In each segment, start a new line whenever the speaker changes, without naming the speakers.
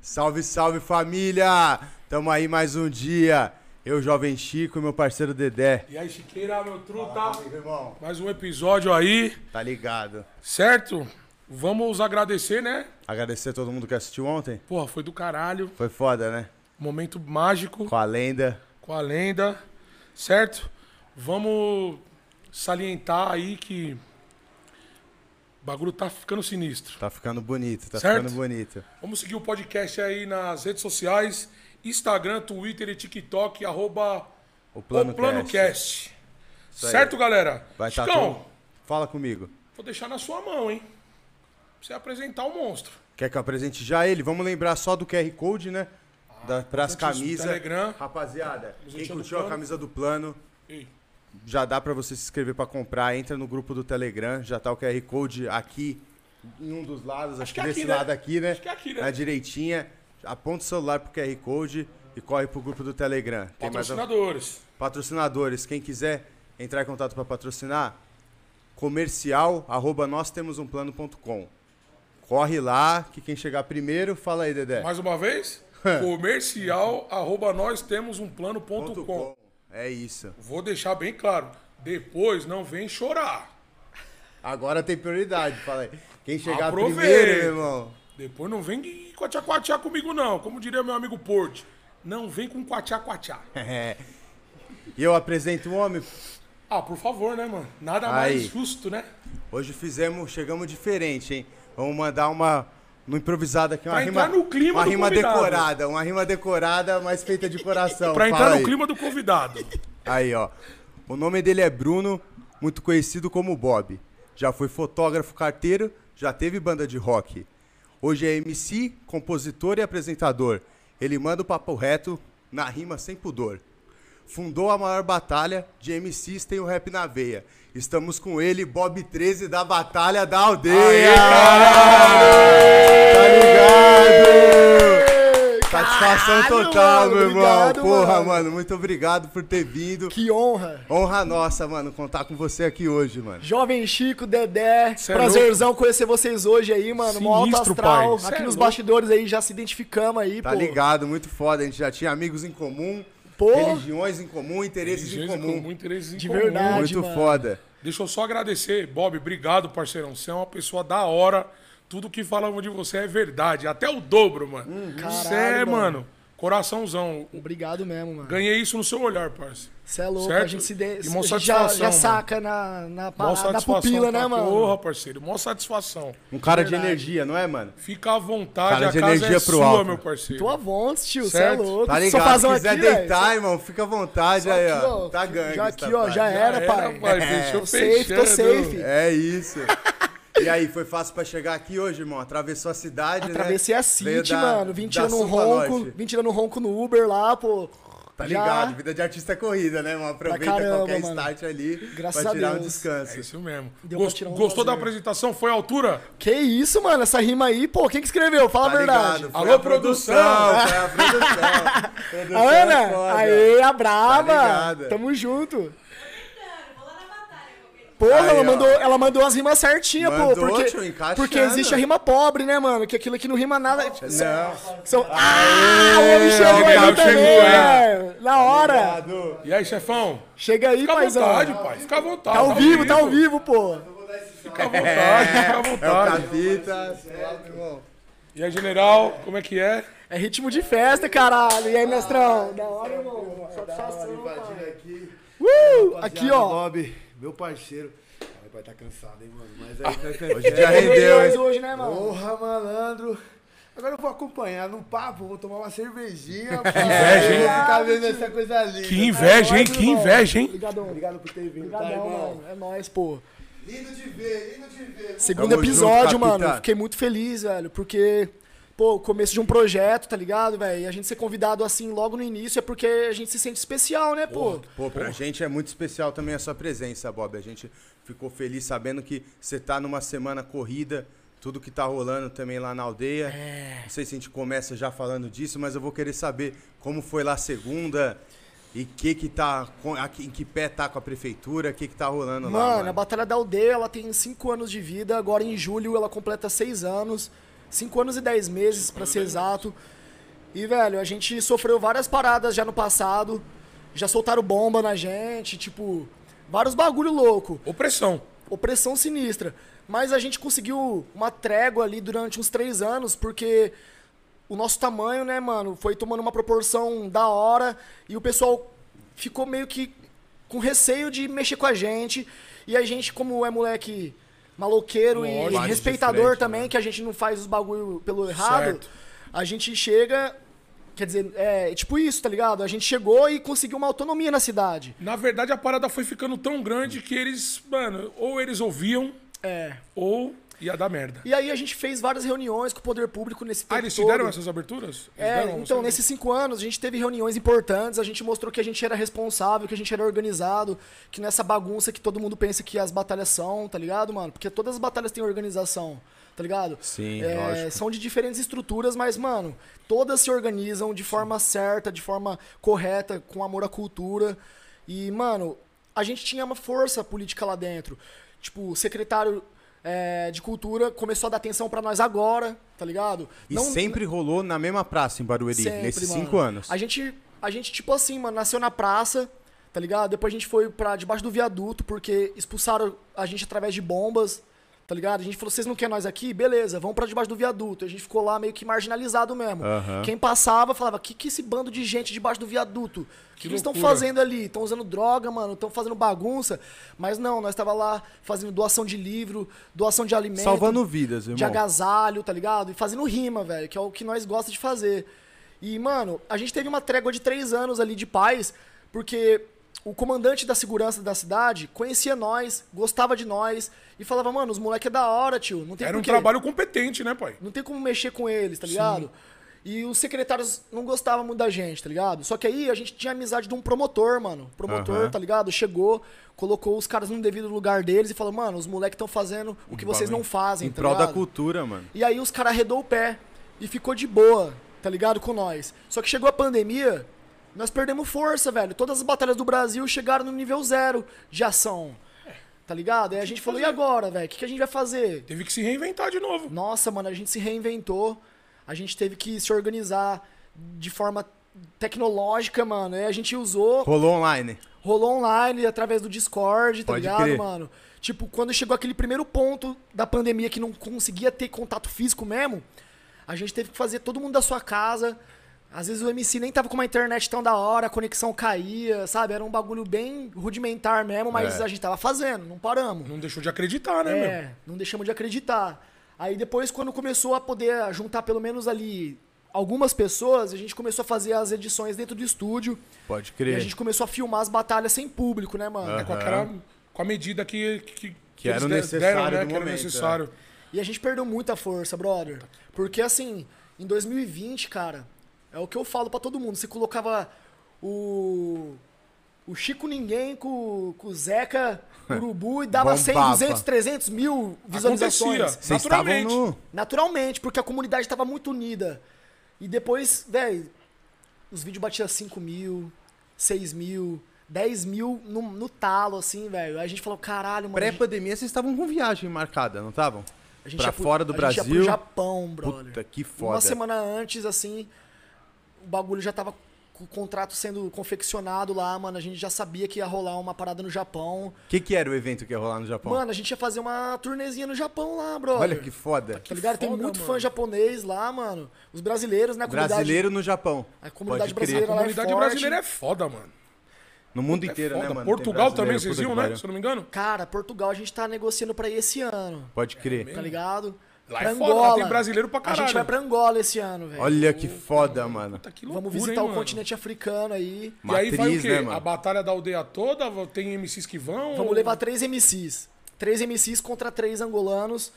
Salve, salve família! Tamo aí mais um dia. Eu, jovem Chico e meu parceiro Dedé.
E aí, Chiqueira, meu truta?
Meu irmão,
Mais um episódio aí,
tá ligado?
certo? Vamos agradecer, né?
Agradecer a todo mundo que assistiu ontem.
Porra, foi do caralho.
Foi foda, né?
Momento mágico
Com a lenda.
com a lenda, certo? Vamos salientar aí que o bagulho tá ficando sinistro.
Tá ficando bonito, tá
Certo.
ficando bonito.
Vamos seguir o podcast aí nas redes sociais, Instagram, Twitter e TikTok, arroba
O
o Plano Cast.
aí.
Certo, galera?
Vai tá
Chicão,
tudo. Fala comigo.
vou deixar na sua mão, hein? Pra você apresentar o monstro.
Quer que eu apresente já ele? Vamos lembrar só do QR Code, né? Da, pras
importante isso,
camisas.
Telegram.
Rapaziada, quem
do
curtiu a
plano.
camisa do plano,
Ei.
já dá pra você se inscrever pra comprar. Entra no grupo do Telegram, já tá o QR Code aqui em um dos lados, acho, que,
que é
desse
aqui, né?
lado aqui, né?
Acho que é aqui, né?
Na direitinha. Aponta o celular pro QR Code e corre pro grupo do Telegram. Tem mais a-
Patrocinadores.
patrocinadores, quem quiser entrar em contato pra patrocinar, comercial arroba nós temos um plano.com. Corre lá, que quem chegar primeiro, fala aí, Dedé.
Mais uma vez, comercial, arroba nós temos um
Ponto
plano.com.
com. É isso.
Vou deixar bem claro, depois não vem chorar.
Agora tem prioridade, fala aí. Quem chegar
Aproveita.
primeiro, meu irmão.
Depois não vem quatiá-quatiá comigo não, como diria meu amigo Porte. Não vem com quatiá-quatiá.
É. E eu apresento o homem.
Ah, por favor, né, mano? Nada
Aí.
mais justo, né?
Hoje fizemos, chegamos diferente, hein? Vamos mandar uma no improvisado aqui, uma
Pra
rima,
entrar no clima
uma
do
rima
convidado.
decorada, uma rima decorada, mas feita de coração.
Pra
Então Fala
entrar
aí.
no clima do convidado.
Aí, ó. O nome dele é Bruno, muito conhecido como Bob. Já foi fotógrafo carteiro, já teve banda de rock. Hoje é MC, compositor e apresentador. Ele manda o papo reto na rima sem pudor. Fundou a maior batalha de MCs tem o rap na veia. Estamos com ele, Bob 13 da Batalha da Aldeia. tá ligado? Satisfação
Caralho,
total,
mano,
meu irmão.
obrigado,
Porra,
mano.
Mano, muito obrigado por ter vindo.
Que honra!
Honra nossa, mano, contar com você aqui hoje, mano.
Jovem Chico, Dedé,
Cê é
prazerzão conhecer vocês hoje aí, mano. Mó alto
Sinistro,
astral.
pai. Cê
Aqui
é
nos
louco.
bastidores aí já se identificamos aí,
Tá
pô.
ligado? Muito foda. A gente já tinha amigos em comum,
Pô.
religiões em comum, interesses
Gente
em comum.
com muito interesse em
De
comum.
verdade.
Muito
mano.
foda.
Deixa eu só agradecer, Bob, obrigado, parceirão. Você é uma pessoa da hora. Tudo que falamos de você é verdade. Até o dobro, mano. Você é,
Hum, Caralho, mano.
mano. Coraçãozão.
Obrigado mesmo, mano.
Ganhei isso no seu olhar, parceiro.
Você é louco,
Certo?
a gente se de...
E mó
a gente já,
satisfação,
já
mano.
saca na, na,
Mó
parada, na
satisfação.
pupila, né,
pra
mano?
Porra, parceiro. Mó satisfação.
Um cara de
Verdade.
energia, não é, mano?
Fica à vontade,
Cara
a
de
casa
energia
é
pro
sua,
alto.
meu parceiro.
Tua voz, tio, você é
Certo.
louco.
Tá ligado?
Sofazão
Se quiser
aqui, velho.
deitar, irmão, fica à vontade
Aqui,
aí, ó.
ó.
Tá gangue.
Já
essa
aqui, ó, já é.
parte.
era, pai.
Fechou,
Tô safe, tô
fechando.
safe.
É isso. E aí, foi fácil pra chegar aqui hoje, irmão? Atravessou a cidade, né?
Atravessei a
Veio
City,
da-
mano. Vim
da
tirando um
sul pra
ronco.
norte.
Vim tirando um ronco no Uber lá, pô.
Tá
Já-
ligado? Vida de artista é corrida, né, mano? Aproveita
caramba,
qualquer
mano.
start ali
Graças
pra
a
tirar um
Deus.
descanso.
É
Tá
isso mesmo.
Deu
Gost-
pra tirar um
Gostou da
lazer.
apresentação? Foi a altura?
Que isso, mano? Essa rima aí, pô, quem que escreveu? Fala a verdade.
Tá ligado? Foi
Alô,
a produção! Foi a produção!
A
Produção é foda.
Ana, né? aê, a
Tá
braba.
ligado.
Tamo junto.
Vou lá na batalha, qualquer dia.
Porra,
Aí, ó.
ela, mandou, ela mandou as rimas certinhas, pô.
Mandou,
Porque,
tio, encaixando.
porque existe a rima pobre, né, mano? Que aquilo que não rima nada.
é
Não.
São... Ah, o homem chegou
tá
legal,
aí também,
chegou, hein?
velho. Na hora.
Obrigado.
E aí, chefão?
Chega aí,
Fica à
paizão.
vontade, pai. Fica à vontade.
Tá ao vivo, tá ao vivo, pô.
Fica à vontade, fica à
É o
vontade.
Capita. suave, irmão.
E aí, general, como é que é?
É ritmo de festa, caralho. E aí, mestrão? Da hora, irmão. Satisfação,
Padilha
pai.
aqui.
Uh!
Rapaziada,
Aqui, ó.
Bob, meu parceiro. Ai, vai tá cansado, hein, mano. Mas aí vai ser.
Hoje já rendeu,
Dois
hein?
hoje, né, mano?
Porra, malandro. Agora eu vou acompanhar num papo, vou tomar uma
É,
cervejinha. Que
inveja, hein?
Ficar vendo essa coisa linda.
Que inveja, hein?
Nós,
Que
irmão.
inveja, hein?
Obrigadão.
Obrigado por ter vindo, tá,
Obrigadão,
irmão?
mano. É nóis, pô.
Lindo de ver, lindo de ver.
Segundo
Tamo
episódio,
junto,
mano.
capitã.
eu Fiquei muito feliz, velho, porque, pô, o começo de um projeto, tá ligado, velho? E a gente ser convidado assim logo no início é porque a gente se sente especial, né, pô?
Pô, pra gente é muito especial também a sua presença, Bob. A gente ficou feliz sabendo que você tá numa semana corrida, tudo que tá rolando também lá na aldeia.
É.
Não sei se a gente começa já falando disso, mas eu vou querer saber como foi lá a segunda e que que tá, com- a que- em que pé tá com a prefeitura, o que que tá rolando lá.
Mano, a Batalha da Aldeia, ela tem 5 anos de vida. Agora, em julho, ela completa 6 anos. 5 anos e 10 meses, pra ser exato. E, velho, a gente sofreu várias paradas já no passado. Já soltaram bomba na gente, tipo, vários bagulho louco.
Opressão.
Opressão sinistra. Mas a gente conseguiu uma trégua ali durante uns três anos, porque o nosso tamanho, né, mano, foi tomando uma proporção da hora e o pessoal ficou meio que com receio de mexer com a gente. E a gente, como é moleque maloqueiro
Lógico,
e
bate de
respeitador
frente,
também,
né?
que a gente não faz os bagulho pelo errado,
Certo.
a gente chega. Quer dizer, é tipo isso, tá ligado? A gente chegou e conseguiu uma autonomia na cidade.
Na verdade, a parada foi ficando tão grande que eles, mano, ou eles ouviam,
É.
ou ia dar merda.
E aí a gente fez várias reuniões com o poder público nesse tempo
Ah, eles
todo.
fizeram essas aberturas? Eles
É,
deram,
então,
sabe?
nesses cinco anos, a gente teve reuniões importantes, a gente mostrou que a gente era responsável, que a gente era organizado, que nessa bagunça que todo mundo pensa que as batalhas são, tá ligado, mano? Porque todas as batalhas têm organização, tá ligado?
Sim,
É,
lógico.
São de diferentes estruturas, mas, mano, todas se organizam de forma certa, de forma correta, com amor à cultura. E, mano, a gente tinha uma força política lá dentro. Tipo, o secretário é, de cultura começou a dar atenção pra nós agora, tá ligado?
E sempre rolou na mesma praça em Barueri,
Sempre,
nesses
mano.
cinco anos.
A gente, a gente, tipo assim, mano, nasceu na praça, tá ligado? Depois a gente foi pra debaixo do viaduto, porque expulsaram a gente através de bombas, tá ligado? A gente falou, vocês não querem nós aqui? Beleza, vamos pra debaixo do viaduto. A gente ficou lá meio que marginalizado mesmo.
Aham.
Quem passava falava, que que esse bando de gente debaixo do viaduto? O que,
Que
eles estão
loucura.
fazendo ali? Estão usando droga, mano? Estão fazendo bagunça? Mas não, nós tava lá fazendo doação de livro, doação de alimento.
Salvando vidas, irmão.
De agasalho, tá ligado? E fazendo rima, velho, que é o que nós gosta de fazer. E, mano, a gente teve uma trégua de três anos ali de paz, porque o comandante da segurança da cidade conhecia nós, gostava de nós, e falava, mano, os moleque é da hora, tio. Não tem
Era um
porquê.
trabalho competente, né, pai?
Não tem como mexer com eles, tá ligado? E os secretários não gostavam muito da gente, tá ligado? Só que aí a gente tinha amizade de um promotor, mano. O Promotor,
Aham.
tá ligado? Chegou, colocou os caras no devido lugar deles e falou, mano, os moleques estão fazendo o que vocês não fazem,
Em
tá
prol
ligado?
da cultura, mano.
E aí os caras arredou o pé e ficou de boa, tá ligado? Com nós. Só que chegou a pandemia, nós perdemos força, velho. Todas as batalhas do Brasil chegaram no nível zero de ação. Tá ligado? Aí a gente falou, e agora, velho? O que, que a gente vai fazer?
Teve que se reinventar de novo.
Nossa, mano, a gente se reinventou. A gente teve que se organizar de forma tecnológica, mano. E a gente usou
Rolou online.
Rolou online através do Discord, tá
Pode
ligado,
crer.
mano? Tipo, quando chegou aquele primeiro ponto da pandemia que não conseguia ter contato físico mesmo, a gente teve que fazer todo mundo da sua casa. Às vezes o MC nem tava com uma internet tão da hora, a conexão caía, sabe? Era um bagulho bem rudimentar mesmo, mas
É.
a gente tava fazendo, não paramos.
Não deixou de acreditar, né, meu?
É, não deixamos de acreditar. Aí depois, quando começou a poder juntar pelo menos ali algumas pessoas, a gente começou a fazer as edições dentro do estúdio.
Pode
E a
crer.
gente começou a filmar as batalhas sem público, né, mano?
É, com, aquela, com a medida que, que,
Que era
eles
o
de-
necessário
deram, né?
do
que era
momento, é.
necessário.
E a gente perdeu muita força, brother. Porque, assim, em 2020, cara, é o que eu falo pra todo mundo. Você colocava o. O Chico Ninguém com, com o Zeca Urubu e dava 100,
Bombava.
200, 300 mil visualizações.
Acontecia.
Vocês estavam
Naturalmente.
no.
Naturalmente, porque a comunidade tava muito unida. E depois, velho, os vídeos batiam 5 mil, 6 mil, 10 mil no, no talo, assim, velho. Aí a gente falou, caralho, mano. a gente-
Pré-pandemia, vocês estavam com viagem marcada, não estavam?
a gente
Pra
ia pro-
fora do
a
Brasil.
Gente ia pro Japão, brother.
Puta, que foda.
Uma semana antes, assim, o bagulho já tava com o contrato sendo confeccionado lá, mano. A gente já sabia que ia rolar uma parada no Japão.
O que, que era o evento que ia rolar no Japão?
Mano, a gente ia fazer uma turnezinha no Japão lá, brother.
Olha que foda.
Tá ligado? Tem
foda,
muito fã
mano.
japonês lá, mano. Os brasileiros, né? A comunidade-
Brasileiro no Japão.
A comunidade
Pode crer.
A
brasileira- Ela é
comunidade
forte.
brasileira é foda, mano.
No mundo
É
inteiro,
foda.
né, mano? Tem
Portugal também,
brasileiro,
vocês
puta que
viam, né?
pariu.
Se eu não me engano.
Cara, Portugal a gente tá negociando pra ir esse ano,
Pode crer.
tá ligado?
Lá
pra
é foda, lá tem brasileiro pra
A
caralho.
gente vai pra Angola esse ano, velho.
Olha que foda, mano.
Puta, Tá, que
Vamos
loucura, hein,
visitar o
mano?
continente africano aí.
E aí vai o
Matriz,
quê?
né,
a
mano?
batalha da aldeia toda? Tem MCs que vão?
Vamos levar três MCs. Três MCs contra três angolanos.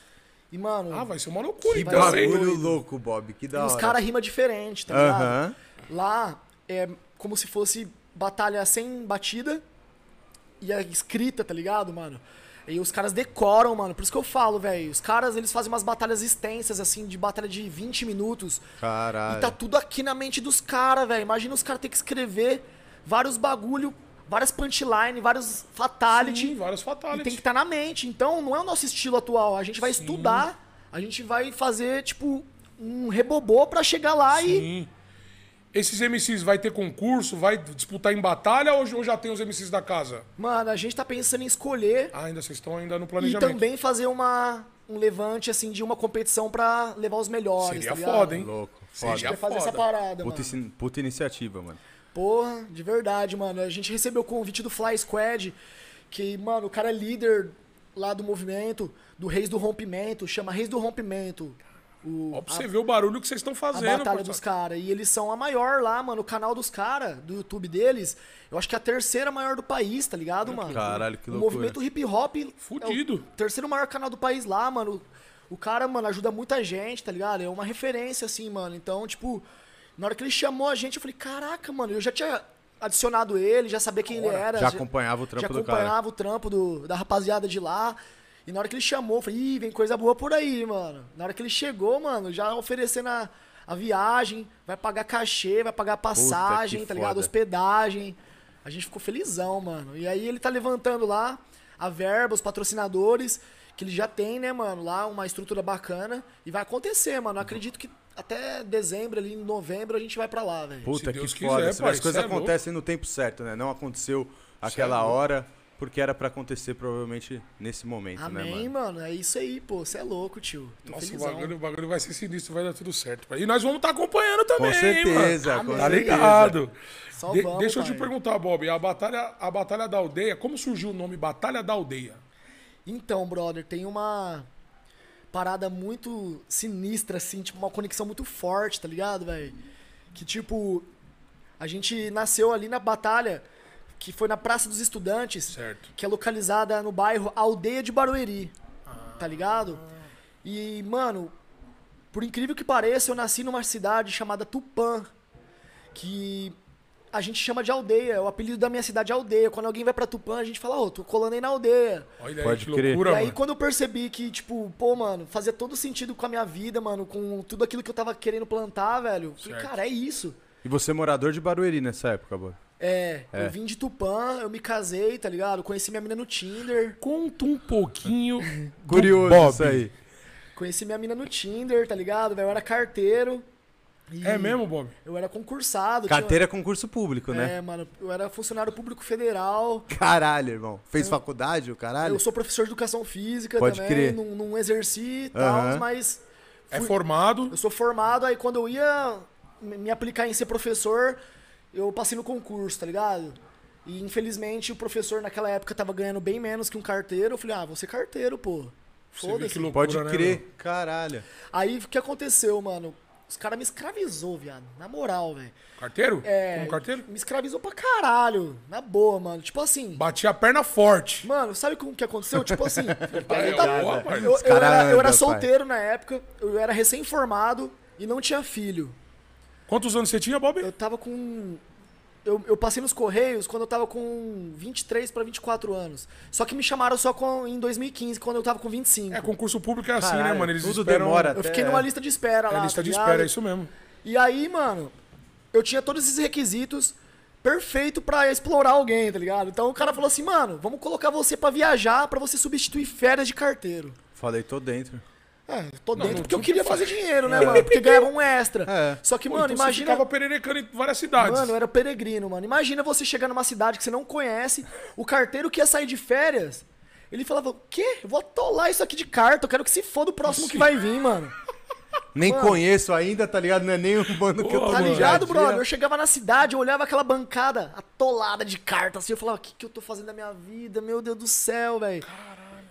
E, mano,
Ah, vai ser uma loucura,
Que
então. hein?
bagulho louco, Bob. Que da
os
hora.
caras rima diferente, tá ligado?
Aham.
Lá é como se fosse batalha sem batida e a escrita, tá ligado, mano? E os caras decoram, mano. Por isso que eu falo, velho. Os caras, eles fazem umas batalhas extensas, assim, de batalha de 20 minutos.
Caralho.
E tá tudo aqui na mente dos caras, velho. Imagina os caras ter que escrever vários bagulho, várias punchline, vários fatality.
Sim, vários
E tem
fatalities.
que tá estar na mente. Então, não é o nosso estilo atual. A gente vai estudar, a gente vai fazer, tipo, um rebobô pra chegar lá e.
Sim.
tá-
Esses MCs vai ter concurso, vai disputar em batalha ou ou já tem os MCs da casa?
Mano, a gente tá pensando em escolher
Ah, ainda vocês estão ainda no
e
planejamento.
também fazer uma, um levante, assim, de uma competição pra levar os melhores.
Seria
tá ligado?
foda, hein?
Louco.
Seria
Foda.
Quer fazer
foda.
essa parada,
Puta,
mano.
esse- puta iniciativa, mano.
Porra, de verdade, mano. A gente recebeu o convite do Fly Squad, que, mano, o cara é líder lá do movimento, do Reis do Rompimento, chama Reis do Rompimento. O,
Ó, pra
a-
você ver o barulho que vocês estão
a
fazendo,
batalha
parça.
dos caras. E eles são a maior lá, mano. O canal dos caras, do YouTube deles, eu acho que é a terceira maior do país, tá ligado, mano?
Caralho, que
O
loucura.
movimento hip hop.
Fudido.
É o terceiro maior canal do país lá, mano. O cara, mano, ajuda muita gente, tá ligado? É uma referência, assim, mano. Então, tipo, na hora que ele chamou a gente, eu falei, caraca, mano, eu já tinha adicionado ele, já sabia quem ele era.
Já acompanhava o trampo
já
do cara.
acompanhava o trampo do- da rapaziada de lá. E na hora que ele chamou, eu falei, ih, vem coisa boa por aí, mano. Na hora que ele chegou, mano, já oferecendo a, a viagem, vai pagar cachê, vai pagar passagem,
que
tá ligado?
foda.
Hospedagem. A gente ficou felizão, mano. E aí ele tá levantando lá a verba, os patrocinadores, que ele já tem, né, mano, lá uma estrutura bacana. E vai acontecer, mano. Eu acredito que até dezembro, ali, em novembro, a gente vai pra lá, velho.
Puta
Deus
que
quiser,
foda.
pai,
As coisas
cê é louco. é
acontecem no tempo certo, né? Não aconteceu aquela hora, porque era pra acontecer provavelmente nesse momento, né,
Amém,
mano?
mano. É isso aí, pô. Você é louco, tio. Tô
Nossa, o
felizão.
bagulho, o bagulho vai ser sinistro, vai dar tudo certo. pai. E nós vamos estar acompanhando também,
Com
hein, mano?
certeza, com
Amém.
Tá
certeza.
ligado?
Ah, Só
De-
vamos,
deixa eu te
pai.
perguntar, Bob, a batalha, a batalha da aldeia, como surgiu o nome Batalha da Aldeia?
Então, brother, tem uma parada muito sinistra, assim, tipo, uma conexão muito forte, tá ligado, velho? Que, tipo, a gente nasceu ali na batalha, que foi na Praça dos Estudantes,
Certo.
que é localizada no bairro Aldeia de Barueri, tá ligado? E, mano, por incrível que pareça, eu nasci numa cidade chamada Tupã, que a gente chama de aldeia, o apelido da minha cidade é aldeia. Quando alguém vai pra Tupã, a gente fala, ô, tô colando aí na aldeia.
Olha aí,
Pode
que
crer.
loucura,
E aí,
mano.
quando eu percebi que, tipo, pô, mano, fazia todo sentido com a minha vida, mano, com tudo aquilo que eu tava querendo plantar, velho. eu Falei,
Certo.
cara, é isso.
E você é morador de Barueri nessa época, Bob?
É, eu vim de Tupã, eu me casei, tá ligado? Conheci minha mina no Tinder.
Conta um pouquinho. do
Curioso
Bob.
isso aí.
Conheci minha mina no Tinder, tá ligado? velho? Eu era carteiro. e
É mesmo, Bob?
Eu era concursado. tinha-
Carteira é concurso público, né?
É, mano, eu era funcionário público federal.
Caralho, irmão. Fez faculdade, o caralho?
É. Eu sou professor de educação física
Pode
também,
crer.
não, não exerci e tal,
Aham.
mas
É formado.
Eu sou formado, aí quando eu ia me me aplicar em ser professor, eu passei no concurso, tá ligado? E infelizmente o professor naquela época tava ganhando bem menos que um carteiro. Eu falei, ah, vou ser carteiro, pô.
Você vê
Foda-se.
que loucura,
Pode
né,
crer.
mano?
Caralho.
Aí o que aconteceu, mano? Os caras me escravizou, viado. Na moral, velho.
Carteiro?
É.
Como carteiro?
Me escravizou pra caralho. Na boa, mano. Tipo assim.
Bati a perna forte.
Mano, sabe como que aconteceu? Tipo assim, eu,
é
tava-
boa, pai.
eu-
Os
eu
cara
era, eu era
anda,
solteiro na época, eu era recém-formado e não tinha filho.
Quantos anos você tinha, Bob?
Eu tava com. um, Eu, eu passei nos Correios quando eu tava com 23 pra 24 anos. Só que me chamaram só com- em 2015, quando eu tava com 25.
É, concurso público é assim,
Caralho,
né, mano? Eles
tudo
esperam...
demora.
eu fiquei numa lista de espera
É
lá.
lista
tá
de
ligado?
espera, é isso mesmo.
E aí, mano, eu tinha todos esses requisitos perfeito pra explorar alguém, tá ligado? Então o cara falou assim, mano, vamos colocar você pra viajar pra você substituir férias de carteiro.
Falei, tô dentro.
É, tô dentro
não
porque eu
tinha
queria fazer dinheiro, né, mano? Porque ganhava um extra.
É.
Só que,
Pô,
mano,
então
imagina.
Você ficava pererecando em várias cidades.
Mano, eu era peregrino, mano. Imagina você chegar numa cidade que você não conhece, o carteiro que ia sair de férias, ele falava, o quê? Eu vou atolar isso aqui de carta, eu quero que se foda o próximo que vai vir, mano.
Nem conheço ainda, tá ligado? Não é nem o bando que eu tô
Tá
já
ligado,
gira.
brother? Eu chegava na cidade, eu olhava aquela bancada atolada de carta, assim, eu falava, o que, que eu tô fazendo da minha vida? Meu Deus do céu, velho.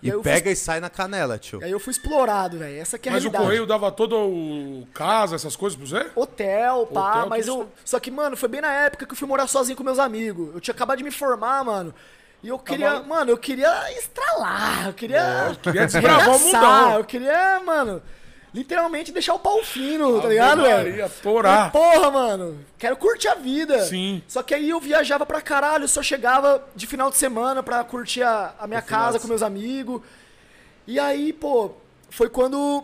E
E
aí eu
pega e sai na canela, tio.
E aí eu fui explorado, velho. Essa aqui é a
Mas o
realidade. Tá
correio dava todo o casa, essas coisas pra você?
Hotel, pá,
Hotel,
mas
tudo
eu. Só que, mano, foi bem na época que eu fui morar sozinho com meus amigos. Eu tinha acabado de me formar, mano. E eu queria,
Acabou.
mano, eu queria estralar, eu queria. Eu
É, queria desbravar o mundão.
Eu queria, mano, literalmente deixar o pau fino, tá
Ave
ligado,
Maria,
velho? É
torar.
E, Porra, mano, quero curtir a vida.
Sim.
Só que aí eu viajava pra caralho, só chegava de final de semana pra curtir a, a minha casa
assim.
com meus amigos. E aí, pô, foi quando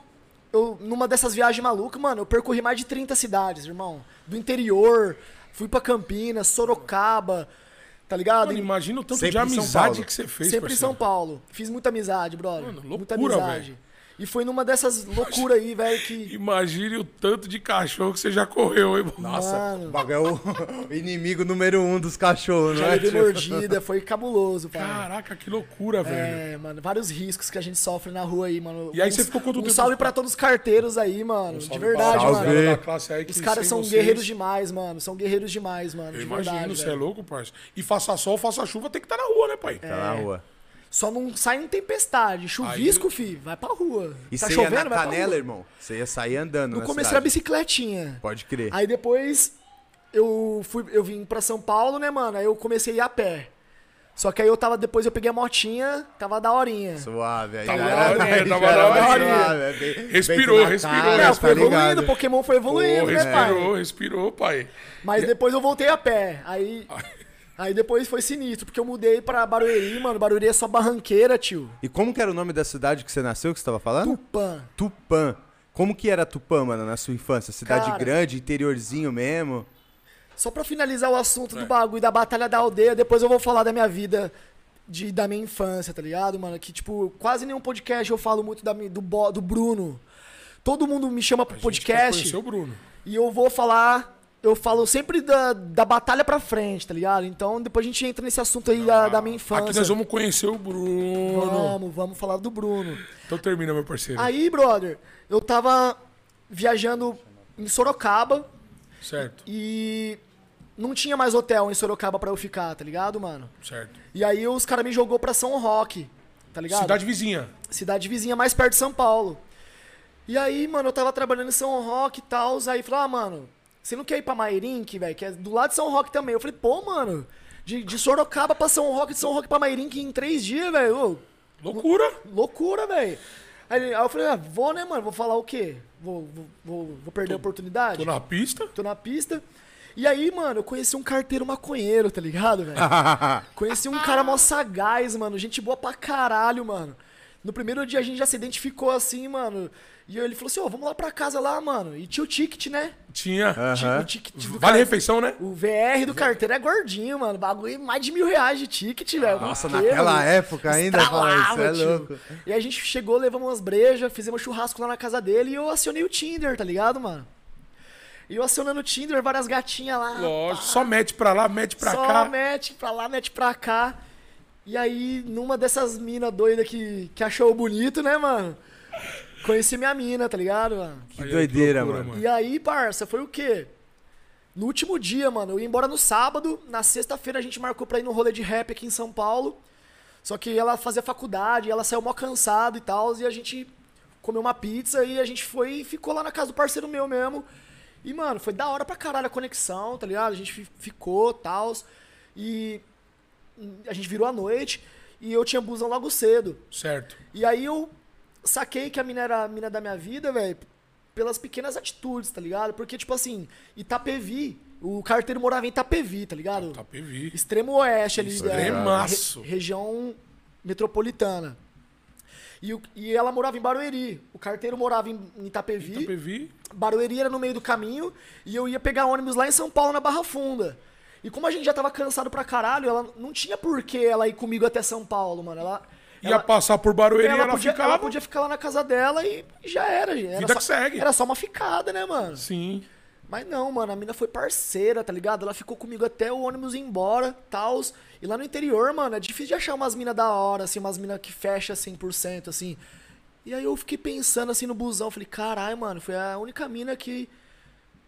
eu, numa dessas viagens malucas, mano, eu percorri mais de 30 cidades, irmão. Do interior, fui pra Campinas, Sorocaba, tá ligado?
Mano, imagina o tanto
Sempre
de
em São
amizade
Paulo.
que você fez,
Sempre em
parceiro.
São Paulo. Fiz muita amizade, brother.
Mano, loucura,
muita amizade.
velho.
E foi numa dessas loucuras aí, velho, que.
Imagine o tanto de cachorro que você já correu, hein, mano?
Nossa,
Mano.
o bagulho é o inimigo número um dos cachorros,
Já
né?
levei
tio?
mordida, foi cabuloso, pai.
Caraca, que loucura, velho.
É, mano, vários riscos que a gente sofre na rua aí, mano.
E aí
Um-
você ficou quanto
Um
tempo- Um
salve pra todos os carteiros aí, mano. de
Salve
verdade,
pra-
Salve.
mano.
galera da classe aí que
Os caras
sem
são
vocês-
guerreiros demais, mano. São guerreiros demais, mano.
Eu
de
imagino,
verdade.
você é
velho.
louco, parça. E faça sol, faça chuva, tem que estar na rua, né, pai?
Tá na rua.
Só não sai em tempestade. Chuvisco, fi, vai pra rua.
E
tá
você
chovendo,
ia na
vai pra
canela,
rua.
irmão? Você ia sair andando
No
na
começo era
cidade.
bicicletinha.
Pode crer.
Aí depois eu fui, eu vim pra São Paulo, né, mano? Aí eu comecei a ir a pé. Só que aí eu tava, depois eu peguei a motinha, tava daorinha.
Suave, aí
Tava
já
na
era-
hora,
aí
tava
já
na
era
hora.
mais suave, é bem-
Respirou,
bem que na
respirou,
cara,
Não,
mas
É, foi
tá ligado?
evoluindo, o Pokémon foi evoluindo,
Pô,
né, pai?
respirou, respirou, pai.
Mas depois eu voltei a pé. Aí, aí depois foi sinistro, porque eu mudei pra Barueri, mano. Barueri é só barranqueira, tio.
E como que era o nome da cidade que você nasceu, que você tava falando?
Tupã.
Tupã. Como que era Tupã, mano, na sua infância? Cidade
Cara.
grande, interiorzinho mesmo?
Só pra finalizar o assunto
É.
do bagulho da batalha da aldeia, depois eu vou falar da minha vida de, da minha infância, tá ligado, mano? Que, tipo, quase nenhum podcast eu falo muito da, mi- do, Bo- do Bruno. Todo mundo me chama pro podcast
Conheceu o Bruno.
e eu vou falar. Eu falo sempre da, da batalha pra frente, tá ligado? Então depois a gente entra nesse assunto aí da, da minha infância.
Aqui nós vamos conhecer o Bruno.
vamos, vamos falar do Bruno.
Então termina, meu parceiro.
Aí, brother, eu tava viajando em Sorocaba,
Certo,
e não tinha mais hotel em Sorocaba pra eu ficar, tá ligado, mano?
certo.
E aí os caras me jogou pra São Roque, tá ligado?
Cidade vizinha.
Cidade vizinha mais perto de São Paulo. E aí, mano, eu tava trabalhando em São Roque e tal, aí falou, ah, mano, você não quer ir pra Mairink, velho? Que é do lado de São Roque também. Eu falei, pô, mano, de, de Sorocaba pra São Roque, de São Roque pra Mairink em três dias, velho. Ô,
Loucura.
Loucura, velho. Aí, ele- aí eu falei, ah, vou, né, mano? Vou falar o quê? Vou, vou, vou, vou perder a oportunidade?
Tô na pista.
Tô na pista. E aí, mano, eu conheci um carteiro maconheiro, tá ligado, velho? conheci um cara mó sagaz, mano. Gente boa pra caralho, mano. No primeiro dia a gente já se identificou assim, mano. E ele falou assim, ô, vamos lá pra casa lá, mano. E tinha o ticket, né?
Tinha.
Tinha
Aham.
o ticket do
Vale
car-
refeição, né?
O VR do carteiro é gordinho, mano. Bagulho mais de mil reais de ticket, velho.
Nossa,
Por quê,
naquela
mano?
época ainda, fala, isso
Estralava,
é
tio.
louco.
E a gente chegou, levamos umas brejas, fizemos churrasco lá na casa dele e eu acionei o Tinder, tá ligado, mano? E eu acionando o Tinder, várias gatinhas lá.
Lógico. Só mete pra lá, mete pra
só
cá.
mete pra lá, mete pra cá. E aí, numa dessas mina doida que, que achou bonito, né, mano? Conheci minha mina, tá ligado, mano?
Que
Aí,
doideira,
que loucura,
mano.
E aí, parça, foi o quê? No último dia, mano, eu ia embora no sábado, na sexta-feira a gente marcou pra ir no rolê de rap aqui em São Paulo. Só que ela fazia faculdade, ela saiu mó cansada e tal, e a gente comeu uma pizza e a gente foi e ficou lá na casa do parceiro meu mesmo. E, mano, foi da hora pra caralho a conexão, tá ligado? A gente fi- ficou e tal. E a gente virou a noite e eu tinha busão logo cedo.
Certo.
E aí eu saquei que a mina era a mina da minha vida, velho, pelas pequenas atitudes, tá ligado? Porque, tipo assim, Itapevi, o carteiro morava em Itapevi, tá ligado?
Tá PV.
Extremo oeste ali, da-
Extremaço.
re- região metropolitana. E, o- e ela morava em Barueri. O carteiro morava em, em Itapevi.
PV.
Barueri era no meio do caminho e eu ia pegar ônibus lá em São Paulo, na Barra Funda. E como a gente já tava cansado pra caralho, ela não tinha por que ela ir comigo até São Paulo, mano. Ela,
Ia
ela-
passar por Barueri,
ela,
ela,
podia,
ficava.
ela podia ficar lá na casa dela e já era. gente. Era
Vida
só,
que segue.
Era só uma ficada, né, mano?
Sim.
Mas não, mano, a mina foi parceira, tá ligado? Ela ficou comigo até o ônibus ir embora, tals. E lá no interior, mano, é difícil de achar umas minas da hora, assim, umas minas que fecha 100%, assim. E aí eu fiquei pensando, assim, no busão. Falei, caralho, mano, foi a única mina que,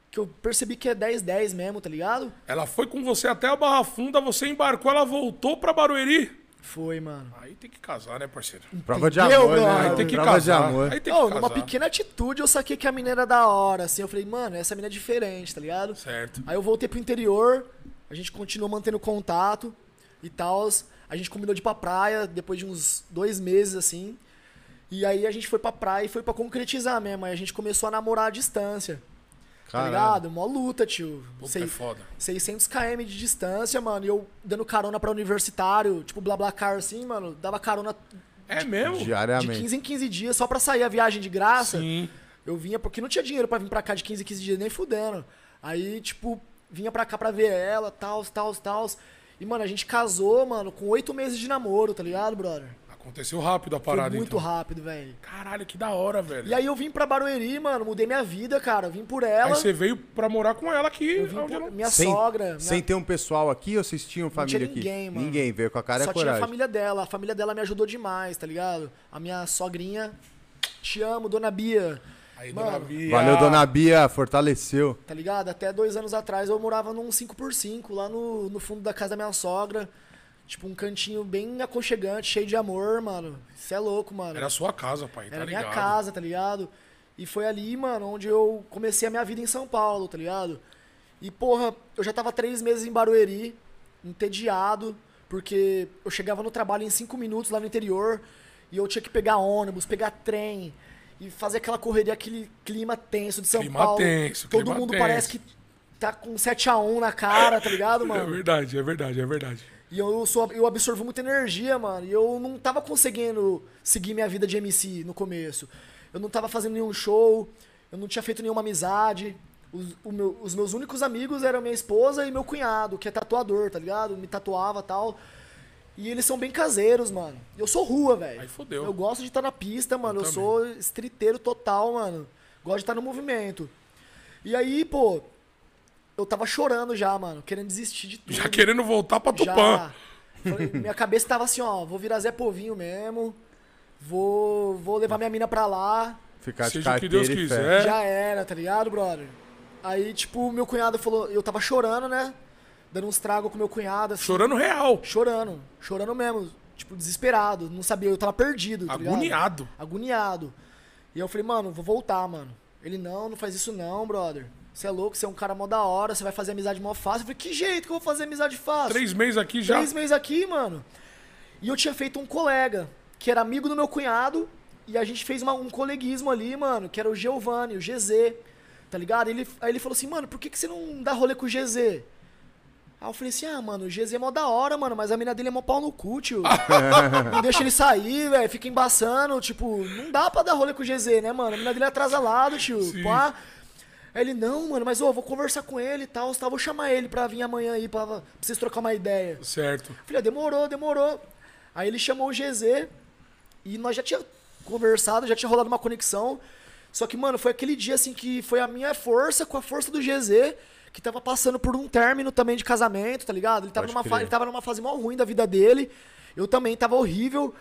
que eu percebi que é 10-10 mesmo, tá ligado?
Ela foi com você até a Barra Funda, você embarcou, ela voltou pra Barueri.
Foi, mano.
Aí tem que casar, né, parceiro?
Prova de
Entendeu,
amor, né?
brother?
mano?
Aí tem que
Prova de
casar.
amor.
Aí tem que
Não,
casar.
numa pequena atitude eu saquei que a mina era da hora, assim. Eu falei, mano, essa mina é diferente, tá ligado?
Certo.
Aí eu voltei pro interior, a gente continuou mantendo contato e tal. A gente combinou de ir pra praia depois de uns dois meses, assim. E aí a gente foi pra praia e foi pra concretizar mesmo. Aí a gente começou a namorar à distância, tá
Caralho.
ligado? Mó luta, tio.
Puta,
Sei-
é foda.
600 km de distância, mano. E eu dando carona pra universitário, tipo BlaBlaCar, assim, mano. Dava carona
É mesmo?
de
Diariamente.
15 em 15 dias só pra sair a viagem de graça.
Sim.
Eu vinha porque não tinha dinheiro pra vir pra cá de 15 em 15 dias, nem fudendo. Aí, tipo, vinha pra cá pra ver ela, tal, tal, tal. E, mano, a gente casou, mano, com oito meses de namoro, tá ligado, brother?
A Aconteceu rápido a
Foi
parada,
muito
então.
rápido, velho.
Caralho, que da hora, velho.
E aí eu vim pra Barueri, mano, mudei minha vida, cara. Vim por ela.
Aí você veio pra morar com ela aqui.
vim
onde
por-
ela-
Minha sogra. Minha...
Sem ter um pessoal aqui ou vocês tinham família
tinha
aqui?
ninguém, mano.
Ninguém, veio com a cara e
Só
a
tinha a
coragem.
família dela. A família dela me ajudou demais, tá ligado? A minha sogrinha. Te amo, dona Bia.
Aí,
Mano,
dona Bia.
Valeu, dona Bia, fortaleceu.
Tá ligado? Até dois anos atrás eu morava num 5x5 lá no, no fundo da casa da minha sogra. Tipo, um cantinho bem aconchegante, cheio de amor, mano. Isso é louco, mano.
Era a sua casa, pai.
Era
tá
minha
ligado?
casa, tá ligado? E foi ali, mano, onde eu comecei a minha vida em São Paulo, tá ligado? E, porra, eu já tava três meses em Barueri, entediado, porque eu chegava no trabalho em cinco minutos lá no interior e eu tinha que pegar ônibus, pegar trem e fazer aquela correria, aquele clima tenso de São
Clima
Paulo.
tenso,
Todo
clima
mundo
tenso.
parece que tá com 7x1 na cara, tá ligado,
É
mano?
verdade, é verdade, é verdade.
E eu, sou, eu absorvo muita energia, mano. E eu não tava conseguindo seguir minha vida de MC no começo. Eu não tava fazendo nenhum show, eu não tinha feito nenhuma amizade. Os, o meu- os meus únicos amigos eram minha esposa e meu cunhado, que é tatuador, tá ligado? Me tatuava e tal. E eles são bem caseiros, mano. E Eu sou rua, velho.
Aí fodeu.
Eu gosto de estar na pista, mano.
Eu
eu
também.
sou streeteiro total, mano. Gosto de estar no movimento. E aí, pô, eu tava chorando já, mano, querendo desistir de tudo.
Já querendo voltar pra Tupã.
Já. Falei, Minha cabeça tava assim, ó, vou virar Zé Povinho mesmo. Vou, vou levar minha mina pra lá.
Ficar de
Seja o que
carteira
Deus
e fé.
quiser.
Já era, tá ligado, brother? Aí, tipo, meu cunhado falou, eu tava chorando, né? Dando uns tragos com meu cunhado, assim,
Chorando real.
chorando, chorando mesmo, tipo, desesperado, não sabia, eu tava perdido, tá ligado?
Agoniado.
Agoniado. E eu falei, mano, vou voltar, mano. Ele, não, não faz isso não, brother. Você é louco, você é um cara mó da hora, você vai fazer amizade mó fácil. Eu falei, que jeito que eu vou fazer amizade fácil?
Três meses aqui já.
Três meses aqui, mano. E eu tinha feito um colega, que era amigo do meu cunhado, e a gente fez uma- um coleguismo ali, mano, que era o Giovanni, o GZ, tá ligado? Ele, aí ele falou assim, mano, por que, que você não dá rolê com o GZ? Aí eu falei assim, ah, mano, o GZ é mó da hora, mano, mas a mina dele é mó pau no cu, tio. não deixa ele sair, velho, fica embaçando, tipo, não dá pra dar rolê com o GZ, né, mano? A mina dele é atrasalado, tio. Pá. Aí ele, não, mano, mas ô, vou conversar com ele e tal, tá, vou chamar ele pra vir amanhã aí, pra, pra vocês trocar uma ideia.
Certo.
Eu Falei, ah, demorou, demorou. Aí ele chamou o GZ e nós já tinha conversado, já tinha rolado uma conexão. Só que, mano, foi aquele dia assim que foi a minha força com a força do GZ, que tava passando por um término também de casamento, tá ligado? Ele tava,
Pode
numa,
crer.
fa- ele tava numa fase mal ruim da vida dele. Eu também tava horrível.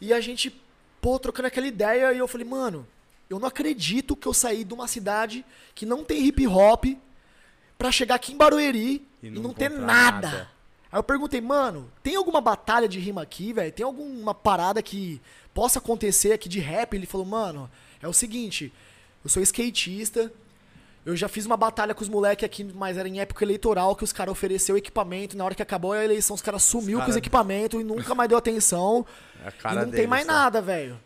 E a gente, pô, trocando aquela ideia, e eu falei, mano, eu não acredito que eu saí de uma cidade que não tem hip hop pra chegar aqui em Barueri
E
e
não
não, ter
encontrar
nada.
nada.
Aí eu perguntei, mano, tem alguma batalha de rima aqui, velho? Tem alguma parada que possa acontecer aqui de rap? Ele falou, mano, é o seguinte, eu sou skatista, eu já fiz uma batalha com os moleques aqui, mas era em época eleitoral que os caras ofereceu equipamento, na hora que acabou a eleição, os caras sumiu com
cara-
os equipamentos e nunca mais deu atenção.
É a cara
e não tem
deles,
mais
né?
nada, velho.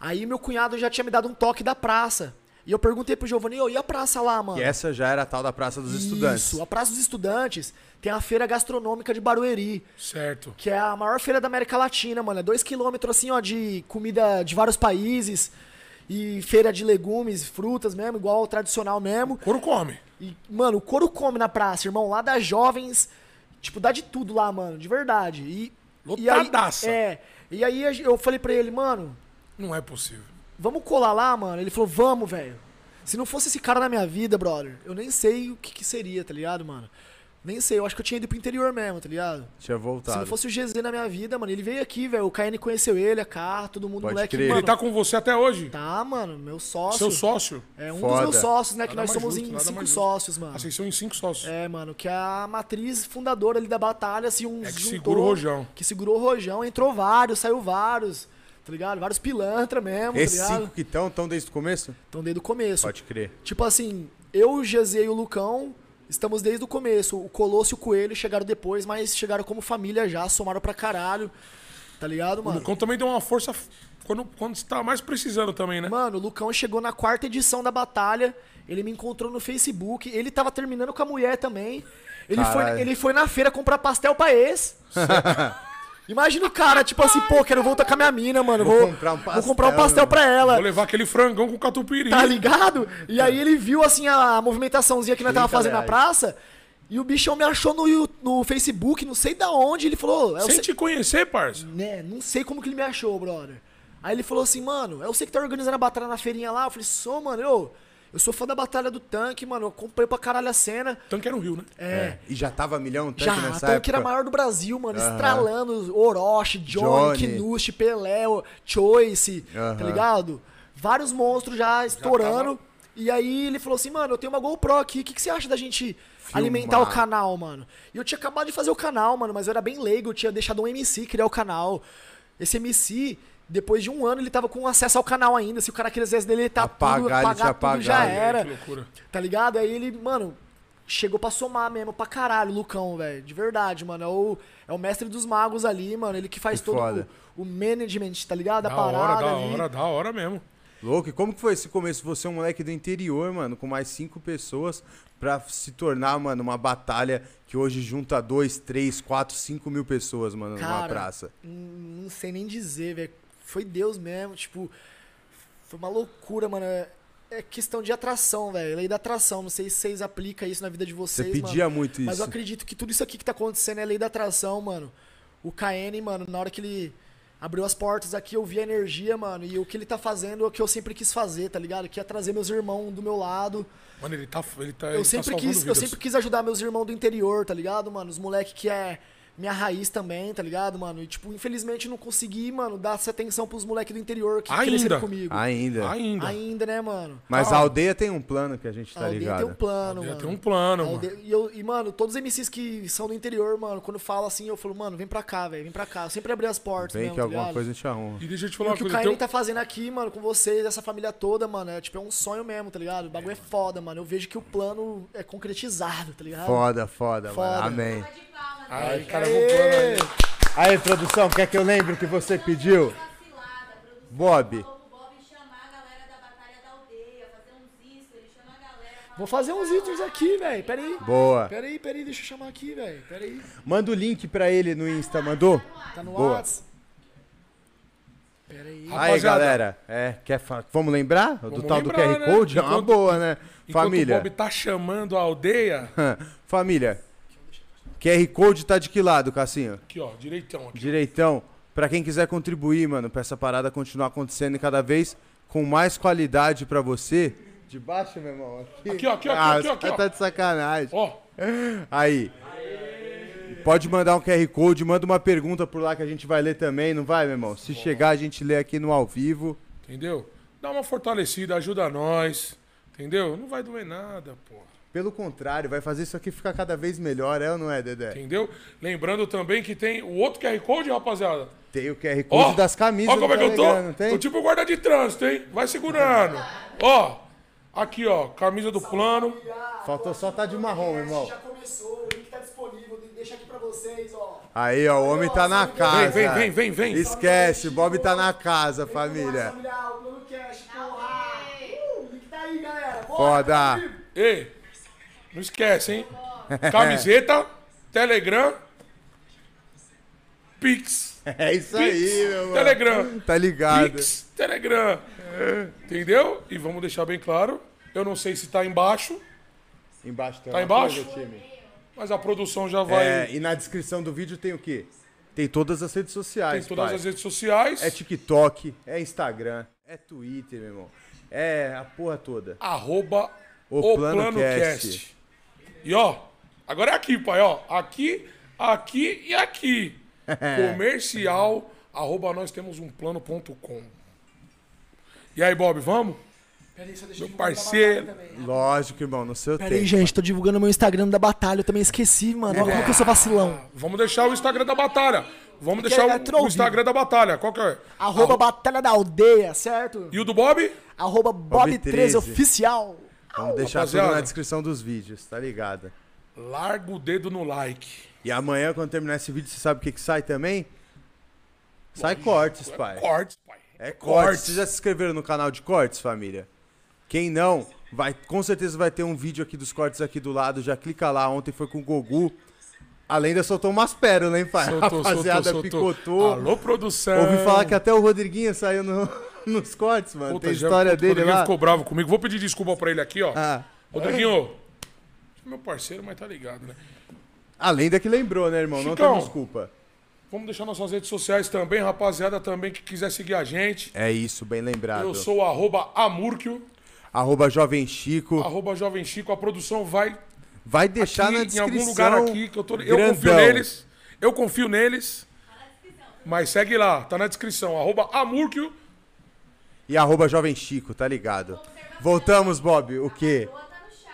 Aí meu cunhado já tinha me dado um toque da praça. E eu perguntei pro Giovanni, "Ô, e a praça lá, mano?
E essa já era a tal da Praça dos Estudantes.
Isso, a Praça dos Estudantes tem a Feira Gastronômica de Barueri,
Certo.
que é a maior feira da América Latina, mano. É dois quilômetros, assim, ó, de comida de vários países e feira de legumes, frutas mesmo, igual o tradicional mesmo.
Couro come.
E, mano, o couro come na praça, irmão. Lá das jovens, tipo, dá de tudo lá, mano, de verdade. E, e aí,
Lotadaça.
É, e aí a gen- eu falei pra ele, mano,
Não é possível.
vamos colar lá, mano? Ele falou, vamos, velho. Se não fosse esse cara na minha vida, brother, eu nem sei o que, que seria, tá ligado, mano? Nem sei, eu acho que eu tinha ido pro interior mesmo, tá ligado?
Tinha
Se
voltado.
não fosse o GZ na minha vida, mano, ele veio aqui, velho. O KN conheceu ele, a Car, todo mundo,
Pode
moleque.
crer.
Mano,
Ele tá com você até hoje?
tá, mano, meu sócio.
Seu sócio?
É um
Foda.
dos meus sócios, né? Que
Nada
nós
mais
somos
justo,
em
nada
cinco
mais justo.
sócios, mano.
Ah, Vocês são em cinco sócios.
É, mano, que a matriz fundadora ali da batalha se um
É que segura o rojão.
Que segurou o rojão, entrou vários, saiu vários, tá ligado? Vários pilantra mesmo,
Esses
tá
cinco
ligado?
que estão, estão desde o começo?
Então desde o começo.
Pode crer.
Tipo assim, eu, o GZ e o Lucão estamos desde o começo. O Colosso e o Coelho chegaram depois, mas chegaram como família já, somaram pra caralho. Tá ligado,
O
mano?
Lucão também deu uma força f- quando, quando você tá mais precisando também, né?
Mano, o Lucão chegou na quarta edição da batalha. Ele me encontrou no Facebook. Ele tava terminando com a mulher também. Ele,
Caralho.
foi, ele foi na feira comprar pastel pra ex. Imagina o cara, tipo assim, pô, quero voltar com a minha mina, mano.
Vou
Vou,
comprar um pastel,
vou comprar um pastel pra ela.
Vou levar aquele frangão com catupiry.
Tá ligado? E aí ele viu, assim, a movimentaçãozinha que nós tava
30
fazendo na
reais.
praça. E o bichão me achou no, Yu- no Facebook, não sei da onde. Ele falou, "É, eu
Sem
sei,
te conhecer, parça.
né, não sei como que ele me achou, brother. Aí ele falou assim, mano, é você que tá organizando a batalha na feirinha lá? Eu falei, sou, mano, eu, eu sou fã da batalha do tanque, mano. Eu comprei pra caralho a cena.
Tanque era o Rio, né?
É. E já tava milhão tanque
Já,
nessa época.
tanque era maior do Brasil, mano. Estralando Orochi,
Johnny.
Johnny, Kinushi, Pelé, Choice, tá
Aham.
ligado? Vários monstros já estourando. E aí ele falou assim, mano, eu tenho uma GoPro aqui, o que, que você acha da gente alimentar o canal, mano? E eu tinha acabado de fazer o canal, mano, mas eu era bem leigo, eu tinha deixado um MC criar o canal. Esse MC, depois de um ano, ele tava com acesso ao canal ainda. Se o cara quisesse deletar tudo,
Apagar, ele
apagar
tinha
tudo, já
apagado.
É, era.
Que loucura.
Tá ligado? Aí ele, mano, chegou pra somar mesmo pra caralho, o Lucão, velho. De verdade, mano. É o, é o mestre dos magos ali, mano. Ele que faz
Que
todo
foda.
o, o management, tá ligado? A
Da
parada
hora, da
ali.
hora, da hora mesmo.
Louco, e como que foi esse começo? Você é um moleque do interior, mano, com mais cinco pessoas, pra se tornar, mano, uma batalha que hoje junta dois, três, quatro, cinco mil pessoas, mano, numa
Cara,
praça.
Hum, Não sei nem dizer, velho. Foi Deus mesmo, tipo. Foi uma loucura, mano. É- É questão de atração, velho. Lei da atração. Não sei se vocês aplicam isso na vida de
Você
vocês.
pedia
mano.
muito
Mas eu
isso.
acredito que tudo isso aqui que tá acontecendo é lei da atração, mano. O KN, mano, na hora que ele abriu as portas aqui, eu vi a energia, mano. E o que ele tá fazendo é o que eu sempre quis fazer, tá ligado? Que é trazer meus irmãos do meu lado.
Mano, ele tá. Ele tá ele
Eu sempre,
tá salvando
quis, eu
vidas.
sempre quis ajudar meus irmãos do interior, tá ligado, mano? Os moleque que é minha raiz também, tá ligado, mano? E, tipo, infelizmente eu não consegui, mano, dar essa atenção pros moleque do interior que
Ainda.
cresceram comigo.
Ainda.
Ainda.
Ainda, né, mano?
Mas a aldeia tem um plano que a gente tá
a aldeia
ligado.
tem um plano,
Já
mano.
tem um plano,
A
mano.
aldeia- E, eu- e, mano, todos os MCs que são do interior, mano, quando fala assim, eu falo, mano, vem pra cá, velho, vem pra cá. Eu sempre abri as portas,
Vem
mesmo,
que
tá
alguma
ligado?
coisa te arruma.
E deixa eu te
E
falar
o
uma
que o
coisa. tem
Caim
um-
tá fazendo aqui, mano, com vocês, essa família toda, mano, é tipo, é um sonho mesmo, tá ligado? O bagulho é foda, mano. Eu vejo que o plano é concretizado, tá ligado?
Foda, foda,
Foda.
mano. Amém.
Pode palma,
Ai,
né?
cara, eu vou plano aí.
Aí, produção, quer que eu lembre o que você pediu?
Vacilada, produção
Bob.
falou pro Bob chamar a galera da Batalha da Aldeia, fazer uns isso, ele chama a galera. fala,
Vou fazer uns itens aqui, velho. Pera aí.
Boa.
Pera aí, pera aí, deixa eu chamar aqui, velho. Pera aí.
Manda o link pra ele no Insta, mandou?
Tá no
Boa.
Whats? Pera aí.
Aí,
Rapaziada.
galera, é, quer fa- vamos lembrar do
Vamos
tal
lembrar,
do QR
né?
Code? É uma
Enquanto-
boa, né?
Enquanto O
Família,
Bob tá chamando a aldeia.
família, QR Code tá de que lado, Cassinho?
Aqui, ó, direitão. Aqui.
Direitão, pra quem quiser contribuir, mano, pra essa parada continuar acontecendo e cada vez com mais qualidade pra você. De baixo, meu irmão, aqui.
Aqui, ó, aqui, ó,
ah,
aqui, ó,
você
aqui, ó.
tá de sacanagem.
Ó,
Aí. Pode mandar um QR Code, manda uma pergunta por lá que a gente vai ler também, não vai, meu irmão? Se chegar, a gente lê aqui no ao vivo.
entendeu? Dá uma fortalecida, ajuda nós. Entendeu? Não vai doer nada, porra.
Pelo contrário, vai fazer isso aqui ficar cada vez melhor, é ou não é, Dedé? Tem,
Entendeu? Lembrando também que tem o outro QR Code, rapaziada.
o QR Code
Ó,
das camisas.
ó como é
no
que eu
Telegram,
tô.
não tem?
Tô tipo guarda de trânsito, hein? Vai segurando. Ó, aqui, ó, camisa do plano.
Faltou só tá de marrom, meu irmão.
começou, o link tá disponível, deixa aqui pra vocês, ó.
Aí, ó, o homem tá na casa.
vem, vem, vem, vem.
Esquece, o Bob tá na casa, família.
o plano cash, porra. O link tá aí, galera.
Foda.
Ei, não esquece, hein? Camiseta, Telegram, Pix.
É isso aí, meu irmão.
Telegram.
Tá ligado.
Pix, Telegram. É. Entendeu? E vamos deixar bem claro. Eu não sei se tá embaixo,
Embaixo tem
Tá
uma
embaixo?
coisa, time.
mas a produção já vai.
É, e na descrição do vídeo tem o quê? Tem todas as redes
Tem
sociais,
todas
pai.
as redes sociais.
É TikTok, é Instagram, é Twitter, meu irmão. É a porra toda.
Arroba
O
o
Plano
Plano
Cast.
Cast. E ó, agora é aqui, pai, ó. Aqui, aqui e aqui. Comercial, arroba nós temos um plano.com. E aí, Bob, vamos?
Pera aí, só deixa
Meu parceiro.
Lógico, irmão, no seu
Pera aí,
tempo.
gente, tô divulgando meu Instagram da batalha, eu também esqueci, mano.
É.
Olha como que eu sou vacilão.
Vamos deixar o Instagram da batalha. Vamos
Porque
deixar
é
o,
troll
o Instagram da batalha. Qual que é?
Arroba Batalha da Aldeia, certo?
E o do Bob?
Arroba Bob13
13.
Oficial.
Vamos deixar tudo
rapaziada.
na descrição dos vídeos, tá ligado?
Larga o dedo no like.
E amanhã, quando terminar esse vídeo, você sabe o que, que sai também? Sai cortes, pai.
Cortes, pai.
É cortes. Vocês já se inscreveram no canal de cortes, família? Quem não, vai, com certeza vai ter um vídeo aqui dos cortes aqui do lado. Já clica lá. Ontem foi com o Gogu. Além da soltou umas pérolas, hein, pai?
Soltou,
Rapaziada,
soltou, soltou.
picotou.
Alô, produção.
Ouvi falar que até o Rodriguinho saiu no- nos cortes, mano.
Puta,
Tem
já-
história
puta, O
dele Ah.
Rodriguinho
lá.
ficou bravo comigo. Vou pedir desculpa pra ele aqui, ó.
Ah.
Rodriguinho, meu parceiro, mas tá ligado, né?
A lenda que lembrou, né, irmão?
Chicão.
Não temos culpa.
Vamos deixar nossas redes sociais também, rapaziada, também que quiser seguir a gente.
É isso, bem lembrado.
Eu sou o arroba Amurkio,
Arroba Jovem Chico.
arroba Jovem Chico. A produção vai
Vai deixar
aqui,
Tá na
em
descrição.
algum lugar aqui que eu tô. Eu confio
grandão.
neles. Eu confio neles. Mas segue lá, tá na descrição. Arroba Amurkio.
E arroba Jovem Chico, tá ligado? Voltamos, Bob. O quê?
Boa tá no chat.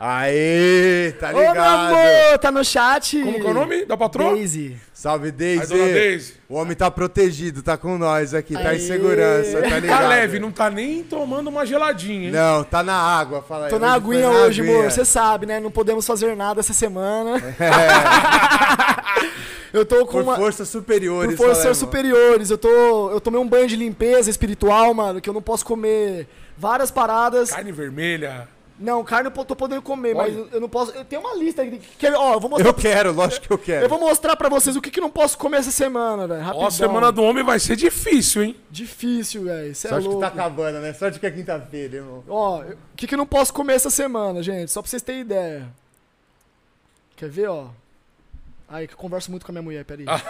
Ela
Aê, tá
Ô, meu
ligado?
amor, tá no chat.
Como que é o nome da patroa?
Daisy.
Salve,
Aí,
Deise.
dona Deise.
O homem tá protegido, tá com nós aqui, tá em
Aê.
segurança, tá ligado?
Tá leve, não tá nem tomando uma geladinha, hein?
Não, tá na água, fala aí.
Tô na
foi
aguinha hoje,
aguinha. É.
amor. Você sabe, né? Não podemos fazer nada essa semana. eu tô com
Por
uma.
forças superiores,
Por forças
fala aí,
superiores. Eu, tô, eu tomei um banho de limpeza espiritual, mano, que eu não posso comer várias paradas.
Carne vermelha.
Não, carne eu po- tô podendo comer,
Olha.
mas eu- eu não posso. Eu tenho uma lista aqui. que- Ó, eu vou
mano.
mostrar.
Eu quero, lógico que eu quero.
Eu vou mostrar pra vocês o que, que eu não posso comer essa semana, velho.
Ó,
Rapidão.
a semana do homem vai ser difícil, hein?
Difícil, velho. Cê é
Sorte que
louco.
tá acabando, né? Sorte que é quinta-feira, irmão.
Ó, eu- o que, que eu não posso comer essa semana, gente? Só pra vocês terem ideia. Quer ver, ó? Ai, que eu converso muito com a minha mulher, peraí.
Ah.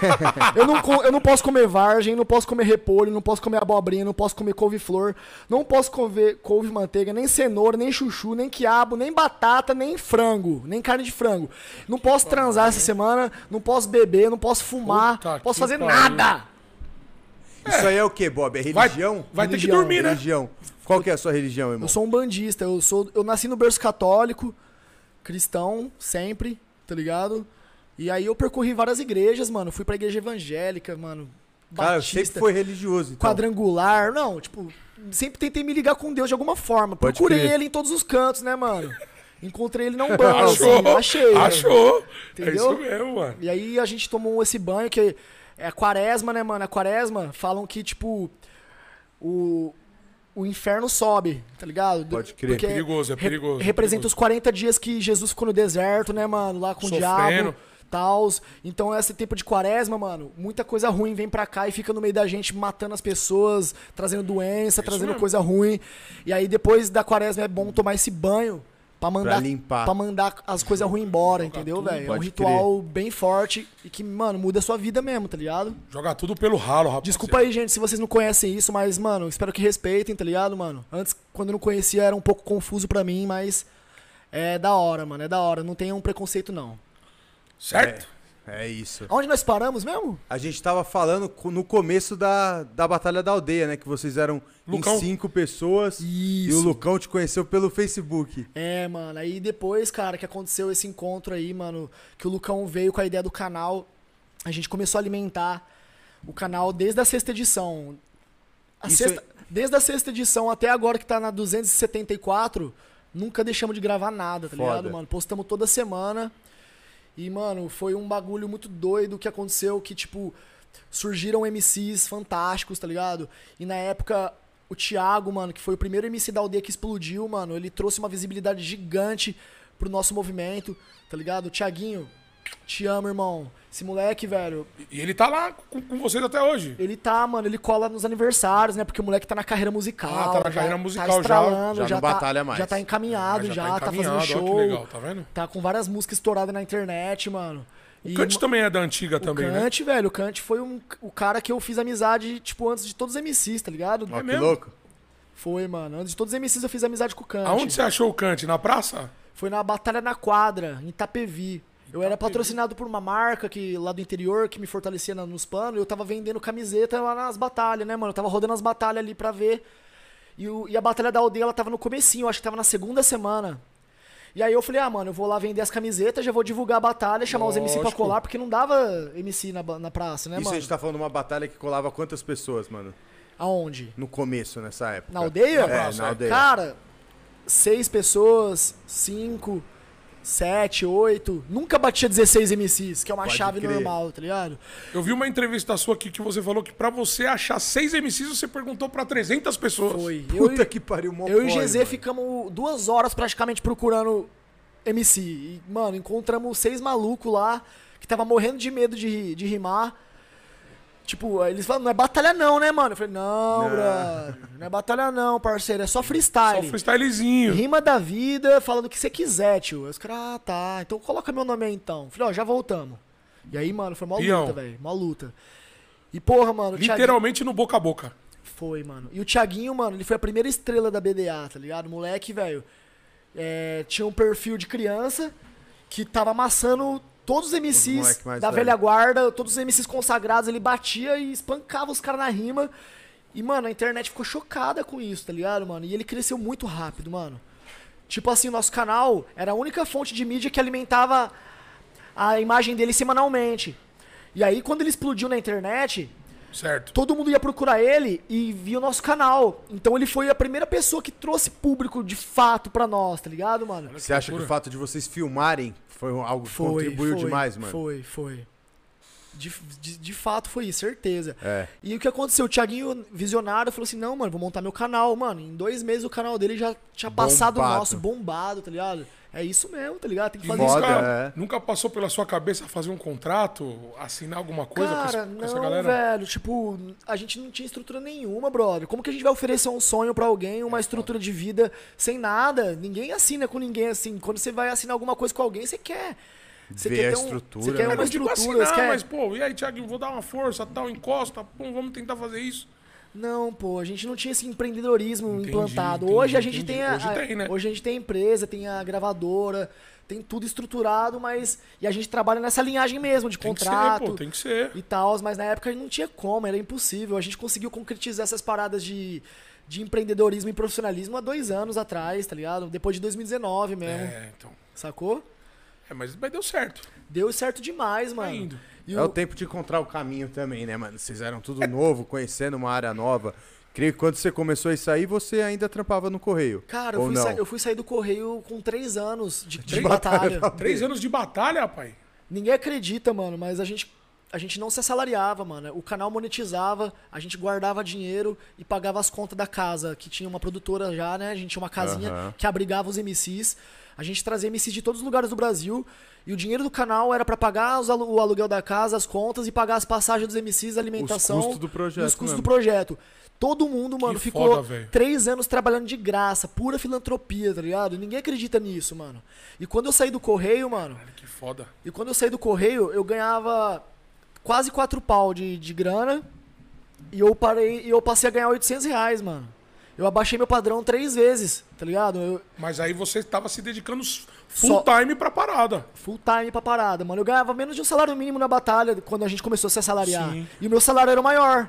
eu, não, co- eu não posso comer vargem, não posso comer repolho, não posso comer abobrinha, não posso comer couve-flor, não posso comer couve-manteiga, nem cenoura, nem chuchu, nem quiabo, nem batata, nem frango, nem carne de frango. Não posso transar essa semana, não posso beber, não posso fumar,
Puta que
posso fazer
pariu.
nada.
Isso aí é o quê, Bob? É
Vai,
religião?
vai ter que
Religião,
dormir, né?
Religião. Qual que é a sua religião, irmão?
Eu sou um bandista, eu sou, eu nasci no berço católico, cristão sempre, tá ligado? E aí eu percorri várias igrejas, mano, fui pra igreja evangélica, mano,
Cara, eu
batista,
sempre foi religioso, então.
quadrangular, não, tipo, sempre tentei me ligar com Deus de alguma forma.
Pode
Procurei
crer.
ele em todos os cantos, né, mano? Encontrei ele não banco, assim,
Achou,
eu achei.
achou. É
Entendeu?
isso mesmo, mano.
E aí a gente tomou esse banho que é a quaresma, né, mano? A quaresma falam que, tipo, o, o inferno sobe, tá ligado?
Pode crer.
Porque
É perigoso, é perigoso, é
representa
perigoso.
os 40 dias que Jesus ficou no deserto, né, mano? Lá com o
Sofrendo.
diabo. Tals. Então, esse tempo de quaresma, mano, muita coisa ruim vem pra cá e fica no meio da gente, matando as pessoas, trazendo doença, trazendo
mesmo.
coisa ruim. E aí, depois da quaresma, é bom tomar esse banho pra mandar,
limpar.
pra mandar as coisas ruins embora, entendeu, velho? É um
Pode
ritual bem forte e que, mano, muda a sua vida mesmo, tá ligado?
Jogar tudo pelo ralo, rapaz.
Desculpa aí, gente, se vocês não conhecem isso, mas, mano, espero que respeitem, tá ligado, mano? Antes, quando eu não conhecia, era um pouco confuso pra mim, mas é da hora, mano, é da hora. Não tenham preconceito, não.
Certo?
É isso.
Onde nós paramos mesmo?
A gente tava falando co- no começo da, da Batalha da Aldeia, né? Que vocês eram
Lucão.
em cinco pessoas. E o
Isso.
Lucão te conheceu pelo Facebook.
É, mano, aí depois, cara, que aconteceu esse encontro aí, mano, que o Lucão veio com a ideia do canal, a gente começou a alimentar o canal desde a sexta edição. A
Isso
sexta- Desde a sexta edição até agora, que tá na 274, nunca deixamos de gravar nada, tá
Foda.
ligado, mano? Postamos toda semana. E, mano, foi um bagulho muito doido que aconteceu, que, tipo, surgiram MCs fantásticos, tá ligado? E na época, o Thiago, mano, que foi o primeiro MC da aldeia que explodiu, mano, ele trouxe uma visibilidade gigante pro nosso movimento, tá ligado? Thiaguinho, te amo, irmão. Esse moleque, velho,
E ele tá lá com, com vocês até hoje.
ele tá, mano, ele cola nos aniversários, né? Porque o moleque tá na carreira musical.
Ah, tá na carreira musical já.
estralando,
Já não
tá,
batalha mais.
Já tá encaminhado, já, tá,
Ah, encaminhado,
fazendo show.
Olha que legal, tá vendo?
Tá com várias músicas estouradas na internet, mano.
O Kant também é da antiga também,
o
né?
Kant, velho, o Kant foi um, o cara que eu fiz amizade, tipo, antes de todos os MCs, tá ligado?
Ó, que
mesmo?
louco.
Foi, mano. Antes de todos os MCs eu fiz amizade com o Kant.
Aonde você achou o Kant? Na praça?
Foi na Batalha na Quadra, em Itapevi. Eu era patrocinado por uma marca que, lá do interior que me fortalecia na- nos panos. Eu tava vendendo camiseta lá nas batalhas, né, mano? Eu tava rodando as batalhas ali pra ver. E, o- e a Batalha da Aldeia, ela tava no comecinho, eu acho que tava na segunda semana. E aí eu falei, ah, mano, eu vou lá vender as camisetas, já vou divulgar a batalha, chamar os MC pra
Lógico.
colar, porque não dava MC na, ba- na praça, né,
Isso a
mano?
gente tá falando de uma batalha que colava quantas pessoas, mano?
Aonde?
No começo, nessa época.
Na aldeia?
É,
praça,
na aldeia.
Cara, seis pessoas, cinco, sete, oito. Nunca batia 16 MCs, que é uma
Pode
chave
crer.
normal, tá ligado?
Eu vi uma entrevista sua aqui que você falou que pra você achar seis MCs, você perguntou pra 300 pessoas.
Foi.
Puta
eu,
que pariu, mó
eu e o
corre,
GZ
mano.
ficamos duas horas praticamente procurando MC. E, mano, encontramos seis malucos lá que tava morrendo de medo de, ri- de rimar. Tipo, aí eles falam, não é batalha não, né, mano? Eu falei, não, brother, não é batalha não, parceiro, é só
Só um
freestyle.
freestylezinho.
Rima da vida, fala do que você quiser, tio. Aí os caras, ah, tá, então coloca meu nome aí então. Eu Falei, ó, já voltamos. E aí, mano, foi uma
Pião.
luta, velho, uma luta. E porra, mano, o Thiaguinho-
Literalmente no boca a boca.
foi, mano. E o Thiaguinho, mano, ele foi a primeira estrela da BDA, tá ligado? Moleque, velho. é, tinha um perfil de criança que tava amassando todos os MCs
moleque mais
da
velho.
velha guarda, todos os MCs consagrados, ele batia e espancava os caras na rima. E, mano, a internet ficou chocada com isso, tá ligado, mano? E ele cresceu muito rápido, mano. Tipo assim, o nosso canal era a única fonte de mídia que alimentava a imagem dele semanalmente. E aí, quando ele explodiu na internet,
Certo.
todo mundo ia procurar ele e via o nosso canal. Então ele foi a primeira pessoa que trouxe público de fato pra nós, tá ligado, mano?
Você acha que o fato de vocês filmarem foi um- algo que contribuiu demais, mano?
Foi, foi. De, de, de fato foi isso, certeza.
É.
E o que aconteceu? O Thiaguinho, visionário, falou assim: não, mano, vou montar meu canal, mano. Em dois meses o canal dele já tinha passado o
Bombado.
nosso, bombado, tá ligado? É isso mesmo, tá ligado? Tem que
E
fazer
Foda,
isso.
nunca,
é.
nunca passou pela sua cabeça fazer um contrato, assinar alguma coisa com essa-
Cara,
com,
não,
essa galera?
velho. Tipo, a gente não tinha estrutura nenhuma, brother. Como que a gente vai oferecer um sonho pra
É
alguém, uma estrutura de vida sem nada? Ninguém assina com ninguém assim. Quando você vai assinar alguma coisa com alguém, você quer. Você
Ver
quer
a
ter um-
estrutura,
Você
né?
quer
Eu
uma
não digo
estrutura,
assinar,
você quer...
mas, pô, e aí, Thiago, vou dar uma força, tal, encosta, pum, vamos tentar fazer isso.
Não, pô, a gente não tinha esse empreendedorismo
Entendi,
implantado.
entendi,
hoje a gente
entendi.
tem a,
Hoje
a-
tem, né?
hoje a gente tem a empresa, tem a gravadora, tem tudo estruturado, mas e a gente trabalha nessa linhagem mesmo de
Tem
contrato.
que ser, pô, tem que ser.
e tal, mas na época não tinha como, era impossível. A gente conseguiu concretizar essas paradas de, de empreendedorismo e profissionalismo há dois anos atrás, tá ligado? Depois de 2019 mesmo,
É, então.
sacou?
É, mas, mas deu certo.
Deu certo demais, mano.
Tá indo.
E
É
o-
o tempo de encontrar o caminho também, né, mano? Vocês eram tudo novo, conhecendo uma área nova. Creio que quando você começou isso aí, você ainda trampava no correio.
Cara, eu
ou
fui,
não?
sa- eu fui sair do correio com três anos de, de
batalha.
batalha.
Três anos de batalha, rapaz.
Ninguém acredita, mano, mas a gente, a gente não se assalariava, mano. O canal monetizava, a gente guardava dinheiro e pagava as contas da casa, que tinha uma produtora já, né? A gente tinha uma casinha
Aham.
que abrigava os MCs. A gente trazia MCs de todos os lugares do Brasil. E o dinheiro do canal era pra pagar os alu- o aluguel da casa, as contas e pagar as passagens dos MCs, a alimentação.
custos do projeto
E os custos
mesmo.
do projeto. Todo mundo, mano, ficou
foda, velho.
três anos trabalhando de graça, pura filantropia, tá ligado? E ninguém acredita nisso, mano. E quando eu saí do correio, mano.
Que foda.
E quando eu saí do correio, eu ganhava quase 4 pau de, de grana. E eu parei e eu passei a ganhar 800 reais, mano. Eu abaixei meu padrão três vezes, tá ligado? Eu,
Mas aí você tava se dedicando s- full
Só-
time pra parada.
full time pra parada, mano. Eu ganhava menos de um salário mínimo na batalha quando a gente começou a se assalariar.
Sim. É.
E o meu salário era o maior.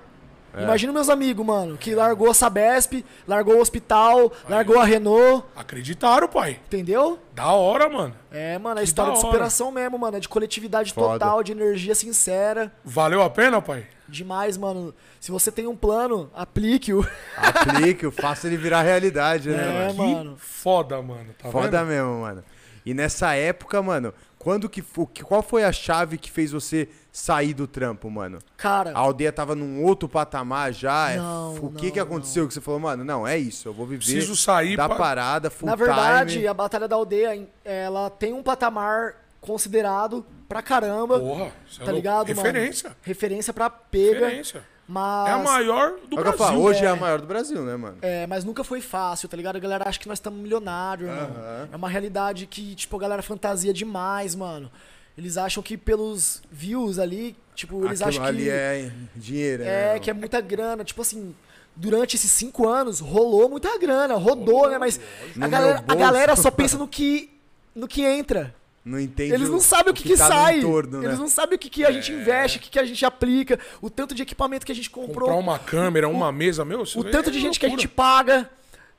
Imagina meus amigos, mano, que largou a Sabesp, largou o hospital, largou a Renault,
Acreditaram, pai.
entendeu?
Da hora, mano.
É, mano, é
Que
história
da
de
hora.
superação mesmo, mano. É de coletividade
Foda.
total, de energia sincera.
Valeu a pena, pai?
Demais, mano. Se você tem um plano, aplique-o.
Aplique, eu faço ele virar realidade, né, mano?
É, mano.
Que foda, mano. Tá
Foda
vendo?
mesmo, mano. E nessa época, mano, quando que, o que. Qual foi a chave que fez você sair do trampo, mano?
Cara,
A aldeia tava num outro patamar já. é
Não,
f- o que
não,
que aconteceu que você falou, mano? Não, é isso. Eu vou viver
Preciso sair
da
pra-
parada full
na verdade, é
time.
a Batalha da Aldeia, ela tem um patamar considerado pra caramba.
Porra, cê é
tá
louco.
ligado, mano?
Referência.
Referência pra pega.
Referência.
Mas,
É a maior do
É o que eu
Brasil.
falo, hoje é a
é.
maior do Brasil, né, mano?
é, mas nunca foi fácil, tá ligado? A galera acha que nós estamos milionários, mano. É uma realidade que, tipo, a galera fantasia demais, mano. Eles acham que pelos views ali, tipo, eles
Aquilo
acham
ali
que...
é dinheiro,
É,
né?
que é muita grana. Tipo assim, durante esses cinco anos, rolou muita grana, rodou, né? Mas
No
a galera,
meu
a
bolso.
galera só pensa no que, no que entra.
Não entende
Eles não sabem o que, que
tá no
sai.
entorno, né? É.
Eles não sabem o que, que a gente investe, o que, que a gente aplica, o tanto de equipamento que a gente comprou,
Comprar uma câmera, uma mesa, meu. isso
o
daí
tanto
é
de gente que a gente
loucura.
paga.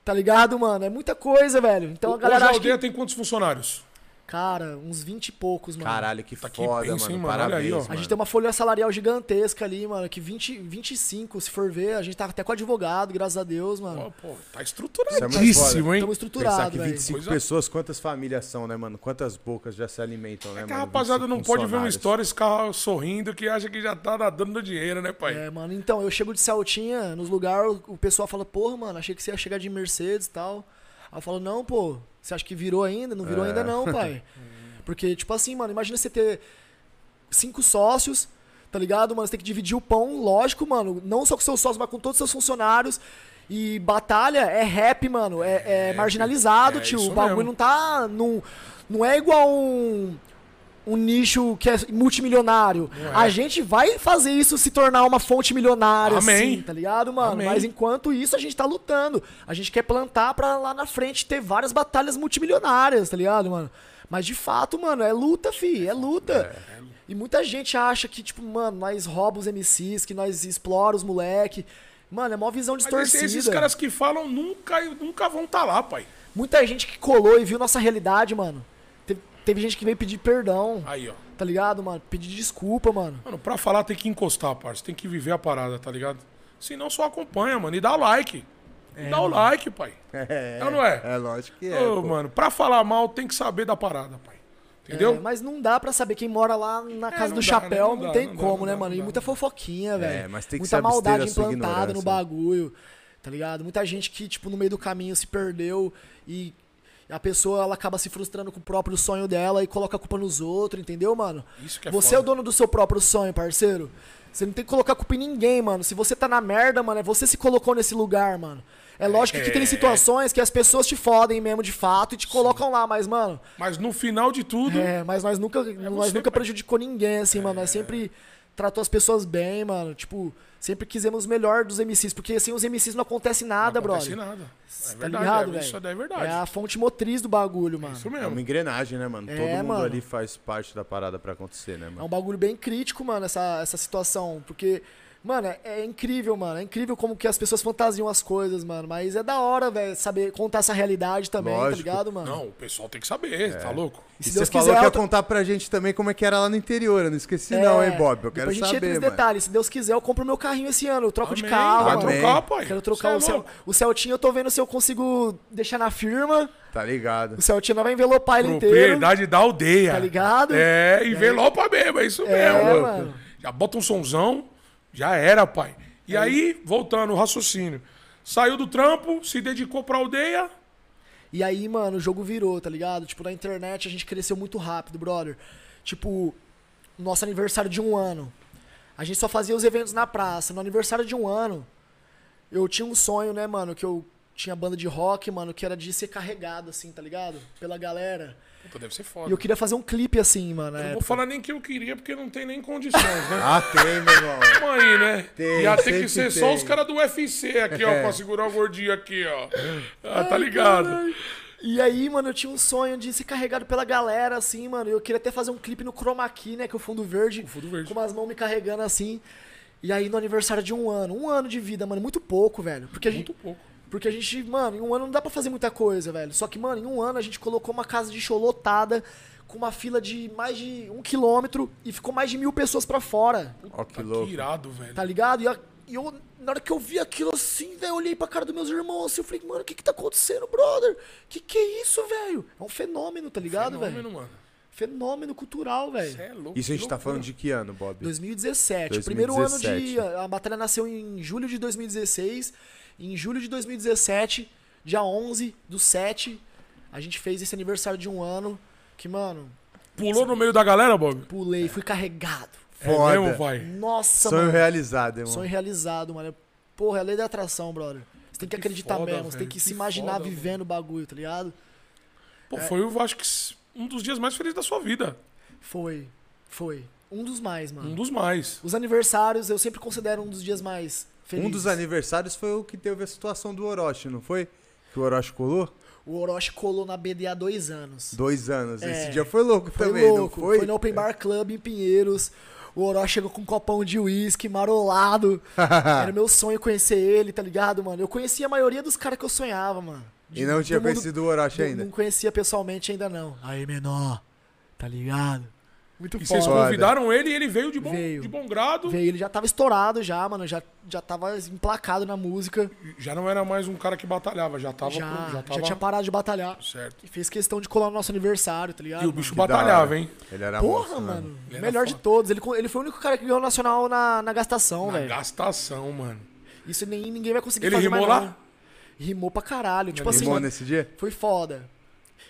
Tá ligado, mano? É muita coisa, velho. Então a
Hoje
galera
a
acha
aldeia
que...
tem quantos funcionários?
Cara, uns 20 e poucos, mano.
Caralho, que
Puta, que
foda,
tá pensa,
mano.
hein, mano? Olha
Parabéns,
aí, ó.
mano.
A gente tem uma folha salarial gigantesca ali, mano. Que 20, 25, se for ver, a gente tá até com advogado, graças a Deus, mano.
Ó, pô, tá
Isso é
estruturadíssimo,
mais
hein?
Estamos
Pensar
estruturados,
que
velho.
25
Coisa-
pessoas, quantas famílias são, né, mano? Quantas bocas já se alimentam, né,
É que a
mano?
rapaziada
25
não pode ver uma
funcionários.
história esse carro sorrindo que acha que já tá nadando no dinheiro, né, pai?
É, mano, então, eu chego de Celtinha, nos lugares, o- o pessoal fala, porra, mano, achei que você ia chegar de Mercedes e tal. Aí eu falo, não, pô, você acha que virou ainda? Não virou ainda não, pai. Porque, tipo assim, mano, imagina você ter cinco sócios, tá ligado, mano? Você tem que dividir o pão, lógico, mano. Não só com seus sócios, mas com todos os seus funcionários. E batalha é rap, mano. É, é marginalizado,
é
tio.
isso
O bagulho
mesmo.
não tá. Num, não é igual um. Um nicho que é multimilionário.
é.
A gente vai fazer isso se tornar uma fonte milionária,
Amém.
assim, tá ligado, mano?
Amém.
Mas enquanto isso, a gente tá lutando. A gente quer plantar pra lá na frente ter várias batalhas multimilionárias, tá ligado, mano? Mas de fato, mano, é luta, fi, é luta. E muita gente acha que, tipo, mano, nós rouba os MCs, que nós explora os moleque. Mano, é mó visão
Mas esses-
distorcida.
esses caras que falam nunca, nunca vão estar lá, pai.
Muita gente que colou e viu nossa realidade, mano. Teve, teve gente que veio pedir perdão,
Aí, ó.
tá ligado, mano? Pedir desculpa, mano.
Mano, pra falar tem que encostar, parça. Tem que viver a parada, tá ligado? Senão só acompanha, mano. E dá o like. dá o like, pai. É, ou não é?
É lógico que é.
Ô,
pô.
mano, pra falar mal tem que saber da parada, pai. Entendeu?
É, mas não dá pra saber quem mora lá na casa
não dá,
do chapéu,
né?
não,
Não dá,
tem
não dá,
como,
não
né,
dá,
mano?
não
E
dá, É,
muita fofoquinha, velho.
mas tem que se
Muita
abster
maldade
da sua
implantada no
ignorância.
bagulho, tá ligado? Muita gente que, tipo, no meio do caminho se perdeu e a pessoa ela acaba se frustrando com o próprio sonho dela e coloca a culpa nos outros, entendeu, mano?
Isso que é
Você
foda.
é o dono do seu próprio sonho, parceiro. Você não tem que colocar a culpa em ninguém, mano. Se você tá na merda, mano, é você se colocou nesse lugar, mano. É lógico que tem situações que as pessoas te fodem mesmo de fato e te colocam lá, mas, mano,
Mas no final de tudo,
é, mas nós nunca, nós
você,
nunca
pai.
prejudicou ninguém, assim, mano. Nós sempre tratou as pessoas bem, mano. Tipo, sempre quisemos o melhor dos MCs, porque sem os MCs não acontece nada,
não acontece
brother.
nada. É
Tá
verdade,
ligado,
é-
velho?
isso é verdade.
É a fonte motriz do bagulho, mano.
Isso
É
mesmo.
uma engrenagem, né, mano?
É,
Todo mundo
mano.
ali faz parte da parada pra acontecer, né,
É
mano?
um bagulho bem crítico, mano, essa, essa situação. Porque, mano, é, é incrível, mano. É incrível como que as pessoas fantasiam as coisas, mano. Mas é da hora, velho, saber contar essa realidade também,
Lógico.
tá ligado, mano?
Não, o pessoal tem que saber, tá louco?
E
E
se
você
Deus
falou
quiser,
que ia
eu tô-
contar pra gente também como é que era lá no interior. Eu não esqueci, não,
É,
hein, Bob? Eu
depois a
quero
gente entra
saber,
nos
mano.
detalhes. Se Deus quiser, eu compro meu carrinho esse ano. Eu troco de
Amém,
carro,
Vai
mano.
Amém.
trocar, pai.
Quero trocar o,
Cê é
Cel...
louco.
o Celtinha, eu tô vendo se eu consigo deixar na firma.
Tá ligado?
O Celtinha não vai envelopar ele inteiro.
Propriedade da aldeia.
Tá ligado?
É, e vem logo pra mesmo, é isso mesmo.
É, mano. É.
Já bota um sonzão, já era, pai. E aí, voltando, o raciocínio. Saiu do trampo, se dedicou pra aldeia.
E aí, mano, o jogo virou, tá ligado? Tipo, na internet a gente cresceu muito rápido, brother. Tipo, nosso aniversário de um ano. A gente só fazia os eventos na praça. No aniversário de um ano, eu tinha um sonho, né, mano, que eu tinha banda de rock, mano, que era de ser carregado, assim, tá ligado? Pela galera.
Puta, deve ser foda.
E eu queria fazer um clipe assim, mano.
Não
é.
vou falar nem que eu queria, porque não tem nem condições, né?
Ah, tem, meu irmão.
Tamo aí, né?
Tem,
Ia ter
sempre
que ser só
tem. É.
os caras do UFC aqui, ó, pra segurar o gordinho aqui, ó. Ah, tá ligado?
E aí, mano, eu tinha um sonho de ser carregado pela galera, assim, mano. Eu queria até fazer um clipe no chroma key, né? Que é o fundo verde.
fundo verde.
Com as mãos me carregando assim. E aí, no aniversário de um ano. Um ano de vida, mano. Muito pouco, velho. Porque a
Muito
gente.
pouco.
Porque a gente, mano, em um ano não dá pra fazer muita coisa, velho. Só que, mano, em um ano a gente colocou uma casa de show lotada, com uma fila de mais de um quilômetro, e ficou mais de mil pessoas pra fora.
Ó, que
Tá
louco.
que irado, velho.
Tá ligado? E a- e eu, na hora que eu vi aquilo assim, velho, eu olhei pra cara dos meus irmãos assim, eu falei, mano, o que que tá acontecendo, brother? Que que é isso, velho? É um fenômeno, tá ligado,
Fenômeno,
velho?
mano.
Fenômeno cultural,
Cê
velho.
é louco.
Isso a gente
que
tá
loucura.
falando de que ano, Bob?
2017, o primeiro ano de.
2017.
A a batalha nasceu em julho de 2016. e Em julho de 2017, dia 11 do 7, a gente fez esse aniversário de um ano. Que, mano,
Pulou no meio da galera, Bob?
pulei, fui carregado.
É
Foda.
mesmo, vai.
Nossa,
Sonho
mano.
realizado, irmão.
Sonho realizado, mano. Porra, é a lei da atração, brother. Você tem que, acreditar
foda,
mesmo, você tem
velho,
que,
que
se imaginar
foda,
vivendo o bagulho, tá ligado?
Pô,
É.
foi, eu acho que s- um dos dias mais felizes da sua vida.
Foi, foi. Um dos mais, mano.
Um dos mais.
Os aniversários eu sempre considero um dos dias mais felizes.
Um dos aniversários foi o que teve a situação do Orochi, não foi? Que o Orochi colou?
O Orochi colou na BDA há dois anos.
Dois anos.
É.
Esse dia foi louco
Foi
também,
louco,
não foi?
no Open Bar Club em Pinheiros. O Orochi chegou com um copão de uísque marolado. Era meu sonho conhecer ele, tá ligado, mano? Eu conhecia a maioria dos caras que eu sonhava, mano.
E não
De-
tinha
do mundo-
conhecido o Orochi
Não-
ainda.
Não conhecia pessoalmente ainda não. Aí, menor, tá ligado? Muito
E
foda.
vocês convidaram ele e ele veio de bom,
Veio.
De bom grado.
Veio, ele já tava estourado já, mano, já, já tava emplacado na música,
Já não era mais um cara que batalhava, já tava.
já,
pro-
já,
já tava
tinha parado de batalhar.
certo.
E fez questão de colar no nosso aniversário, tá ligado?
E o bicho
Que da
batalhava,
hora.
hein?
Ele era
mano?
monstro,
Porra, mano,
Ele era
melhor de
foda.
todos. Ele, co- ele foi o único cara que ganhou o nacional na, na gastação,
Na
velho.
gastação, mano.
Isso nem, ninguém vai conseguir
Ele
fazer
rimou
mais
lá?
não. Rimou pra caralho, tipo
Rimou
assim,
nesse dia? Tá
foi foda.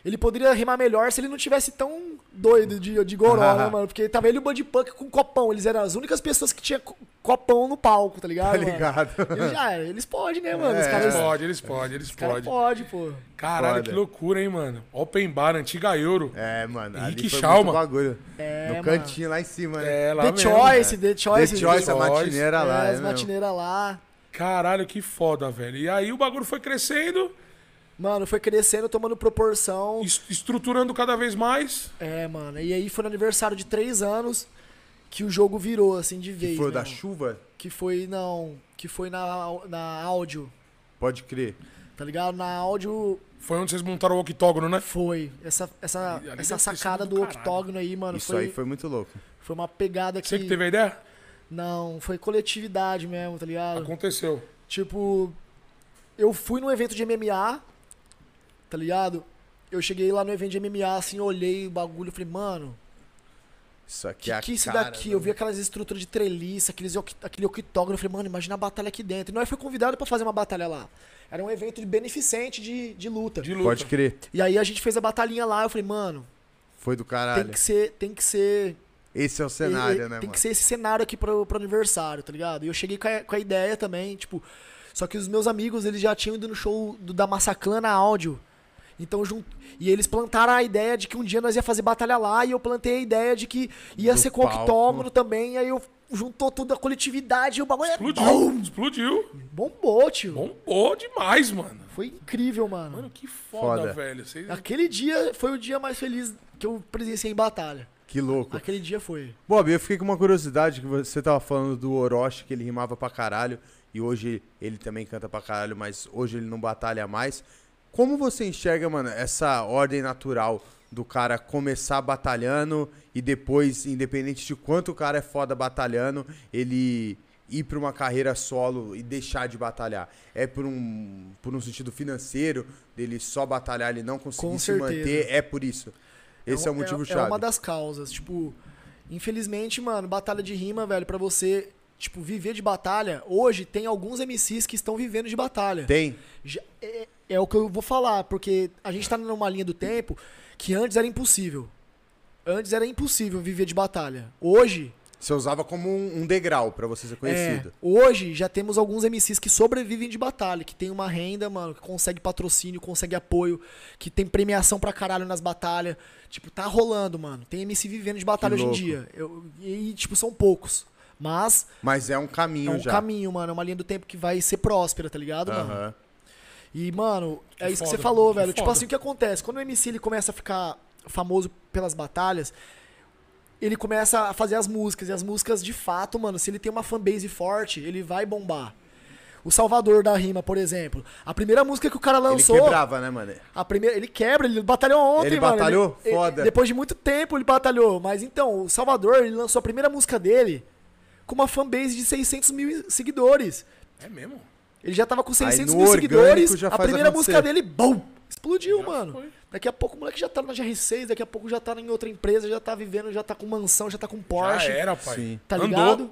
Ele poderia rimar melhor se ele não tivesse tão doido de, de goró, né, mano? Porque tava ele e o Bud Punk com copão. Eles eram as únicas pessoas que tinham co- copão no palco, tá ligado?
Tá
mano?
ligado. É,
Eles, já- eles podem, né, mano? Os
Eles
caras
podem, eles podem, eles
cara
podem.
pode, pô.
Caralho,
Foda.
que loucura, hein, mano. Open Bar, antiga Euro.
É, mano, ali
Henrique
foi
Schalman.
muito bagulho.
É,
no
mano.
cantinho lá em cima, né?
É, lá
The
mesmo.
Choice, The
The
Choice.
Choice, a
Choice.
matineira lá.
é,
é
as
mesmo.
matineiras lá.
Caralho, que foda, velho. E aí o bagulho foi crescendo,
Mano, foi crescendo, tomando proporção.
es- estruturando cada vez mais.
É, mano. E aí foi no aniversário de três anos que o jogo virou, assim, de vez.
Foi o
né,
da
mano?
chuva?
Que foi, não. Que foi na, na áudio.
Pode crer.
Tá ligado? Na áudio
Foi onde vocês montaram o octógono, né?
foi. Essa, essa,
E ali deve
essa
ter sido
sacada
do
do
caralho.
octógono aí, mano,
Isso
foi,
aí foi muito louco.
foi uma pegada que.
Você que teve a ideia?
Não, foi coletividade mesmo, tá ligado?
Aconteceu.
Tipo, eu fui num evento de MMA, tá ligado? Eu cheguei lá no evento de MMA, assim, olhei o bagulho, falei, mano,
Isso aqui
que,
é a
que isso
cara
daqui?
do-
Eu vi aquelas estruturas de treliça, aqueles, oct- aquele octógono. Eu falei, mano, imagina a batalha aqui dentro. E nós fui convidado pra fazer uma batalha lá. Era um evento de beneficente de, de luta.
De luta.
Pode crer.
E aí a gente fez a batalhinha lá. Eu falei, mano,
Foi do
tem
caralho.
que ser. Tem que ser.
Esse é o
e-
cenário,
e-
né,
tem
mano?
que ser esse cenário aqui pro, pro aniversário, tá ligado? E eu cheguei com a, com a ideia também, tipo. Só que os meus amigos, eles já tinham ido no show do, da Massaclan na áudio. Então, junto, e eles plantaram a ideia de que um dia nós ia fazer batalha lá, e eu plantei a ideia de que ia
Do
ser com o
palco.
octógono também, e aí eu juntou tudo a coletividade e o bagulho é
Explodiu, explodiu.
bombou, tio.
Bombou demais, mano.
Foi incrível, mano.
Mano, que foda,
Foda.
velho. Vocês-
Aquele dia foi o dia mais feliz que eu presenciei em batalha.
Que louco.
Aquele dia foi.
Bob, eu fiquei com uma curiosidade que você tava falando do Orochi, que ele rimava pra caralho, e hoje ele também canta pra caralho, mas hoje ele não batalha mais. Como você enxerga, mano, essa ordem natural do cara começar batalhando e depois, independente de quanto o cara é foda batalhando, ele ir pra uma carreira solo e deixar de batalhar? É por um, por um sentido financeiro dele só batalhar, ele não
Com
conseguir se
certeza.
manter? É por isso. Esse é, o
um-
motivo-chave.
É uma das causas. Tipo, infelizmente, mano, batalha de rima, velho, pra você, tipo, viver de batalha, hoje tem alguns MCs que estão vivendo de batalha.
Tem.
Já- é, é o que eu vou falar, porque a gente tá numa linha do tempo que antes era impossível. Antes era impossível viver de batalha. Hoje,
Você usava como um, um degrau pra você ser conhecido.
É, hoje já temos alguns MCs que sobrevivem de batalha, que tem uma renda, mano, que consegue patrocínio, consegue apoio, que tem premiação pra caralho nas batalhas. Tipo, tá rolando, mano. Tem MC vivendo de batalha
Que
hoje em
louco.
dia. Eu- e, tipo, são poucos. Mas
Mas é um caminho
é um
já.
caminho, mano. É uma linha do tempo que vai ser próspera, tá ligado, mano?
Aham.
E, mano, é
Que
isso que
foda,
você falou,
que
velho. Tipo
foda.
assim, o que acontece? Quando o MC ele começa a ficar famoso pelas batalhas, ele começa a fazer as músicas. E as músicas, de fato, mano, se ele tem uma fanbase forte, ele vai bombar. O Salvador da Rima, por exemplo. A primeira música que o cara
Ele
lançou.
quebrava, né, mano?
A primeira, ele quebra, ele batalhou ontem,
Ele
mano.
batalhou?
ele-
Foda.
depois de muito tempo ele batalhou. Mas então, o Salvador, ele lançou a primeira música dele com uma fanbase de 600 mil seguidores.
É mesmo?
Ele já tava com 600
no
mil
orgânico
seguidores.
já
a
faz
primeira
acontecer.
música dele, bom, explodiu, mano.
foi.
Daqui a pouco o moleque já tá na GR6, daqui a pouco já tá em outra empresa, já tá vivendo, já tá com mansão, já tá com Porsche.
Já era, pai.
Sim.
Tá
Andou.
ligado?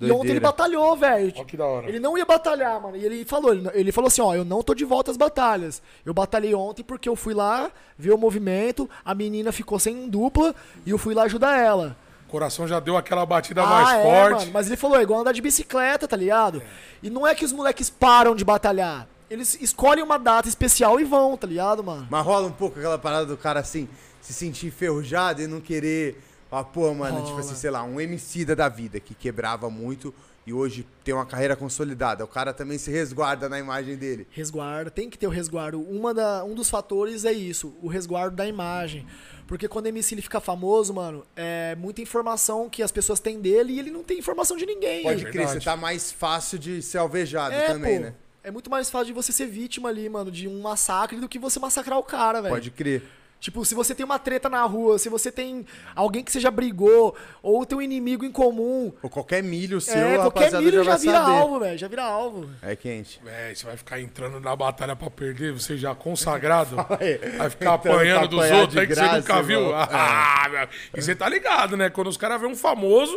E ontem
Doideira.
ele batalhou, velho.
Ó que da hora.
Ele não ia batalhar, mano. E ele falou, ele, ele falou assim, ó, eu não tô de volta às batalhas. Eu batalhei ontem porque eu fui lá ver o movimento, a menina ficou sem dupla e eu fui lá ajudar ela.
O coração já deu aquela batida
Ah,
mais
é,
forte.
mano. Mas ele falou, é igual andar de bicicleta, tá ligado? E não é que os moleques param de batalhar. Eles escolhem uma data especial e vão, tá ligado, mano?
Mas rola um pouco aquela parada do cara assim, se sentir enferrujado e não querer. Ah, pô, mano, tipo assim, sei lá, um MC da vida que quebrava muito e hoje tem uma carreira consolidada. O cara também se resguarda na imagem dele.
Resguardo, tem que ter o resguardo. Uma da, um dos fatores é isso, o resguardo da imagem. Porque quando o MC ele fica famoso, mano, é muita informação que as pessoas têm dele e ele não tem informação de ninguém.
Pode
Verdade.
crer, você tá mais fácil de ser alvejado também, né?
É muito mais fácil de você ser vítima ali, mano, de um massacre do que você massacrar o cara, velho.
Pode crer.
Tipo, se você tem uma treta na rua, se você tem alguém que você já brigou, ou tem um inimigo em comum,
Ou qualquer milho seu,
é,
a
qualquer
rapaziada
milho já,
já vai
vira
saber.
alvo, velho. Já vira alvo.
É quente.
É, você vai ficar entrando na batalha pra perder, você já consagrado. vai ficar
Entrando pra
apanhando dos
apanhar
outros
de
aí que você
graça,
nunca viu.
irmão. É.
Ah, meu. E você tá ligado, né? Quando os caras vêem um famoso,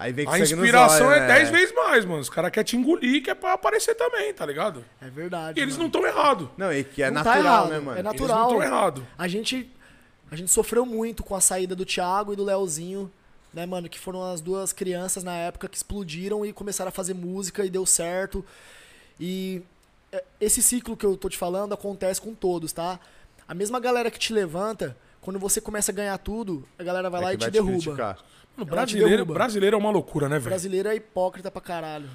Aí vem que
a
sangue nos
inspiração
olhos,
é
né?
10 vezes mais, mano. Os caras querem te engolir, que é pra aparecer também, tá ligado?
É verdade.
E eles
mano.
não estão errados.
Não, e que é
Não tá
natural,
errado,
né, mano?
É
Eles não
natural.
estão errados.
A gente A gente sofreu muito com a saída do Thiago e do Leozinho, né, mano? Que foram as duas crianças na época que explodiram e começaram a fazer música e deu certo. E é, esse ciclo que eu tô te falando acontece com todos, tá? A mesma galera que te levanta, quando você começa a ganhar tudo, a galera vai lá
É que
e te
vai
derruba.
criticar.
Mano,
Ela te
brasileiro,
derruba.
brasileiro é uma loucura, né,
O
velho?
brasileiro é hipócrita pra caralho.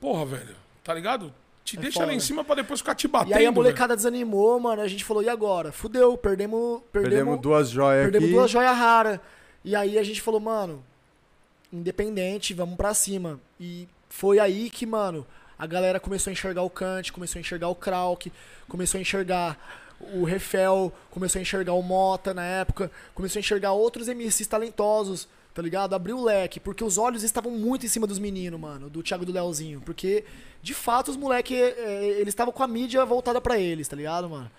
Porra, velho. Tá ligado? Te deixa lá
É foda.
em cima pra depois ficar te
E
batendo.
aí a
velho.
molecada desanimou, mano. A gente falou, e agora? Fudeu, perdemos.
Perdemos
Perdemos,
duas joias
perdemos
aqui.
duas joias raras. E aí a gente falou, mano, independente, vamos pra cima. E foi aí que, mano, a galera começou a enxergar o Kant, começou a enxergar o Krauk, começou a enxergar o Refel, começou a enxergar o Mota na época, começou a enxergar outros MCs talentosos, tá ligado? Abriu o leque, porque os olhos estavam muito em cima dos meninos, mano, do Thiago e do Leozinho. Porque, de fato, os moleques, eles estavam com a mídia voltada pra eles, tá ligado, mano?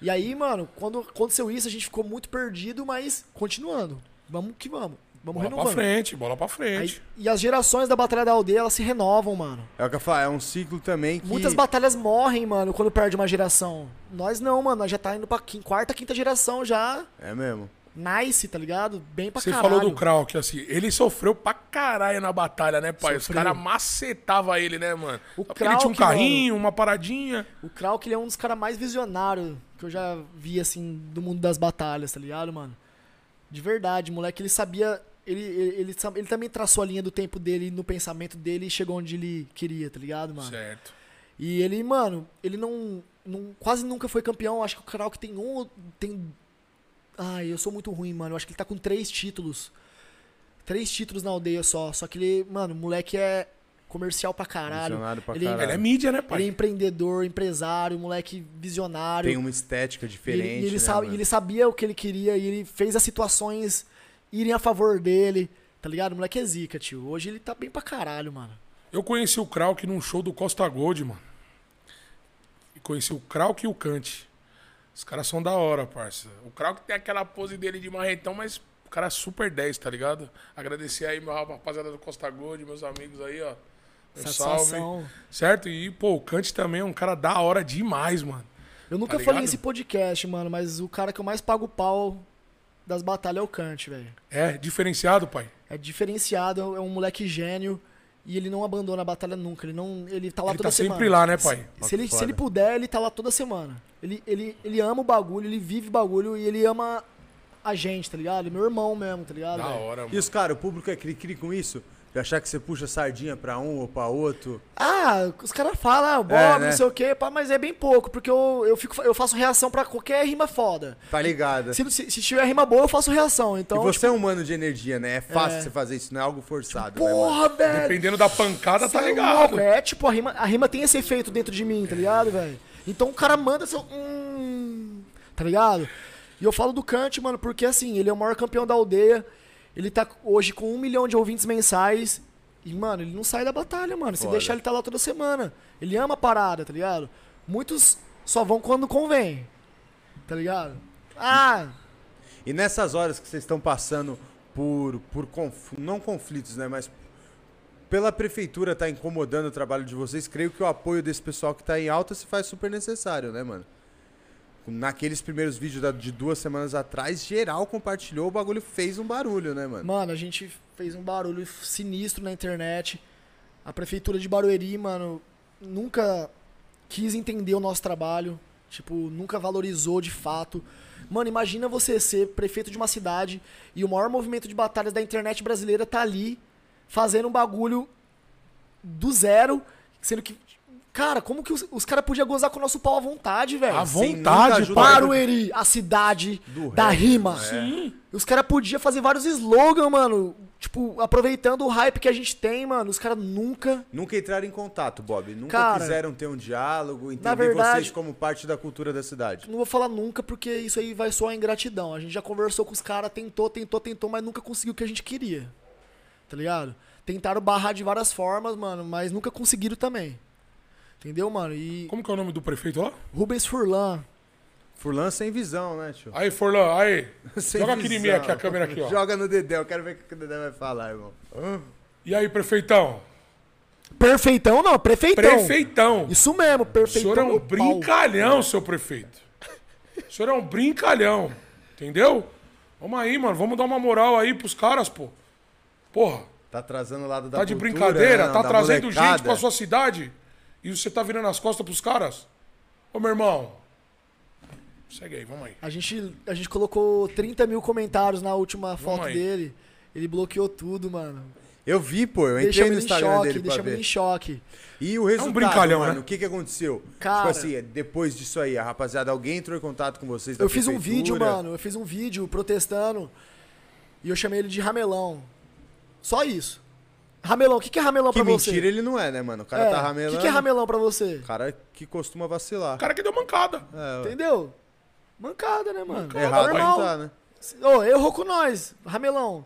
E aí, mano, quando aconteceu isso, a gente ficou muito perdido, mas continuando. Vamos que vamos. Vamos
Bola pra
renovando.
frente, bola pra
Aí-
frente.
e as gerações da Batalha da Aldeia, elas se renovam, mano.
É o que eu falo, é um ciclo também que...
Muitas batalhas morrem, mano, quando perde uma geração. Nós não, mano. Nós já tá indo pra quin- quarta, quinta geração já.
É mesmo.
Nice, tá ligado? Bem pra
Você
caralho.
falou do Krauk, assim, ele sofreu pra caralho na batalha, né, pai? Os
Sofreu.
caras macetavam ele, né, mano?
O
Porque ele tinha um
Krauk,
carrinho, uma paradinha.
O Krauk, ele é um dos caras mais visionários que eu já vi, assim, do mundo das batalhas, tá ligado, mano? De verdade, moleque, ele sabia. Ele, ele, ele, sa- ele também traçou a linha do tempo dele, no pensamento dele e chegou onde ele queria, tá ligado, mano?
Certo.
E ele, mano, ele não, não. Quase nunca foi campeão. Acho que o Krauk tem um. ou- Tem. Ai, eu sou muito ruim, mano. Eu acho que ele tá com três títulos. Três títulos na aldeia só. Só que ele, mano, o moleque é comercial pra caralho.
Visionário pra
ele,
caralho.
Ele é mídia, né,
ele é
pai?
empreendedor, empresário, moleque visionário.
Tem uma estética
E ele-
diferente,
E ele,
né,
sa-
mano?
e ele sabia o que ele queria e ele fez as situações irem a favor dele. Tá ligado? O moleque é zica, tio. Hoje ele tá bem pra caralho, mano.
Eu conheci o Krauk num show do Costa Gold, mano. E conheci o Krauk e o Kant. Os caras são da hora, parça. O Krauk tem aquela pose dele de marretão, mas o cara é super 10, tá ligado? Agradecer aí, meu rapaziada do Costa Gold, meus amigos aí, ó. Um
Satisfação.
salve. Certo? E, pô, o Kant também é um cara da hora demais, mano.
Eu nunca
Tá
falei
ligado?
nesse podcast, mano, mas o cara que eu mais pago pau das batalhas é o Kant, velho.
É, diferenciado, pai.
É diferenciado, é um moleque gênio e ele não abandona a batalha nunca. Ele não, ele tá lá
Ele
toda
tá
semana.
sempre lá, né, pai?
Ó,
Se ele,
que
se ele
foda.
puder, ele tá lá toda semana. Ele, ele, ele ama o bagulho, ele vive o bagulho e ele ama a gente, tá ligado? Meu irmão mesmo, tá ligado?
Da
velho?
hora,
E
mano.
os caras, o público é cri-cri com isso? De achar que você puxa sardinha pra um ou pra outro?
Ah, os caras falam, ah, Bob,
É, né?
não sei o quê, pá, mas é bem pouco, porque eu, eu, fico, eu faço reação pra qualquer rima foda.
Tá ligado?
Se, se, se tiver rima boa, eu faço reação.
e
Então,
você é um humano de energia, né? É fácil você fazer isso, não é algo forçado, né, mano?
tipo, porra, velho.
Dependendo da pancada, tá
um
Cê é
ligado.
louco, É, tipo, a rima, a rima tem esse efeito dentro de mim, tá ligado, velho? Então o cara manda seu. Hum, tá ligado? E eu falo do Kant, mano, porque assim, ele é o maior campeão da aldeia. Ele tá hoje com um milhão de ouvintes mensais. E, mano, ele não sai da batalha, mano. Se
Foda.
deixar ele tá lá toda semana. Ele ama a parada, tá ligado? Muitos só vão quando convém. Tá ligado? Ah,
E nessas horas que vocês estão passando por, por conf- não conflitos, né? Mas pela prefeitura tá incomodando o trabalho de vocês, creio que o apoio desse pessoal que tá em alta se faz super necessário, né, mano? Naqueles primeiros vídeos da- de duas semanas atrás, geral compartilhou, o bagulho fez um barulho, né, mano?
Mano, a gente fez um barulho sinistro na internet. A prefeitura de Barueri, mano, nunca quis entender o nosso trabalho. Tipo, nunca valorizou de fato. Mano, imagina você ser prefeito de uma cidade e o maior movimento de batalhas da internet brasileira tá ali fazendo um bagulho do zero, sendo que. Cara, como que os, os caras podiam gozar com o nosso pau à vontade, velho?
À
Sem nunca
vontade,
ajudar.
pai.
Barueri, a cidade
Do
da
rap,
rima.
né?
Sim. Os caras podiam fazer vários slogans, mano. Tipo, aproveitando o hype que a gente tem, mano. Os caras nunca.
Nunca entraram em contato, Bob. Nunca
Cara,
quiseram ter um diálogo, entender
verdade-
vocês como parte da cultura da cidade.
Não vou falar nunca, porque isso aí vai soar ingratidão. A gente já conversou com os caras, tentou, tentou, tentou, mas nunca conseguiu o que a gente queria. Tá ligado? Tentaram barrar de várias formas, mano, mas nunca conseguiram também. Entendeu, mano? E
Como que é o nome do prefeito lá?
Rubens Furlan,
Furlan sem visão, né, tio?
Aí, Forlan, aí.
Sem
Joga aqui em mim,
visão.
aqui, a câmera aqui, ó. Hum.
Joga no Dedé, eu quero ver o que o Dedé vai falar, irmão.
E aí, prefeitão?
Perfeitão não, prefeitão.
Então,
Prefeitão.
Isso mesmo,
O
perfeitão.
senhor é um
meu pau.
brincalhão, seu prefeito. O senhor é um brincalhão. Entendeu? Vamos aí, mano. Vamos dar uma moral aí pros caras, pô. Porra,
Tá trazendo o lado da
tá de
cultura,
brincadeira?
né,
Tá
da
trazendo
molecada.
gente pra sua cidade? E você tá virando as costas pros caras? Ô, meu irmão. Segue aí, vamos aí.
A gente, a gente colocou 30 mil comentários na última foto
aí.
dele. Ele bloqueou tudo, mano.
Eu vi, pô. Eu
Deixamos
entrei no
ele em
Instagram
choque,
dele pra
deixamos
ver.
ele em choque.
E o resultado,
brincalhão,
mano,
né?
o que que aconteceu?
Cara-
tipo assim, depois disso aí, a rapaziada, alguém entrou em contato com vocês da
Eu fiz um vídeo,
prefeitura?
mano. Eu fiz um vídeo protestando. E eu chamei ele de ramelão. Só isso. Ramelão, o que, que é ramelão
Que
pra
mentira
você?
ele não é, né, mano? O cara
É,
tá ramelando.
O que, que é ramelão pra você?
Cara que costuma vacilar. É,
O cara que deu mancada.
Entendeu? Mancada, né, mano?
Errado não
Normal.
tá, né?
Ô, errou com nós, ramelão.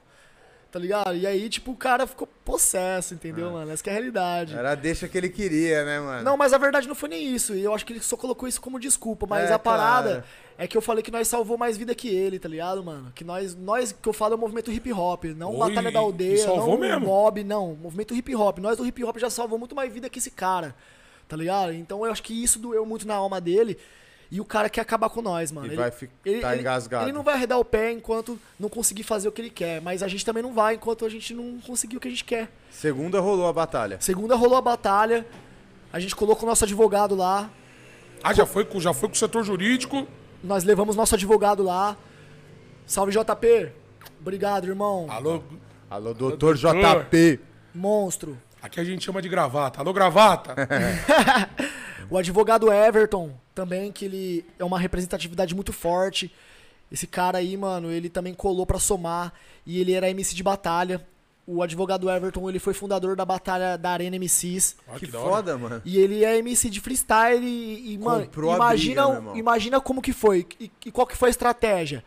Tá ligado? E aí, tipo, o cara ficou possesso, entendeu, mano? Essa que é a realidade.
Era a deixa que ele queria, né, mano?
Não, mas a verdade não foi nem isso. E eu acho que ele só colocou isso como desculpa. Mas
É,
a parada
claro.
é que eu falei que nós salvou mais vida que ele, tá ligado, mano? Que nós, nós que eu falo é o movimento hip hop, não
Oi,
Batalha da
e
Aldeia,
salvou
não
mesmo.
mob, não. Movimento hip hop. Nós do hip hop já salvou muito mais vida que esse cara, tá ligado? Então eu acho que isso doeu muito na alma dele. E o cara quer acabar com nós, mano.
E vai ficar engasgado.
Ele não vai arredar o pé enquanto não conseguir fazer o que ele quer. Mas a gente também não vai enquanto a gente não conseguir o que a gente quer.
Segunda rolou a batalha.
Segunda rolou a batalha. A gente colocou o nosso advogado lá.
Ah, já foi, com, já foi com o setor jurídico.
Nós levamos nosso advogado lá. Salve JP. Obrigado, irmão.
Alô,
Alô, doutor
doutor.
JP.
Monstro.
aqui a gente chama de gravata. Alô, gravata.
É.
O advogado Everton também, que ele é uma representatividade muito forte. Esse cara aí, mano, ele também colou pra somar e ele era MC de batalha. O advogado Everton, ele foi fundador da batalha da Arena MCs.
Olha
Que
Ah, da hora.
foda, mano.
E ele é MC de freestyle e, e, mano,
Comprou a
imagina,
briga, meu irmão.
imagina como que foi e, e qual que foi a estratégia.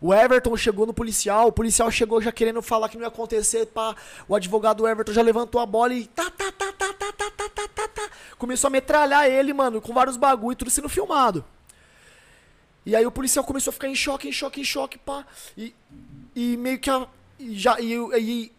O Everton chegou no policial, o policial chegou já querendo falar que não ia acontecer, pá. O advogado Everton já levantou a bola e tá, tá, tá, tá, tá, tá, tá, tá, tá, tá. Começou a metralhar ele, mano, com vários bagulho, tudo sendo filmado. E aí o policial começou a ficar em choque, em choque, em choque, pá. E, e meio que a, e já, e, e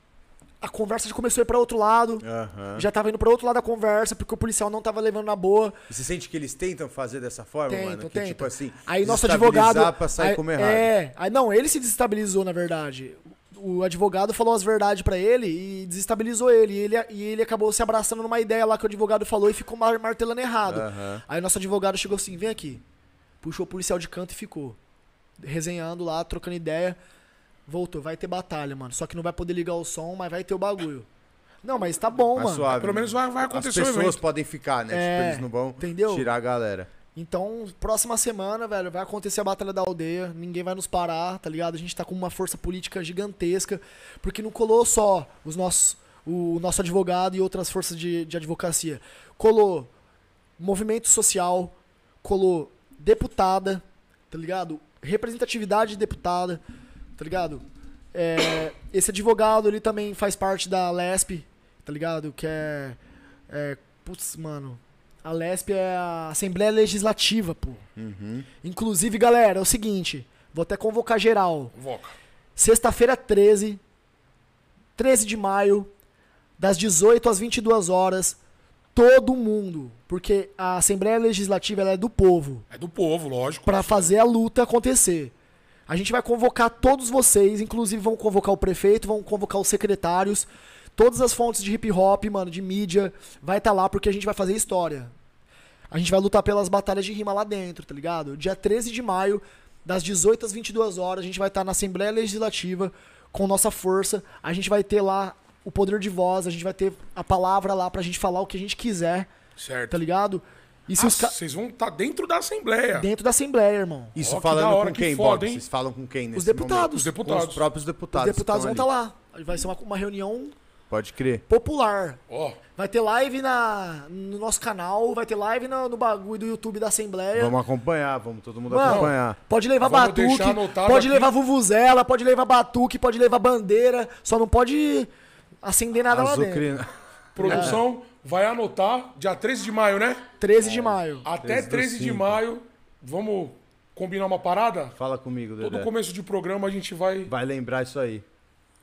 a conversa já começou a ir pra outro lado.
Aham.
Já tava indo pra outro lado da conversa, porque o policial não tava levando na boa.
E Você sente que eles tentam fazer dessa forma,
Tentam,
mano? Que
tentam.
tipo assim,
aí nosso
desestabilizar
advogado.
pra sair
aí,
como errado.
É, aí, não, ele se desestabilizou, na verdade. O advogado falou as verdades pra ele e desestabilizou ele. E ele, e ele acabou se abraçando numa ideia lá que o advogado falou e ficou mar- martelando errado.
Aham.
Aí nosso advogado chegou assim: vem aqui. Puxou o policial de canto e ficou. Resenhando lá, trocando ideia. Voltou, vai ter batalha, mano. Só que não vai poder ligar o som, mas vai ter o bagulho. Não, mas tá bom,
Mas
mano.
suave. né?
Pelo menos vai, vai
As
acontecer o
pessoas
evento.
podem ficar, né?
É,
tipo, eles não vão
entendeu?
tirar a galera.
Então, próxima semana, velho, vai acontecer a Batalha da Aldeia. Ninguém vai nos parar, tá ligado? A gente tá com uma força política gigantesca. Porque não colou só os nossos, o nosso advogado e outras forças de, de advocacia. Colou movimento social, colou deputada, tá ligado? Representatividade de deputada, tá ligado? É, esse advogado, ele também faz parte da LESP, tá ligado? Que é. é putz, mano. A LESP é a Assembleia Legislativa, pô. Inclusive, galera, é o seguinte. Vou até convocar geral.
Voca.
Sexta-feira 13, 13 de maio, das 18 às 22 horas, todo mundo, porque a Assembleia Legislativa ela é do povo,
É do povo, lógico.
pra fazer a luta acontecer. A gente vai convocar todos vocês, inclusive vão convocar o prefeito, vão convocar os secretários, todas as fontes de hip hop, mano, de mídia, vai estar lá porque a gente vai fazer história. A gente vai lutar pelas batalhas de rima lá dentro, tá ligado? Dia 13 de maio, das 18 às 22 horas, a gente vai estar na Assembleia Legislativa com nossa força. A gente vai ter lá o poder de voz, a gente vai ter a palavra lá pra gente falar o que a gente quiser,
Certo.
tá ligado? E se
Ah,
os ca...
Vocês vão estar dentro da Assembleia.
dentro da Assembleia, irmão.
Isso
Ó, que da
falando
hora,
com
que
quem,
foda,
Bob?
hein?
Vocês falam com quem nesse
Os deputados.
Os
momento?
deputados.
Com os próprios
Os
deputados.
deputados vão estar
ali.
lá. Vai ser uma, uma reunião
Pode crer.
popular.
Ó,
Vai ter live na, no nosso canal, vai ter live no, no bagulho do YouTube da Assembleia.
Vamos acompanhar, vamos todo mundo
Mano,
acompanhar.
pode levar
Ah, Vamos
batuque,
deixar anotado
pode
aqui.
levar vuvuzela, pode levar batuque, pode levar bandeira, só não pode acender nada tá lá dentro.
Azucrina.
produção
É.
vai anotar dia 13 de maio, né?
13
Ah.
de maio.
Até
13 do
13 de
cinco.
maio, vamos combinar uma parada?
Fala comigo,
Todo
Dedé.
começo de programa a gente vai
Vai lembrar isso aí.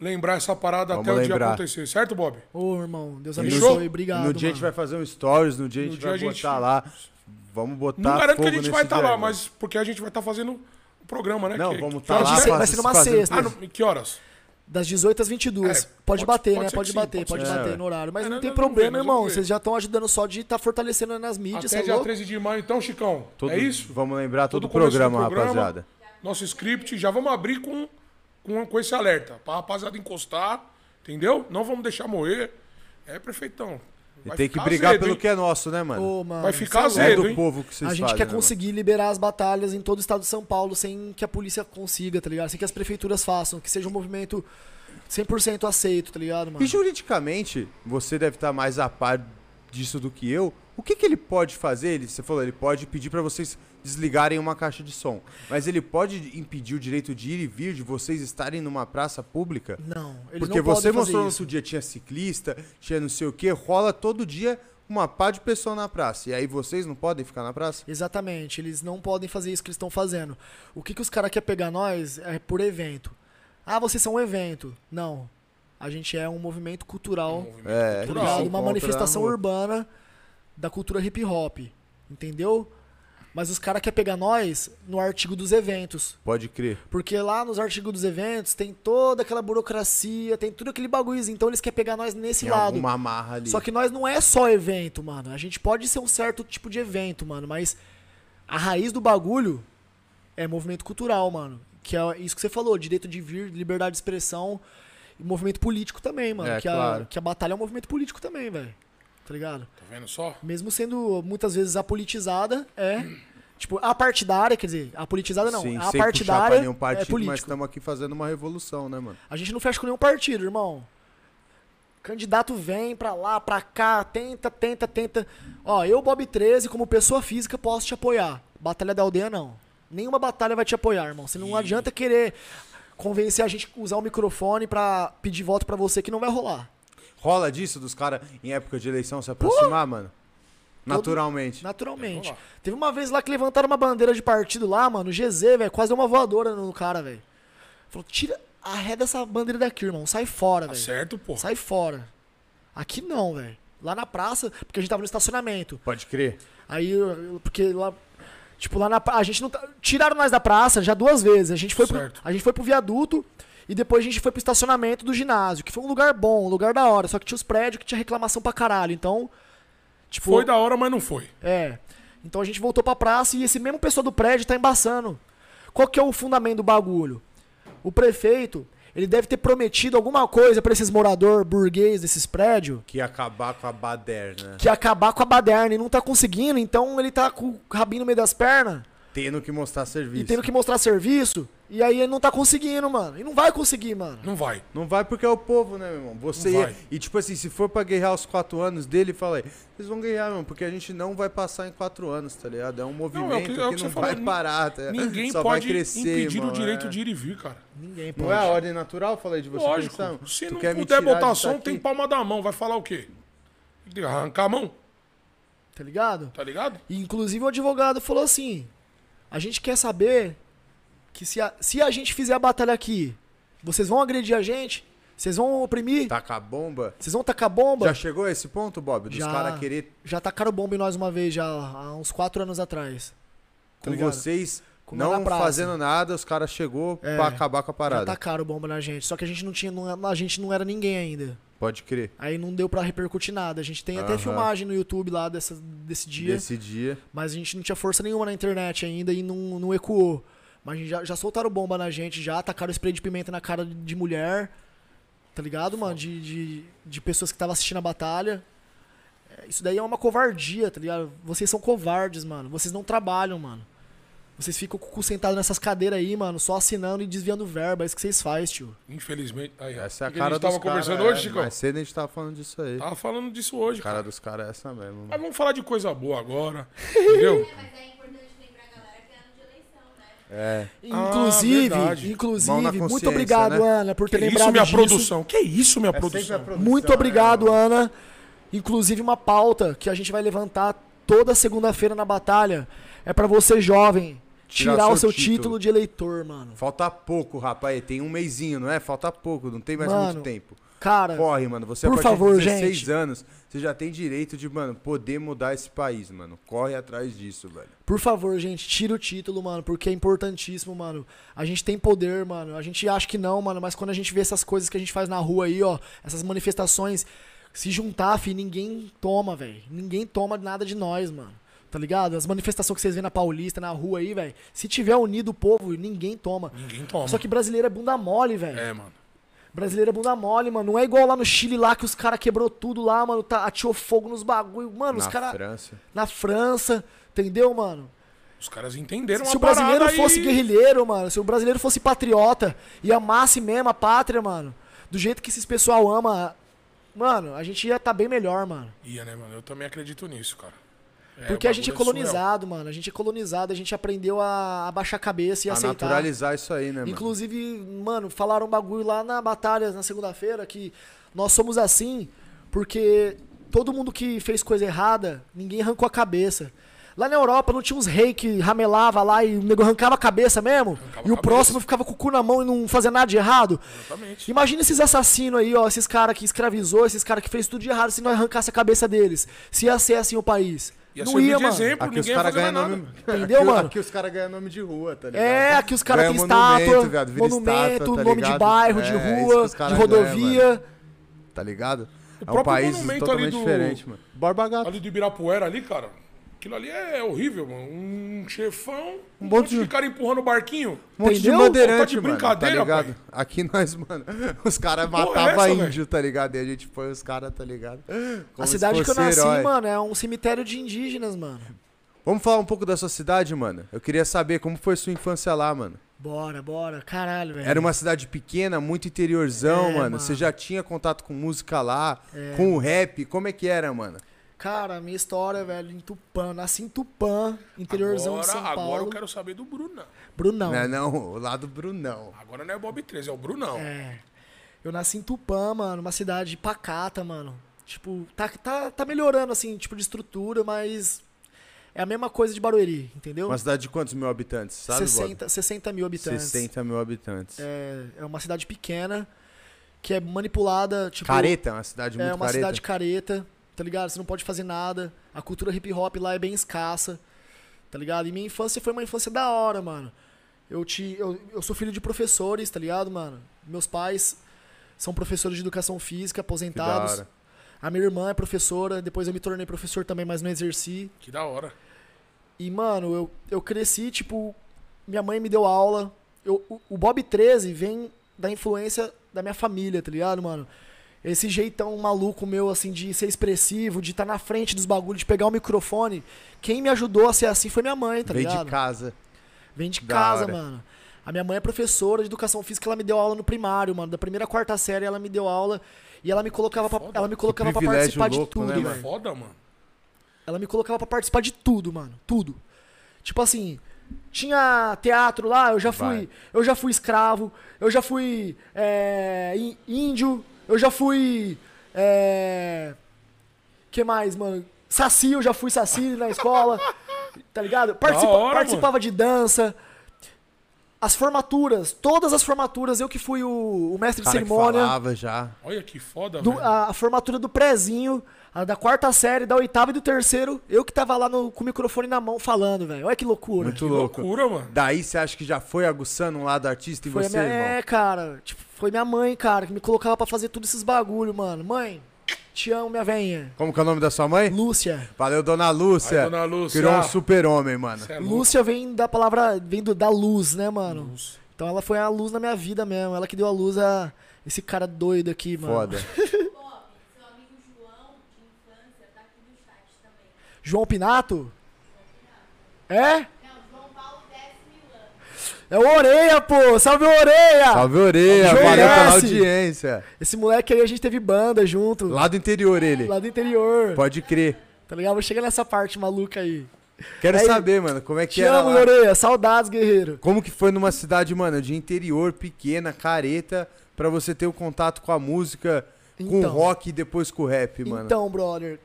lembrar essa parada
Vamos
até o dia
lembrar. Tá
acontecer, certo, Bob?
Ô, irmão, Deus
E no-
Fechou?
abençoe, obrigado.
No dia a gente vai
mano.
fazer um stories, no dia a gente
dia
vai
a gente-
botar lá. Vamos botar
Não garanto que a
fogo
gente
nesse
vai estar
dia,
lá,
mano.
mas porque a gente vai estar fazendo o programa, né?
Não,
que-
vamos
que
tá
horas
lá.
que é?
vai ser numa
fazendo-
sexta.
Ah, não, que horas?
Das 18 às 22.
É, pode-
pode bater,
pode
né?
ser
Pode
que sim,
bater,
pode
pode,
ser que
bater
sim.
no horário. Mas
É,
não,
não,
tem
não,
problema,
não, não,
irmão.
não.
Vocês já estão ajudando só de estar fortalecendo nas mídias.
Até
cê é
dia
louco?
13 de maio, então, Chicão.
Todo-
é isso?
Vamos lembrar todo o
começo do
programa, rapaziada.
Nosso script, já vamos abrir com, com, com esse alerta. Pra rapaziada encostar, entendeu? Não vamos deixar morrer. É, prefeitão.
E
vai
tem que
ficar
brigar
azedo,
pelo
hein?
que é nosso, né, mano?
Ô, mano,
Vai
cê
ficar
é louco.
é
azedo,
do
hein?
povo que vocês
A gente
fazem,
quer
né, mano?
conseguir liberar as batalhas em todo o estado de São Paulo sem que a polícia consiga, tá ligado? Sem que as prefeituras façam, que seja um movimento 100% aceito, tá ligado, mano?
E juridicamente, você deve estar mais a par disso do que eu. O que, que ele pode fazer? Ele, você falou, ele pode pedir para vocês desligarem uma caixa de som. Mas ele pode impedir o direito de ir e vir, de vocês estarem numa praça pública?
Não, eles
Porque
não podem
você
fazer
mostrou no
isso.
outro dia, tinha ciclista, tinha não sei o que, rola todo dia uma pá de pessoa na praça. E aí vocês não podem ficar na praça?
Exatamente, eles não podem fazer isso que eles estão fazendo. O que, que os caras querem pegar nós é por evento. Ah, vocês são um evento. Não. A gente é um movimento cultural,
É,
tá ligado?
se
uma
encontra
manifestação
na rua.
urbana da cultura hip hop. Entendeu? Mas os caras querem pegar nós no artigo dos eventos.
Pode crer.
Porque lá nos artigos dos eventos tem toda aquela burocracia, tem tudo aquele bagulhozinho. Então eles querem pegar nós nesse
Tem
lado.
alguma amarra ali.
Só que nós não é só evento, mano. A gente pode ser um certo tipo de evento, mano, mas a raiz do bagulho é movimento cultural, mano. Que é isso que você falou, direito de vir, liberdade de expressão e movimento político também, mano.
É,
que, a,
claro.
que a batalha é um movimento político também, velho. Tá ligado?
é
Tá vendo só?
Mesmo sendo muitas vezes apolitizada, é. Tipo, a partidária, quer dizer, a politizada não.
Sim,
a
sem puxar pra
partidária
nenhum um partido,
é político.
mas estamos aqui fazendo uma revolução, né, mano?
A gente não fecha com nenhum partido, irmão. Candidato vem pra lá, pra cá, tenta, tenta, tenta. Ó, eu, Bob 13, como pessoa física, posso te apoiar. Batalha da aldeia, não. Nenhuma batalha vai te apoiar, irmão. Você não adianta querer convencer a gente a usar o microfone pra pedir voto pra você que não vai rolar.
Rola disso dos caras em época de eleição se aproximar, mano? Naturalmente.
Naturalmente.
Vamos
Teve uma vez lá que levantaram uma bandeira de partido lá, mano. o GZ, velho, quase deu uma voadora no cara, velho. Falou, tira, arreda essa bandeira daqui, irmão. Sai fora,
Tá
velho.
certo, pô.
Sai fora. Aqui não, velho. Lá na praça, porque a gente tava no estacionamento.
Pode crer.
Aí, eu- eu- porque lá. Tipo, lá na. pra- A gente não. tá- Tiraram nós da praça já duas vezes. A gente, foi pro,
Certo.
a gente foi pro viaduto e depois a gente foi pro estacionamento do ginásio, que foi um lugar bom, um lugar da hora. Só que tinha os prédios que tinha reclamação pra caralho. Então. Tipo,
Foi da hora, mas não foi.
é. Então a gente voltou pra praça e esse mesmo pessoal do prédio tá embaçando. Qual que é o fundamento do bagulho? O prefeito, ele deve ter prometido alguma coisa pra esses moradores burguês desses prédios
Que ia acabar com a baderna.
que ia acabar com a baderna e não tá conseguindo, então ele tá com o rabinho no meio das pernas
Tendo que mostrar serviço.
e tendo que mostrar serviço. E aí ele não tá conseguindo, mano. E não vai conseguir, mano.
Não vai.
Não vai porque é o povo, né, meu irmão? Você
Não
ia-
vai.
E tipo assim, se for pra guerrear os quatro anos dele, fala aí, vocês vão guerrear, meu, porque a gente não vai passar em quatro anos, tá ligado? É um movimento
é o que- é o
que,
que
não
você falou,
vai
nin-
parar, tá?
Ninguém
Só
pode
vai crescer,
impedir
irmão,
o direito
é.
de ir e vir, cara.
Ninguém
Não é a ordem natural, falei de você
Lógico.
pensar, mano?
Se
Tu
não
quer me
puder
tirar
botar
disso
som,
aqui?
tem palma da mão. Vai falar o quê? Tem que Arrancar a mão,
Tá ligado?
tá ligado?
E, inclusive o advogado falou assim: a gente quer saber que se a, se a gente fizer a batalha aqui, vocês vão agredir a gente? Vocês vão oprimir?
Taca a bomba.
Vocês vão tacar bomba?
Tá. Já chegou a esse ponto, Bob? Dos
Já.
caras querer
Tá
Já tacaram bomba em nós uma vez, já há uns quatro anos atrás.
com
Tá ligado?
vocês
Com nós
não
na praça.
fazendo nada, os caras chegou
É.
pra acabar com a
Já
parada.
tá
tacaram bomba na gente. Só que a gente não tinha. não- a gente não era ninguém ainda.
Pode crer.
Aí não deu pra repercutir nada. A gente tem até
Aham.
filmagem no YouTube lá dessa, desse dia,
Desse dia.
mas a gente não tinha força nenhuma na internet ainda e não, não ecoou. Mas a gente já, já soltaram bomba na gente, já atacaram spray de pimenta na cara de mulher, tá ligado, mano? De, de, de pessoas que estavam assistindo a batalha. É, Isso daí é uma covardia, tá ligado? Vocês são covardes, mano. Vocês não trabalham, mano. Vocês ficam com o cu sentado nessas cadeiras aí, mano, só assinando e desviando verba. É isso que vocês fazem, tio.
Infelizmente. Aí, ó.
Essa é a
O que
cara
a gente tava
dos caras,
conversando
é.
hoje, Chico? Tá.
Mais cedo a gente tava falando disso aí.
Tava falando disso hoje,
A cara
cara.
dos caras é essa mesmo.
Mas vamos falar de coisa boa agora. Entendeu?
Mas é importante lembrar a galera que é ano de eleição, né?
É.
Inclusive,
verdade.
Mão na
inclusive, muito
consciência,
obrigado,
né?
Ana, por ter
Que
lembrado
isso, minha
disso.
produção. Que isso,
É
minha produção. né?
Muito
né?
obrigado, Ana. Inclusive uma pauta que a gente vai levantar toda segunda-feira na batalha é pra você jovem
Tirar
tirar
o
o
seu
seu
título.
título de eleitor, mano.
Falta pouco, rapaz. Tem um mêsinho, não é? Falta pouco, não tem mais
Mano,
muito tempo.
Cara,
Corre, mano. Você,
Por
a partir
favor,
de 16
gente.
anos, você já tem direito de, mano, poder mudar esse país, mano. Corre atrás disso, velho.
por favor, gente, tira o título, mano, porque é importantíssimo, mano. A gente tem poder, mano. A gente acha que não, mano, mas quando a gente vê essas coisas que a gente faz na rua aí, ó, essas manifestações, se juntar, fi, ninguém toma, velho. Ninguém toma nada de nós, mano. Tá ligado? As manifestações que vocês vêem na Paulista, na rua aí, velho. Se tiver unido o povo, ninguém toma.
Ninguém toma.
Só que brasileiro é bunda mole, velho.
É, mano.
Brasileiro é bunda mole, mano. Não é igual lá no Chile, lá que os caras quebrou tudo lá, mano. Tá, atiou fogo nos bagulho.
Na
Mano, os caras.
França.
Na França, entendeu, mano?
Os caras entenderam
se
a
o brasileiro
parada
fosse
e-
guerrilheiro, mano, se o brasileiro fosse patriota e amasse mesmo a pátria, mano, do jeito que esses pessoal ama, mano, a gente ia estar bem melhor, mano.
Ia, né, mano? Eu também acredito nisso, cara. É,
Porque
o
a gente é
bagulho surreal.
colonizado, mano. A gente é colonizado, a gente aprendeu a, a baixar a cabeça e
A
aceitar.
naturalizar isso aí, né, mano?
Inclusive, mano, falaram um bagulho lá na batalha, na segunda-feira, que nós somos assim porque todo mundo que fez coisa errada, ninguém arrancou a cabeça. Lá na Europa não tinha uns rei que ramelava lá e o nego arrancava a cabeça mesmo?
a
e o
cabeça.
próximo ficava com o cu na mão e não fazia nada de errado?
Exatamente.
Imagina esses assassinos aí, ó, esses caras que escravizou, esses caras que fez tudo de errado, se não arrancasse a cabeça deles. Se ia ser assim o país.
Ia
não
servir
ia,
de
mano.
exemplo,
Aqui os
ninguém ia
caras
fazer
ganham
mais nada.
nome.
Entendeu,
aqui,
mano?
Aqui os caras ganham nome de rua, tá ligado?
É, aqui os caras
Ganha
têm
monumento,
estátua,
viado, vira
monumento,
estátua, tá
nome de
ligado?
bairro, de
É, isso que
rua,
os caras
de rodovia.
ganham, mano. Tá ligado? é um
próprio
país
monumento
totalmente
ali do-
diferente, mano. Borba Gato.
Ali do Ibirapuera, ali, cara. Aquilo ali é horrível, mano. Um chefão, um,
Um
monte
monte
de cara empurrando o barquinho.
Um monte de
Entendeu?
Tá
bandeirante,
de
mano, tá
brincadeira,
ligado? Aqui nós, mano, os caras
Porra,
matavam
essa,
índio,
velho?
tá ligado? E a gente põe os caras, tá ligado? Como
A
se
cidade que eu
fosse
nasci,
herói.
mano, é um cemitério de indígenas, mano.
Vamos falar um pouco da sua cidade, mano? Eu queria saber como foi sua infância lá, mano.
Bora, bora. Caralho, velho.
Era um uma cidade pequena, muito interiorzão,
É,
mano.
mano.
Você já tinha contato com música lá, com o rap. Como é que era, mano?
Cara, minha história, velho, em Tupã. Nasci em Tupã, interiorzão de São
agora,
Paulo.
agora eu quero saber do Brunão.
Brunão.
Não, é não, o lado Brunão.
Agora não é Bob 13, é o Brunão.
É. Eu nasci em Tupã, mano, uma cidade pacata, mano. Tipo, tá, tá, tá melhorando, assim, tipo, de estrutura, mas é a mesma coisa de Barueri, entendeu?
Uma cidade de quantos mil habitantes? Sabe,
60, 60 mil
Bob?
habitantes.
60 mil habitantes.
É, é uma cidade pequena que é manipulada, tipo.
Careta, uma cidade
É
muito
uma
careta.
cidade careta, tá ligado? Você não pode fazer nada. A cultura hip hop lá é bem escassa, tá ligado? E minha infância foi uma infância da hora, mano. Eu, te, eu, eu sou filho de professores, tá ligado, mano? Meus pais são professores de educação física,
Que da
aposentados.
hora.
A minha irmã é professora, depois eu me tornei professor também, mas não exerci.
Que da hora.
E, mano, eu, eu cresci, tipo, minha mãe me deu aula. Eu, o, o Bob 13 vem da influência da minha família, tá ligado, mano? Esse jeitão maluco meu, assim, de ser expressivo, de estar na frente dos bagulhos, de pegar o microfone. Quem me ajudou a ser assim foi minha mãe, tá
Veio
ligado?
de casa.
Vem de
Da
casa,
hora.
mano. A minha mãe é professora de educação física, ela me deu aula no primário, mano. Da primeira à quarta série ela me deu aula e ela me colocava pra, ela me colocava pra
privilégio
participar de
louco,
tudo,
né,
velho.
mano?
É Foda, mano.
Ela me colocava pra participar de tudo, mano. Tudo. Tipo assim, tinha teatro lá, eu já fui.
Vai.
Eu já fui escravo, eu já fui é, í- índio, eu já fui. É, que mais, mano? Saci, eu já fui saci na escola. tá ligado? Participa-
Da hora,
participava de dança. As formaturas, todas as formaturas, eu que fui o, o mestre de
Cara que
cerimônia.
falava já.
Olha que
Tá
foda,
Do-
velho.
a, a formatura do prezinho, a da quarta série, da oitava e do terceiro, eu que tava lá no- com o microfone na mão falando, velho. Olha que loucura.
Muito louco.
Loucura, mano.
Daí você acha que já foi aguçando um lado artista em
foi a
você,
minha,
irmão?
É, cara. Tipo, foi minha mãe, cara, que me colocava pra fazer tudo esses bagulho, mano. Mãe, te amo, minha veinha.
Como que é o nome da sua mãe?
Lúcia.
Valeu, dona Lúcia.
Aí, dona Lúcia.
Virou um super-homem, mano.
Cê é louco.
Lúcia vem da palavra, vem do- da luz, né, mano? Então ela foi a luz na minha vida mesmo. Ela que deu a luz a esse cara doido aqui, mano.
Foda.
Bob, seu amigo João, de infância, tá aqui no chat também.
João Pinato? É?
Não, João Paulo desce Milan.
É o Orelha, pô! Salve, Orelha!
Salve orelha,
João
valeu pela
S.
audiência.
Esse moleque aí a gente teve banda junto.
Lá do interior ele.
Lá do interior.
Pode crer.
Tá ligado? Vou chegar nessa parte maluca aí.
Quero
Aí,
saber, mano, como é que
Te
era
amo,
lá.
Loreia. Saudades, guerreiro.
Como que foi numa cidade, mano, de interior, pequena, careta, pra você ter o contato com a música, com o
Então.
rock e depois com o rap, mano?
Então, brother.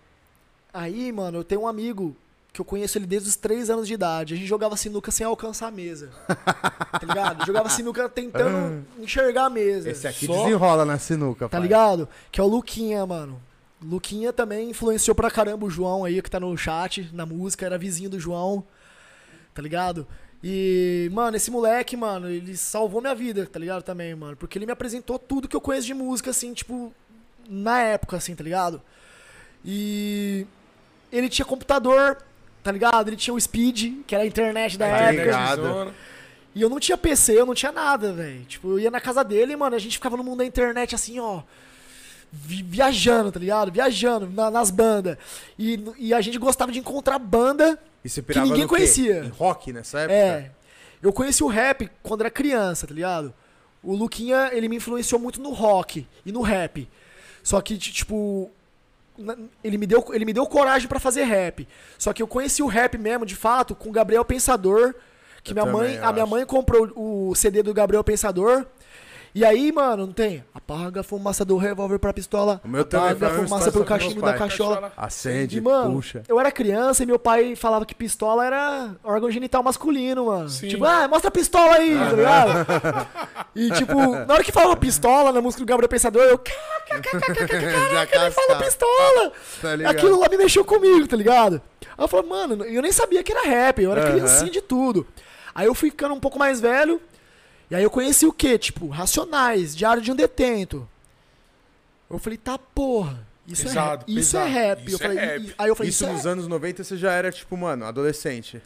Aí, mano, eu tenho um amigo que eu conheço ele desde os três anos de idade. A gente jogava sinuca sem alcançar a mesa. tá ligado? Jogava sinuca tentando enxergar a mesa.
Ah. Esse é aqui
Só-
desenrola na sinuca,
Tá
pai.
ligado? Que é o Luquinha, mano. Luquinha também influenciou pra caramba o João aí, que tá no chat, na música, era vizinho do João. Tá ligado? E, mano, esse moleque, mano, ele salvou minha vida, tá ligado? Também, mano. Porque ele me apresentou tudo que eu conheço de música, assim, tipo, na época, assim, tá ligado? E ele tinha computador, tá ligado? Ele tinha o Speed, que era a internet da
Tá
época.
ligado.
E eu não tinha PC, eu não tinha nada, velho. Tipo, eu ia na casa dele, mano, a gente ficava no mundo da internet assim, ó. vi- Viajando, tá ligado? Viajando na- nas bandas. E, e a gente gostava de encontrar banda.
E se pirava
Que ninguém
no quê?
conhecia.
Em rock nessa época?
É. Eu conheci o rap quando era criança, tá ligado? O Luquinha, ele me influenciou muito no rock e no rap. Só que, ti- tipo. na- Ele me, deu, ele me deu coragem pra fazer rap. Só que eu conheci o rap mesmo, de fato, com o Gabriel Pensador. Que
Eu
minha mãe,
também, eu
a minha
acho.
mãe comprou o CD do Gabriel Pensador. E aí, mano, não tem? Apaga a fumaça do revólver pra pistola.
O meu também,
apaga
pra
a
mim,
fumaça
passa
pro
com meus
cachimbo da
pais.
cachola.
Acende,
E, mano,
puxa.
eu era criança e meu pai falava que pistola era órgão genital masculino, mano.
Sim.
Tipo, ah, mostra a pistola aí, tá ligado? E, tipo, na hora que falava pistola na música do Gabriel Pensador, eu... Caraca, ele fala
cascava.
pistola!
Tá ligado.
Aquilo lá me mexeu comigo, tá ligado? Aí eu falei, mano, eu nem sabia que era rap, eu era
Aham.
criancinha de tudo. Aí eu fui ficando um pouco mais velho, e aí eu conheci o quê? Tipo, Racionais, Diário de um Detento. Eu falei, tá porra, isso, é,
Pesado,
rap, isso é
pesado.
rap.
Isso
eu falei,
é rap.
e- Aí eu falei,
Isso
isso é
nos anos 90 você já era, tipo, mano, adolescente.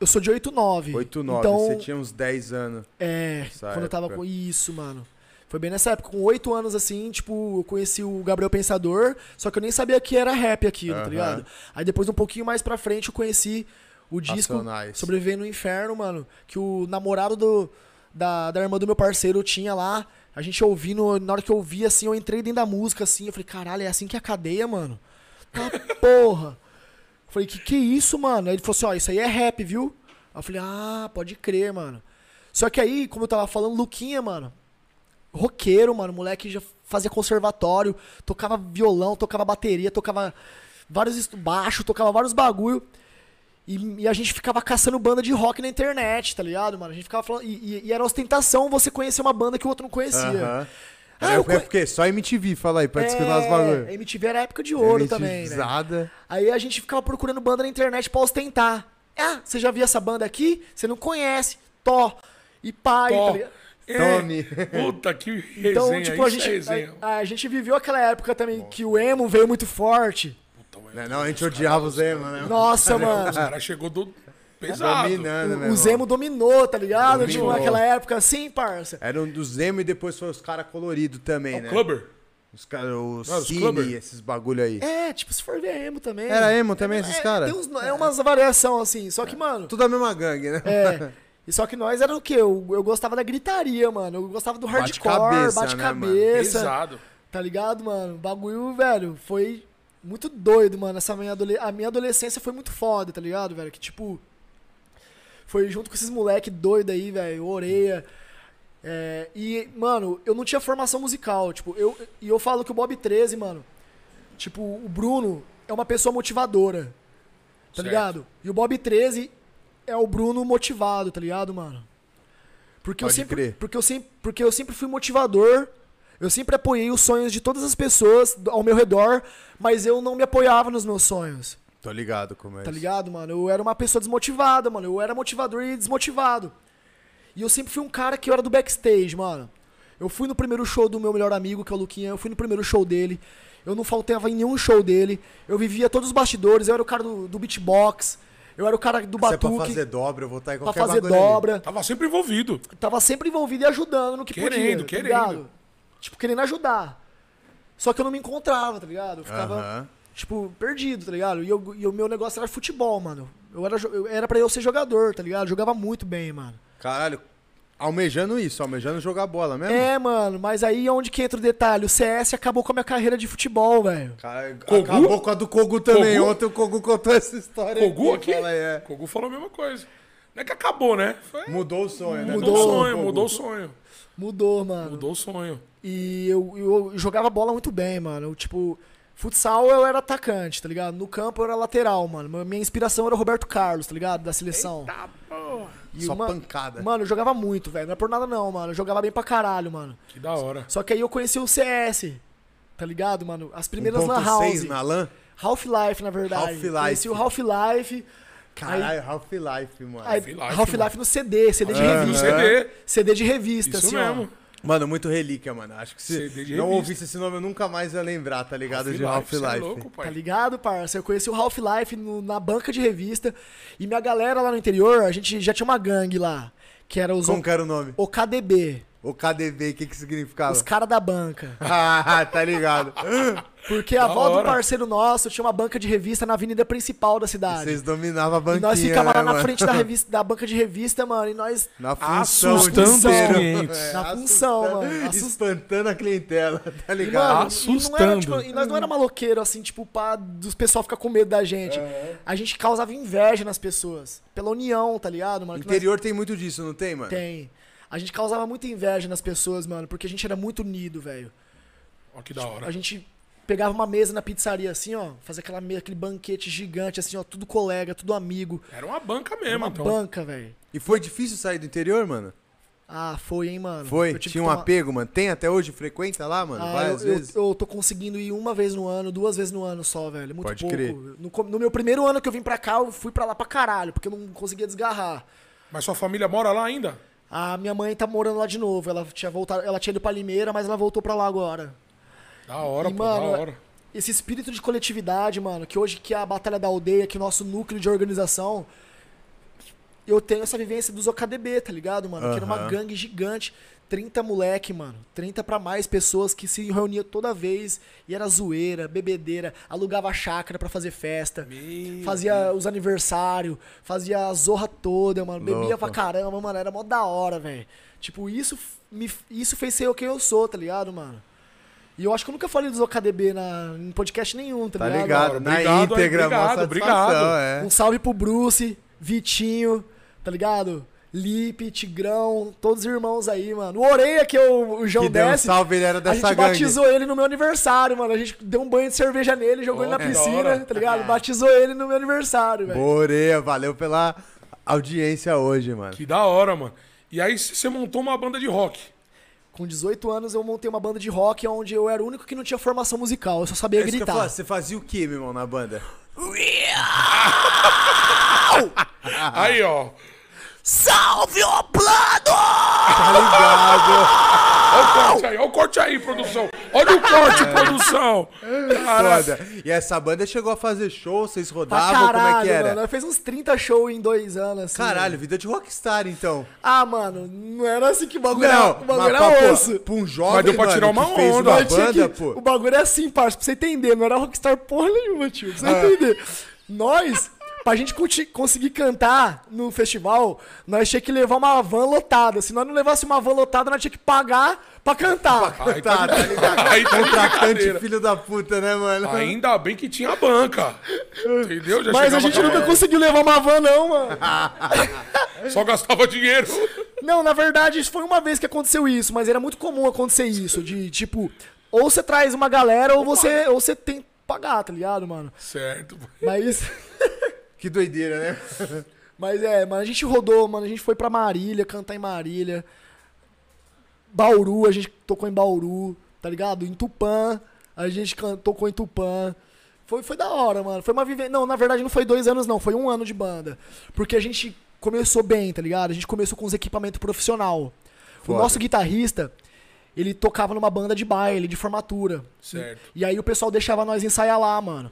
Eu sou de 8,9.
8, 9,
Então,
você tinha uns 10 anos.
é,
nessa
quando eu tava
época.
com isso, mano. Foi bem nessa época, com 8 anos assim, tipo, eu conheci o Gabriel Pensador, só que eu nem sabia que era rap aquilo, tá
Aham.
ligado? Aí depois, um pouquinho mais pra frente, eu conheci o disco
Racionais.
Sobreviver no Inferno, mano, que o namorado do, da, da irmã do meu parceiro tinha lá. A gente ouvindo, na hora que eu ouvi, assim, eu entrei dentro da música, assim, eu falei, caralho, é assim que é a cadeia, mano? Tá porra! Eu Falei, que que é isso, mano? Aí ele falou assim, ó, isso aí é rap, viu? Aí eu falei, ah, pode crer, mano. Só que aí, como eu tava falando, Luquinha, mano, roqueiro, mano, moleque já fazia conservatório, tocava violão, tocava bateria, tocava vários instru- baixo, tocava vários bagulho. E, e a gente ficava caçando banda de rock na internet, tá ligado, mano? A gente ficava falando. E, e- e era ostentação você conhecer uma banda que o outro não conhecia.
Aham.
Ah,
Era
eu
época-
co-
porque só MTV, fala aí, pra
É,
descobrir os bagulhos.
MTV era época de ouro também, né?
MTVzada.
Aí a gente ficava procurando banda na internet pra ostentar. Ah, você já viu essa banda aqui? Você não conhece. Tó. E pai, tá ligado?
Tome.
é. Puta que resenha.
Então, tipo, a
isso é
gente,
resenha.
a, a gente viveu aquela época também que o emo veio muito forte.
Não, não, a gente odiava os emo, né?
Nossa,
Os
mano.
caras chegou do pesado.
Dominando, né?
O Zemo dominou, tá ligado?
Dominou.
Tipo, naquela época assim, parça.
Era um dos emo e depois foi os caras coloridos também, né?
É Clubber.
Os caras, os
Não, os
Cine,
clubber.
esses bagulho aí.
É, tipo, se for ver emo também.
Era emo também, esses É.
É,
caras?
tem uns- É umas variação assim, só que, mano.
Tudo a mesma gangue, né?
É. E só que nós era o quê? Eu, eu gostava da gritaria, mano. Eu gostava do hardcore,
Bate-cabeça, né,
bate-cabeça.
Pesado.
Tá ligado, mano? O bagulho, velho, foi muito doido, mano. Essa minha adole... A minha adolescência foi muito foda, tá ligado, velho? Que tipo. Foi junto com esses moleque doido aí, velho. Oreia. É, e, mano, eu não tinha formação musical. Tipo, eu, e eu falo que o Bob 13, mano. Tipo, o Bruno é uma pessoa motivadora. Tá
Certo.
ligado? E o Bob 13 é o Bruno motivado, tá ligado, mano? Porque eu
Pode
sempre,
crer.
porque eu sempre, porque eu sempre fui motivador. Eu sempre apoiei os sonhos de todas as pessoas do- ao meu redor, mas eu não me apoiava nos meus sonhos.
Tô ligado como é
Tá
isso.
ligado, mano? Eu era uma pessoa desmotivada, mano. Eu era motivador e desmotivado. E eu sempre fui um cara que eu era do backstage, mano. Eu fui no primeiro show do meu melhor amigo, que é o Luquinha. Eu fui no primeiro show dele. Eu não faltava em nenhum show dele. Eu vivia todos os bastidores. Eu era o cara do, do beatbox. Eu era o cara do
Se é pra
batuque.
fazer dobra, eu vou estar em
pra
qualquer
fazer
bagulho ali.
dobra
Tava sempre envolvido.
tava sempre envolvido e ajudando no que
Querendo,
podia. tá
querendo.
ligado? Tipo, querendo ajudar. Só que eu não me encontrava, tá ligado? Eu ficava,
Aham.
tipo, perdido, tá ligado? E, eu- e o meu negócio era futebol, mano. Eu era, jo- eu, era pra eu ser jogador, tá ligado? Eu jogava muito bem, mano.
Caralho, almejando isso, almejando jogar bola mesmo?
É, mano, mas aí é onde que entra o detalhe. O CS acabou com a minha carreira de futebol, velho.
Caralho,
Kogu?
acabou com a do Kogu também.
Kogu?
Ontem o Kogu contou essa história.
Kogu aqui?
Fala aí, é.
Kogu falou a mesma coisa. Não é que acabou, né? Foi-
Mudou o sonho, né?
mudou
um
o sonho,
Kogu.
mudou o sonho.
Mudou, mano.
Mudou o sonho.
E eu, eu jogava bola muito bem, mano. Eu, tipo, Futsal eu era atacante, tá ligado? No campo eu era lateral, mano. Minha inspiração era o Roberto Carlos, tá ligado? Da seleção.
Tá, porra.
E
Só
uma-
pancada.
Mano, eu jogava muito, velho. Não é por nada não, mano. Eu jogava bem pra caralho, mano.
Que da hora.
Só que aí eu conheci o CS, tá ligado, mano? As primeiras lan
1.6
house.
na LAN?
Half-Life, na verdade.
Half-Life.
Conheci o Half-Life.
Caralho, Half-Life, mano.
Aí,
Half-Life,
Half-Life no CD, CD de
É,
Aham.
revista.
né?
CD.
CD de revista,
Isso
Tá assim,
mesmo.
ó.
Mano, muito relíquia, mano. Acho que se
CD de
não
revista.
ouvisse esse nome, eu nunca mais ia lembrar, tá ligado? de
Half-Life, cê
Half-Life.
É louco,
Tá
pai.
ligado, parça? Eu conheci o Half-Life no- na banca de revista. E minha galera lá no interior, a gente já tinha uma gangue lá. Que era os
Como
O-
que era o nome?
OKDB.
O KDB, o que que significava?
Os caras da banca.
Ah, tá ligado.
Porque a avó do
hora.
parceiro nosso tinha uma banca de revista na avenida principal da cidade.
Vocês dominavam a
E
banquinha,
nós ficava
né,
lá na
mano?
frente da, revista, da banca de revista, mano. E nós.
Na função o dia
Assustando os
inteiro.
clientes.
É,
Na função,
assustando-
mano. Assust-
Espantando a clientela, tá
E,
ligado?
mano, e não era,
Assustando.
tipo, e nós não era maloqueiro, assim, tipo, pra dos pessoal ficar com medo da gente. A gente causava inveja nas pessoas. Pela união, tá ligado, mano? Que nós-
Interior tem muito disso, não tem, mano?
Tem. A gente causava muita inveja nas pessoas, mano, porque a gente era muito unido, velho.
Ó, que da hora.
Tipo, A gente pegava uma mesa na pizzaria, assim, ó, fazia aquela mesa, aquele banquete gigante, assim, ó, tudo colega, tudo amigo.
Era uma banca
É,
mesmo,
Uma
então.
banca, velho.
E foi difícil sair do interior, mano?
Ah, foi, hein, mano.
Foi?
Eu tive
Tinha um
que tomar-
apego, mano? Tem até hoje? Frequenta lá, mano?
Ah,
Várias
eu, eu-
vezes?
eu tô conseguindo ir uma vez no ano, duas vezes no ano só, velho. Muito
Pode
pouco.
crer.
No, com- no meu primeiro ano que eu vim pra cá, eu fui pra lá pra caralho, porque eu não conseguia desgarrar.
Mas sua família mora lá ainda?
A minha mãe tá morando lá de novo. Ela tinha voltado, ela tinha ido pra Limeira, mas ela voltou pra lá agora.
Da hora,
E,
pô,
mano,
da hora.
esse espírito de coletividade, mano, que hoje que é a Batalha da Aldeia, que é o nosso núcleo de organização, eu tenho essa vivência dos OKDB, tá ligado, mano? Que era uma
Aham.
gangue gigante, 30 moleque, mano, 30 pra mais pessoas que se reuniam toda vez e era zoeira, bebedeira, alugava chácara pra fazer festa, fazia os aniversários, fazia a zorra toda, mano, bebia
Louco.
pra caramba, mano, era mó da hora, velho. Tipo, isso me isso fez ser eu quem eu sou, tá ligado, mano? E eu acho que eu nunca falei dos OKDB na, em podcast nenhum, tá,
Tá
ligado?
ligado? Na
Obrigado,
íntegra, mó
obrigado,
satisfação,
obrigado.
é.
Um salve pro Bruce, Vitinho, tá ligado? Lipe, Tigrão, todos os irmãos aí, mano. O Oreia, que é o, o João
Que deu um
desce,
salve, ele era
a
dessa
gente
gangue.
batizou ele no meu aniversário, mano. A gente deu um banho de cerveja nele, jogou
Ó,
ele na
que da
piscina,
hora.
tá ligado?
É.
Batizou ele no meu aniversário, velho.
Boreia, valeu pela audiência hoje, mano.
Que da hora, mano. E aí c- você montou uma banda de rock.
Com 18 anos eu montei uma banda de rock onde eu era o único que não tinha formação musical, eu só sabia
É isso que eu ia falar,
gritar.
Você fazia o que, meu irmão, na banda?
Aí, ó.
Salve o plano!
Tá ligado?
Olha o corte aí, olha o corte aí, produção. Olha o corte, produção. Cara,
Foda. E essa banda chegou a fazer show, vocês
Pra
rodavam,
caralho,
como é que era?
mano. Ela fez uns 30 shows em dois anos, assim.
Caralho, vida de rockstar, então.
Ah, mano, não era assim que o bagulho era,
Não,
o bagulho
mas pra,
era
pô,
osso.
pra um jovem,
Mas deu pra
mano,
tirar uma
que fez
onda.
uma
Mas
Tinha
banda,
que-
pô.
O bagulho é assim, parça, pra você entender, não era rockstar porra nenhuma, tio, pra você
Ah.
entender. Nós, pra gente conti- conseguir cantar no festival, nós tinha que levar uma van lotada. Se nós não levasse uma van lotada, nós tinha que pagar pra cantar.
Aí
Tá, tá ligado?
Aí tá de
Contratante
brincadeira.
filho da puta, né, mano?
Ainda bem que tinha a banca. Entendeu? Já
Mas
chegava
a gente nunca
acabando.
conseguiu levar uma van, não, mano.
Só gastava dinheiro.
Não, na verdade, isso foi uma vez que aconteceu isso, mas era muito comum acontecer isso. De tipo, ou você traz uma galera, ou você, ou você tem que pagar, tá ligado, mano?
Certo.
Mas.
Que doideira, né?
Mas é, mano, a gente rodou, mano. A gente foi pra Marília, cantar em Marília. Bauru, a gente tocou em Bauru, tá ligado? Em Tupã, a gente can- tocou em Tupã. Foi, foi da hora, mano. Foi uma vivência. Não, na verdade não foi dois anos, não. Foi um ano de banda. Porque a gente começou bem, tá ligado? A gente começou com os equipamentos profissional. O
Foda.
nosso guitarrista, ele tocava numa banda de baile, de formatura.
Certo.
E aí o pessoal deixava nós ensaiar lá, mano.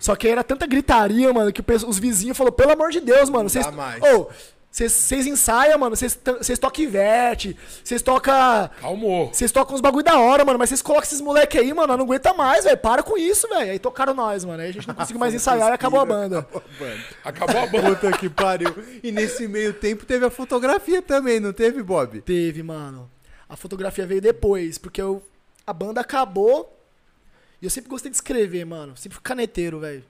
Só que aí era tanta gritaria, mano, que o pe- os vizinhos falaram, pelo amor de Deus, mano, vocês.
dá mais.
Ô, vocês- vocês ensaiam, mano, vocês tan- vocês tocam Ivete, vocês tocam.
Calmou.
Vocês tocam uns bagulho da hora, mano, mas vocês colocam esses moleque aí, mano, não aguenta mais, velho. Para com isso, velho. Aí tocaram nós, mano. Aí a gente não conseguiu mais ensaiar e acabou a banda.
Acabou a banda.
Puta que pariu. E nesse meio tempo teve a fotografia também, não teve, Bob?
Teve, mano. A fotografia veio depois, porque eu, a banda acabou. E eu sempre gostei de escrever, mano. Sempre fui caneteiro, velho.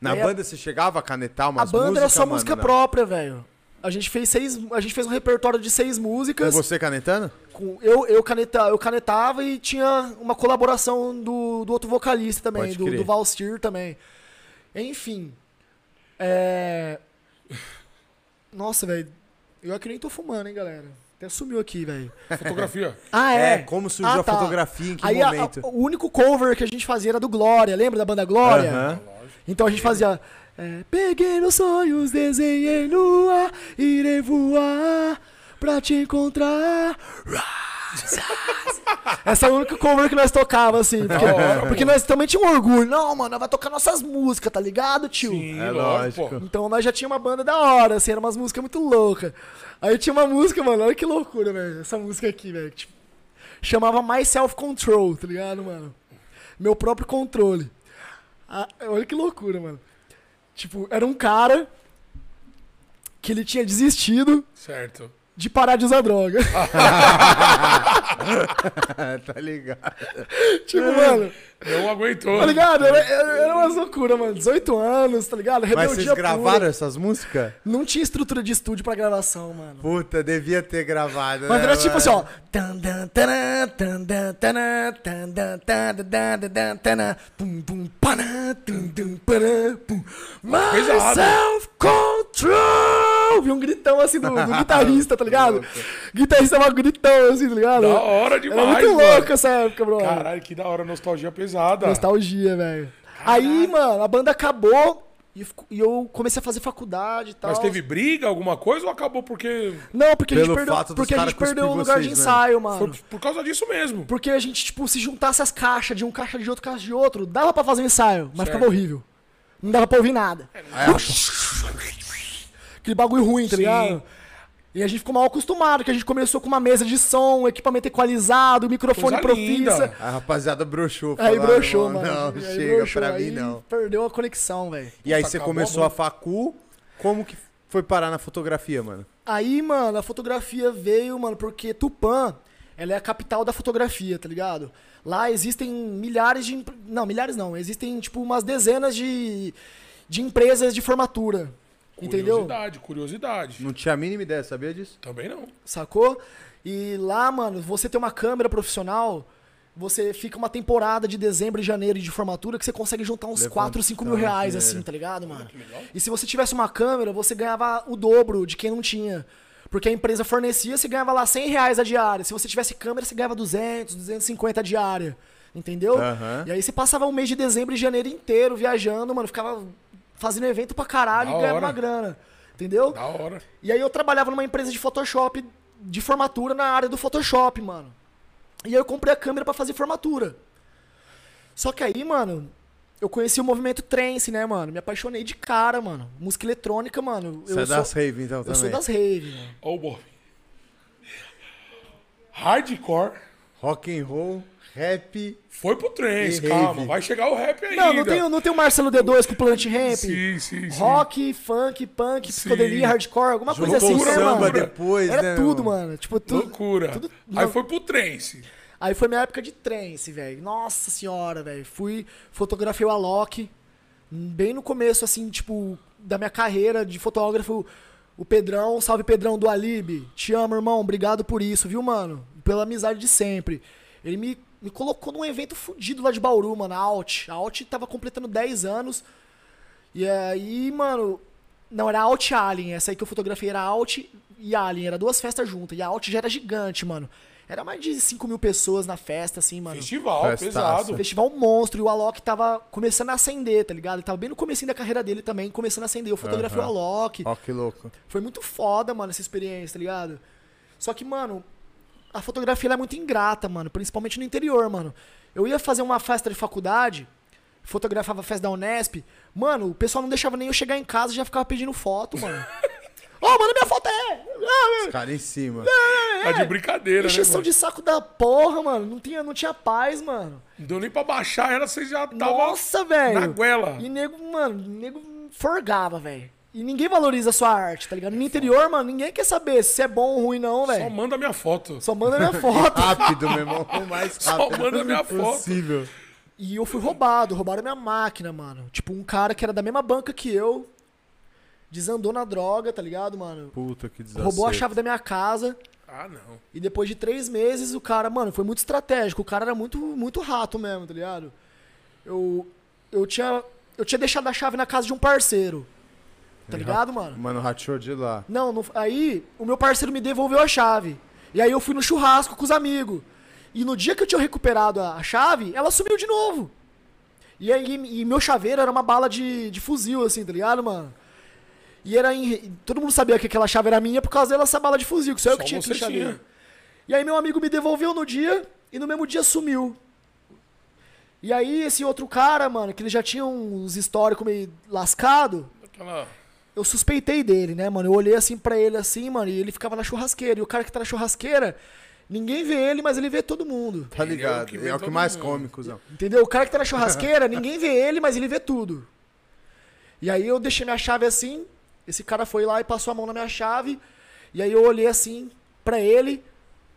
Na
Aí a-
banda você chegava a canetar umas
A banda era
músicas,
só
mano, né?
música
não?
própria, velho. A gente fez seis. A gente fez um repertório de seis músicas.
É Você canetando?
com- eu, eu, caneta, eu canetava e tinha uma colaboração do, do outro vocalista também,
Pode
do,
crer.
do Valstir também. Enfim. É. Nossa, velho. Eu aqui nem tô fumando, hein, galera. Até sumiu aqui, velho.
Fotografia.
Ah,
É,
é.
como surgiu a fotografia, em que
Aí, a-
momento?
a- o único cover que a gente fazia era do Glória, lembra da banda Glória?
Aham.
Então a gente fazia. é, Peguei meus sonhos, desenhei no ar, irei voar pra te encontrar. Essa é a única cover que nós tocava, assim. Porque,
hora,
porque nós também tínhamos orgulho. Não, mano, nós vai tocar nossas músicas, tá ligado, tio?
Sim,
É
lógico.
lógico.
pô.
Então nós já tinha uma banda da hora, assim, eram umas músicas muito loucas. Aí tinha uma música, mano, olha que loucura, velho. Essa música aqui, velho. que, Tipo, chamava My Self Control, tá ligado, mano? Meu próprio controle. Ah, olha que loucura, mano. Tipo, era um cara que ele tinha desistido
Certo.
de parar de usar droga.
Ah. tá ligado.
tipo, mano,
Não aguentou.
tá ligado? Era, era era umas loucuras, mano. 18 anos, tá ligado?
Mas
Rebeldia
vocês
pura.
gravaram essas músicas?
Não tinha estrutura de estúdio pra gravação, mano.
Puta, devia ter gravado.
Mas
né,
era tipo
mano?
assim, ó. Tan, dan, taran, tan, dan, taran, tan, dan, tan, dan, dan, dan, dan, taran, pum, pum, paran, tum, tum, paran, pum. My
Pesado.
self-control! Vi um gritão assim do, do guitarrista, tá ligado? Guitarrista tava gritão assim, tá ligado?
Da hora
Era
demais,
muito
mano.
louco essa época, bro.
Caralho, que da hora. Nostalgia pesada.
Nostalgia, velho. Aí, mano, a banda acabou e eu fico- e eu comecei a fazer faculdade e tal.
Mas teve briga, alguma coisa, ou acabou porque...
Não, porque a
Pelo
gente perdeu,
fato dos
porque a
cara
gente perdeu o
cuspir
lugar de
vocês, né?
ensaio, mano.
Foi por causa disso mesmo.
Porque a gente, tipo, se juntasse as caixas de um caixa de outro, caixa de outro, dava pra fazer um ensaio, mas ficava horrível. Não dava pra ouvir nada. Aquele bagulho ruim,
É, Sim.
tá ligado? E a gente ficou mal acostumado, que a gente começou com uma mesa de som, equipamento equalizado, microfone
Coisa
profissa.
linda.
A rapaziada broxou.
Aí
falaram,
broxou,
"Não,
mano.
Não,
Aí
chega
broxou,
pra
aí
mim, não.
Perdeu a conexão, velho.
E aí
Puta,
você
acabou
começou
a
a facu, como que foi parar na fotografia, mano?
Aí, mano, a fotografia veio, mano, porque Tupã, ela é a capital da fotografia, tá ligado? Lá existem milhares de. empre- Não, milhares não. Existem, tipo, umas dezenas de, de empresas de formatura. Entendeu?
Curiosidade, curiosidade.
Não tinha a mínima ideia, sabia disso?
Também não.
Sacou? E lá, mano, você tem uma câmera profissional, você fica uma temporada de dezembro e janeiro de formatura que você consegue juntar uns
Levanta
4, 5 mil
um
reais,
dinheiro.
assim, tá ligado, mano? E se você tivesse uma câmera, você ganhava o dobro de quem não tinha. Porque a empresa fornecia, você ganhava lá 100 reais a diária. Se você tivesse câmera, você ganhava 200, 250 a diária. Entendeu?
Aham.
E aí você passava o mês de dezembro e janeiro inteiro viajando, mano, ficava fazendo evento pra caralho
Da
e ganhava
hora.
uma grana. Entendeu?
Da hora.
E aí eu trabalhava numa empresa de Photoshop, de formatura na área do Photoshop, mano. E aí eu comprei a câmera pra fazer formatura. Só que aí, mano, eu conheci o movimento trance, né, mano? Me apaixonei de cara, mano. Música eletrônica, mano. Eu
Você é
sou,
das rave, então,
eu
também.
sou das rave, mano.
Ó o Bob. Hardcore
Rock and roll, rap...
foi pro trance,
E
calma.
rave.
Vai chegar o rap ainda.
Não, não tem, não tem o Marcelo D2 com o Plant Ramp?
Sim, sim, sim.
Rock, funk, punk, psicodelia, hardcore, alguma coisa
Juntou
assim,
o
né,
samba
mano?
depois,
Era
né,
tudo,
mano?
mano. Tipo, tudo.
Loucura.
tudo-
Aí foi pro trance.
Aí foi minha época de trance, velho. Nossa senhora, velho. Fui, fotografei o Alok. Bem no começo, assim, tipo, da minha carreira de fotógrafo. O Pedrão, salve Pedrão do Alibi. Te amo, irmão. Obrigado por isso, viu, mano? Pela amizade de sempre. Ele me, me colocou num evento fudido lá de Bauru, mano. A Alt. A Alt tava completando 10 anos. E aí, mano. Não, era Alt e Alien. Essa aí que eu fotografei era Alt e Alien. Era duas festas juntas. E a Alt já era gigante, mano. Era mais de 5 mil pessoas na festa, assim, mano.
Festival,
Festaça.
pesado.
Festival monstro. E o Alok tava começando a acender, tá ligado? Ele tava bem no comecinho da carreira dele também, começando a acender. Eu fotografei o Alok.
Ó, que louco.
Foi muito foda, mano, essa experiência, tá ligado? Só que, mano, a fotografia ela é muito ingrata, mano. Principalmente no interior, mano. Eu ia fazer uma festa de faculdade, fotografava a festa da Unesp. Mano, o pessoal não deixava nem eu chegar em casa e já ficava pedindo foto, mano. Ô, manda minha foto aí! Ah,
Os caras em cima.
Tá de brincadeira, né?
Encheção
mano?
É, de saco da porra, mano. Não tinha, não tinha paz, mano.
Não deu nem pra baixar ela, você já tava.
Nossa, velho.
Tá na guela.
E nego, mano, nego forgava, velho. E ninguém valoriza a sua arte, tá ligado? No interior, mano, ninguém quer saber se é bom ou ruim, não,
É Só
velho.
manda Ah. minha foto.
Só manda minha foto.
Rápido, meu irmão. O mais
Só
rápido
manda minha foto.
possível.
E eu fui roubado, roubaram minha máquina, mano. Tipo, um cara que era da mesma banca que eu. desandou na droga, tá ligado, mano?
Puta que desastre.
Roubou a chave da minha casa.
Ah, não.
E depois de três meses, o cara, mano, foi muito estratégico. O cara era muito, muito rato mesmo, tá ligado? Eu, eu, tinha, eu tinha deixado a chave na casa de um parceiro. Tá ligado, mano?
Mano, rachou de lá.
Não, não- aí o meu parceiro me devolveu a chave. E aí eu fui no churrasco com os amigos. E no dia que eu tinha recuperado a, a chave, ela sumiu de novo. E aí e meu chaveiro era uma bala de, de fuzil, assim, tá ligado, mano? E era em, todo mundo sabia que aquela chave era minha por causa dessa bala de fuzil, que só, eu
Só
que tinha
você
aquele chaveiro.
tinha.
E aí meu amigo me devolveu no dia e no mesmo dia sumiu. E aí esse outro cara, mano, que ele já tinha uns históricos meio lascado,
Aquela...
eu suspeitei dele, né, mano? Eu olhei assim pra ele assim, mano, e ele ficava na churrasqueira. E o cara que tá na churrasqueira, ninguém vê ele, mas ele vê todo mundo.
Tá
Ele é o
ligado?
que
É
vê
o que
todo
mais
mundo.
cômico, Zão.
Entendeu? O cara que tá na churrasqueira, ninguém vê ele, mas ele vê tudo. E aí eu deixei minha chave assim, esse cara foi lá e passou a mão na minha chave, e aí eu olhei assim pra ele,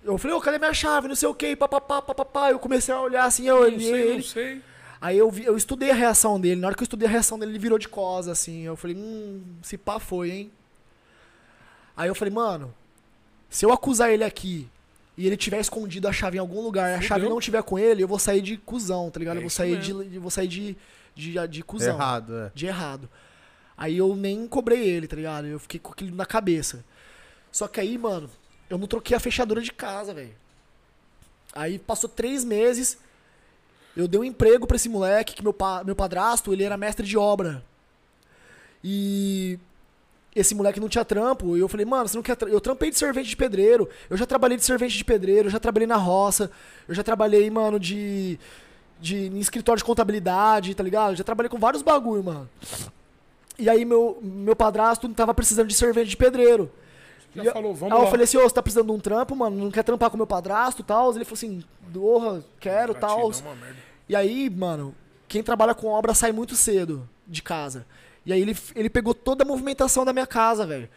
eu falei, ô, cadê minha chave? Não sei o que, papapá, papapá. Eu comecei a olhar assim, eu
Não
olhei
sei, né? não
ele.
sei.
Aí eu, vi- eu estudei a reação dele. Na hora que eu estudei a reação dele, ele virou de cosa, assim. Eu falei, hum, se pá foi, hein? Aí eu falei, mano, se eu acusar ele aqui e ele tiver escondido a chave em algum lugar e a chave não tiver com ele, eu vou sair de cuzão, tá ligado?
É
eu vou
isso
sair, de, eu vou sair de, de, de cuzão.
Errado, é.
De errado. Aí eu nem cobrei ele, tá ligado? Eu fiquei com aquilo na cabeça. Só que aí, mano, eu não troquei a fechadura de casa, velho. Aí passou três meses, eu dei um emprego pra esse moleque, que meu, pa- meu padrasto, ele era mestre de obra. E esse moleque não tinha trampo. E eu falei, mano, você não quer. tra- Eu trampei de servente de pedreiro. Eu já trabalhei de servente de pedreiro, eu já trabalhei na roça, eu já trabalhei, mano, de. de em escritório de contabilidade, tá ligado? Eu já trabalhei com vários bagulho, mano. E aí meu, meu padrasto não tava precisando de servente de pedreiro.
Já
E eu-
falou, vamos
aí
lá.
eu falei assim, ô, você tá precisando de um trampo, mano? Não quer trampar com meu padrasto e tal? Ele falou assim, porra, quero, tal.
Gratidão, uma merda.
E aí, mano, quem trabalha com obra sai muito cedo de casa. E aí ele, ele pegou toda a movimentação da minha casa, velho.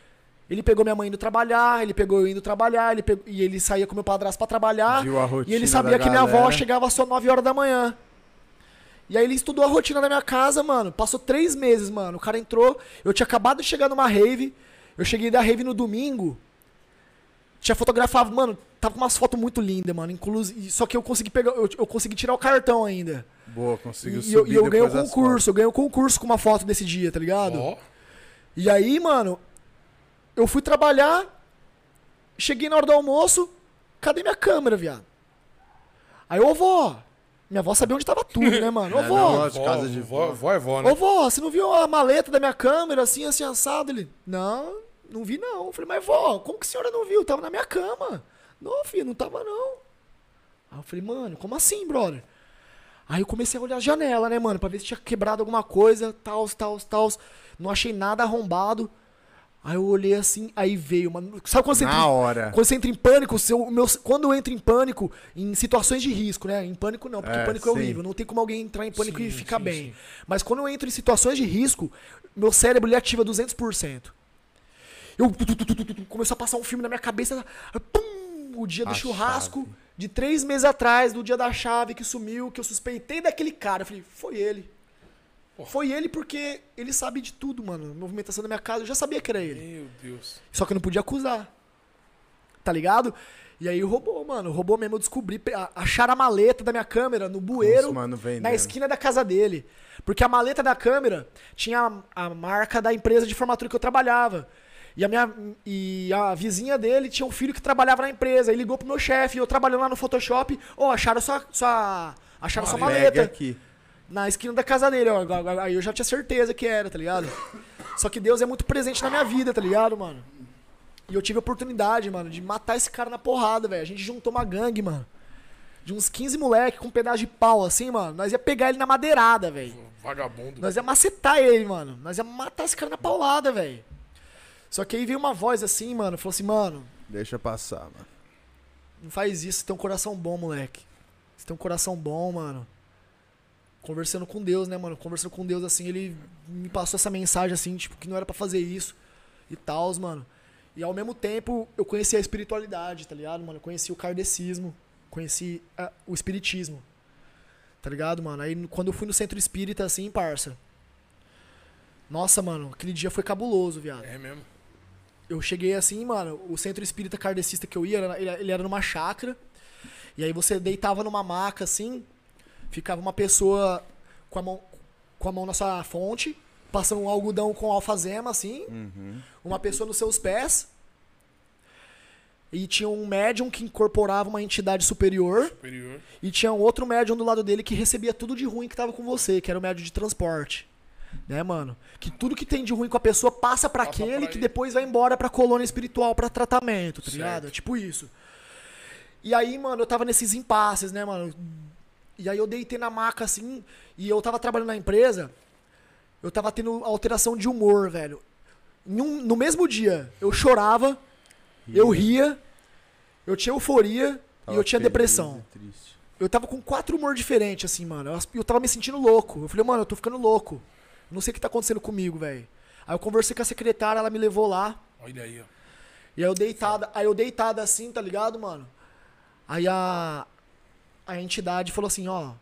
Ele pegou minha mãe indo trabalhar, ele pegou eu indo trabalhar, ele pegou- e ele saía com meu padrasto pra trabalhar.
Viu a
e
rotina
ele
da
sabia que minha avó
galera.
chegava só 9 horas da manhã. E aí ele estudou a rotina da minha casa, mano. Passou três meses, mano. O cara entrou, eu tinha acabado de chegar numa rave. Eu cheguei da rave no domingo. Tinha fotografado, mano, tava com umas fotos muito lindas, mano. Inclusive, só que eu consegui pegar, eu, eu consegui tirar o cartão ainda.
Boa, conseguiu
E
subir
eu, e eu ganhei o
depois das
concurso, eu ganhei o concurso com uma foto desse dia, tá ligado?
Ó,
E aí, mano, eu fui trabalhar, cheguei na hora do almoço, cadê minha câmera, viado? Aí, ô vó, minha avó sabia onde tava tudo, né, mano? Ô
É,
vó,
não,
vó,
de casa de
vó,
vó.
vó é vó, né?
Ô vó, você não viu a maleta da minha câmera assim, assim, assado? Ele, não, não vi não. Eu falei, mas vó, como que a senhora não viu? Tava na minha cama. Não, filho, não tava não. Aí eu falei, mano, como assim, brother? Aí eu comecei a olhar a janela, né, mano, pra ver se tinha quebrado alguma coisa, tals, tals, tals. Não achei nada arrombado. Aí eu olhei assim, aí veio, mano. Sabe quando você
Na
entra em-
hora.
Quando você entra em pânico, o seu, o meu, quando eu entro em pânico, em situações de risco, né? Em pânico não, porque
É,
pânico é
sim.
horrível. Não tem como alguém entrar em pânico
Sim,
e ficar
sim,
bem.
sim.
Mas quando eu entro em situações de risco, meu cérebro ele ativa 200%. Eu tu, tu, tu, tu, tu, tu, começou a passar um filme na minha cabeça, pum, o dia do
A
churrasco
chave.
de três meses atrás, do dia da chave que sumiu, que eu suspeitei daquele cara. Eu falei, foi ele. Foi ele porque ele sabe de tudo, mano. Movimentação da minha casa, eu já sabia que era ele.
Meu Deus.
Só que eu não podia acusar. Tá ligado? E aí roubou, mano. Roubou mesmo. Eu descobri. pe- a- Acharam a maleta da minha câmera no bueiro.
Nossa, mano, vendendo.
na esquina da casa dele. Porque a maleta da câmera tinha a, a marca da empresa de formatura que eu trabalhava. E a minha. E a vizinha dele tinha um filho que trabalhava na empresa. E ligou pro meu chefe. E eu trabalhando lá no Photoshop. Ô, acharam sua. sua acharam sua
fotos. Pega
maleta
aqui.
na esquina da casa dele, ó. Aí eu já tinha certeza que era, tá ligado? Só que Deus é muito presente na minha vida, tá ligado, mano? E eu tive a oportunidade, mano, de matar esse cara na porrada, velho. A gente juntou uma gangue, mano. De uns 15 moleque com um pedaço de pau, assim, mano. Nós ia pegar ele na madeirada, velho.
Vagabundo.
Nós ia macetar ele, mano. Nós ia matar esse cara na paulada, velho. Só que aí veio uma voz assim, mano. Falou assim, mano,
Deixa passar, mano.
não faz isso, você tem um coração bom, moleque. Você tem um coração bom, mano. Conversando com Deus, né, mano? Conversando com Deus, assim, ele me passou essa mensagem, assim, tipo, que não era pra fazer isso e tal, mano. E ao mesmo tempo, eu conheci a espiritualidade, tá ligado, mano? Eu conheci o kardecismo, conheci ah, o espiritismo, tá ligado, mano? Aí quando eu fui no centro espírita, assim, parça, Nossa, mano, aquele dia foi cabuloso, viado.
É mesmo.
Eu cheguei assim, mano, o centro espírita kardecista que eu ia, era- ele, ele era numa chácara. E aí você deitava numa maca assim, ficava uma pessoa com a mão, com a mão na sua fonte, passando um algodão com alfazema assim, uma pessoa nos seus pés. E tinha um médium que incorporava uma entidade superior.
Superior.
E tinha um outro médium do lado dele que recebia tudo de ruim que tava com você, que era o médium de transporte. Né, mano? Que tudo que tem de ruim com a pessoa passa pra
Passa
aquele
pra
que
ele.
depois vai embora pra colônia espiritual pra tratamento, tá
Certo.
ligado? É Tipo isso. E aí, mano, eu tava nesses impasses, né, mano? E aí eu deitei na maca assim, e eu tava trabalhando na empresa, eu tava tendo alteração de humor, velho. Em um- no mesmo dia, eu chorava, eu ria, eu tinha euforia e eu tinha depressão. Eu tava com quatro humor diferentes, assim, mano. Eu, eu tava me sentindo louco. Eu falei, mano, eu tô ficando louco. Não sei o que tá acontecendo comigo, velho. Aí eu conversei com a secretária, ela me levou lá.
Olha aí, ó.
E aí eu deitada, aí eu deitada assim, tá ligado, mano? Aí a, a entidade falou assim, ó,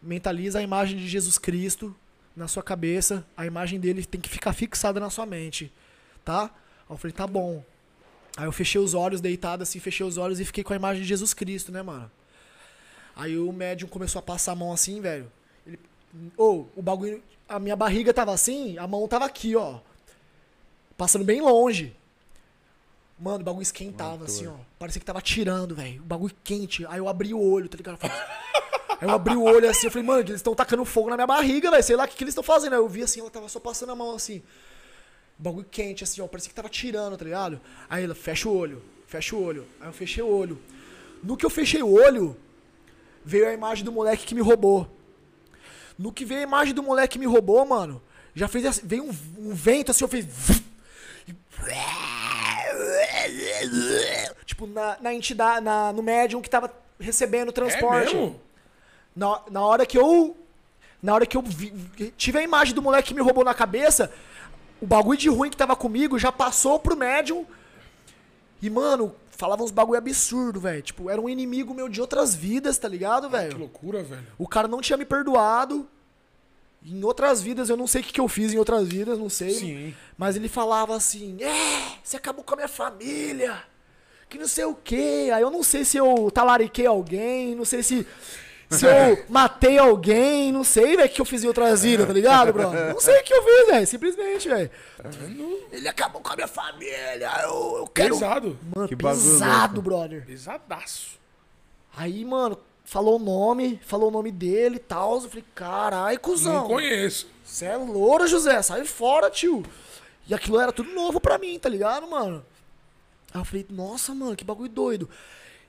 mentaliza a imagem de Jesus Cristo na sua cabeça, a imagem dele tem que ficar fixada na sua mente, tá? Aí eu falei, tá bom. Aí eu fechei os olhos, deitado assim, fechei os olhos e fiquei com a imagem de Jesus Cristo, né, mano? Aí o médium começou a passar a mão assim, velho. Ele, ô, o bagulho, a minha barriga tava assim, a mão tava aqui, ó. Passando bem longe. Mano, o bagulho esquentava assim, ó. Parecia que tava tirando, velho. O bagulho quente. Aí eu abri o olho, tá ligado? Eu falei, Aí eu abri o olho assim, eu falei, mano, eles estão tacando fogo na minha barriga, velho. Sei lá o que, que eles estão fazendo. Aí eu vi assim, ela tava só passando a mão assim. Bagulho quente, assim, ó. Parecia que tava tirando, tá ligado? Aí ela, fecha o olho, fecha o olho. Aí eu fechei o olho. No que eu fechei o olho, veio a imagem do moleque que me roubou. No que veio a imagem do moleque que me roubou, mano, já fez assim, veio um, um vento assim, eu fiz. Tipo, na, na entidade, na, no médium que tava recebendo o
É
transporte.
mesmo?
Na, na hora que eu. Na hora que eu vi- vi- tive a imagem do moleque que me roubou na cabeça, o bagulho de ruim que tava comigo já passou pro médium. E, mano, falava uns bagulho absurdo, velho. Tipo, era um inimigo meu de outras vidas, tá ligado,
Que
velho?
loucura, velho.
O cara não tinha me perdoado. Em outras vidas, eu não sei o que, que eu fiz em outras vidas, não sei.
Sim.
Mas ele falava assim: É, você acabou com a minha família. Que não sei o quê. Aí eu não sei se eu talariquei alguém, não sei se. Se eu matei alguém, não sei, velho, o que eu fiz em outras vidas, tá ligado, bro? Não sei o que eu fiz, velho, simplesmente, velho. Ele acabou com a minha família, eu, eu quero...
Pesado.
Mano,
Que bagulho
pesado,
louco.
brother.
Pesadaço.
Aí, mano, falou o nome, falou o nome dele e tal. Eu falei, carai,
Não
cuzão.
conheço.
Você é louro, José, sai fora, tio. E aquilo era tudo novo pra mim, tá ligado, mano? Aí eu falei, nossa, mano, que bagulho doido.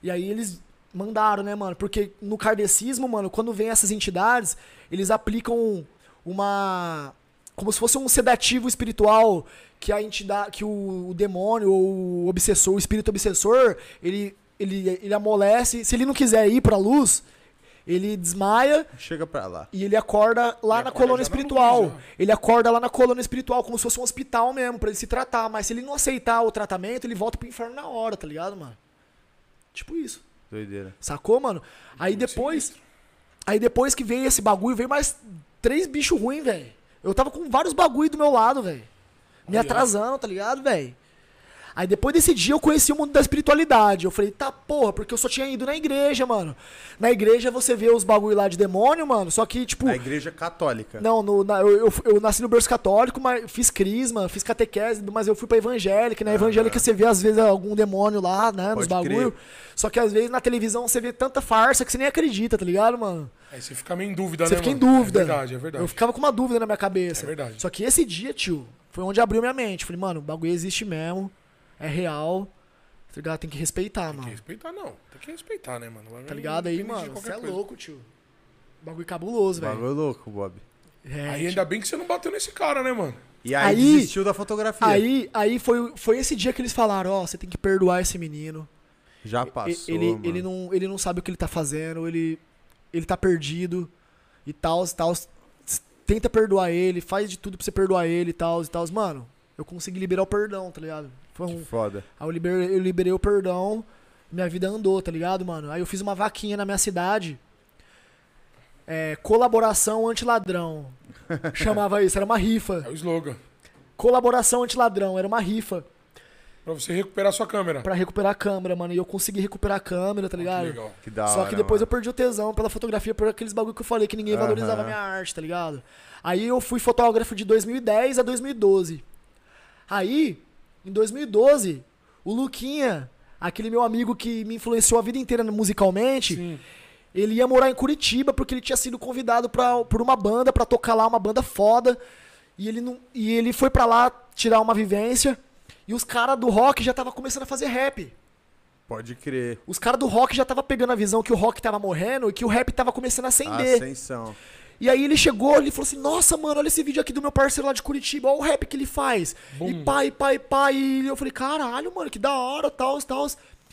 E aí eles mandaram, né, mano? Porque no kardecismo, mano, quando vem essas entidades, eles aplicam uma. Como se fosse um sedativo espiritual que a entidade. que o, o demônio ou o obsessor, o espírito obsessor, ele, ele, ele amolece. Se ele não quiser ir pra luz, ele desmaia
Chega pra lá.
e ele acorda lá
acorda
na colônia
já na
espiritual.
luz, já.
ele acorda lá na colônia espiritual, como se fosse um hospital mesmo, pra ele se tratar. Mas se ele não aceitar o tratamento, ele volta pro inferno na hora, tá ligado, mano? Tipo isso.
Doideira.
Sacou, mano? Aí depois. Aí depois que veio esse bagulho, veio mais três bichos ruins, velho. Eu tava com vários bagulho do meu lado, velho. Me atrasando, tá ligado, velho? Aí depois desse dia eu conheci o mundo da espiritualidade. Eu falei, tá porra, porque eu só tinha ido na igreja, mano. Na igreja você vê os bagulho lá de demônio, mano. Só que, tipo.
Na igreja católica.
Não, no- na- eu, eu- eu nasci no berço católico, mas fiz crisma, fiz catequese, mas eu fui pra evangélica. Na evangélica você vê, às vezes, algum demônio lá, né?
Pode
nos bagulho.
crer.
Só que às vezes na televisão você vê tanta farsa que você nem acredita, tá ligado, mano?
Aí você fica meio em dúvida,
Você
né,
fica em
mano?
dúvida.
É verdade, é verdade.
Eu ficava com uma dúvida na minha cabeça.
É verdade.
Só que esse dia, tio, foi onde abriu minha mente. Falei, mano, o bagulho existe mesmo, é real. Tá ligado? Tem que respeitar,
Tem que
mano.
respeitar, não. Tem que respeitar, né, mano? Vai-
Tá ligado aí,
independente de
mano?
qualquer
Você é
coisa.
louco, tio. Bagulho cabuloso, velho.
Bagulho louco, Bob.
É,
Aí ainda bem que você não bateu nesse cara, né, mano?
E aí,
Aí-
desistiu da fotografia.
Aí, aí foi, foi esse dia que eles falaram, ó, você tem que perdoar esse menino.
Já
E-
passou,
ele,
mano.
ele, não, ele não sabe o que ele tá fazendo, ele, ele tá perdido e tal, e tal. Tenta perdoar ele, faz de tudo pra você perdoar ele e tal, e tal. Mano, eu consegui liberar o perdão, tá ligado? Foi um,
Que foda.
Aí eu liberei, eu liberei o perdão, minha vida andou, tá ligado, mano? Aí eu fiz uma vaquinha na minha cidade. É, colaboração antiladrão. Chamava isso, era uma rifa.
É o slogan.
Colaboração antiladrão, era uma rifa
Pra você recuperar sua câmera.
pra recuperar a câmera, mano. E eu consegui recuperar a câmera, tá ligado?
legal.
Que da
Só
hora,
que depois
mano.
eu perdi o tesão pela fotografia, por aqueles bagulho que eu falei que ninguém valorizava a minha arte, tá ligado? Aí eu fui fotógrafo de 2010 a 2012. Aí, em 2012, o Luquinha, aquele meu amigo que me influenciou a vida inteira musicalmente, ele ia morar em Curitiba porque ele tinha sido convidado pra, por uma banda pra tocar lá, uma banda foda. E ele, não, e ele foi pra lá tirar uma vivência. E os caras do rock já tava começando a fazer rap.
Pode crer.
Os caras do rock já tava pegando a visão que o rock tava morrendo e que o rap tava começando a acender.
Ascensão.
E aí ele chegou ele falou assim: Nossa, mano, olha esse vídeo aqui do meu parceiro lá de Curitiba, olha o rap que ele faz. E pai, pai, pai. E eu falei: Caralho, mano, que da hora, tal, tal.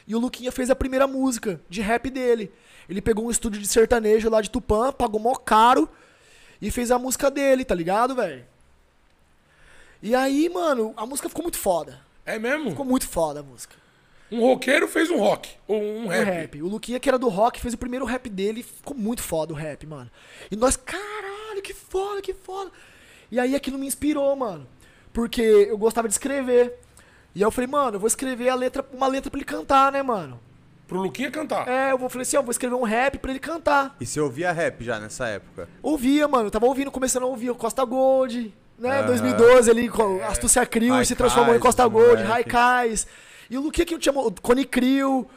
E o Luquinha fez a primeira música de rap dele. Ele pegou um estúdio de sertanejo lá de Tupã, pagou mó caro e fez a música dele, tá ligado, velho? E aí, mano, a música ficou muito foda.
É mesmo?
Ficou muito foda a música.
Um roqueiro fez um rock. Ou um
O
rap.
rap. O Luquinha, que era do rock, fez o primeiro rap dele. Ficou muito foda o rap, mano. E nós, caralho, que foda, que foda. E aí aquilo me inspirou, mano. Porque eu gostava de escrever. E aí eu falei, mano, eu vou escrever a letra, uma letra pra ele cantar, né, mano?
Pro Luquinha cantar.
É, eu vou, falei assim, ó, vou escrever um rap pra ele cantar.
E você ouvia rap já nessa época?
Ouvia, mano, eu tava ouvindo, começando a ouvir o Costa Gold, né? 2012 ali, com Astúcia Crio se
Raikais,
transformou em Costa Gold,
moleque.
Raikais. E o Luquinha que eu tinha. o Cone Crio.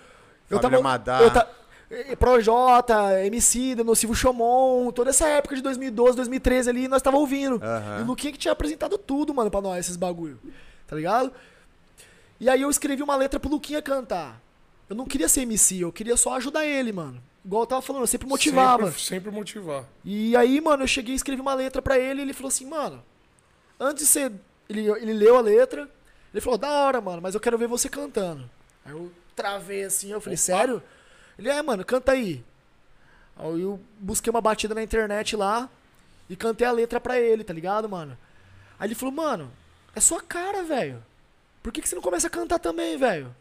Eu
Família
tava.
Madá.
Eu ta- eh, Projota, MC, da Nocivo Chomon, toda essa época de 2012, 2013 ali, nós tava ouvindo. E o Luquinha que tinha apresentado tudo, mano, pra nós, esses bagulho. Tá ligado? E aí eu escrevi uma letra pro Luquinha cantar. Eu não queria ser MC, eu queria só ajudar ele, mano. Igual eu tava falando, eu sempre motivava.
Sempre, sempre motivar.
E aí, mano, eu cheguei e escrevi uma letra pra ele e ele falou assim, mano, antes de você. Ele, ele leu a letra, ele falou, da hora, mano, mas eu quero ver você cantando. Aí eu travei assim, eu falei, sério? Ele, é, mano, canta aí. Aí eu busquei uma batida na internet lá e cantei a letra pra ele, tá ligado, mano? Aí ele falou, mano, é sua cara, velho. Por que, que você não começa a cantar também, velho?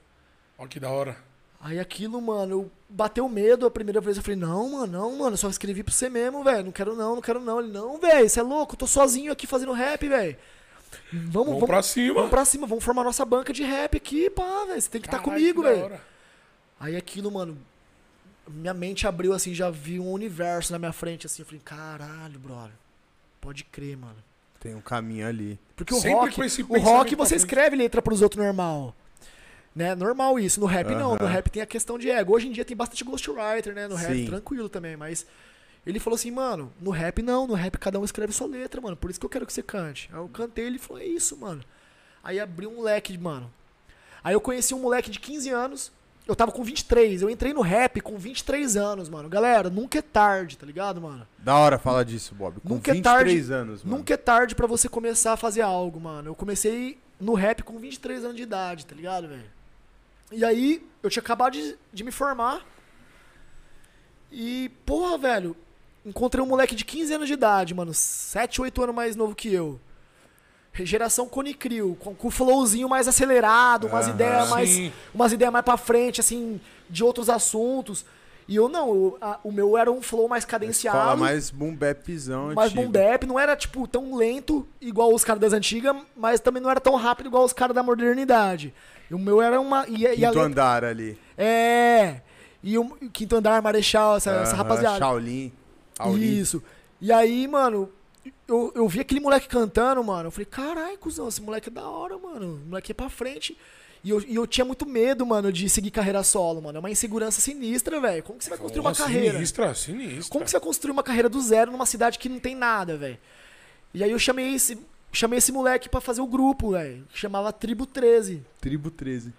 Olha que da hora.
Aí aquilo, mano, eu- bateu medo a primeira vez. Eu falei, não, mano, não, mano, eu só escrevi pra você mesmo, velho. Não quero não, não quero não. Ele, não, velho, você é louco, eu tô sozinho aqui fazendo rap, velho. Vamos, vamos,
Vamos pra cima.
Vamos pra cima, vamos formar nossa banca de rap aqui, pá, velho. Você tem que estar
Caralho,
Tá comigo,
que da
velho.
hora.
Aí aquilo, mano, minha mente abriu assim, já vi um universo na minha frente, assim. Eu falei, caralho, brother. Pode crer, mano.
Tem um caminho ali.
Porque o
Sempre
rock,
com esse
o
pensamento
rock
pra
você
frente.
escreve letra pros outros normal. Né? Normal isso, no rap não, no rap tem a questão de ego. Hoje em dia tem bastante ghostwriter, né, no rap,
Sim.
tranquilo também, mas ele falou assim, mano, no rap não, no rap cada um escreve sua letra, mano, por isso que eu quero que você cante. Aí eu cantei, ele falou, é isso, mano. Aí abriu um leque, mano. Aí eu conheci um moleque de 15 anos, eu tava com 23, eu entrei no rap com 23 anos, mano. Galera, nunca é tarde, tá ligado, mano?
Da hora falar disso, Bob. Com
nunca
23
é tarde,
anos, mano.
Nunca é tarde pra você começar a fazer algo, mano. Eu comecei no rap com 23 anos de idade, tá ligado, velho? E aí, eu tinha acabado de, de me formar. E, porra, velho, encontrei um moleque de 15 anos de idade, mano. 7, 8 anos mais novo que eu. Geração Cone Crew, com, com o flowzinho mais acelerado, umas ideias
Sim.
mais. Umas ideias mais pra frente, assim, de outros assuntos. E eu não, eu- a- o meu era um flow mais
Fala
cadenciado.
mais boom bapzão
Mas
antigo.
boom bap não era, tipo, tão lento igual os caras das antigas, mas também não era tão rápido igual os caras da modernidade. E o meu era uma... E, e a
Quinto
letra-
andar ali.
É... E o e o Quinto Andar, Marechal, essa, É, essa
Aham,
rapaziada.
Shaolin. Shaolin.
Isso. E aí, mano, eu, eu vi aquele moleque cantando, mano. Eu falei, caralho, cuzão, esse moleque é da hora, mano. O moleque é pra frente. E eu, e eu tinha muito medo, mano, de seguir carreira solo, mano. É uma insegurança sinistra, velho. Como que você vai construir uma
Porra,
carreira?
Sinistra, sinistra.
Como que você vai construir uma carreira do zero numa cidade que não tem nada, velho? E aí eu chamei esse, chamei esse moleque pra fazer o grupo, velho. Que chamava Tribo 13.
Tribo 13.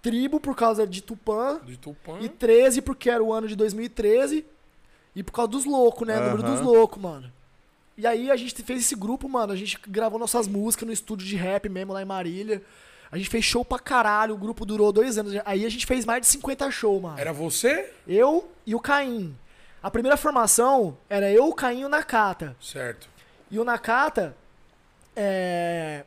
Tribo por causa de Tupã
De Tupã.
e 13 porque era o ano de 2013 e por causa dos loucos, né? O Número
Aham.
dos loucos, mano. E aí a gente fez esse grupo, mano. A gente gravou nossas músicas no estúdio de rap mesmo lá em Marília. A gente fez show pra caralho. O grupo durou dois anos. Aí a gente fez mais de 50 shows, mano.
Era você?
Eu e o Caim. A primeira formação era eu, o Caim e o Nakata.
Certo.
E o Nakata, é,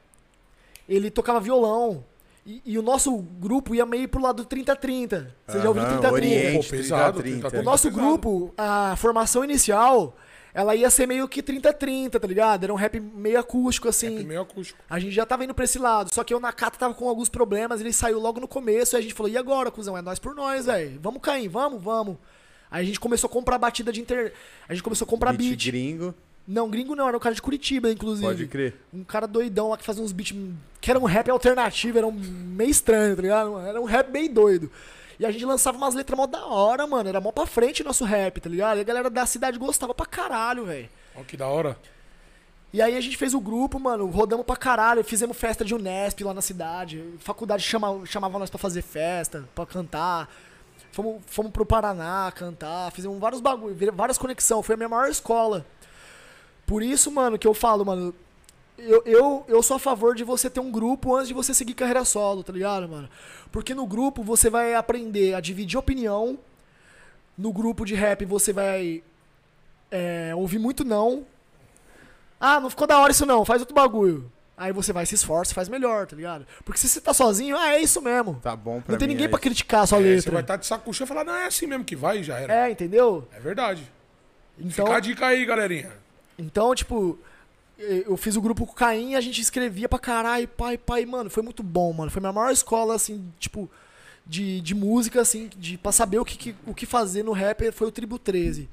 ele tocava violão. E, e o nosso grupo ia meio pro lado do 30-30. Você já ouviu
Aham,
30-30?
Oriente,
Pô, pesado,
30,
trinta,
O
trinta.
nosso
pesado.
grupo, a formação inicial ela ia ser meio que 30-30, tá ligado? Era um rap meio acústico, assim.
É Meio acústico.
A gente já tava indo pra esse lado, só que eu na cata tava com alguns problemas, ele saiu logo no começo, e a gente falou, e agora, cuzão? É nós por nós, velho. Vamos cair, vamos, vamos. Aí a gente começou a comprar batida de inter... A gente começou a comprar
Beat
beat.
gringo.
Não, gringo não, era um cara de Curitiba, inclusive.
Pode crer.
Um cara doidão lá que fazia uns beats. Que era um rap alternativo, era um meio estranho, tá ligado? Era um rap bem doido. E a gente lançava umas letras mó da hora, mano. Era mó pra frente nosso rap, tá ligado? E a galera da cidade gostava pra caralho, velho.
Olha que da hora.
E aí a gente fez o grupo, mano, rodamos pra caralho, fizemos festa de Unesp lá na cidade. Faculdade chama, chamava nós pra fazer festa, pra cantar. Fomos, fomos pro Paraná cantar, fizemos vários bagulho, vira- várias conexões. Foi a minha maior escola. Por isso, mano, que eu falo, mano, eu, eu, eu sou a favor de você ter um grupo antes de você seguir carreira solo, tá ligado, mano? Porque no grupo você vai aprender a dividir opinião. No grupo de rap você vai é, ouvir muito não, ah, não ficou da hora isso não, faz outro bagulho. Aí você vai, se esforça, e faz melhor, tá ligado? Porque se você tá sozinho, ah, é isso mesmo.
Tá bom pra
não tem
mim,
ninguém
é tá
pra
isso.
criticar a sua
É, você
letra.
vai estar de saco cheio e falar, não, é assim mesmo que vai e já era.
É, entendeu?
É, verdade.
Então,
Fica a dica aí, galerinha.
então, tipo, eu fiz o grupo com o Caim, a gente escrevia pra caralho, pai, pai, mano, foi muito bom, mano. Foi minha maior escola, assim, tipo, de, de música, assim, de, pra saber o que, que- o que fazer no rap foi o Tribo 13.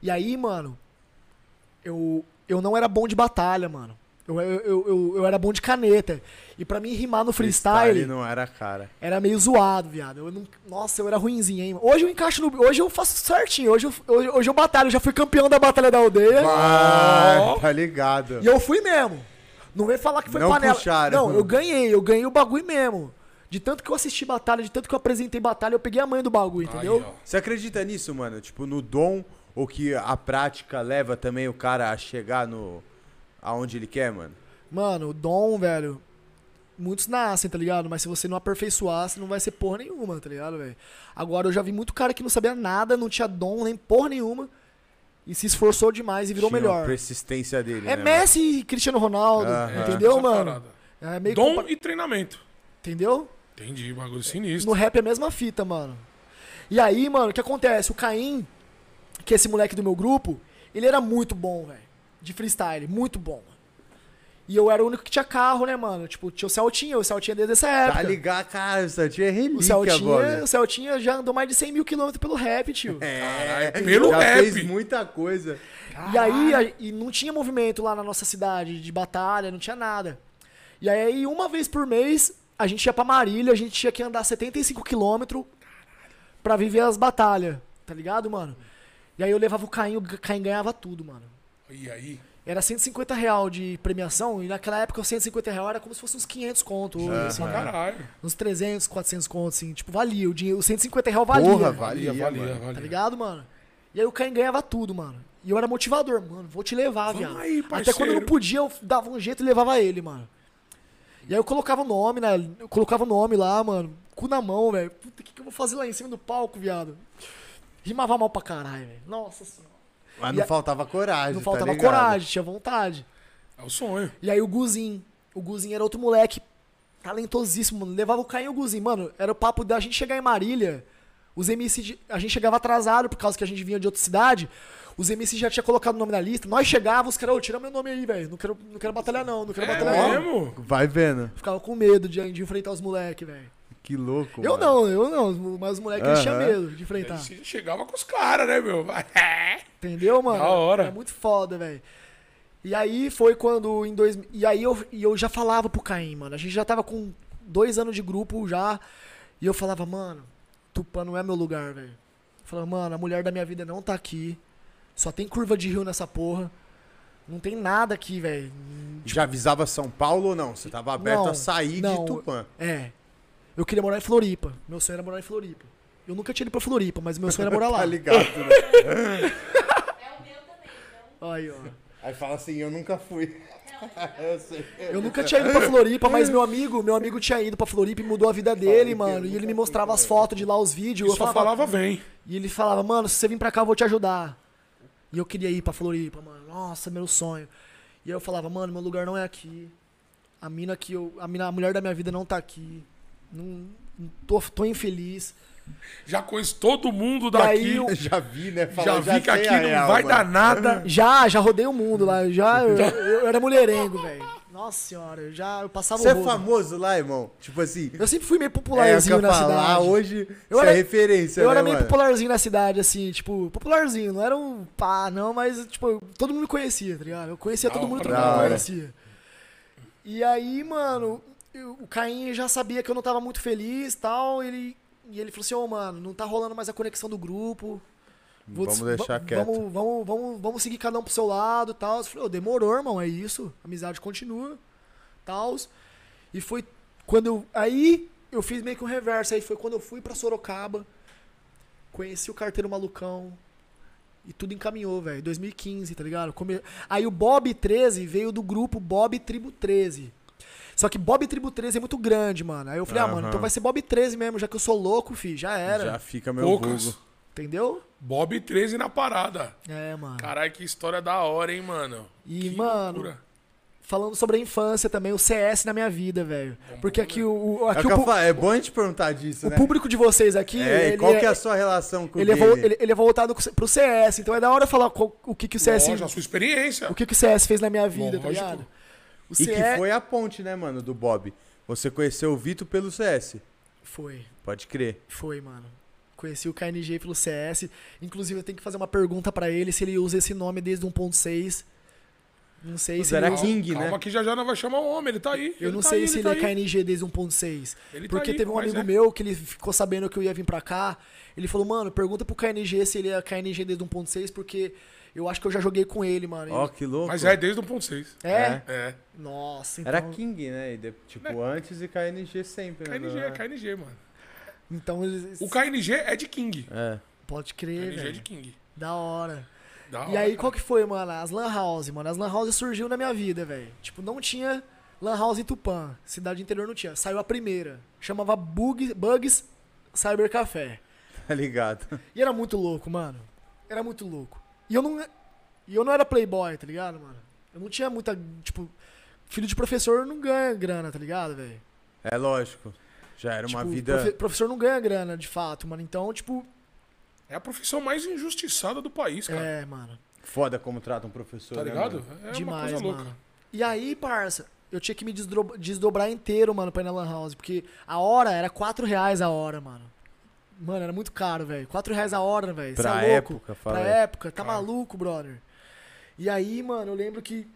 E aí, mano, eu, eu não era bom de batalha, mano. Eu, eu, eu, eu- eu era bom de caneta. E pra mim rimar no freestyle.
Freestyle não era a cara.
Era meio zoado, viado. Eu não- Nossa, eu era ruinzinho, hein? Hoje eu encaixo no. Hoje eu faço certinho. Hoje eu, hoje, hoje eu batalho. Eu já fui campeão da Batalha da Aldeia.
Ah, tá ligado.
E eu fui mesmo. Não vem falar que foi
Não
panela.
puxaram.
Não, eu ganhei. Eu ganhei o bagulho mesmo. De tanto que eu assisti batalha, de tanto que eu apresentei batalha, eu peguei a manha do bagulho, entendeu?
Aí, ó.
Você acredita nisso, mano? Tipo, no dom ou que a prática leva também o cara a chegar no aonde ele quer, mano?
Mano, o dom, velho. Muitos nascem, tá ligado? Mas se você não aperfeiçoar, você não vai ser porra nenhuma, tá ligado, velho? Agora, eu já vi muito cara que não sabia nada, não tinha dom nem porra nenhuma. E se esforçou demais e virou
Tinha um
melhor.
A persistência dele,
É
né?
Messi e Cristiano Ronaldo,
Aham.
entendeu,
É, Essa
mano?
parada.
É meio
Dom
compa-
e treinamento.
Entendeu?
Entendi, bagulho
No
sinistro.
rap é a mesma fita, mano. E aí, mano, o que acontece? O Caim, que é esse moleque do meu grupo, ele era muito bom, velho. De freestyle, muito bom. mano. E eu era o único que tinha carro, né, mano? Tipo, tinha o Celtinha, o Celtinha desde essa
mano?
época.
Tá ligado, cara, o Santinho é
né, O
relíquia,
Celtinha,
mano.
o Celtinha já andou mais de 100 mil quilômetros pelo rap, tio.
É,
pelo
já
rap.
fez muita coisa.
E aí, a- e não tinha movimento lá na nossa cidade de batalha, não tinha nada. E aí, uma vez por mês, a gente ia pra Marília, a gente tinha que andar 75 quilômetros pra viver as batalhas, tá ligado, mano? E aí eu levava o Caim, o Caim ganhava tudo, mano.
E aí?
Era 150 real de premiação, e naquela época, os 150 real era como se fosse uns 500 conto, hoje, assim,
É. Caralho.
uns 300, 400 conto, assim. Tipo, valia, o dinheiro, os 150 real valia.
Porra,
mano.
Valia,
Valia, valia,
mano.
valia.
Tá ligado, mano? E aí o Caim ganhava tudo, mano. E eu era motivador, mano. Vou te levar, viado.
aí,
Até
parceiro.
quando eu não podia, eu dava um jeito e levava ele, mano. E aí eu colocava o nome, né? Eu colocava o nome lá, mano. Cu na mão, velho. Puta, o que, que eu vou fazer lá em cima do palco, viado? Rimava mal pra caralho, velho. Nossa senhora.
Mas
E
não
a-
faltava coragem,
Não
tá
faltava
ligado?
coragem, tinha vontade. Tá
É o sonho.
E aí o Guzin. O Guzin era outro moleque talentosíssimo, mano. Levava o Caim e o Guzin. Mano, era o papo da gente chegar em Marília. Os MC. de- A gente chegava atrasado por causa que a gente vinha de outra cidade. Os MC já tinha colocado o nome na lista. Nós chegávamos, os caras, ô, tira meu nome aí, velho. Não quero, não quero batalhar, não. Não quero
É
batalhar, não.
mesmo?
Vai vendo.
Ficava com medo de, de enfrentar os moleques, velho.
Que louco,
Eu
mano.
não, eu não. Mas os moleques eles tinham
Aham.
medo de enfrentar.
Você chegava com os caras, né, meu?
Entendeu, mano?
Da hora.
Era muito foda, velho. E aí foi quando em dois. E aí eu, e eu já falava pro Caim, mano. A gente já tava com dois anos de grupo já. E eu falava, mano, Tupã não é meu lugar, velho. Eu Falava, mano, a mulher da minha vida não tá aqui. Só tem curva de rio nessa porra. Não tem nada aqui, velho.
Já avisava São Paulo ou não? Você tava aberto
Não,
a sair
não,
de Tupã.
É. Eu queria morar em Floripa. Meu sonho era morar em Floripa. Eu nunca tinha ido pra Floripa, mas meu sonho era morar lá.
Tá ligado, né?
É o meu também, então.
Aí, ó.
Aí fala assim, eu nunca fui. eu sei.
Eu nunca tinha ido pra Floripa, mas meu amigo, meu amigo tinha ido pra Floripa e mudou a vida dele, mano. E ele me mostrava as fotos de lá, os vídeos.
Eu
Eu
só
falava,
falava, vem.
e ele falava, mano, se você vir pra cá, eu vou te ajudar. E eu queria ir pra Floripa, mano. Nossa, meu sonho. E aí eu falava, mano, meu lugar não é aqui. A mina que eu. A, mina, a mulher da minha vida não tá aqui. Não, não tô, tô infeliz.
Já conheço todo mundo
Daí
daqui.
eu-
Já vi, né? Fala,
já vi que
sei
aqui
a
não
real,
vai
mano.
dar nada.
Já, já rodei o mundo lá. Já, eu, eu era mulherengo, velho. Nossa senhora, eu já eu passava
Você
o
é
rodo.
famoso lá, irmão? Tipo assim,
Eu sempre fui meio
é o que
popularzinho
eu
na
falar
cidade.
hoje,
Eu
você é
era-
referência,
eu
né,
era meio
mano?
popularzinho na cidade, assim, tipo, popularzinho, não era um pá, não, mas, tipo, todo mundo me conhecia, tá ligado? Eu conhecia
Da
todo mundo,
hora,
todo
da
mundo me
hora.
conhecia. E aí, mano, eu- o Caim já sabia que eu não tava muito feliz e tal, ele, e ele falou assim, ô, mano, não tá rolando mais a conexão do grupo. vou
Vamos
des-
deixar
va-
quieto.
Vamos, vamos, vamos, vamos seguir cada um pro seu lado e tal. Eu falei, ô, demorou, irmão, é isso, a amizade continua, tal. E foi quando eu. Aí eu fiz meio que um reverso. Aí foi quando eu fui pra Sorocaba, conheci o carteiro malucão. E tudo encaminhou, velho. 2015, tá ligado? Come- Aí o Bob 13 veio do grupo Bob Tribo 13. Só que Bob Tribo 13 é muito grande, mano. Aí eu falei, ah, mano,
Aham.
então vai ser Bob 13 mesmo, já que eu sou louco, fi. Já era.
Já fica meu
Poucas.
vulgo.
Entendeu?
Bob 13 na parada.
É, mano.
Caralho, que história da hora, hein, mano?
E,
que
mano, Falando sobre a infância também, o CS na minha vida, velho. Porque aqui o. o-
É,
aqui
o que
o,
eu
pu-
falo, é bom a gente perguntar disso,
o
né?
público de vocês aqui.
É, e
ele
qual que é
é-
a sua relação com
ele, é
o
vo-
game?
ele, ele é voltado co- pro CS, então é da hora falar qual- o que, que o CS.
Lógico, a sua experiência.
é assim, o que, que o CS fez na minha vida, tá
Lógico.
ligado? O
E que foi a ponte, né, mano, do Bob? Você conheceu o Vitor pelo CS.
Foi,
Pode crer.
foi, mano. Conheci o KNG pelo CS. Inclusive, eu tenho que fazer uma pergunta pra ele se ele usa esse nome desde 1.6. Não sei se
Zero
ele
a
usa.
King, né?
Calma que já já não vai chamar o homem, ele tá aí.
Eu não
tá
sei
aí,
se ele
tá
é
aí.
KNG desde 1.6.
Ele tá
Porque
aí,
teve um
mas
amigo
é.
meu que ele ficou sabendo que eu ia vir pra cá. Ele falou, mano, pergunta pro KNG se ele é KNG desde 1.6, porque eu acho que eu já joguei com ele, mano.
Ó, que louco.
Mas é desde o 1.6.
É?
É.
Nossa, então.
Era King, né? E de- tipo, antes e KNG sempre, né?
KNG,
Não
é
é?
KNG, mano.
Então eles.
O KNG é de King.
É.
Pode crer,
KNG é
velho.
de King.
Da hora.
Da
E
hora,
aí,
cara.
qual que foi, mano? As Lan House, mano. As Lan House surgiu na minha vida, velho. Tipo, não tinha Lan House em Tupã. Cidade interior não tinha. Saiu a primeira. Chamava Bug, Bugs Cyber Café.
Tá ligado.
E era muito louco, mano. Era muito louco. E eu não. E eu não era playboy, tá ligado, mano? Eu não tinha muita. Tipo, filho de professor não ganha grana, tá ligado, velho?
É lógico. Já era uma
Tipo,
vida.
profe- professor não ganha grana, de fato, mano. Então, tipo.
É a profissão mais injustiçada do país, cara.
É, mano.
Foda como trata um professor.
tá
né,
ligado?
mano?
É uma
Demais,
coisa louca.
mano. E aí, parça, eu tinha que me desdro- desdobrar inteiro, mano, pra ir na Lan House. Porque a hora era 4 reais a hora, mano. Mano, era muito caro, velho. 4 reais a hora, velho. Cê
Pra
é louco.
época, fala
Pra
aí.
época, tá maluco, brother. E aí, mano, eu lembro que.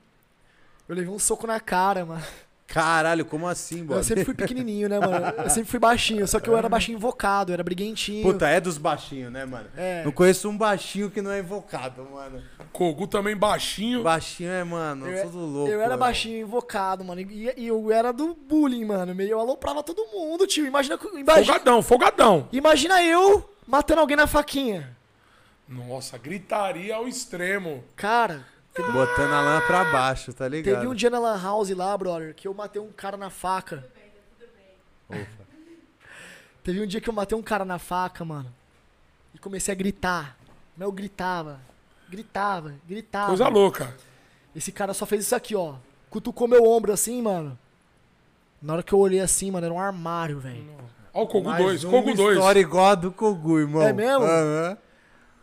Eu levei um soco na cara, mano.
Caralho, como assim,
Eu
Bob?
sempre fui pequenininho, né, mano? Eu sempre fui baixinho, só que eu era baixinho invocado, eu era briguentinho.
Puta, é dos baixinhos, né, mano?
É.
Não conheço um baixinho que não é invocado, mano.
Kogu também baixinho.
Baixinho é, mano,
Eu-
tudo louco.
Eu era
mano.
baixinho, invocado, mano. E, e eu era do bullying, mano. Meio eu aloprava todo mundo, tio. Imagina. imagina
Folgadão, folgadão.
Imagina eu matando alguém na faquinha.
Nossa, gritaria ao extremo.
Cara,
Botando a lã pra baixo, tá ligado?
teve um dia na Lan House lá, brother, que eu matei um cara na faca. Teve um dia que eu matei um cara na faca, mano. E comecei a gritar. Mas eu gritava, gritava, gritava.
Coisa louca.
Esse cara só fez isso aqui, ó. Cutucou meu ombro assim, mano. Na hora que eu olhei assim, mano, era um armário, velho.
Ó o Kogu
Mais
2,
uma
um
Kogu 2.
história igual a do Kogu, irmão.
É mesmo?
Aham. tá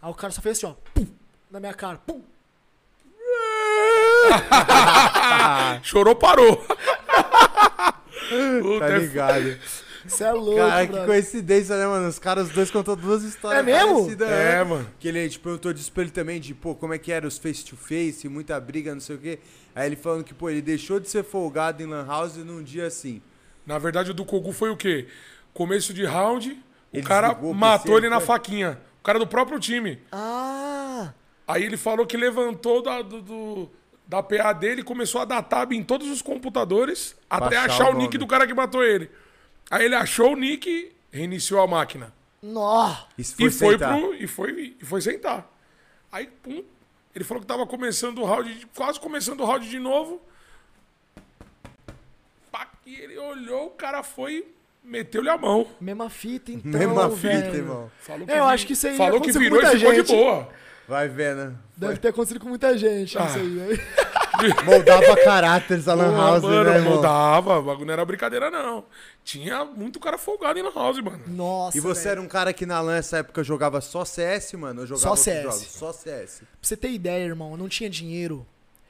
Aí o cara só fez assim, ó. Pum, na minha cara. Pum.
Chorou, parou. Puta,
Tá
é
ligado.
Você é louco,
Cara, que
brother.
coincidência, né, mano? Os caras os dois contam duas histórias
É mesmo?
parecidas,
É,
né?
mano.
Que ele, tipo, eu tô disso pra ele também, de, pô, como é que era os face-to-face, muita briga, não sei o quê. Aí ele falando que, pô, ele deixou de ser folgado em Lan House num dia assim.
Na verdade, o do Kogu foi o quê? Começo de round, o
Ele
cara
desligou o
matou
PC,
ele na
foi?
faquinha. O cara do próprio time.
Ah,
Aí ele falou que levantou da, do, do- da PA dele e começou a dar tab em todos os computadores até
achar
achar
o
o, nick
nome.
do cara que matou ele. Aí ele achou o nick, reiniciou a máquina.
nó.
E se for
E foi,
sentar,
pro, e, foi, e foi sentar. Aí, pum, ele falou que tava começando o round, de- quase começando o round de novo. Pá, que ele olhou, o cara foi e meteu-lhe a mão.
Mesma fita, então.
Mesma
velho.
fita, irmão.
Falou
É, eu
vi-
acho que isso aí
Falou que
aconteceu com
virou e
muita
ficou de
gente.
boa.
Vai vendo.
Deve ter acontecido com muita gente
Ah.
isso aí, né?
Moldava caráteres a Lan
Porra,
House,
mano,
né, irmão?
moldava. O bagulho não era brincadeira, não. Tinha muito cara folgado em lan house, mano.
Nossa,
E você
velho.
era um cara que na LAN nessa época jogava só CS, mano? Eu jogava
Só
outros
CS.
jogos? Só CS.
Pra você ter ideia, irmão, eu não tinha dinheiro.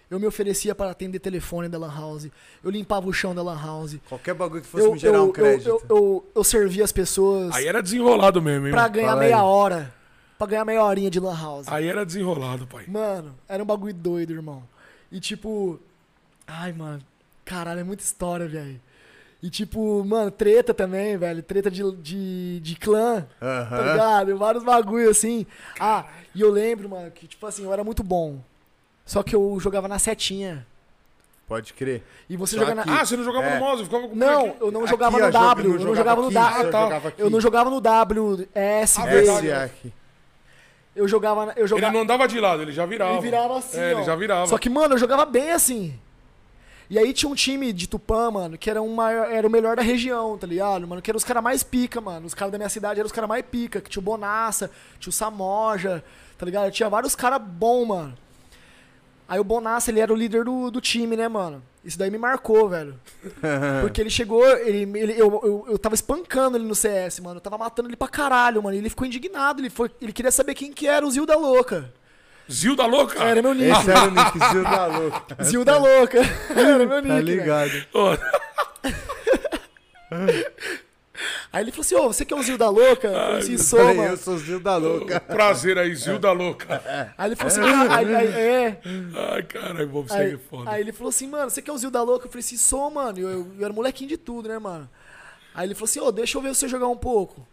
Eu me oferecia para atender telefone da Lan House. Eu limpava o chão da Lan House.
Qualquer bagulho que fosse
Eu,
me gerar um
eu, eu,
crédito.
eu, eu, eu servia as pessoas
Aí era desenrolado mesmo, hein?
pra
mano?
ganhar
fala
meia
aí.
hora. Pra ganhar meia horinha de Lan House.
Aí era desenrolado, pai.
Mano, era um bagulho doido, irmão. E tipo. Ai, mano. Caralho, é muita história, velho. E tipo, mano, treta também, velho. Treta de, de, de clã. Tá
Aham.
ligado? Vários bagulho assim. Ah, e eu lembro, mano, que tipo assim, eu era muito bom. Só que eu jogava na setinha.
Pode crer.
E você
Só
joga na.
que-
Ah, você não jogava
É.
no mouse? Ficava com o
Não,
bonequinho.
eu não
Aqui,
jogava
ó,
no
jogo-
W. Eu não jogava no
aqui, só
W. então,
jogava aqui. é.
Eu não jogava no W, S,
Ah,
B.
verdade.
Esse aqui.
Eu jogava. na- Eu jogava...
Ele não andava de lado, ele já virava.
Ele virava assim,
É,
ó.
ele já virava.
Só que, mano, eu jogava bem assim. E aí tinha um time de Tupã, mano, que era, uma, era o melhor da região, tá ligado? Mano, que eram os caras mais pica, mano. Os caras da minha cidade eram os caras mais pica. Que tinha o Bonassa, tinha o Samoja, tá ligado? Tinha vários caras bons, mano. Aí o Bonassa, ele era o líder do, do time, né, mano? Isso daí me marcou, velho. Porque ele chegou, ele, ele- eu, eu, eu tava espancando ele no CS, mano. Eu tava matando ele pra caralho, mano. E ele ficou indignado, ele, foi, ele queria saber quem que era o Zilda Louca.
Zil da louca?
Era meu nick.
Esse era o nickzinho da louca.
Zilda Louca. Era meu nick.
É Tá
velho.
ligado?
Ô,
Aí ele falou assim: Ô, você que é o Zilda Louca? Eu falei assim, sou,
Falei,
mano.
eu sou o Zil da louca.
prazer aí, Zil da louca.
Aí ele falou assim: "Ah, aí, aí, é.
Ai, caralho, Bob, segue
Aí,
foda.
aí ele falou assim: mano, você que é o Zilda Louca? Eu falei assim: sou, mano. Eu, eu, eu era molequinho de tudo, né, mano? Aí ele falou assim: Ô, deixa eu ver você jogar um pouco.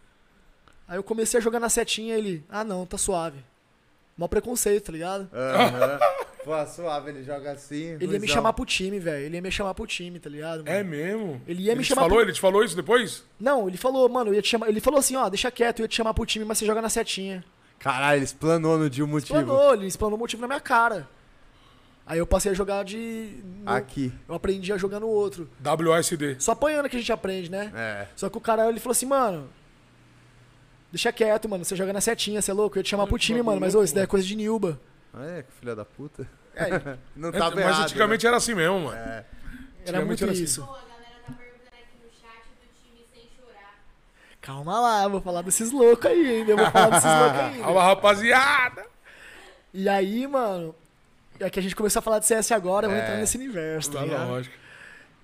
Aí eu comecei a jogar na setinha ele: ah, não, tá suave. Mó preconceito, tá ligado?
É, Aham. Pô, suave, ele joga assim.
ele ia me
ruizão.
chamar pro time, velho. Ele ia me chamar pro time, tá ligado? mano?
É mesmo?
Ele ia me
te
chamar
falou,
pro-
Ele te falou isso depois?
Não, ele falou, mano, eu ia te chamar. Ele falou assim: ó, deixa quieto, eu ia te chamar pro time, mas você joga na setinha.
Caralho, ele explanou no dia o motivo.
Explanou, ele explanou o motivo na minha cara. Aí eu passei a jogar de. no-
Aqui.
Eu aprendi a jogar no outro.
WASD.
Só apanhando que a gente aprende, né?
É.
Só que o cara ele falou assim, mano. Deixa quieto, mano. Você joga na setinha, você é louco? Eu ia te chamar pro time, mano. Mas ô, isso daí é coisa de Nilba.
Olha que filha da puta.
É,
Não
É,
tava
Mas
errado. né?
antigamente
né?
era assim mesmo, mano.
era muito
era assim.
isso.
Pô, a galera tá perguntando aqui no chat do time sem chorar.
Calma lá, eu vou falar desses loucos aí ainda. Eu vou falar desses loucos ainda.
Fala, rapaziada!
E aí, mano. É que a gente começou a falar de CS agora, eu vou entrar nesse universo, tá
Tá
ligado?
lógico.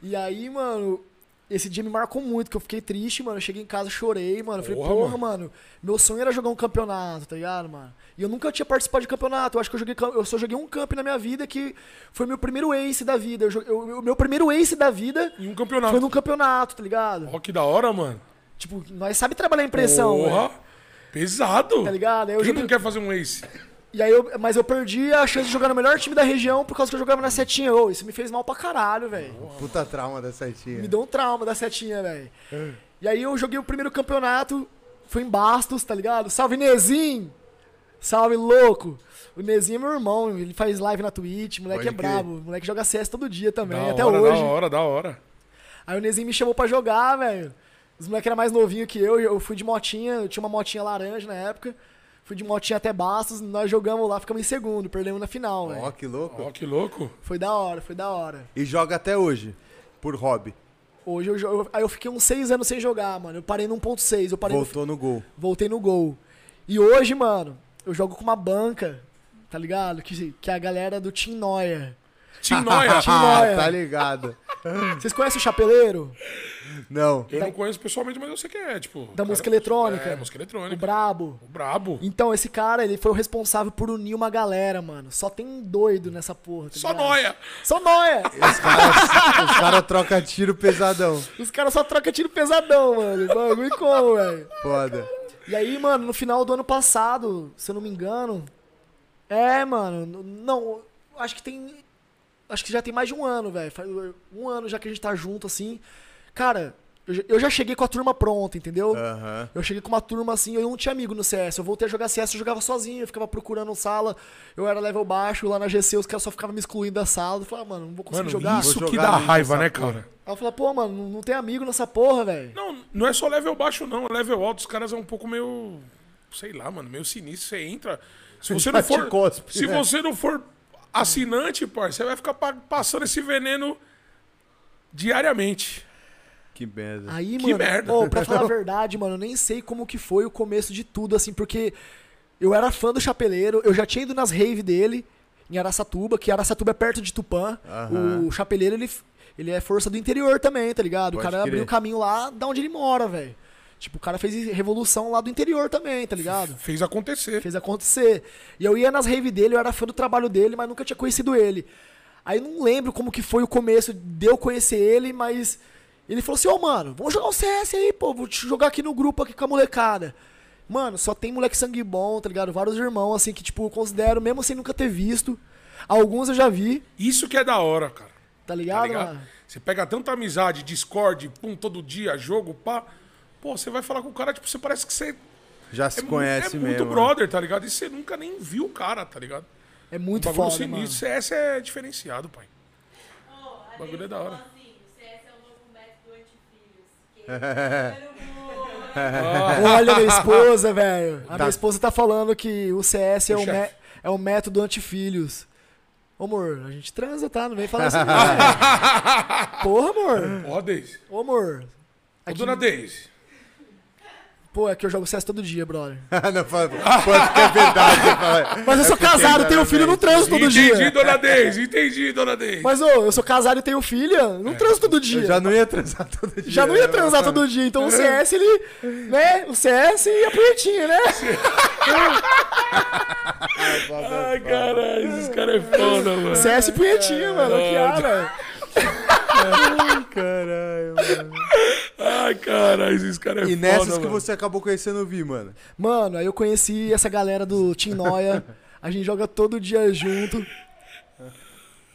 E aí, mano, esse dia me marcou muito, que eu fiquei triste, mano. Eu cheguei em casa, chorei, mano. Eu falei,
Porra,
porra, mano. meu sonho era jogar um campeonato, tá ligado, mano? E eu nunca tinha participado de campeonato. Eu acho que eu joguei. cam- Eu só joguei um camp na minha vida que foi meu primeiro ace da vida. Eu, jo- eu- o meu primeiro ace da vida
Em um
foi
campeonato.
num campeonato, tá ligado?
Ó, que da hora, mano.
Tipo, nós sabe trabalhar impressão.
Porra!
velho.
Pesado!
Tá ligado? Aí eu
Quem
joguei-
não quer fazer um ace?
E aí eu, mas eu perdi a chance de jogar no melhor time da região por causa que eu jogava na setinha. Ô, isso me fez mal pra caralho, velho.
Puta trauma dessa
Me
tia.
deu um trauma da setinha, velho. E aí eu joguei o primeiro campeonato, fui em Bastos, tá ligado? Salve, Nezinho! Salve, louco! O Nezinho é meu irmão, ele faz live na Twitch, moleque
Pode
é
crer.
brabo, moleque joga CS todo dia também,
Da
até
hora,
hoje.
Da hora, da hora.
Aí o Nezinho me chamou pra jogar, velho. Os moleques eram mais novinhos que eu, eu fui de motinha, eu tinha uma motinha laranja na época. Fui de motinha até Bastos, nós jogamos lá, ficamos em segundo, perdemos na final,
Ó,
velho.
que louco.
Ó, que louco.
Foi da hora, foi da hora.
E joga até hoje. Por hobby.
Hoje eu, jo- aí eu fiquei uns seis anos sem jogar, mano. Eu parei no 1.6, eu parei no
Voltou no gol.
voltei no gol. E hoje, mano, eu jogo com uma banca, tá ligado? Que, que é a galera do Team Noia.
Tim Noia. Tim Noia.
Ah,
Noia.
tá ligado.
Vocês conhecem o Chapeleiro?
Não.
Eu não conheço pessoalmente, mas eu sei que é, tipo.
Da
cara,
música eletrônica.
É, música
O
eletrônica.
Brabo.
Brabo.
Então, esse cara, ele foi o responsável por unir uma galera, mano. Só tem um doido nessa porra. tá
Só
ligado?
noia.
Só Noia!
Os caras os cara trocam tiro pesadão.
Os caras só trocam tiro pesadão, mano. Bagulho como, velho.
Foda.
E aí, mano, no final do ano passado, se eu não me engano. É, mano. n- Não, acho que tem. Acho que já tem mais de um ano, velho. Faz um ano já que a gente tá junto, assim. Cara, eu, já- eu já cheguei com a turma pronta, entendeu?
É.
Aham.
Eu cheguei com uma turma assim, eu não tinha amigo no CS. Eu voltei a jogar CS, eu jogava sozinho, eu ficava procurando sala. Eu era level baixo, lá na GC os caras só ficavam me excluindo da sala. Eu falava, "Ah, mano, não vou conseguir
Mano,
jogar.
isso
Vou
que
jogar
dá
muito
raiva,
essa
né,
porra.
cara?
Aí eu falava, pô, mano, não- não tem amigo nessa porra, velho.
Não, não é só level baixo, não. Level alto, os caras é um pouco meio. Sei lá, mano, meio sinistro. Você entra. Se você
Já
não
te
for.
cospe,
se
né?
você não for Assinante, parceiro, vai ficar pa- passando esse veneno diariamente.
Que merda.
Aí,
Que
mano,
merda.
ô, pra falar a verdade, mano, eu nem sei como que foi o começo de tudo, assim, porque eu era fã do Chapeleiro, eu já tinha ido nas rave dele, em Araçatuba, que Araçatuba é perto de Tupã. O Chapeleiro, ele, ele é força do interior também, tá ligado?
Pode
o cara abriu
crer.
o caminho lá da onde ele mora, velho. Tipo, o cara fez revolução lá do interior também, tá ligado?
Fez acontecer.
Fez acontecer. E eu ia nas raves dele, eu era fã do trabalho dele, mas nunca tinha conhecido ele. Aí eu não lembro como que foi o começo de eu conhecer ele, mas ele falou assim: Ô, mano, vamos jogar um CS aí, pô, vou te jogar aqui no grupo aqui com a molecada. Mano, só tem moleque sangue bom, tá ligado? Vários irmãos, assim, que, tipo, eu considero, mesmo sem nunca ter visto. Alguns eu já vi,
Isso que é da hora, cara.
tá
Tá
ligado?
ligado?
mano?
Você pega tanta amizade, Discord, pum, todo dia, jogo, pá. Pô, você vai falar com o cara, tipo, você parece que você.
Já
é
se
mu-
conhece
é
mesmo.
muito
né?
brother, tá ligado? E você nunca nem viu o cara, tá ligado?
É muito
bagulho
foda, mano.
sinistro. CS é diferenciado, pai.
Ó, a
bagulho
Deise
é da hora.
falou assim, o CS é o novo método antivírus, que é número um.
Ah.
Olha a minha esposa, velho. A
Tá.
minha esposa tá falando que o CS é
O
o,
chefe.
mé- é o método antifilhos. Ô, amor, a gente transa, tá? Não vem falar assim. não, velho. Porra, amor.
Ó, Deise.
Ô, amor.
Ô,
Aqui-
dona Deise.
Pô, é que eu jogo CS todo dia, brother.
Não, fala- quanto que é verdade. você fala.
Mas eu sou casado, tenho filho,
né?
não transo todo
entendi,
dia.
dona Deise. Entendi, dona Deise.
Mas, ô, eu sou casado e tenho filha, não transo todo
É. Eu
dia.
já não né? ia transar todo dia.
Já não ia transar todo dia, então o CS, ele. Né? O CS e a punhetinha, né?
Ai, caralho, esses caras é foda, mano.
CS e punhetinha, mano. Que ar, velho.
Caralho, mano.
Ai, caralho, esses caras é
E
foda.
nessas que
mano.
você acabou conhecendo o Vi, mano.
Mano, aí eu conheci essa galera do Team Noia. A gente joga todo dia junto.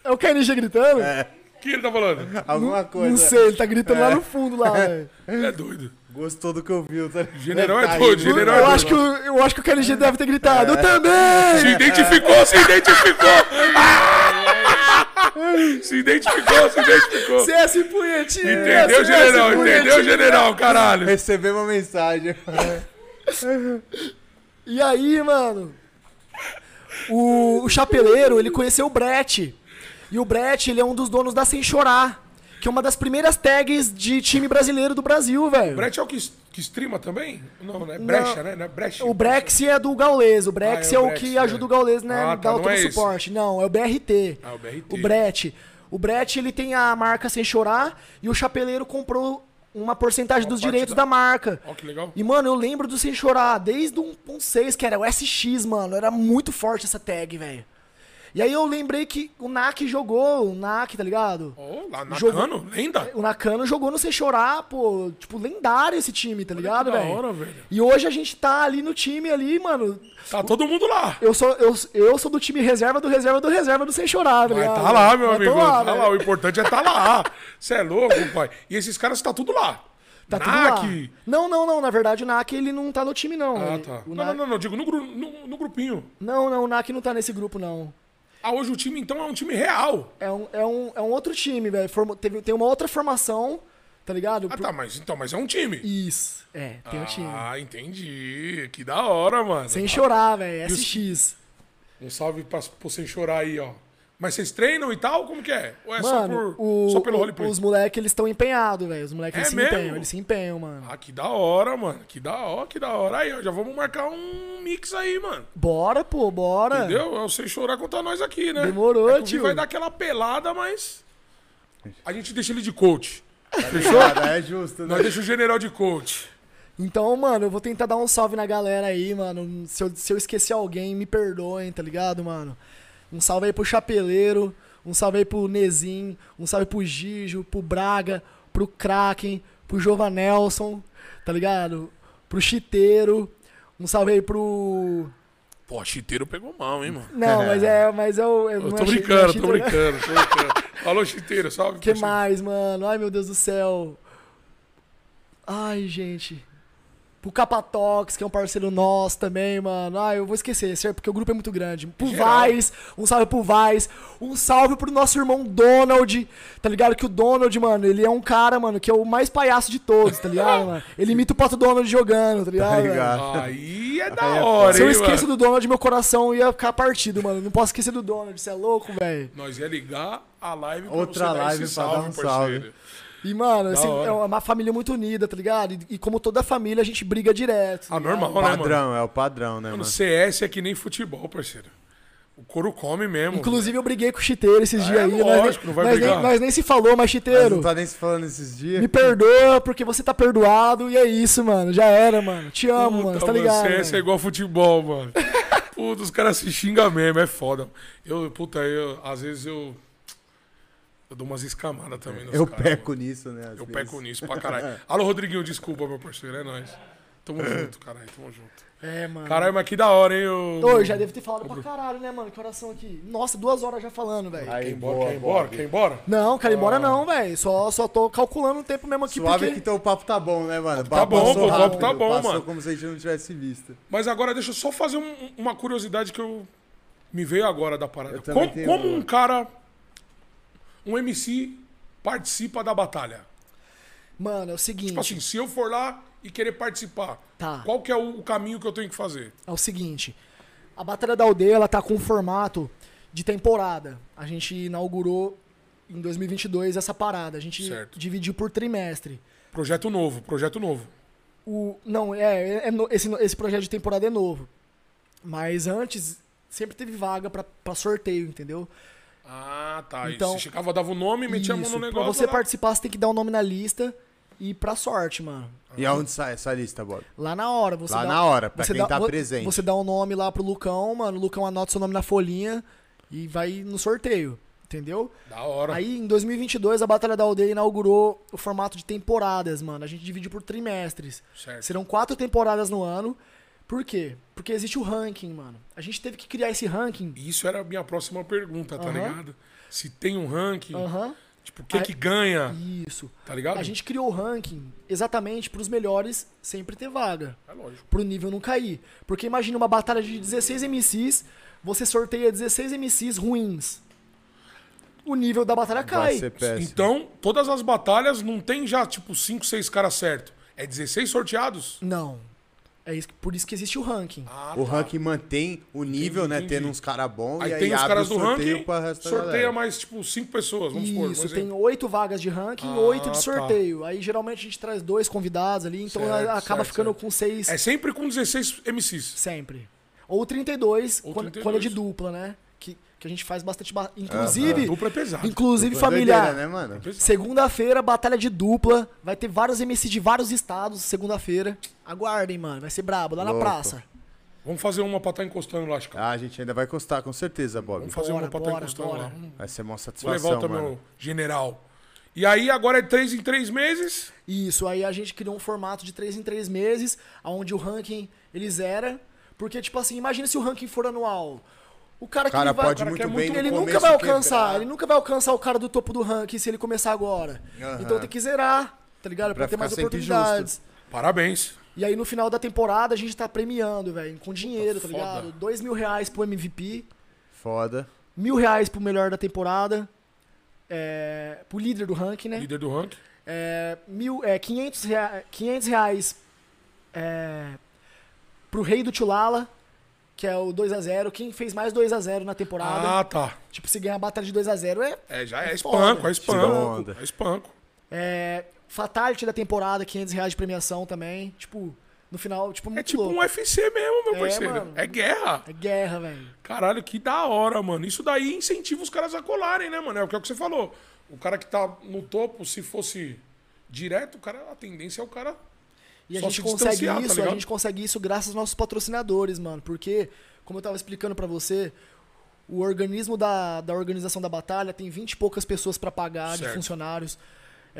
É o KNG gritando?
O que ele tá falando?
Alguma coisa.
Não
é.
sei, ele tá gritando lá no fundo, lá, velho.
Ele é doido.
Gostou do que eu vi, tá ligado?
General é
Tá
doido,
indo.
general.
Eu acho, que o, eu acho que o KNG deve ter gritado. Eu também!
Se identificou, se identificou! se identificou, se identificou!
CS punhetinha!
Entendeu,
CS
general?
punhetinha.
Entendeu, general? Caralho!
Recebeu uma mensagem.
E aí, mano? O, o chapeleiro, ele conheceu o Brett. E o Brett, ele é um dos donos da Sem Chorar. Que é uma das primeiras tags de time brasileiro do Brasil, velho.
Brett é o que, que streama também? Não, não é brecha, né? Não é brecha.
O Brex é do Gaules. O Brex
Ah, é
é,
o
o
Brex,
que
né?
ajuda o Gaules, né?
Ah,
dá
tá, não
todo
é
o
esse.
suporte. Não, é o BRT.
Ah, o BRT.
O Brett. O Brett, ele tem a marca Sem Chorar e o Chapeleiro comprou uma porcentagem dos
parte
direitos
da-
da, marca.
Ó, que legal.
E, mano, eu lembro do Sem Chorar desde o 1.6, que era o SX, mano. Era muito forte essa tag, velho. E aí eu lembrei que o Nak jogou, o Nak, tá ligado?
Ô, lá,
Jogo-
Nakano, lenda.
O Nakano jogou no Sem Chorar, pô, tipo, lendário esse time, tá ligado,
da
velho?
hora, velho.
E hoje a gente tá ali no time ali, mano.
Tá todo mundo lá.
Eu sou, eu, eu sou do time reserva do reserva do reserva do Sem Chorar, tá
Mas
ligado? né?
tá lá, meu
Mas
amigo.
Tô lá,
tá
velho.
lá. O importante é tá lá. Você é louco, pai. E esses caras tá tudo lá.
Tá tudo
Nak.
lá. Não, não, não. Na verdade, o Nak ele não tá no time, não.
Ah,
Ele-
tá.
o
Não,
Nak-
não, não, não. Digo no, gru- no- no grupinho.
Não, não, o Nak não tá nesse grupo, não.
Ah, hoje o time, então, é um time real.
É um, é um, é um outro time, velho. Formo- teve- Tem uma outra formação, tá ligado?
Ah, tá, mas então, mas é um time.
Isso. É, tem um time.
Ah, entendi. Que da hora, mano.
Sem chorar, velho. SX.
Um salve pra, pra sem chorar aí, ó. Mas vocês treinam e tal? Como que é? Ou é
Mano,
só, por,
o,
só pelo
o-
roleplay?
os moleques, eles estão empenhados, velho. Os moleques,
É
eles se
mesmo?
empenham. Eles se empenham, mano.
Ah, que da hora, mano. Que da hora, que da hora. Aí, ó, já vamos marcar um mix aí, mano.
Bora, pô, bora.
Entendeu? É o sem chorar contra nós aqui, né?
Demorou,
é que o Vi
tio.
vai dar aquela pelada, mas. A gente deixa ele de coach.
Fechou? É justo, né?
Nós deixa o general de coach.
Então, mano, eu vou tentar dar um salve na galera aí, mano. Se eu, se eu esquecer alguém, me perdoem, tá ligado, mano? Um salve aí pro Chapeleiro, um salve aí pro Nezin, um salve pro Gijo, pro Braga, pro Kraken, pro Jovanelson, tá ligado? Pro Chiteiro, um salve aí pro.
Pô, chiteiro pegou mal, hein, mano.
Não, mas é. Mas é o. é-
Eu
não é
tô
chi-
brincando, tô
não é chiteiro,
brincando,
né?
tô brincando. Alô, chiteiro, salve.
que
pra você.
mais, mano? Ai, meu Deus do céu. Ai, gente. Pro pro Capatox, que é um parceiro nosso também, mano. Ah, eu vou esquecer, certo? Porque o grupo é muito grande. Pro
Geral.
Vaz, um salve pro Vaz. Um salve pro nosso irmão Donald, tá ligado? Que o Donald, mano, ele é um cara, mano, que é o mais palhaço de todos, tá ligado, mano? Ele imita o Pato Donald jogando, tá ligado?
Tá
mano?
ligado?
Aí é da hora,
Se eu
hein,
esqueço
mano?
do Donald, meu coração ia ficar partido, mano. Não posso esquecer do Donald, você é louco, velho.
Nós ia ligar a live pra
Outra
você dar
live
esse
pra dar
salve,
um salve.
parceiro.
E, mano, assim,
hora.
é uma família muito unida, tá ligado? E, e como toda família, a gente briga direto.
Ah,
tá ligado?
normal, né, mano?
Padrão, é o padrão, né,
Mano,
mano?
CS é que nem futebol, parceiro. O couro come mesmo.
Inclusive, eu briguei com o Chiteiro esses dias aí. né? nós
É, lógico,
nem-
não vai
nós, nem,
brigar.
nós nem se falou, mas
Mas
Chiteiro,
não tá nem se falando esses dias.
me perdoa porque você tá perdoado. E é isso, mano. Já era, mano. Te amo, mano. Você tá ligado?
CS é
mano?
igual futebol, mano. Puta, os caras se xingam mesmo, é foda. Eu, puta, eu, às vezes eu. Eu dou umas escamadas também nos
Eu
caras,
peco
mano.
nisso, né? às
Eu
vezes.
peco nisso pra caralho. Alô, Rodriguinho, desculpa, meu parceiro, é nóis. Tamo junto, caralho, tamo junto.
É, mano.
Caralho, mas que da hora, hein? Eu...
Ô, eu já devo ter falado pra caralho, né, mano? Que oração aqui. Nossa, duas horas já falando, velho.
Aí,
Quer ir embora,
boa,
quer ir embora,
boa.
quer ir embora?
Não, cara,
Ah.
embora não, velho. Só, só tô calculando o tempo mesmo aqui.
Suave
porque...
que então o papo tá bom, né, mano?
tá bom,
passou
pô, o papo
rápido,
tá bom,
passou
mano.
como se a gente não tivesse visto.
Mas agora deixa eu só fazer um- uma curiosidade que eu me veio agora da parada.
Eu também
Como,
tenho
como
uma.
um cara, um MC, participa da batalha?
Mano, é o seguinte.
Tipo assim, se eu for lá e querer participar,
Tá.
qual que é o, o caminho que eu tenho que fazer?
é o seguinte. A Batalha da Aldeia, ela tá com um formato de temporada. A gente inaugurou em 2022 essa parada. A gente
Certo.
dividiu por trimestre.
Projeto novo, projeto novo.
O, não, é, é- é no- esse, esse projeto de temporada é novo. Mas antes, sempre teve vaga pra- pra sorteio, entendeu?
Ah, tá.
Então-
Então, se chegava, dava o nome, metia a mão no
Isso,
negócio. ah,
pra você
lá.
participar, você tem que dar o nome na lista e ir pra sorte, mano.
E aonde sai essa lista, Bob?
Lá na hora, você
Lá
dá, um-
na hora, pra
você
quem
dá-
tá
vo-
presente.
Você dá o nome lá pro Lucão, mano. O Lucão anota seu nome na folhinha e vai no sorteio, entendeu?
Da hora.
Aí em 2022 a Batalha da Aldeia inaugurou o formato de temporadas, mano. A gente divide por trimestres.
Certo.
Serão quatro temporadas no ano. Por quê? Porque existe o ranking, mano. A gente teve que criar esse ranking.
E Isso era a minha próxima pergunta, tá
Aham.
ligado? Se tem um ranking,
Aham.
tipo, o que
Aí-
que ganha,
Isso.
tá ligado?
A gente criou o ranking exatamente pros melhores sempre ter vaga.
É lógico.
pro nível não cair. Porque imagina uma batalha de 16 MCs, você sorteia 16 MCs ruins. O nível da batalha
Vai
cai.
ser péssimo.
Então, todas as batalhas não tem já, tipo, 5, 6 caras certo. É 16 sorteados?
Não. É isso, por isso que existe o ranking.
Ah,
O
tá.
ranking mantém o nível, né?
Entendi.
Tendo uns caras bons e
Aí
Então, aí
tem os
abre
caras
o
do
sorteio
ranking,
pra resto da
sorteia
galera.
mais, tipo, 5 pessoas, vamos supor. um
isso, tem
exemplo.
oito vagas de ranking,
Ah,
oito de
tá.
sorteio. Aí geralmente a gente traz dois convidados ali, então
Certo,
acaba
certo,
ficando
certo.
com seis
É sempre com 16 MCs.
sempre. Ou 32,
Ou
quando,
32.
quando é de dupla, né? Que, que a gente faz bastante. ba- Inclusive,
Dupla é pesado.
inclusive
Foi
familiar.
doideira, né, mano?
Segunda-feira, batalha de dupla. Vai ter vários MC de vários estados. Segunda-feira. Aguardem, mano. Vai ser brabo, lá
Louco.
na praça.
Vamos fazer uma pra tá encostando lá, Chico.
Ah, a gente ainda vai encostar, com certeza, Bob.
Vamos fazer
bora,
uma pra tá
bora,
encostando
bora. Hum.
lá.
Vai ser uma
Vou
satisfação,
levar o
mano.
meu general. E aí, agora é 3 em 3 meses.
Isso, aí a gente criou um formato de 3 em 3 meses, onde o ranking ele zera. Porque, tipo assim, imagina se o ranking for anual. O cara que
Cara,
ele vai,
pode
o cara
muito
que é
bem no
ele nunca
começo
vai alcançar,
quebrar.
ele nunca vai alcançar o cara do topo do ranking se ele começar agora.
Aham.
Então tem que zerar, tá ligado?
Pra
Pra, ter
ficar
mais
sempre
oportunidades.
Parabéns.
E aí no final da temporada a gente tá premiando, velho, com dinheiro, tá
Puta, foda.
ligado? Dois mil reais pro MVP,
Foda.
mil reais pro melhor da temporada, é, pro líder do ranking, né?
Líder do ranking.
É, mil, é, 500, rea, 500 reais é, pro rei do Tulala, que é o 2x0. Quem fez mais 2x0 na temporada,
Ah, tá.
tipo, se ganhar a batalha de 2x0 é,
É, já é
Foda.
espanco, é
Tira onda.
espanco. É espanco.
é fatality da temporada, 500 reais de premiação também. Tipo, no final, tipo, muito
É tipo
louco.
um UFC mesmo, meu
É,
parceiro.
mano.
É guerra.
É guerra, velho.
Caralho, que da hora, mano. Isso daí incentiva os caras a colarem, né, mano? É o que é o que você falou. O cara que tá no topo, se fosse direto, o cara, a tendência é o cara.
E a
Só
gente
se
consegue
distanciar, tá
isso, a
ligado?
gente consegue isso graças aos nossos patrocinadores, mano. Porque, como eu tava explicando pra você, o organismo da, da organização da batalha tem 20 e poucas pessoas pra pagar de
Certo.
funcionários.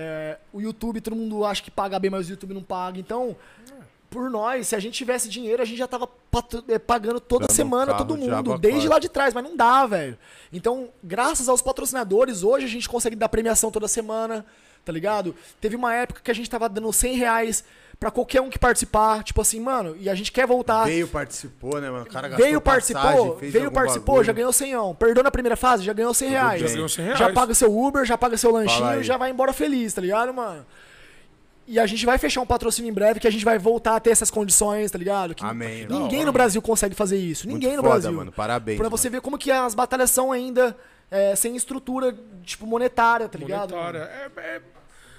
É, o YouTube, todo mundo acha que paga bem, mas o YouTube não paga. Então,
É.
por nós, se a gente tivesse dinheiro, a gente já tava patro- eh, pagando toda
Dando um
semana
carro,
todo
diabo a
mundo, desde
quatro.
lá de trás, mas não dá, velho. Então, graças aos patrocinadores, hoje a gente consegue dar premiação toda semana, tá ligado? Teve uma época que a gente tava dando 100 reais pra qualquer um que participar. Tipo assim, mano, e a gente quer voltar.
Veio, participou, né, mano? O cara gastou
Veio, participou,
passagem, fez
veio,
algum
participou,
bagulho.
já ganhou 100. Perdeu na primeira fase, já ganhou 100 reais.
bem.
Já ganhou 100
Já
reais.
paga seu Uber, já paga seu lanchinho
aí.
e já vai embora feliz, tá ligado, mano? E a gente vai fechar um patrocínio em breve que a gente vai voltar a ter essas condições, tá ligado? Que
Amém, da
Ninguém
hora,
no Brasil consegue fazer isso.
Muito
Ninguém no
foda,
Brasil.
mano, parabéns,
Pra você ver como que as batalhas são ainda é, sem estrutura, tipo, monetária, tá ligado?
Monetária. É- é-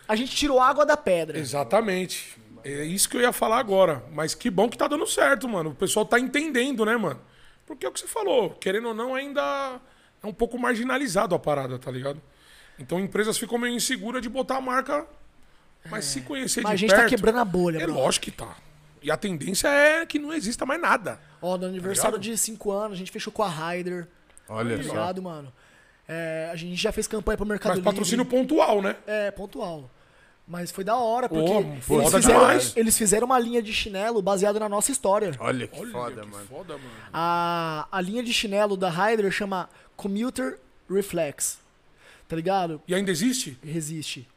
A gente tirou água da pedra.
Exatamente. É isso que eu ia falar agora. Mas que bom que tá dando certo, mano. O pessoal tá entendendo, né, mano? Porque é o que você falou, querendo ou não, ainda é um pouco marginalizado a parada, tá ligado? Então empresas ficam meio inseguras de botar a marca, mas se conhecer
Mas
de
a gente tá
perto...
quebrando a bolha,
É
bro.
lógico que tá. E a tendência é que não exista mais nada.
Ó,
tá
no aniversário
ligado?
de 5 anos, a gente fechou com a Ryder.
Olha só.
Obrigado, mano. É, a gente já fez campanha pro Mercado
Mas
Livre.
patrocínio pontual, né?
É, pontual. Mas foi da hora, porque
Pô,
eles,
foda
fizeram,
demais.
eles fizeram uma linha de chinelo baseada na nossa história.
Olha que
Olha
foda,
que
mano.
foda, mano.
A, a linha de chinelo da Ryder chama Commuter Reflex. Tá ligado?
E ainda existe?
Resiste.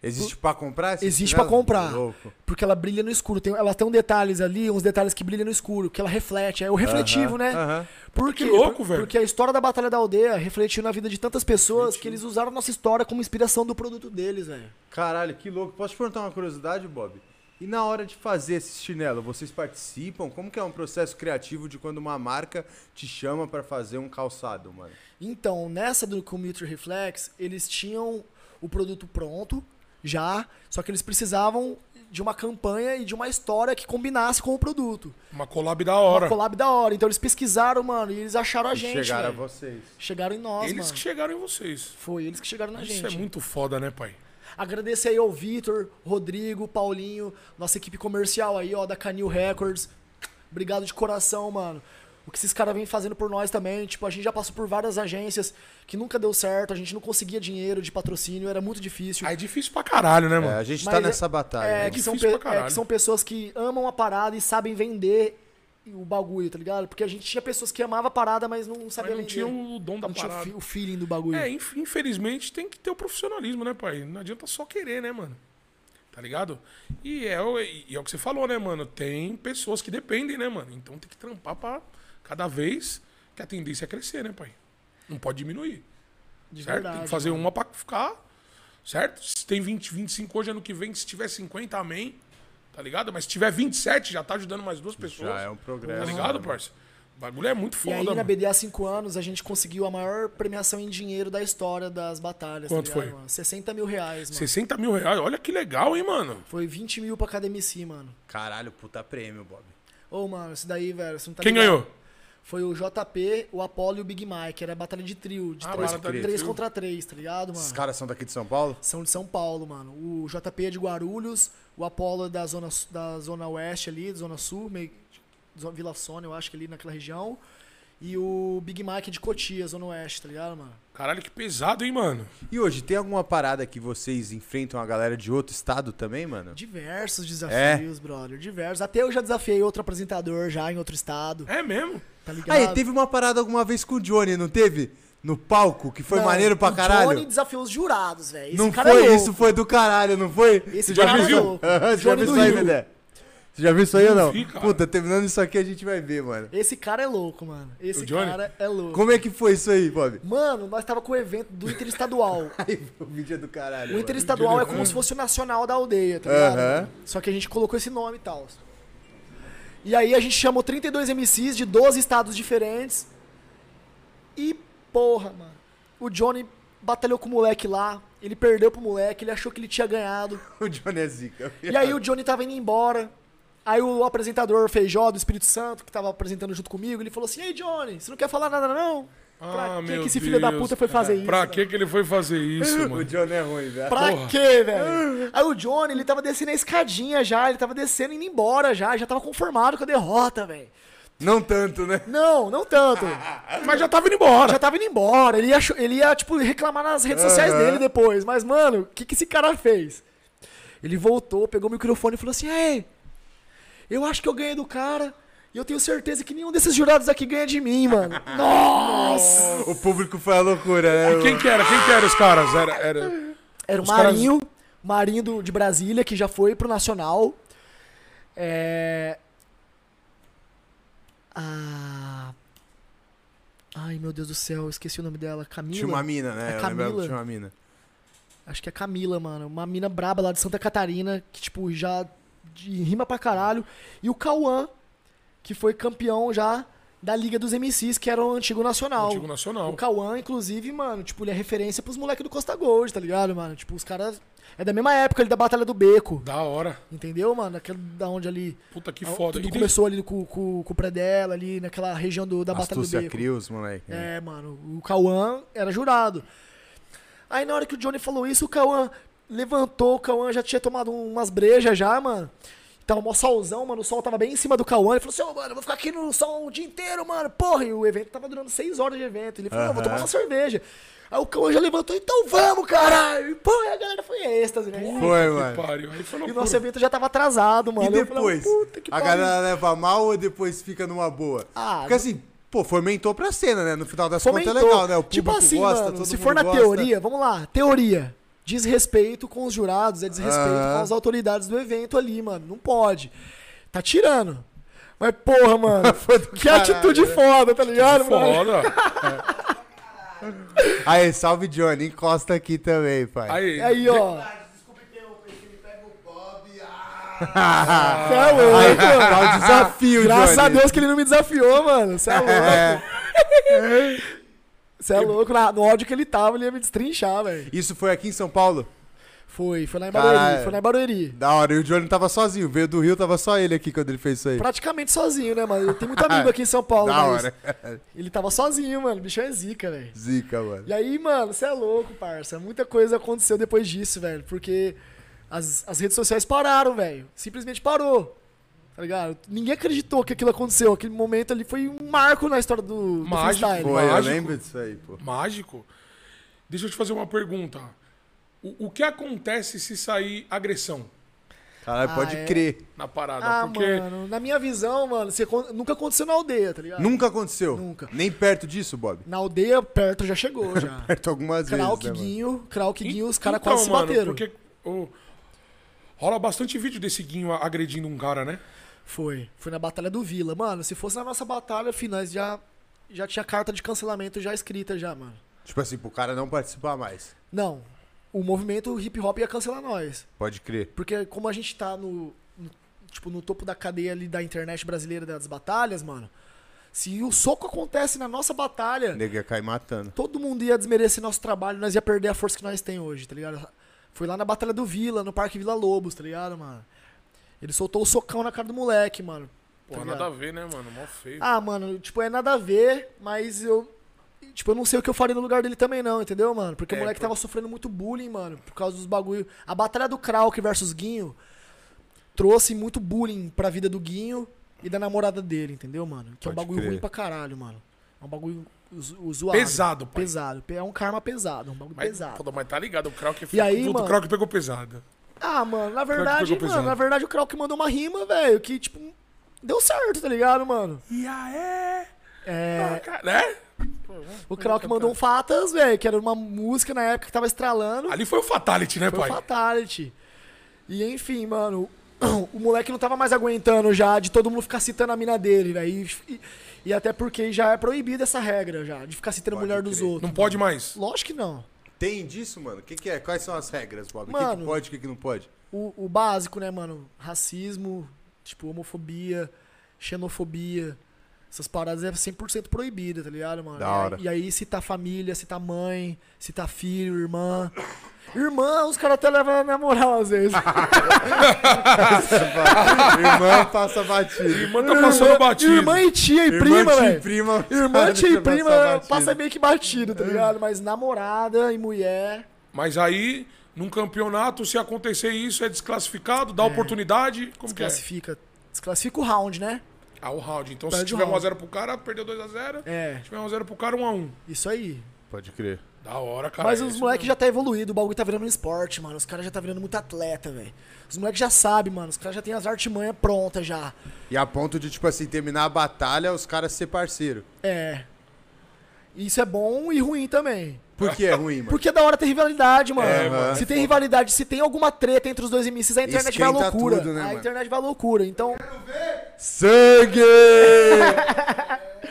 Existe pra comprar? esse
Existe pra
chinelo?
comprar.
Louco.
Porque ela brilha no escuro. Tem, ela tem um detalhes ali, uns detalhes que brilham no escuro, que ela reflete. É o refletivo, né?
aham.
Por quê?
louco,
Por-
velho.
Porque a história da Batalha da Aldeia refletiu na vida de tantas pessoas que eles usaram a nossa história como inspiração do produto deles, velho.
Caralho, que louco. Posso te perguntar uma curiosidade, Bob? E na hora de fazer esse chinelo, vocês participam? Como que é um processo criativo de quando uma marca te chama pra fazer um calçado, mano?
Então, nessa do Commuter Reflex, eles tinham o produto pronto já, só que eles precisavam de uma campanha e de uma história que combinasse com o produto.
Uma collab da
Uma
hora.
collab da hora. Então eles pesquisaram, mano, e eles acharam a
E
gente.
Chegaram
velho.
a vocês.
Chegaram em nós,
Eles
mano.
que chegaram em vocês.
Foi eles que chegaram na
Isso
gente.
é muito foda, né, pai?
Agradecer aí ao Vitor, Rodrigo, Paulinho, nossa equipe comercial aí, ó, da Canil Records. Obrigado de coração, mano. O que esses caras vêm fazendo por nós também. Tipo, a gente já passou por várias agências que nunca deu certo, a gente não conseguia dinheiro de patrocínio, era muito difícil.
Ah, é difícil pra caralho, né,
É,
mano?
a gente
Mas
tá
é-
nessa batalha.
É,
né?
que são,
Difícil
pe-
pra caralho.
é que são pessoas que amam a parada e sabem vender o bagulho, tá ligado? Porque a gente tinha pessoas que amavam a parada, mas não
Mas
sabiam
não
vender.
tinha o dom da
Não tinha o
parada.
fi- o feeling do bagulho.
É, inf- infelizmente tem que ter o profissionalismo, né, pai? Não adianta só querer, né, mano? Tá ligado? E é, o- e é o que você falou, né, mano? Tem pessoas que dependem, né, mano? Então tem que trampar pra cada vez que a tendência é crescer, né, pai? Não pode diminuir,
de
certo? tem
verdade,
que fazer
mano.
uma pra ficar, certo? Se tem 20, 25 hoje, ano que vem, se tiver 50, amém. Tá ligado? Mas se tiver 27, já tá ajudando mais duas pessoas.
Já é um progresso.
Tá ligado,
né,
parça? O bagulho é muito
E
foda,
aí, na
mano.
BD há 5 anos, a gente conseguiu a maior premiação em dinheiro da história das batalhas. tá
Quanto
ligado,
foi?
Mano? 60 mil reais, mano.
60 mil reais, olha que legal, hein, mano?
Foi 20 mil pra cada MC, mano.
Caralho, puta prêmio, Bob.
Ô, mano, isso daí, velho, você não tá
Quem
ligado.
ganhou?
Foi o JP, o Apollo e o Big Mike. Era batalha de trio, de
Ah,
três
batalha de
3
trio.
contra 3, tá ligado, mano?
Esses caras são daqui de São Paulo?
São de São Paulo, mano. O JP é de Guarulhos, o Apollo é da zona, da zona oeste ali, da zona sul, meio, zo- Vila Sônia, eu acho que é ali naquela região. E o Big Mike é de Cotia, zona oeste, tá ligado, mano?
Caralho, que pesado, hein, mano?
E hoje, tem alguma parada que vocês enfrentam a galera de outro estado também, mano?
Diversos
É.
desafios, brother. Diversos. Até eu já desafiei outro apresentador já em outro estado.
É mesmo?
Tá ligado?
Aí, teve uma parada alguma vez com o Johnny, não teve? No palco, que foi
Não,
maneiro pra
o
caralho.
Johnny desafiou os jurados, velho. Esse
não
cara
foi?
é louco.
Isso foi do caralho, não foi? Você
Esse
já viu?
cara é
isso?
louco.
Aham, Você já
Johnny
viu
do
isso aí,
Rio.
Dedé? Você já viu isso aí ou não?
vi, cara.
Puta, terminando isso aqui a gente vai ver, mano.
Esse cara é louco, mano. Esse
O Johnny?
cara é louco.
Como é que foi isso aí, Bob?
Mano, nós tava com o evento do Interestadual.
Ai, o vídeo é do caralho.
O
mano.
Interestadual é como se fosse o nacional da aldeia, tá ligado?
Aham.
Só que a gente colocou esse nome e tal. E aí a gente chamou 32 MCs de 12 estados diferentes. E porra, mano. O Johnny batalhou com o moleque lá. Ele perdeu pro moleque, ele achou que ele tinha ganhado.
O Johnny é zica.
E aí o Johnny tava indo embora. Aí o apresentador Feijó do Espírito Santo, que tava apresentando junto comigo, ele falou assim: Ei, Johnny, você não quer falar nada, não? Pra
Ah,
que,
meu
que esse filho da
Deus,
puta foi fazer
cara.
isso?
Pra
velho?
que que ele foi fazer isso,
O
mano?
Johnny é ruim, velho.
Pra
Porra.
quê, velho? Aí o Johnny, ele tava descendo a escadinha já, ele tava descendo e indo embora já, já tava conformado com a derrota, velho.
Não tanto, né?
Não, não tanto.
Mas já tava indo embora.
Já tava indo embora, ele ia, cho- ele ia tipo, reclamar nas redes sociais
Aham.
dele depois. Mas, mano, o que, que esse cara fez? Ele voltou, pegou o microfone e falou assim: Ei, eu acho que eu ganhei do cara. E eu tenho certeza que nenhum desses jurados aqui ganha de mim, mano. Nossa!
O público foi a loucura, né?
É Quem que era? Quem que era os caras? Era, era...
Era um o
caras-
Marinho, Marinho do, de Brasília, que já foi pro Nacional. É. Ah. Ai, meu Deus do céu, eu esqueci o nome dela. Camila.
Tinha uma mina, né?
A
eu lembrava que
Camila.
tinha uma mina.
Acho que é Camila, mano. Uma mina braba lá de Santa Catarina, que, tipo, já de- rima pra caralho. E o Cauã, que foi campeão já da Liga dos MCs, que era o antigo nacional.
Antigo Nacional.
O Cauã, inclusive, mano, tipo, ele é referência pros moleques do Costa Gold, tá ligado, mano? Tipo, os caras. É da mesma época ali da Batalha do Beco.
Da hora.
Entendeu, mano? Aquele da onde ali.
Puta que
a-
foda.
Tudo
E
começou ali com, com, com o Predela, ali naquela região do, da Batalha do
Astúcia
Beco.
Crios, moleque. né?
É, mano, o Cauã era jurado. Aí na hora que o Johnny falou isso, o Cauã levantou, o Cauã já tinha tomado um, umas brejas já, mano. Tava mó solzão, mano, o sol tava bem em cima do Cauã. Ele falou assim, ô, mano, eu vou ficar aqui no sol o dia inteiro, mano. Porra, e o evento tava durando seis horas de evento. Ele falou, não, vou tomar uma cerveja. Aí o Cauã já levantou, então vamos, caralho. E, pô, a galera foi êxtase, né?
Foi,
que
mano.
pariu. Aí foi
E o
loucura.
nosso evento já tava atrasado, mano.
E
Eu falei,
depois?
"Puta que
a
pariu."
galera leva mal ou depois fica numa boa?
Ah,
Porque assim, pô, fomentou pra cena, né? No final das
Fomentou.
contas é legal, né? O público
tipo assim,
gosta,
mano,
todo
se
mundo
for na
gosta.
teoria, vamos lá, teoria. Desrespeito com os jurados, é desrespeito
Aham.
com as autoridades do evento ali, mano. Não pode. Tá tirando. Mas, porra, mano, que atitude foda, tá ligado, mano?
Foda.
Aí, salve Johnny, encosta aqui também, pai.
Aí.
Aí, ó.
Desculpe ter o perfil, pega o Bob.
Cê
Ah.
é louco, mano.
Tá o desafio,
Graças
Johnny.
a Deus que ele não me desafiou, mano. Você é louco. Você é louco. Na- No ódio que ele tava, ele ia me destrinchar, velho.
Isso foi aqui em São Paulo?
Foi, foi lá em
Caralho.
Barueri. Foi lá em Barueri.
Da hora, e o Johnny tava sozinho, veio do Rio, tava só ele aqui quando ele fez isso aí. Ah,
Praticamente sozinho, né, mano? Eu tenho muito amigo aqui em São Paulo,
da
mas
hora.
Ele tava sozinho, mano. O bichão é zica, velho.
Zica, mano.
E aí, mano, você é louco, parça. Muita coisa aconteceu depois disso, velho. Porque as, as redes sociais pararam, velho. Simplesmente parou. Tá ligado? Ninguém acreditou que aquilo aconteceu. Aquele momento ali foi um marco na história do, do
Mágico.
freestyle.
Foi, eu
Mágico.
lembro disso aí, pô.
Mágico. Deixa eu te fazer uma pergunta. O, o que acontece se sair agressão
Caralho, pode
é?
crer.
na parada?
Ah,
Porque
mano, na minha visão, mano, você con- nunca aconteceu na aldeia, tá ligado?
Nunca aconteceu.
Nunca.
Nem perto disso, Bob.
Na aldeia, perto já chegou, já.
Perto algumas vezes,
Krauk,
né, mano?
Guinho, Krauk, Guinho, os caras
Então,
quase se
mano,
bateram.
Porque o- rola bastante vídeo desse guinho agredindo um cara, né?
Foi. Foi na Batalha do Vila. Mano, se fosse na nossa batalha, fi, nós já, já tinha carta de cancelamento já escrita já, mano.
Tipo assim, pro cara não participar mais.
Não. O movimento hip hop ia cancelar nós.
Pode crer.
Porque como a gente tá no, no- tipo, no topo da cadeia ali da internet brasileira das batalhas, mano. Se o soco acontece na nossa batalha,
O nego ia cair matando.
todo mundo ia desmerecer nosso trabalho, nós ia perder a força que nós tem hoje, tá ligado? Foi lá na Batalha do Vila, no Parque Vila Lobos, tá ligado, mano? Ele soltou o socão na cara do moleque, mano.
Pô,
tá ligado?
nada a ver, né, mano? Mó feio.
Ah, mano, tipo, é nada a ver, mas eu. Tipo, eu não sei o que eu faria no lugar dele também, não, entendeu, mano? Porque
É,
o moleque tava sofrendo muito bullying, mano, por causa dos bagulho. A batalha do Krauk versus Guinho trouxe muito bullying pra vida do Guinho e da namorada dele, entendeu, mano? Que é um
Pode
bagulho
crer.
ruim pra caralho, mano. É um bagulho zo- zoado.
Pesado, pai.
Pesado. É um karma pesado, é um bagulho
mas,
pesado.
Pô, mas tá ligado, o Krauk
E aí,
Puta,
mano?
O Krauk pegou pesado.
Ah, mano, na verdade,
pegou
mano,
pesado.
na verdade o Krauk mandou uma rima, velho, que, tipo, deu certo, tá ligado, mano?
E aê?
É.
Ah, cara, né?
O Krauk mandou um Fatas, velho, que era uma música na época que tava estralando.
Ali Ah, foi o Fatality, né,
Foi
pai?
um Fatality. E enfim, mano, o moleque não tava mais aguentando já de todo mundo ficar citando a mina dele, velho. E, e- e até porque já é proibida essa regra já, de ficar citando a mulher dos
crer.
outros.
Não pode mais.
Lógico que não.
Tem disso, mano? O que, que é? Quais são as regras, Bob? O que, que
Mano.
pode, o que, que não pode?
O, o básico, né, mano? Racismo, tipo, homofobia, xenofobia. Essas paradas é 100% proibida, tá ligado, mano?
Da
E aí-
hora.
E aí citar família, citar mãe, citar filho, irmã. Irmã, os caras até levam na moral às vezes.
Irmã passa batido. Irmã
Tá passando batido.
Irmã e tia e prima,
tia e
velho.
prima.
Irmã, tia e
deixa
prima
passar batido.
passa meio que batido, tá ligado? Mas namorada e mulher.
Mas aí, num campeonato, se acontecer isso, é desclassificado, dá oportunidade. Como que é?
Classifica. Desclassifica o round, né?
Ah, o round. Então, se
Perde o
tiver
round.
1x0 pro cara, perdeu 2x0.
É.
Se tiver 1x0 pro cara, 1x1.
Isso aí.
Pode crer.
Da hora, cara.
Mas
é
os
isso
moleques
mesmo.
já tá evoluído, o bagulho tá virando um esporte, mano. Os caras já tá virando muito atleta, velho. Os moleques já sabem, mano. Os caras já têm as artimanhas prontas já.
E a ponto de, tipo assim, terminar a batalha, os caras ser parceiro.
É. Isso é bom e ruim também.
Por que é ruim, mano?
Porque é da hora ter rivalidade, mano.
É, mano,
Se tem rivalidade, se tem alguma treta entre os dois MCs, a internet vai à
Esquenta
loucura.
tudo, né,
a
mano?
internet vai à loucura. Então,
Sangue!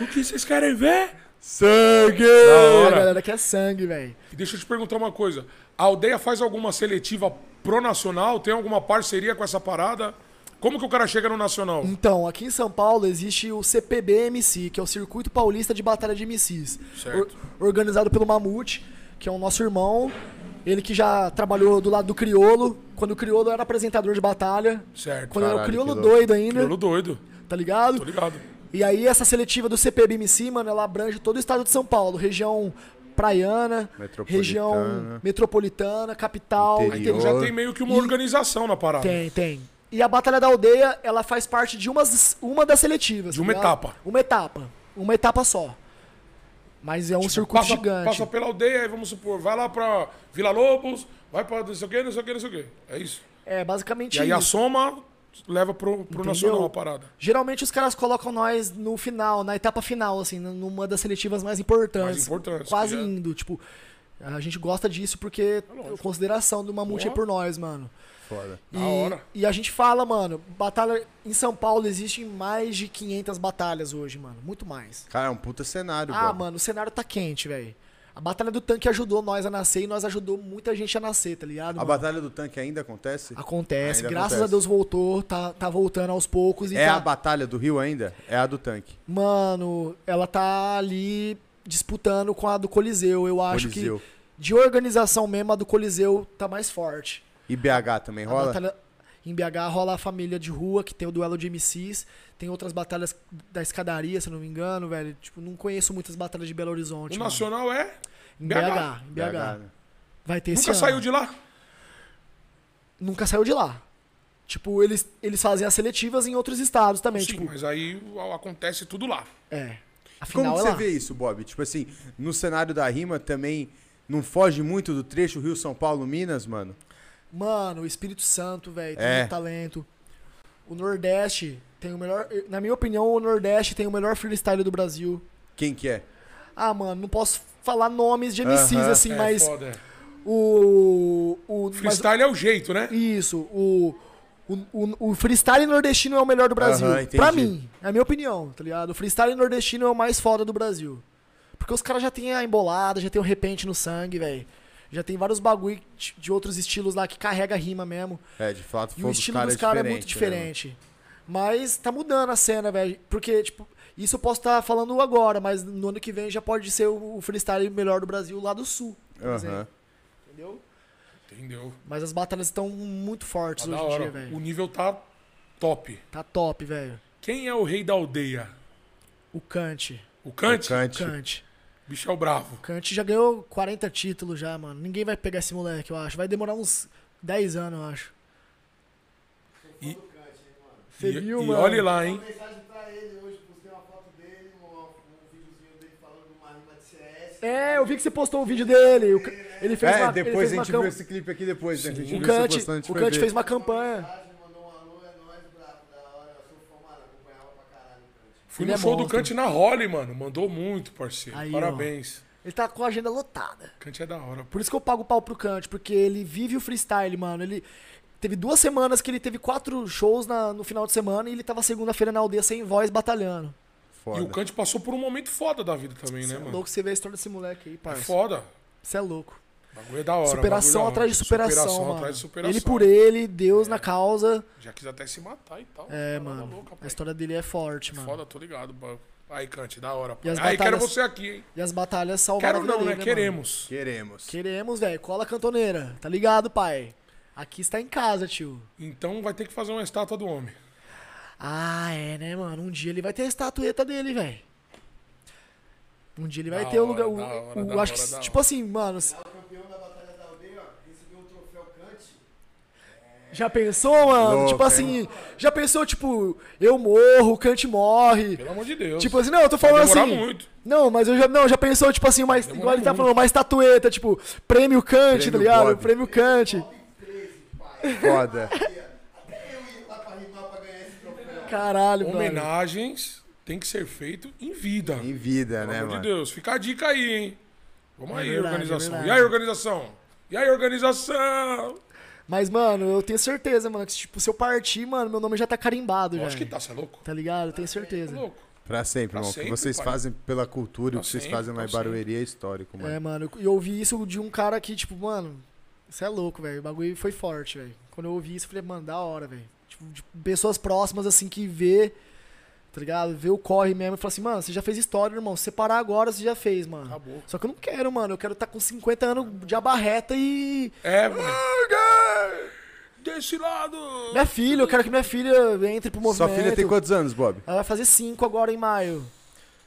O que vocês querem ver?
Sangue!
a
Bora.
galera quer sangue, velho.
E Deixa eu te perguntar uma coisa. A aldeia faz alguma seletiva pro nacional? Tem alguma parceria com essa parada? Como que o cara chega no nacional?
Então, aqui em São Paulo existe o CPBMC, que é o Circuito Paulista de Batalha de MCs.
Certo.
Or- organizado pelo Mamute, que é o nosso irmão. Ele que já trabalhou do lado do Criolo, quando o Criolo era apresentador de batalha.
Certo.
Quando era o
Caralho,
Criolo
que louco.
doido ainda,
Pelo doido.
tá ligado?
Tô ligado.
E aí essa seletiva do CPBMC, mano, ela abrange todo o estado de São Paulo, região praiana,
Metropolitana.
região metropolitana, capital,
Interior.
Então já tem meio que uma
um E-
organização na parada.
tem, tem. E a Batalha da Aldeia, ela faz parte de umas, uma das seletivas.
De
tá
uma
ligado?
etapa.
Uma etapa. Uma etapa só. Mas é um circuito
Tipo, Passa,
gigante.
passa pela aldeia, aí vamos supor, vai lá pra Vila Lobos, vai pra não sei o que, não sei o que, não sei o que. É isso.
É basicamente
E aí a
isso.
soma leva pro, pro nacional a parada.
Geralmente os caras colocam nós no final, na etapa final, assim, n- numa das seletivas mais
Mais
importantes.
importantes,
Quase
que é-
indo, tipo. A gente gosta disso porque a consideração do Mamute é
Boa.
por nós, mano.
é Foda.
E,
Da hora.
e a gente fala, mano, batalha em São Paulo existem mais de 500 batalhas hoje, mano, muito mais.
Cara, é um puta cenário,
Ah,
Bob.
mano, o cenário tá quente, velho. A Batalha do Tanque ajudou nós a nascer e nós ajudou muita gente a nascer, tá
A
ligado? mano?
batalha do tanque ainda acontece?
Acontece,
Ainda
graças a
acontece.
Deus voltou, tá, tá voltando aos poucos. E
É
tá...
a batalha do Rio ainda? É a do tanque.
Mano, ela tá ali disputando com a do Coliseu. Eu acho
Coliseu.
que de organização mesmo, a do Coliseu tá mais forte.
E BH também
A
rola?
batalha- Em BH rola a família de rua, que tem o duelo de MCs. Tem outras batalhas da escadaria, se eu não me engano, velho. Tipo, não conheço muitas batalhas de Belo Horizonte.
O
mano.
nacional é
Em
BH.
BH. Em BH.
né?
Vai ter esse
Nunca
ano.
saiu de lá.
nunca saiu de lá. Tipo, eles, eles fazem as seletivas em outros estados também.
Sim,
tipo,
mas aí acontece tudo lá.
é.
Como
Afinal,
que
é
você
lá.
vê isso, Bob? Tipo assim, no cenário da rima também não foge muito do trecho Rio-São Paulo-Minas, mano?
Mano, o Espírito Santo, velho, tem
É.
muito talento. O Nordeste tem o melhor. eh, Na minha opinião, o Nordeste tem o melhor freestyle do Brasil.
Quem que é?
Ah, mano, não posso falar nomes de MCs
Aham,
assim,
É
mas
foda.
o. o mas-
Freestyle é o jeito, né?
isso, o. O, o- o freestyle nordestino é o melhor do Brasil.
Aham, entendi.
pra mim, é a minha opinião, tá ligado? O freestyle nordestino é o mais foda do Brasil. Porque os caras já têm a embolada, já tem o repente no sangue, velho. Já tem vários bagulho de de outros estilos lá que carrega rima mesmo.
É, de fato,
E
foi
o
dos
estilo
caras
dos caras é muito
diferente,
diferente. Mas tá mudando a cena, velho. Porque, tipo, isso eu posso estar falando agora, mas no ano que vem já pode ser o o freestyle melhor do Brasil lá do sul.
né,
Por
mano?
exemplo.
Aham.
Entendeu?
Entendeu?
Mas as batalhas estão muito fortes
Tá da
hoje em dia,
hora. O
velho.
nível tá top.
Tá top, velho.
Quem é o rei da aldeia?
O Kant.
O Kant?
Kant.
Kant.
Bicho é o bravo.
O Kant já ganhou 40 títulos já, mano. Ninguém vai pegar esse moleque, eu acho. Vai demorar uns 10 anos, eu acho.
E-
Você
e,
viu,
e
mano?
olhe lá, hein?
mensagem pra ele hoje, postei uma foto dele, um, um videozinho dele falando uma rima de CS.
É, eu vi que você postou o vídeo dele. O Ca- Ele fez
É,
uma, ele
depois
fez
a
uma
gente viu
cam-
esse clipe aqui depois, né? A gente
O
viu
Kant,
esse bastante,
o
foi
Kant
ver.
fez uma campanha.
Mandou um alô, é nóis, brabo, da hora. Eu sou fã, mano, acompanhava pra caralho. cara.
Fui
Ele
no
é
show do
monstro.
Kant na Holly, mano. Mandou muito, parceiro.
Aí, ó.
Parabéns.
Ele tá com a agenda lotada.
Kant é da hora.
Por isso que eu pago pau pro Kant, porque ele vive o freestyle, mano. Ele teve duas semanas que ele teve quatro shows na- no final de semana e ele tava segunda-feira na aldeia sem voz batalhando. é
Foda.
E o Kant passou por um momento foda da vida também, né, mano?
Louco você ver a história desse moleque aí,
É
parça.
foda.
Você é louco.
O Bagulho é da hora.
superação
bagulho da hora.
atrás de superação,
Superação
mano.
atrás de superação. É.
Ele por ele, Deus na causa.
Já quis até se matar e tal.
É,
Parada
mano.
louca,
a
pai.
história dele é forte, mano.
Foda, tô ligado. ba- Aí, Kant, da hora.
E
Pai.
as
Aí, quero
batalhas-
você aqui, hein?
E as batalhas salvaram
Quero
a vida
não,
dele,
né?
né, mano?
Queremos.
Queremos.
Queremos, velho. Cola cantoneira. Tá ligado, pai? Aqui está em casa, tio.
Então vai ter que fazer uma estátua do homem.
Ah, é, né, mano? Um dia ele vai ter a estatueta dele, velho. Um dia ele vai
Da
ter o
hora,
lugar. o-
da hora,
o-
da
acho
hora,
que,
da
tipo
hora.
assim, mano. se-
É O campeão da Batalha da Aldeia, ó, recebeu o troféu Kant.
Já pensou, mano?
Louco,
tipo
hein?
assim, já pensou, tipo, eu morro, o Kant morre.
Pelo amor de Deus.
Tipo assim, não, eu tô falando
demorar
assim.
muito.
Não, mas eu já. Não, já pensou, tipo assim, mas igual ele tá
muito.
falando, uma estatueta, tipo, prêmio Kant,
Prêmio
tá ligado?
Bob.
Prêmio Kant.
Foda.
Eu ia lá pra rimar pra ganhar esse troféu.
Caralho, mano.
Homenagens tem que ser feito em vida.
Em vida,
Pelo
né,
amor de
mano?
Deus. Fica a dica aí, hein? Vamos
É
aí,
verdade, é
organização.
verdade.
e aí, organização? E aí, organização?
Mas, mano, eu tenho certeza, mano, que tipo, se eu partir, mano, meu nome já tá carimbado,
Eu
já.
acho que tá, você é louco?
Tá ligado? Eu tenho
Tá
certeza.
louco.
Pra sempre,
Pra
irmão. o
sempre,
que vocês
pai.
fazem pela cultura e o
Pra
que vocês
sempre,
fazem lá em
pra sempre.
Barueri é histórico, mano.
É, mano, e eu ouvi isso de um cara que, tipo, mano, você é louco, velho. O bagulho foi forte, velho. Quando eu ouvi isso, eu falei, mano, da hora, velho. Tipo, de pessoas próximas, assim, que vê, tá ligado? Vê o corre mesmo e fala assim, mano, você já fez história, irmão. Se você parar agora, você já fez, mano.
Tá
Acabou.
Só que eu não quero, mano. Eu quero estar com 50 anos de abarreta e.
É, mano. Desse lado.
Minha filha, é eu quero que minha filha entre pro movimento.
Sua filha tem quantos anos, Bob?
Ela vai fazer 5 agora em maio,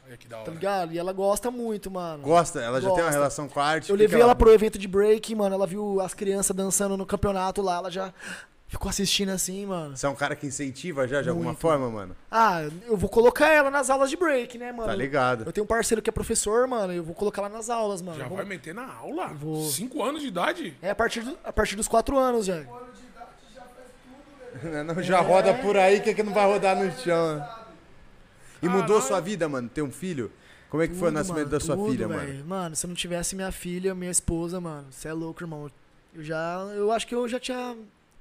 Olha que da
tá
hora.
ligado? E ela gosta muito, mano.
Gosta? Ela já tem uma
Gosta.
relação com a arte?
Eu
O que
levei
que
ela pro evento de break, mano. Ela viu as crianças dançando no campeonato lá, ela já ficou assistindo assim, mano.
Você é um cara que incentiva já de alguma forma, mano?
Ah, eu vou colocar ela nas aulas de break, né, mano?
Tá ligado.
Eu tenho um parceiro que é professor, mano. Eu vou colocar ela nas aulas, mano.
Já
Vou-
vai meter na aula?
Vou.
Cinco anos de idade?
É a partir, do- a partir dos quatro anos já.
Não, já roda por aí, que é que não vai rodar no chão? né? E mudou sua vida, mano? Ter um filho? Como é que foi o
Tudo,
nascimento
mano,
da sua
tudo,
filha,
velho.
mano?
Mano, se eu não tivesse minha filha, minha esposa, mano, você é louco, irmão. Eu já. Eu acho que eu já tinha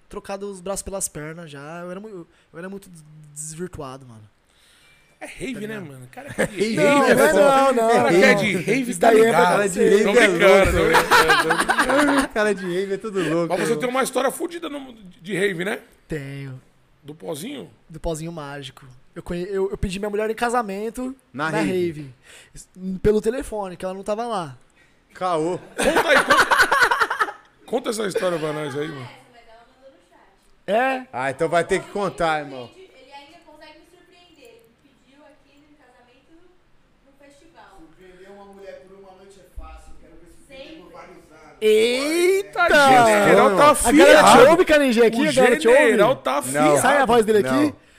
trocado os braços pelas pernas já. Eu era, mu- eu era muito des- desvirtuado, mano.
É rave,
Tá
né, mano? O Cara, quer de
Rave,
rave. né?
Não,
não é não, não,
Cara,
não.
quer de rave,
Isso
tá
daí é né? pra
Cara
ligado?
de rave
Tô
é
brincando,
louco,
tô brincando.
Cara de rave é tudo louco.
Mas você tem uma história fodida no- de rave, né?
Tenho.
Do pozinho?
do pozinho mágico. Eu, conhe- eu, eu pedi minha mulher em casamento
Na
na,
rave.
rave. Pelo telefone, que ela não tava lá.
Caô.
Conta aí, conta. Conta essa história pra nós aí, mano.
Essa, mas ela mandou no chat.
É?
Ah, então vai ter que contar,
Ele
irmão.
pediu- Ele ainda consegue me surpreender. Ele me pediu aqui no casamento no festival.
Vender uma mulher por uma noite é fácil. Quero ver se fica por vários anos.
Eita!
general tá
A galera te
afiado.
ouve, Caninje, aqui?
O
A galera te ouve?
general tá
Não.
afiado.
Sai a voz dele aqui?
Não.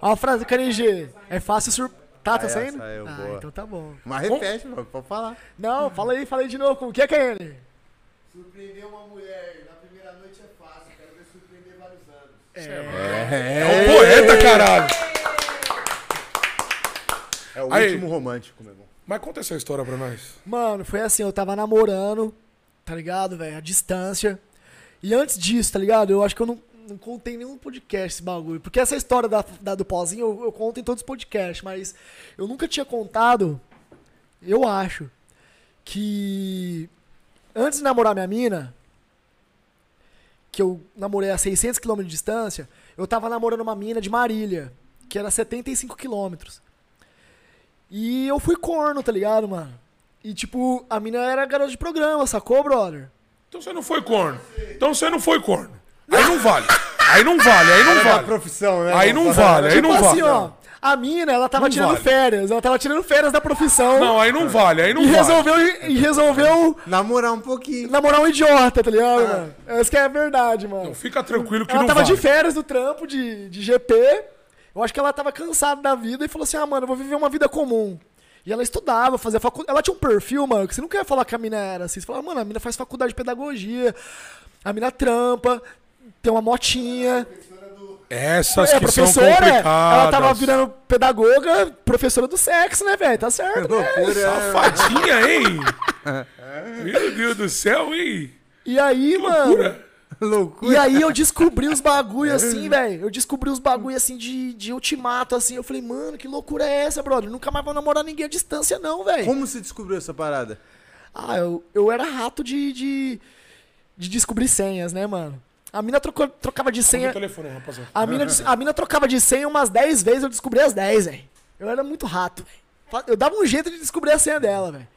Ó a frase, Caninje. É fácil sur... Tá, tá
Ah,
saindo?
saiu,
ah,
boa.
então tá bom.
Mas repete, mano, pode falar.
Não, fala aí, fala aí de novo. Como que é, Canine?
Surpreender uma mulher na primeira noite é fácil. Quero ver surpreender vários anos.
É um poeta, caralho.
É o
Aí.
último romântico, meu irmão.
Mas conta essa história pra nós.
Mano, foi assim, eu tava namorando, tá ligado, velho? A distância. E antes disso, tá ligado? Eu acho que eu não, não contei em nenhum podcast esse bagulho. Porque essa história da, da- do pozinho eu, eu conto em todos os podcasts, mas eu nunca tinha contado, eu acho, que antes de namorar minha mina, que eu namorei a 600 km de distância, eu tava namorando uma mina de Marília, que era 75 quilômetros. E eu fui corno, tá ligado, mano? E tipo, a mina era garota de programa, sacou, brother?
Então você não foi corno. Então você não foi corno. Aí não vale. Aí não vale, aí não
Era a
vale.
profissão, né?
Aí
irmão?
não vale, aí
Tipo
não
assim,
vale.
ó, a mina, ela tava
Não
tirando
vale.
férias, ela tava tirando férias da profissão
Não, aí não vale, aí não
e
vale.
resolveu e resolveu
Namorar um pouquinho.
namorar um idiota,
Ah.
tá ligado, mano? Essa que é a verdade, mano.
Não, fica tranquilo que
Ela
não
tava
vale.
de férias do trampo de, de GP. Eu acho que ela tava cansada da vida e falou assim: ah, mano, eu vou viver uma vida comum. E ela estudava, fazia faculdade. Ela tinha um perfil, mano, que você não quer falar que a mina era assim. Você fala, mano, a mina faz faculdade de pedagogia, a mina trampa, tem uma motinha.
Essas
É,
que são
professora,
complicadas.
ela tava virando pedagoga, professora do sexo, né, velho? Tá certo, né?
Loucura.
é. Safadinha, hein? Meu Deus do céu, hein?
E aí, mano.
Loucura.
Loucura.
E aí eu descobri os
É.
bagulho assim, velho. Eu descobri os bagulho assim de, de ultimato, assim. Eu falei, mano, que loucura é essa, brother? Nunca mais vou namorar ninguém à distância, não, velho.
Como se descobriu essa parada?
Ah, eu, eu era rato de, de. de descobrir senhas, né, mano? A mina trocou, trocava de
Tem
senha.
o telefone, rapaziada.
A mina, a mina trocava de senha umas 10 vezes, eu descobri as 10, velho. Eu era muito rato, velho. Eu dava um jeito de descobrir a senha dela, velho.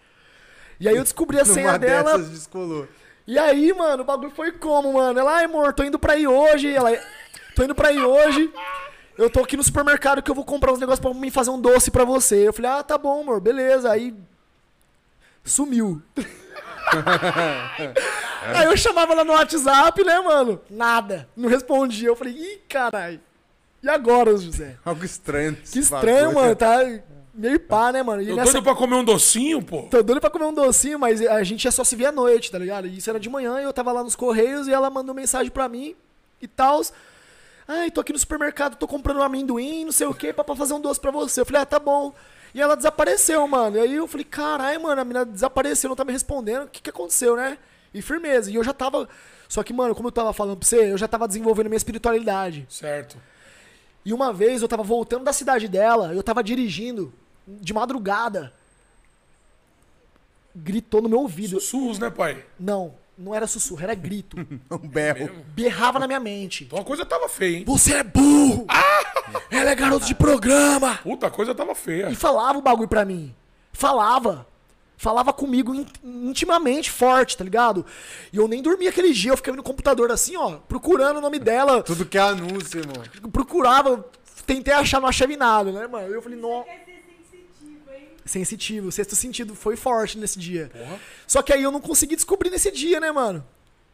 E aí eu descobri a senha
Numa
dela,
dessas descolou.
e aí, mano, o bagulho foi como, mano? Ela, ai, amor, tô indo pra ir hoje. Ela, tô indo pra ir hoje. Eu tô aqui no supermercado que eu vou comprar uns negócios pra mim fazer um doce pra você. Eu falei, ah, tá bom, amor, beleza. Aí. Sumiu. aí eu chamava ela no WhatsApp, né, mano? Nada. Não respondia. Eu falei, ih, caralho. E agora, José?
Algo estranho.
Que estranho, mano. Tá meio pá, né, mano? E
Eu
nessa-
doido pra comer um docinho, pô.
Tô doido pra comer um docinho, mas a gente ia só se ver à noite, tá ligado? E Isso era de manhã, eu tava lá nos Correios e ela mandou mensagem pra mim e tal. Ai, tô aqui no supermercado, tô comprando um amendoim, não sei o quê, pra, pra fazer um doce pra você. Eu falei, ah, tá bom. E ela desapareceu, mano. E aí eu falei, caralho, mano, a menina desapareceu, não tá me respondendo. O que que aconteceu, né? E firmeza. E eu já tava. Só que, mano, como eu tava falando pra você, eu já tava desenvolvendo minha espiritualidade.
Certo.
E uma vez eu tava voltando da cidade dela, eu tava dirigindo, de madrugada. Gritou no meu ouvido.
Sussurros, né, pai?
Não, não era sussurro, era grito.
Um berro.
Berrava na minha mente.
Então a coisa tava feia, hein?
Você é burro! Ela é garoto de programa!
Puta, a coisa tava feia.
E falava o bagulho pra mim. Falava. Falava comigo in- intimamente, forte, tá ligado? E eu nem dormia aquele dia, eu ficava no computador assim, ó, procurando o nome dela.
Tudo que é anúncio, irmão.
Procurava, tentei achar, não achava em nada, né, mano? Eu falei, não.
Quer ser sensitivo, hein?
Sensitivo, o sexto sentido foi forte nesse dia. Só que aí eu não consegui descobrir nesse dia, né, mano?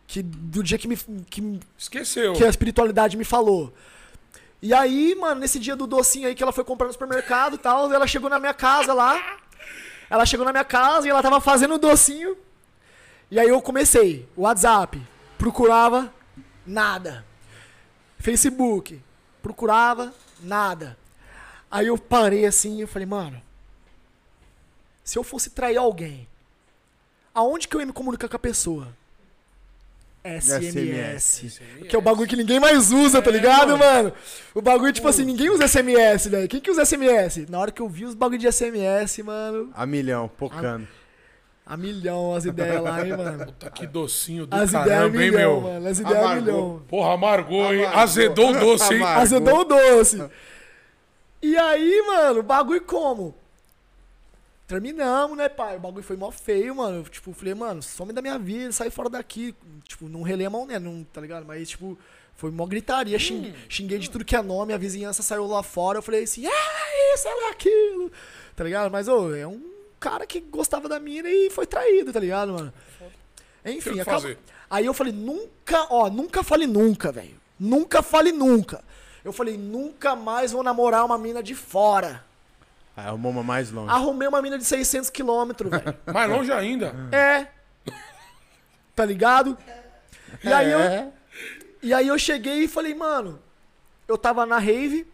Que do dia que me, que,
Esqueceu.
que a espiritualidade me falou. E aí, mano, nesse dia do docinho aí que ela foi comprar no supermercado e tal, ela chegou na minha casa lá. Ela chegou na minha casa e ela tava fazendo o docinho. E aí eu comecei, WhatsApp, procurava nada. Facebook, procurava nada. Aí eu parei assim e falei, mano, se eu fosse trair alguém, aonde que eu ia me comunicar com a pessoa? SMS. Que é o bagulho que ninguém mais usa,
É,
tá ligado, mano? O bagulho, tipo assim, ninguém usa SMS, velho. Quem que usa SMS? Na hora que eu vi os bagulho de SMS, mano,
A milhão, pocando.
a milhão as ideias lá, hein, mano.
Puta, que docinho do
As ideias a
caramba, hein, meu?
milhão, mano. As ideias a
Amargou.
milhão.
Porra, amargou, hein?
Amargou.
Azedou o doce, hein?
Amargou.
Azedou o doce. E aí, mano, o bagulho como? Terminamos, né, pai? O bagulho foi mó feio, mano. Eu, tipo, falei, mano, some da minha vida, sai fora daqui. Tipo, não relei a mão, né? Não, tá ligado? Mas, tipo, foi mó gritaria. xing- xinguei de tudo que é nome, a vizinhança saiu lá fora. Eu falei assim, é isso, é aquilo. Tá ligado? Mas, ô, é um cara que gostava da mina e foi traído, tá ligado, mano?
Tem o
Enfim,
que
acabou.
fazer.
Aí eu falei, nunca, ó, nunca fale nunca, velho. Nunca fale nunca. Eu falei, nunca mais vou namorar uma mina de fora. É,
Ah, arrumou uma mais longe.
Arrumei uma mina de 600 quilômetros, velho.
Mais longe ainda.
É. Tá ligado? E aí, eu, e aí eu cheguei e falei, mano, eu tava na rave.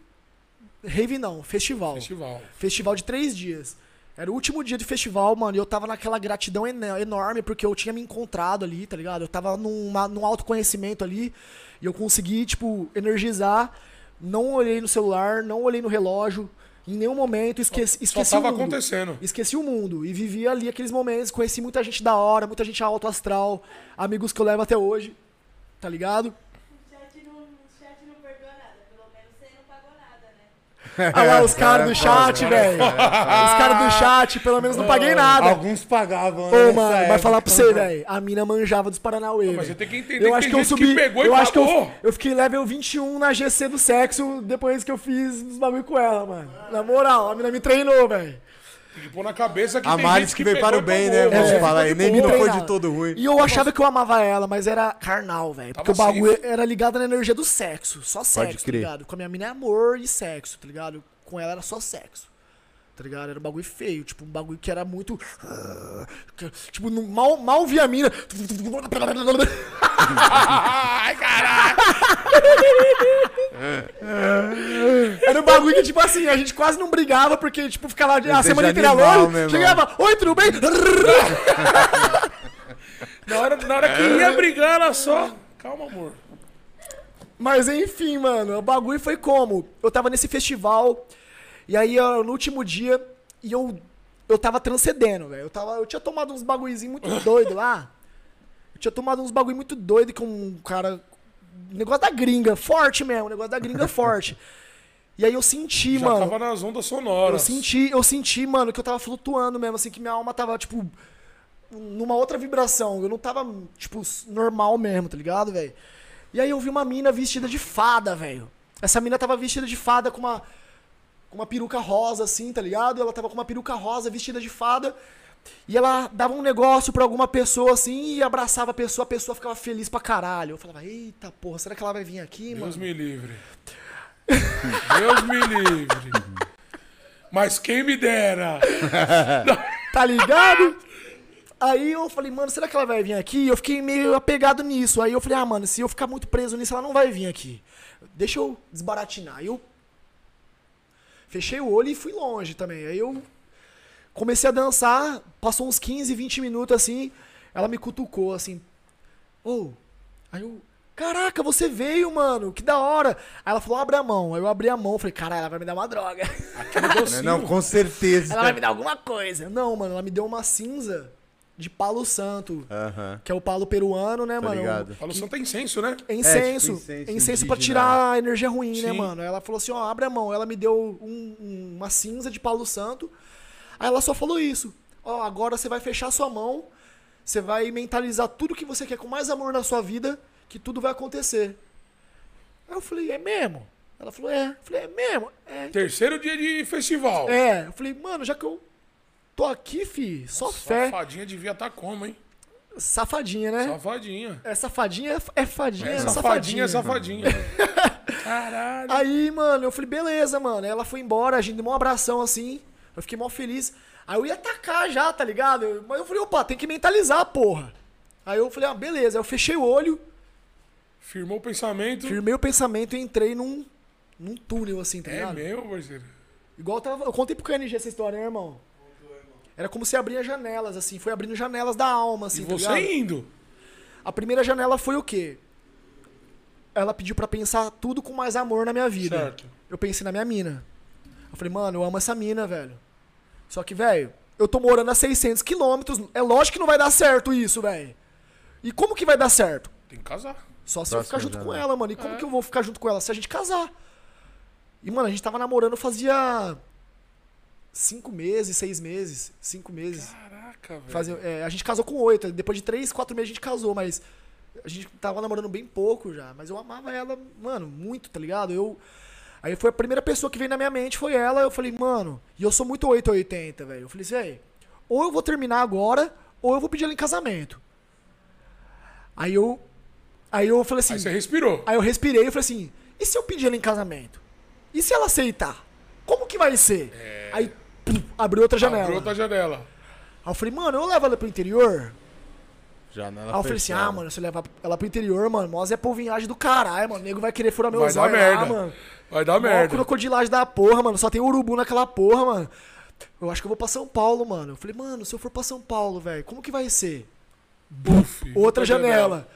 Rave não, festival.
Festival.
Festival de três dias. Era o último dia de festival, mano, e eu tava naquela gratidão ene- enorme, porque eu tinha me encontrado ali, tá ligado? Eu tava numa, num autoconhecimento ali, e eu consegui, tipo, energizar. Não olhei no celular, não olhei no relógio, em nenhum momento, esqueci,
Só
esqueci
tava
o mundo.
acontecendo.
Esqueci o mundo e vivi ali aqueles momentos. Conheci muita gente da hora, muita gente alto astral, amigos que eu levo até hoje, tá ligado?
O chat não, o chat não perdoa nada. Pelo menos você não pagou nada, né?
Olha Ah lá os caras
É,
do chat, velho. Os caras do chat, pelo menos não paguei nada.
Alguns pagavam,
né,
né,
Ô,
nessa
mano, vai
época.
falar pra você, velho. A mina manjava dos Paranauê.
mas
velho.
você tem que entender que tem gente que pegou e
eu acho que eu,
pagou.
eu fiquei level 21 na GC do sexo depois que eu fiz os bagulho com ela, mano. Na moral, a mina me treinou, velho.
Tem que pôr na cabeça que
A
tem
Mari
gente
que veio para o
pegou
bem,
e
né,
pagou.
mano?
É.
Fala aí, nem não foi de
treinada.
todo ruim.
E eu achava que eu amava ela, mas era carnal, velho. Porque o
Tava
bagulho
safe.
era ligado na energia do sexo. Só sexo, tá
crer.
ligado? Com a minha mina é amor e sexo, tá ligado? Com ela era só sexo. Tá ligado? Era um bagulho feio, tipo, um bagulho que era muito. Tipo, não- mal, mal via a mina.
Ai, caralho!
Era um bagulho que, tipo assim, a gente quase não brigava, porque, tipo, ficava a semana inteira
animal, meu
longe.
irmão.
Chegava, oi, tudo bem?
Na hora, na hora que ia brigar, ela só... Calma, amor.
Mas enfim, mano, o bagulho foi como? Eu tava nesse festival, e aí ó, no último dia, e eu, eu tava transcendendo, velho. Eu, tava- eu tinha tomado uns bagulhozinhos muito doido lá. Eu tinha tomado uns bagulho muito doido com um cara. um Negócio da gringa, forte mesmo, um negócio da gringa forte. E aí eu senti,
Já
mano.
tava nas ondas
Eu
sonoras.
senti, eu senti, mano, que eu tava flutuando mesmo, assim, que minha alma tava, tipo, numa outra vibração. Eu não tava, tipo, s- normal mesmo, tá ligado, velho? E aí eu vi uma mina vestida de fada, velho. Essa mina tava vestida de fada com uma, com uma peruca rosa, assim, tá ligado? Ela tava com uma peruca rosa, vestida de fada. E ela dava um negócio pra alguma pessoa, assim, e abraçava a pessoa, a pessoa ficava feliz pra caralho. Eu falava, eita porra, será que ela vai vir aqui, mano?
Deus me livre. Deus me livre. Mas quem me dera.
Tá ligado? Aí eu falei, mano, será que ela vai vir aqui? Eu fiquei meio apegado nisso. Aí eu falei, ah, mano, se eu ficar muito preso nisso, ela não vai vir aqui. Deixa eu desbaratinar. Aí eu fechei o olho e fui longe também. Aí eu comecei a dançar, passou uns 15, 20 minutos assim, ela me cutucou assim. Ô, aí eu. Caraca, você veio, mano, que da hora. Aí ela falou, abre a mão. Aí eu abri a mão, falei, caralho, ela vai me dar uma droga.
Né? Não, com certeza.
Ela vai me dar alguma coisa. É. Não, mano, ela me deu uma cinza de palo santo,
Aham.
que é o palo peruano, né,
Tá
mano?
ligado.
Falou, só tem incenso, né?
É incenso.
tipo incenso
É incenso
indígena.
pra tirar a energia ruim, né,
Sim.
mano? Aí Ela falou assim, ó, abre a mão. Ela me deu um- um- uma cinza de Paulo Santo. Aí ela só falou isso. Ó, agora você vai fechar sua mão. Você vai mentalizar tudo que você quer com mais amor na sua vida, que tudo vai acontecer. Aí eu falei, é mesmo? Ela falou, é. Eu falei, é mesmo? É.
Terceiro dia de festival.
É. Eu falei, mano, já que eu tô aqui, fi, só fé.
Safadinha devia estar como, hein?
Safadinha, né?
Safadinha.
É safadinha, é fadinha, é
safadinha,
safadinha.
safadinha. Caralho.
Aí, mano, eu falei, beleza, mano. Aí Ela foi embora, a gente deu um abração assim. Eu fiquei mó feliz. Aí eu ia atacar já, tá ligado? Eu- Mas eu falei, opa, tem que mentalizar, porra. Aí eu falei, ah, beleza. Aí eu fechei o olho,
Firmou o pensamento.
firmei o pensamento e entrei num, num túnel assim, tá
É
ligado?
meu, parceiro.
Igual eu tava. Eu contei pro KNG essa história, né, irmão? Era como se abria janelas, assim. Foi abrindo janelas da alma, assim,
E
tá
você é
ligado?
indo.
A primeira janela foi o quê? Ela pediu pra pensar tudo com mais amor na minha vida.
Certo.
Eu pensei na minha mina. Eu falei, mano, eu amo essa mina, velho. Só que, velho, eu tô morando a 600 quilômetros. É lógico que não vai dar certo isso, velho. E como que vai dar certo?
Tem que casar.
Só se eu
Próxima
ficar junto com
janela.
ela, mano. E como que eu vou ficar junto com ela? Se a gente casar. E, mano, a gente tava namorando fazia. Cinco meses, seis meses. Cinco meses.
Caraca, velho.
Fazer, é, a gente casou com oito. Depois de três, quatro meses a gente casou, mas a gente tava namorando bem pouco já. Mas eu amava ela, mano, muito, tá ligado? Eu. Aí foi a primeira pessoa que veio na minha mente, foi ela. Eu falei, mano, e eu sou muito 880, velho. Eu falei assim, velho, ou eu vou terminar agora, ou eu vou pedir ela em casamento. Aí eu. Aí eu falei assim.
Aí você respirou.
Aí eu respirei e falei assim: e se eu pedir ela em casamento? E se ela aceitar? Como que vai ser? Aí pum, abriu outra janela.
É. Abriu outra janela.
Aí eu falei, mano, eu levo ela pro interior?
né,
Janela
Aí eu falei assim, ah, mano, se eu levar ela pro interior, mano, mó é polvinhagem do caralho, mano. O nego vai querer furar
Vai
meus
dar
olhos lá,
merda.
ah, mano.
Vai dar
Mó
merda.
crocodilagem da porra, mano. Só tem urubu naquela porra, mano. Eu acho que eu vou pra São Paulo, mano. Eu falei, mano, se eu for pra São Paulo, velho, como que vai ser?
Buf.
Outra janela.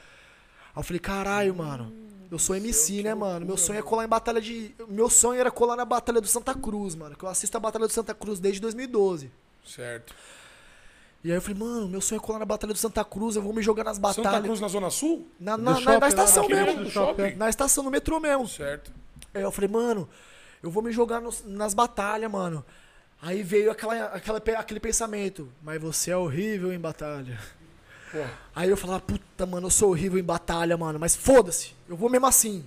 Aí eu falei, caralho, mano. Eu sou MC, né, mano? Meu sonho é colar em batalha de. Meu sonho era colar na Batalha do Santa Cruz, mano. Que eu assisto a Batalha do Santa Cruz desde 2012.
Certo.
E aí eu falei, mano, meu sonho é colar na Batalha do Santa Cruz, eu vou me jogar nas batalhas.
Santa Cruz na Zona Sul?
Na, na, na-
shopping
na
lá,
estação
Aqui
mesmo.
dentro do shopping?
Na estação do metrô mesmo.
Certo.
Aí eu falei, mano, eu vou me jogar nos- nas batalhas, mano. Aí veio aquela, aquela, pe- aquele pensamento, mas você é horrível em batalha. Aí eu falava, puta, mano, eu sou horrível em batalha, mano, mas foda-se, eu vou mesmo assim.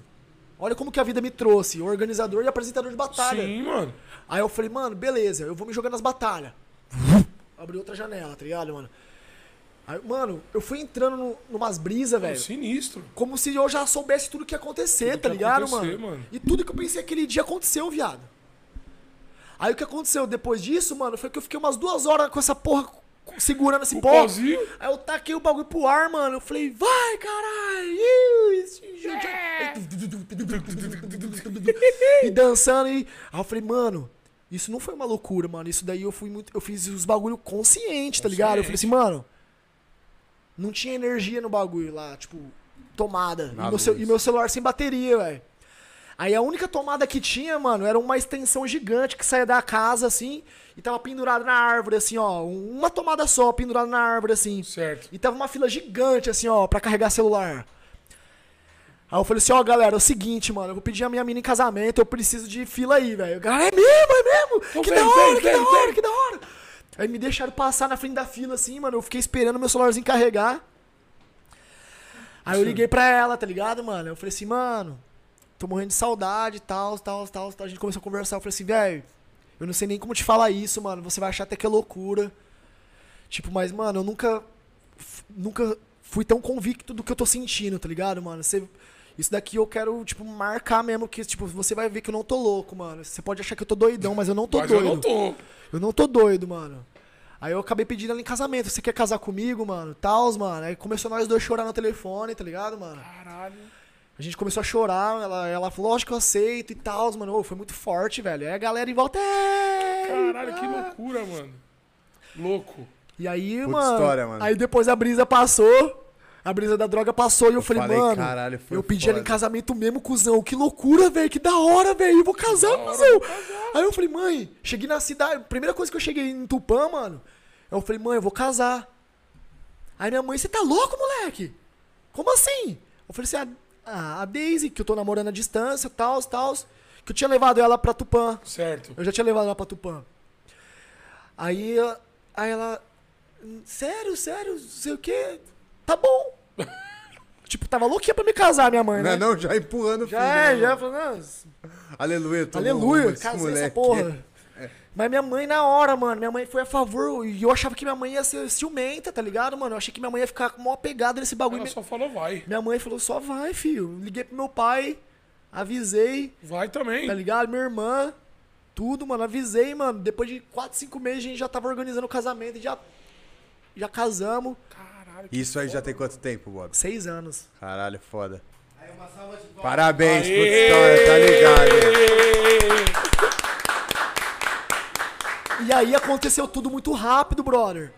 Olha como que a vida me trouxe, organizador e apresentador de batalha.
Sim, mano.
Aí eu falei, mano, beleza, eu vou me jogar nas batalhas. Abri outra janela, tá ligado, mano? Aí, mano, eu fui entrando no, numas brisas, velho.
Sinistro.
Como se eu já soubesse tudo que ia acontecer,
que
tá
ia
ligado,
acontecer,
mano?
mano.
E tudo que eu pensei aquele dia aconteceu, viado. Aí o que aconteceu depois disso, mano, foi que eu fiquei umas duas horas com essa porra co- segurando esse
O
pó.
pauzinho.
Aí eu taquei o bagulho pro ar, mano. Eu falei, vai, caralho! Ih, esse- E dançando e. Aí eu falei, mano, isso não foi uma loucura, mano. Isso daí eu fui muito. Eu fiz os bagulho consciente, tá ligado? Eu falei assim, mano. Não tinha energia no bagulho lá, tipo, tomada. E meu, cel-
luz.
e meu celular sem bateria, velho. Aí a única tomada que tinha, mano, era uma extensão gigante que saía da casa, assim, e tava pendurada na árvore, assim, ó. Uma tomada só, pendurada na árvore, assim.
Certo.
E tava uma fila gigante, assim, ó, pra carregar celular. Aí eu falei assim, ó, galera, é o seguinte, mano, eu vou pedir a minha mina em casamento, eu preciso de fila aí, velho. O cara, é mesmo, é mesmo? que
vem,
da hora,
vem,
que
vem,
da hora,
vem.
que da hora. Aí me deixaram passar na frente da fila, assim, mano, eu fiquei esperando meu celularzinho carregar. Aí eu liguei pra ela, tá ligado, mano? Eu falei assim, mano, tô morrendo de saudade, tal, tal, tal, tal. A gente começou a conversar, eu falei assim, velho, eu não sei nem como te falar isso, mano, você vai achar até que é loucura. Tipo, mas, mano, eu nunca. f- Nunca fui tão convicto do que eu tô sentindo, tá ligado, mano? Você- isso daqui eu quero, tipo, marcar mesmo que, tipo, você vai ver que eu não tô louco, mano. Você pode achar que eu tô doidão, mas eu não tô
Mas
doido.
eu não tô.
Eu não tô doido, mano. Aí eu acabei pedindo ela em casamento. Você quer casar comigo, mano? Tals, mano. Aí começou nós dois chorar no telefone, tá ligado, mano?
Caralho.
A gente começou a chorar, ela, ela falou, lógico que eu aceito e tal, mano. Ô, foi muito forte, velho. Aí a galera em volta. "Ei,
Caralho, que
ah!"
loucura, mano. Louco.
E aí,
Puta
mano,
história, mano.
Aí depois a brisa passou. A brisa da droga passou e eu, falei,
falei,
mano.
caralho, foi
eu pedi
foda.
ela em casamento mesmo, cuzão. Que loucura, velho. Que da hora, velho. Eu vou casar, cuzão. Aí eu falei, mãe, cheguei na cidade. Primeira coisa que eu cheguei em Tupã, mano. Eu falei, mãe, eu vou casar. Aí minha mãe, você tá louco, moleque? Como assim? Eu falei assim, a, a Daisy, que eu tô namorando à distância, tals, tals. Que eu tinha levado ela pra Tupã.
Certo.
Eu já tinha levado ela pra Tupã. Aí, eu- aí ela. Sério, sério, não sei o quê. Tá bom. tipo, tava louquinha pra me casar, minha mãe, né?
Não, não, já empurrando o filho.
Já, é,
né,
já.
mano?
Falou, não,
Aleluia, tô
aleluia,
louco, esse
casei essa
moleque.
porra. Mas minha mãe, na hora, mano, minha mãe foi a favor. E eu achava que minha mãe ia ser ciumenta, tá ligado, mano? Eu achei que minha mãe ia ficar com maior pegada nesse bagulho.
Ela
Minha-
só falou vai.
Minha mãe falou, só vai, filho. Liguei pro meu pai, avisei
Vai também.
tá ligado? Minha irmã, tudo, mano. Avisei, mano. Depois de 4, 5 meses a gente já tava organizando o casamento e já, já casamos.
Caralho. que
Isso aí já tem quanto tempo, Bob?
Seis anos.
Caralho, foda.
Aí uma salva de palmas.
Parabéns, puta
Aê!
história, tá ligado?
E aí aconteceu tudo muito rápido, brother.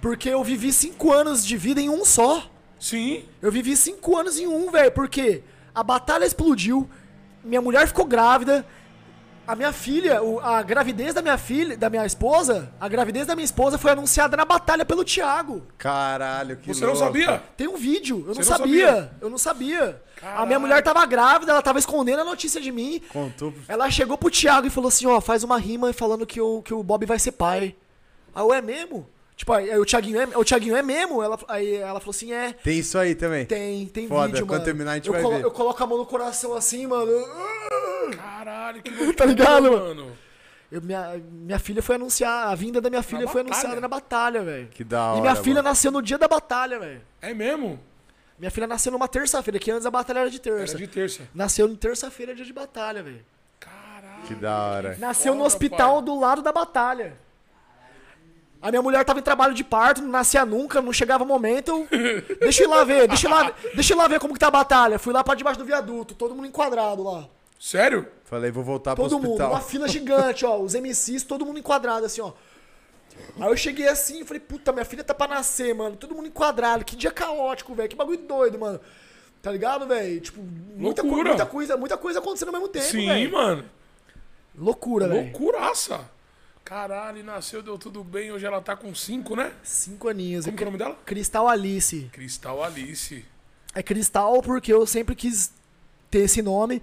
Porque eu vivi cinco anos de vida em um só.
Sim.
Eu vivi cinco anos em um, velho. Porque a batalha explodiu, minha mulher ficou grávida. A minha filha, o- a gravidez da minha filha, da minha esposa, a gravidez da minha esposa foi anunciada na batalha pelo Thiago.
Caralho, que
Você não
louco.
sabia?
Tem um vídeo, eu não,
não
sabia.
sabia?
Eu não sabia. A
Caralho.
minha mulher tava grávida, ela tava escondendo a notícia de mim.
Contou.
Ela chegou pro Thiago e falou assim: ó, faz uma rima falando que o, que o Bob vai ser pai. Aí eu é mesmo? Tipo, aí aí o Thiaguinho é, o Thiaguinho é mesmo? Ela, aí ela falou assim: é.
Tem isso aí também.
Tem, tem
Foda,
vídeo,
quando
mano.
terminar a gente
eu
vai ver.
Eu coloco a mão no coração assim, mano.
Caralho, que louco.
Tá ligado, mano?
mano?
Eu- minha, minha filha foi anunciar, a vinda da minha filha foi
batalha?
anunciada na batalha, velho.
Que da hora.
E minha filha
mano.
nasceu no dia da batalha, velho.
É mesmo?
Minha filha nasceu numa terça-feira, que antes a batalha era de
Era
terça.
de terça.
Nasceu em terça-feira, dia de batalha, velho.
Caralho.
Que da hora.
Nasceu no
Foda,
hospital
pai.
do lado da batalha. A minha mulher tava em trabalho de parto, não nascia nunca, não chegava o momento. eu- Deixa eu ir lá ver, deixa eu ir lá, deixa eu ir lá ver como que tá a batalha. Fui lá pra debaixo do viaduto, todo mundo enquadrado lá.
Sério?
Falei, vou voltar
Todo
pro
mundo,
hospital.
uma fila gigante, ó. Os MCs, todo mundo enquadrado, assim, ó. Aí eu cheguei assim e falei, puta, minha filha tá pra nascer, mano. Todo mundo enquadrado. Que dia caótico, velho. Que bagulho doido, mano. Tá ligado, velho? Tipo, muita, co-
Loucura.
muita coisa, muita coisa acontecendo ao mesmo tempo,
Sim,
velho.
mano.
Loucura, velho.
Loucuraça. Caralho, nasceu, deu tudo bem. Hoje ela tá com cinco, né?
Cinco aninhos.
Como que é o nome dela?
Cristal Alice.
Cristal Alice.
É Cristal porque eu sempre quis ter esse nome.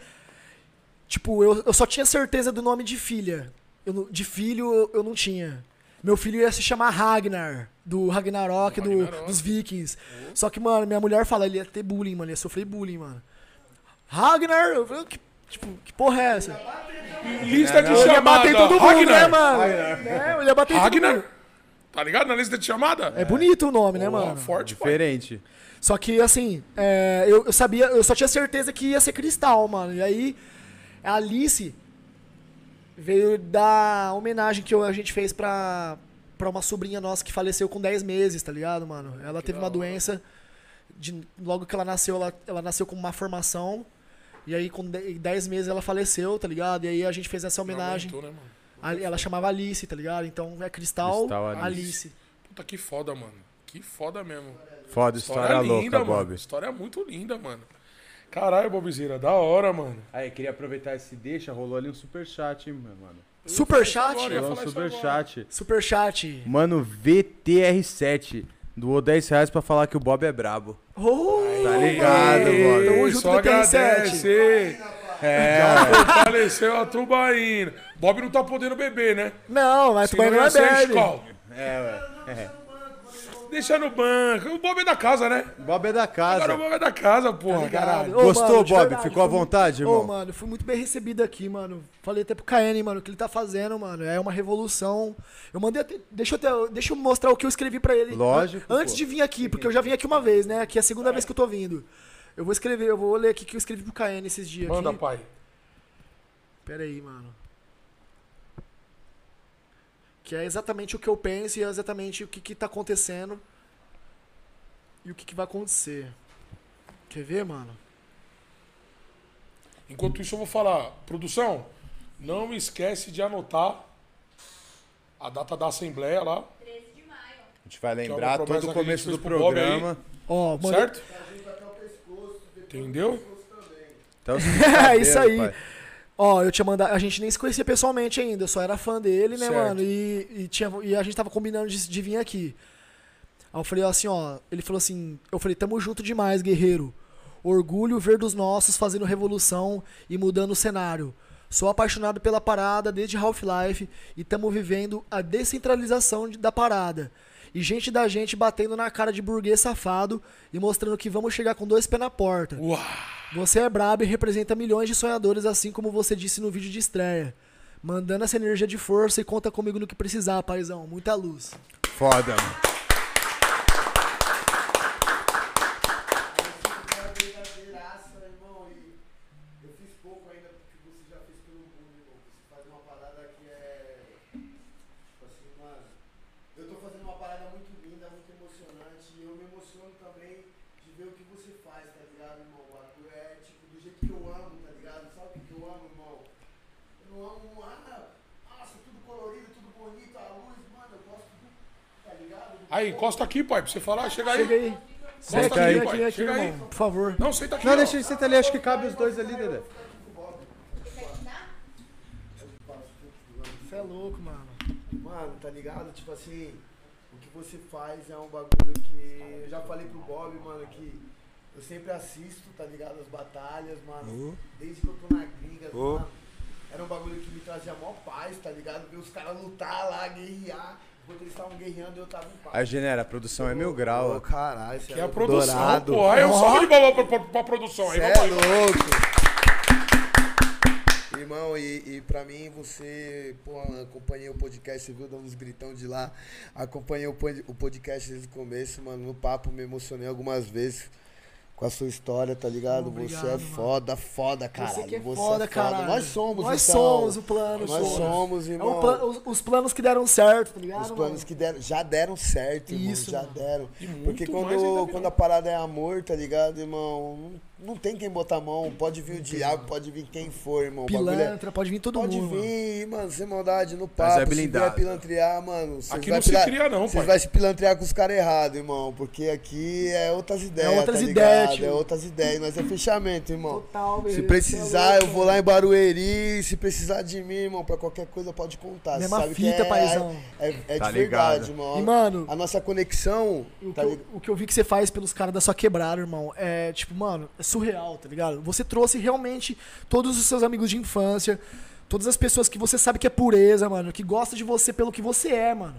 Tipo, eu, eu só tinha certeza do nome de filha. Eu não- de filho eu, eu não tinha. Meu filho ia se chamar Ragnar, do Ragnarok, do-
Ragnarok. Uhum.
dos Vikings. Só que, mano, minha mulher fala, ele ia ter bullying, mano, ele ia sofrer bullying, mano. Ragnar, eu falei, que, tipo, que porra é essa?
Lista de
Ele
chamada.
ia bater em todo mundo,
Ragnar.
né, mano? É, ele ia bater em todo mundo.
Ragnar? Tá ligado? Na lista de chamada?
É bonito o nome, né,
Ó,
mano?
Forte, pai.
Diferente.
Só que, assim, é, eu, eu sabia, eu só tinha certeza que ia ser cristal, mano. E aí, a Alice veio da homenagem que eu- a gente fez pra, pra uma sobrinha nossa que faleceu com 10 meses, tá ligado, mano? Ela teve uma doença, de- logo que ela nasceu, ela, ela nasceu com uma formação. E aí, com 10 dez meses, ela faleceu, tá ligado? E aí, a gente fez essa homenagem.
Aumentou, né, mano?
A- ela chamava Alice, tá ligado? Então, é Cristal,
Cristal Alice.
Alice.
Puta que foda, mano. Que foda mesmo.
Foda, história, louca,
mano.
Bob.
História muito linda, mano. Caralho, Bobzira, da hora, mano.
Aí, queria aproveitar esse deixa, rolou ali um superchat, hein, mano.
Agora,
Superchat?
ia
Rolou um
falar isso agora.
superchat.
Superchat.
Mano, VTR7 doou 10 reais pra falar que o Bob é brabo.
Oh!
Tá ligado, Bob?
Tamo junto,
só
BTR7.
agradece.
É,
Fortaleceu a tubaína. Bob não tá podendo beber, né?
Não, mas tu
Senão
vai não
ia
é
ser
bebe.
Skol.
é, ué.
Deixa no banco. O Bob é da casa, né?
Bob é da
Agora
casa.
o Bob é da
Tá
casa, porra, caralho.
Ô,
Gostou,
mano, de
Bob?
verdade,
Ficou à
fui muito-
vontade, irmão?
Ô, mano, fui muito bem recebido aqui, mano. Falei até pro KN, mano, o que ele tá fazendo, mano. É uma revolução. Eu mandei até. Deixa eu, até- deixa eu mostrar o que eu escrevi pra ele.
Lógico,
An- Antes
pô.
de vir aqui, porque eu já vim aqui uma vez, né? Aqui é a segunda vez que eu tô vindo. Eu vou escrever, eu vou ler aqui o que eu escrevi pro KN esses dias.
Manda,
aqui.
pai.
Pera aí, mano. Que é exatamente o que eu penso e é exatamente o que, que tá acontecendo e o que, que vai acontecer. Quer ver, mano?
Enquanto isso, eu vou falar. Produção, não esquece de anotar a data da Assembleia lá.
13 de maio.
A gente vai lembrar
Que é uma
todo
promessa
o
que a gente
começo
fez
do
pro Bob aí. É
programa.
Ó, mano.
Certo?
pescoço,
Entendeu?
Então,
É isso aí.
pai.
Ó, eu tinha mandado. A gente nem se conhecia pessoalmente ainda, eu só era fã dele, né,
Certo.
mano? E, e, tinha, e a gente tava combinando de, de vir aqui. Aí eu falei assim, ó. Ele falou assim: eu falei, tamo junto demais, guerreiro. Orgulho ver dos nossos fazendo revolução e mudando o cenário. Sou apaixonado pela parada desde Half-Life e tamo vivendo a descentralização de- da parada. E gente da gente batendo na cara de burguês safado e mostrando que vamos chegar com dois pés na porta.
Uau!
Você é brabo e representa milhões de sonhadores, assim como você disse no vídeo de estreia. Mandando essa energia de força e conta comigo no que precisar, paizão. Muita luz.
Foda, mano.
cara verdadeiraça, irmão. E eu fiz pouco ainda do que você já fez pelo mundo, irmão. Você faz uma parada que é. Tipo assim, mano. Eu tô fazendo uma parada muito linda, muito emocionante. E eu me emociono também de ver o que você faz, tá ligado, irmão? O bagulho é tipo do jeito que eu amo, tá ligado? Sabe o que que eu amo, irmão? Eu não amo. Ah, nossa, tudo colorido, tudo bonito, a luz, mano. Eu gosto do. Tá ligado? Do
Aí, encosta aqui, pai, pra você falar. Chega aí.
Chega aí.
Encosta
Senta aí,
aqui, pai.
aqui, aqui,
Chega aí.
irmão. Por favor.
Não, senta aqui.
Não,
ó.
deixa ele sentar ali, acho que cabe os dois ali, Dedé.
Você é louco, mano.
Mano, tá ligado? Tipo assim, o que você faz é um bagulho que. Eu já falei pro Bob, mano, que eu sempre assisto, tá ligado? As batalhas, mano. Desde que eu tô na gringa,
Ô.
mano. Era um bagulho que me trazia mó paz, tá ligado? Ver os caras lutar lá, guerrear. Enquanto eles estavam guerreando, eu tava em paz.
Aí, Genera, a produção é mil grau.
Ô, caralho, você
Que é a
louco.
produção,
Dourado.
porra. Aí eu
Ó,
sou de bola pra, pra, pra produção aí.
Cê
Vamos
é
aí.
louco. Irmão, e, e pra mim você, pô, acompanhei o podcast, você viu, dando uns gritão de lá. Acompanhei o, pod- o podcast desde o começo, mano. No papo me emocionei algumas vezes com a sua história, tá ligado?
Obrigado,
você é
mano.
foda, foda, caralho.
Você que é foda, caralho.
Nós somos,
Nós
então.
somos o plano,
Nós
pô.
somos,
É um
irmão.
plan- os, os planos que deram certo, tá ligado?
Os planos que deram, já deram certo, irmão.
Isso,
já
mano.
deram.
muito
Porque
mais ainda virou.
quando, quando a parada é amor, tá ligado, irmão? Não, não tem quem botar a mão. Pode vir o diabo, pode vir quem for, irmão. O bagulho é-
Pilantra, pode vir todo
Pode
mundo. mano.
vir, mano, sem maldade, no papo.
é blindado.
Se
né?
vier pilantrear, mano. vocês
Aqui
vai
não se
pila-
cria não, pai.
Vocês vai se pilantrear com os caras errados, irmão. Porque aqui é outras ideias,
outras
tá
ideias,
ligado?
tio.
É outras ideias. Nós é fechamento, irmão.
Total,
Se
beleza.
precisar,
Você é
eu vou lá em Barueri. Se precisar de mim, irmão, pra qualquer coisa, pode contar. Você
Mesma
sabe que
fita,
é,
paizão.
É, é- é
Tá
de verdade,
ligado.
irmão.
E, mano,
a nossa conexão,
O,
tá
que eu,
ligado?
o que eu vi que você faz pelos caras da sua quebrada, irmão, é tipo, mano, é surreal, tá ligado? Você trouxe realmente todos os seus amigos de infância, todas as pessoas que você sabe que é pureza, mano, que gosta de você pelo que você é, mano.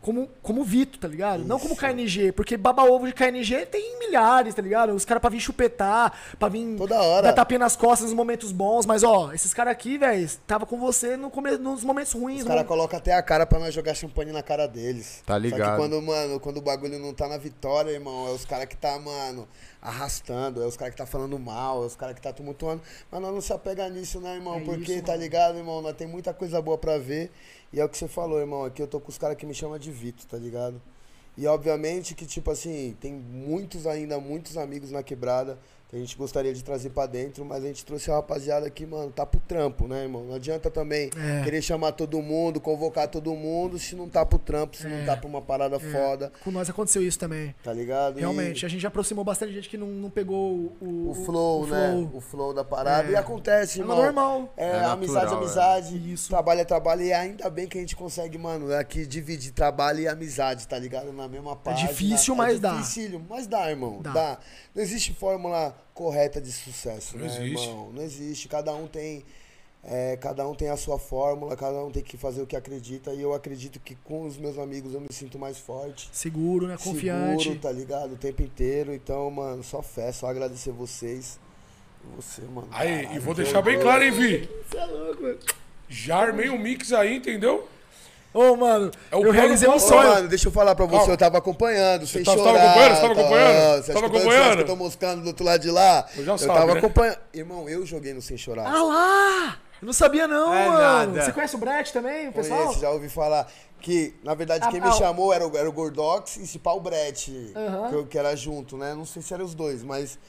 Como, como Vito, tá ligado? Não como KNG, porque baba-ovo de KNG tem milhares, tá ligado? Os caras pra vir chupetar, pra vir
Toda hora.
dar tapinha nas costas nos momentos bons, mas ó, esses caras aqui, velho, tava com você no come... nos momentos ruins,
Os
mano.
caras colocam até a cara pra nós jogar champanhe na cara deles.
Tá
Só
ligado.
que quando, mano, quando o bagulho não tá na vitória, irmão, é os caras que tá, mano, arrastando, é os caras que tá falando mal, é os caras que tá tumultuando. Mas nós não se apega nisso, né, irmão? Porque, tá ligado, irmão? Nós tem muita coisa boa pra ver. E é o que você falou, irmão. Aqui eu tô com os caras que me chamam de Vito, tá ligado? E obviamente que, tipo assim, tem muitos ainda, muitos amigos na quebrada que a gente gostaria de trazer pra dentro, mas a gente trouxe a rapaziada que, mano, tá pro trampo, né, irmão? Não adianta também querer chamar todo mundo, convocar todo mundo, se não tá pro trampo, se não tá pra uma parada foda,
Com nós aconteceu isso também.
tá ligado? E
Realmente, a gente já aproximou bastante gente que não, não pegou o,
O flow, né?
flow.
O flow da parada.
É.
E acontece,
É
irmão.
normal.
É,
É
amizade,
natural,
amizade.
Isso.
Trabalho é trabalho. E ainda bem que a gente consegue, mano, é aqui dividir trabalho e amizade, tá ligado? Na mesma página.
É difícil, mas dá.
É difícil, mas dá, irmão.
Dá.
Dá. Não existe fórmula correta de sucesso,
Não
né,
existe.
irmão? Não existe. Cada um tem... é, cada um tem a sua fórmula, cada um tem que fazer o que acredita. E eu acredito que com os meus amigos eu me sinto mais forte
Seguro, né? Confiante.
seguro, tá ligado? O tempo inteiro. Então, mano, só fé, só agradecer vocês. E Você, mano.
Aí, e
caralho,
vou
que
deixar bem
orgulho.
claro, hein, Vi? Você é louco, mano. Já armei um mix aí, entendeu?
Ô, mano,
É o
eu
plano
realizei um
bom.
Ô,
sonho.
mano, deixa eu falar pra você,
Ó.
eu tava acompanhando, sem
Você tava-
chorar.
tava acompanhando? Você tava
tá-
acompanhando?
Você
Tava
acha que eu tô- você acha
acompanhando?
que eu tô moscando do outro lado de lá?
Eu já
eu
sabe,
tava
né?
acompanhando. Irmão, eu joguei no sem chorar.
Ah lá! Eu não sabia, não,
É
mano.
nada.
Você conhece o Brett também, o pessoal?
Conheço, já ouvi falar que, na verdade,
Ah,
quem
ah,
me
o-
chamou era o, era o Gordox e se pá, o Brett,
Aham.
que, eu- que era junto, né? Não sei se eram os dois, mas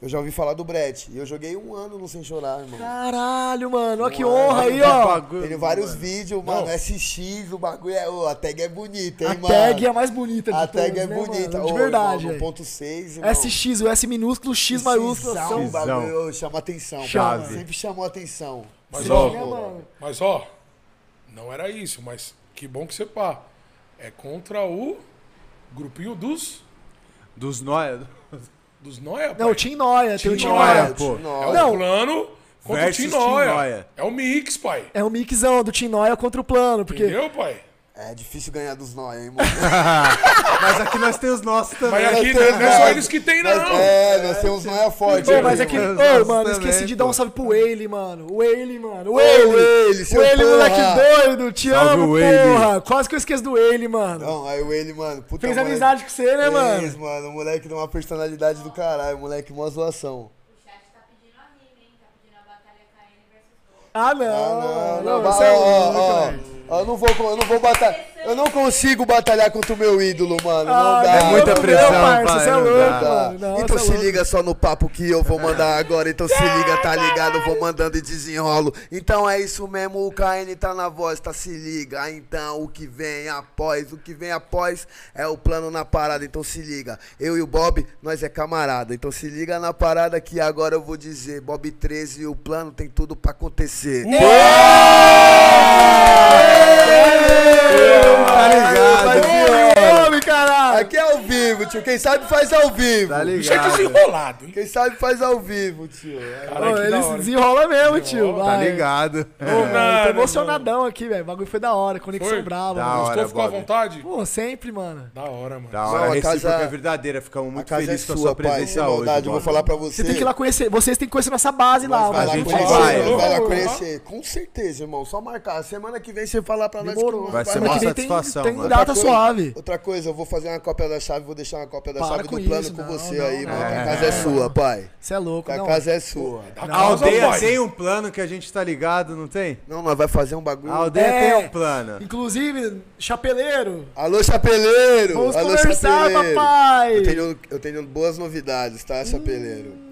eu já ouvi falar do Brett. E eu joguei um ano no Sem Chorar, irmão.
Caralho, mano. Olha que
Mano,
honra aí, ó.
Tem vários vídeos,
Não.
mano, SX, o bagulho é... ô, a tag é bonita, hein,
A
mano?
tag é a mais bonita de
A tag
todas,
é
né,
bonita.
mano? De
Ô,
verdade.
Irmão,
velho.
1.6, irmão.
SX, o S minúsculo, X maiúsculo.
Cisão,
são-
o bagulho chama atenção.
Chave.
mano. Sempre chamou atenção.
Mas
Sim,
ó,
né,
mano?
mas ó, não era isso, mas que bom que você pá. É contra o grupinho dos
Dos nós.
dos Noia,
Não, o
pai.
Tim Noia. Tem o Tim
Tim Noia,
Noia.
pô.
É o
Nossa.
Não.
plano contra o
Versus
Tim
Tim
Noia.
Noia.
É o mix, pai.
É um mixão do Tim Noia contra o plano, porque...
Entendeu, pai?
É difícil ganhar dos nós, hein, mano?
Mas aqui nós temos os nossos também.
Mas aqui não é só eles que tem, não.
É, nós temos nós forte.
Pô,
hein,
mas é
irmão?
aqui.
Mas
Ô,
nós
mano,
também,
esqueci de dar
pô.
um salve pro Whaley, mano. O Whaley, mano. O
Ô,
Whaley!
Ele,
O
seu
Whaley,
porra.
moleque doido. Te
Salve,
amo,
Whaley.
porra. Quase que eu esqueço do Whaley, mano.
Não, aí o ele, mano. Puta,
Fez
moleque.
amizade com você, né,
Fez,
mano?
mano. O moleque tem uma personalidade do caralho. O moleque, mó
O
zoação.
chat tá pedindo a rima, hein? Tá pedindo a batalha KN versus Gold.
Ah, não. não,
Ah, não, não,
isso é
ó, ó,
louco,
ó.
velho.
Ó, Eu não vou, eu não vou batalhar. Eu não consigo batalhar contra o meu ídolo, mano.
Ah,
não dá.
É
não,
muita
não,
pressão,
parça,
pai,
Você é
não dá.
louco,
Tá.
mano. Não,
então
cê é
se
louco.
liga só no papo que eu vou mandar agora. Então se liga, tá ligado? Eu Vou mandando e desenrolo. Então é isso mesmo, o KN tá na voz, tá? Se liga. Então o que vem após, o que vem após é o plano na parada. Então se liga. Eu e o Bob, nós é camarada. Então se liga na parada que agora eu vou dizer. Bob 13 e o plano tem tudo pra acontecer.
Tá ligado?
Homem, caralho.
Aqui é ao vivo, tio. Quem sabe faz ao vivo.
Tá
Chega
ligado?
desenrolado, hein?
Quem sabe faz ao vivo, tio.
Cara,
Ô,
que da
Ele
hora,
se
hein?
desenrola mesmo, tio.
Tá
vai.
ligado?
Ô, mano,
Nada,
Tô emocionadão aqui, velho. O bagulho foi da hora.
Foi?
Conexão brava,
Da
mano.
hora,
Gostou? Ficou à
Bob.
vontade?
Pô, sempre, mano.
Da hora, mano.
Da
Não,
hora,
a
a recíproca
casa-
é verdadeira. Ficamos
A
muito
casa é
felizes com a
sua,
sua
pai. Sem
presença hoje.
maldade, eu vou
Bob.
falar pra você.
Você tem que ir lá conhecer. Vocês têm que conhecer nossa base
vai,
lá,
A
mano.
gente
gente
vai,
vai.
nós vai lá
Vamos lá.
conhecer. Com certeza, irmão. Só marcar. Semana que vem você falar pra nós.
Demorou.
que
Vai ser
Semana
uma
é que vem
satisfação, né?
tem, tem
mano.
data
Outra coisa-
suave.
Outra coisa, eu vou fazer uma cópia da chave, vou deixar uma cópia da
Para
chave
com
do plano
isso,
com
não,
você
não,
aí,
não.
mano. A casa é sua, pai.
Você é louco,
A
não.
casa é sua.
A aldeia tem um plano que a gente tá ligado, não tem?
Não, nós vai fazer um bagulho.
A aldeia
É.
tem um plano.
Inclusive, chapeleiro.
Alô, chapeleiro!
Vamos
Alô,
conversar, papai!
Eu tenho, eu tenho boas novidades, tá, chapeleiro?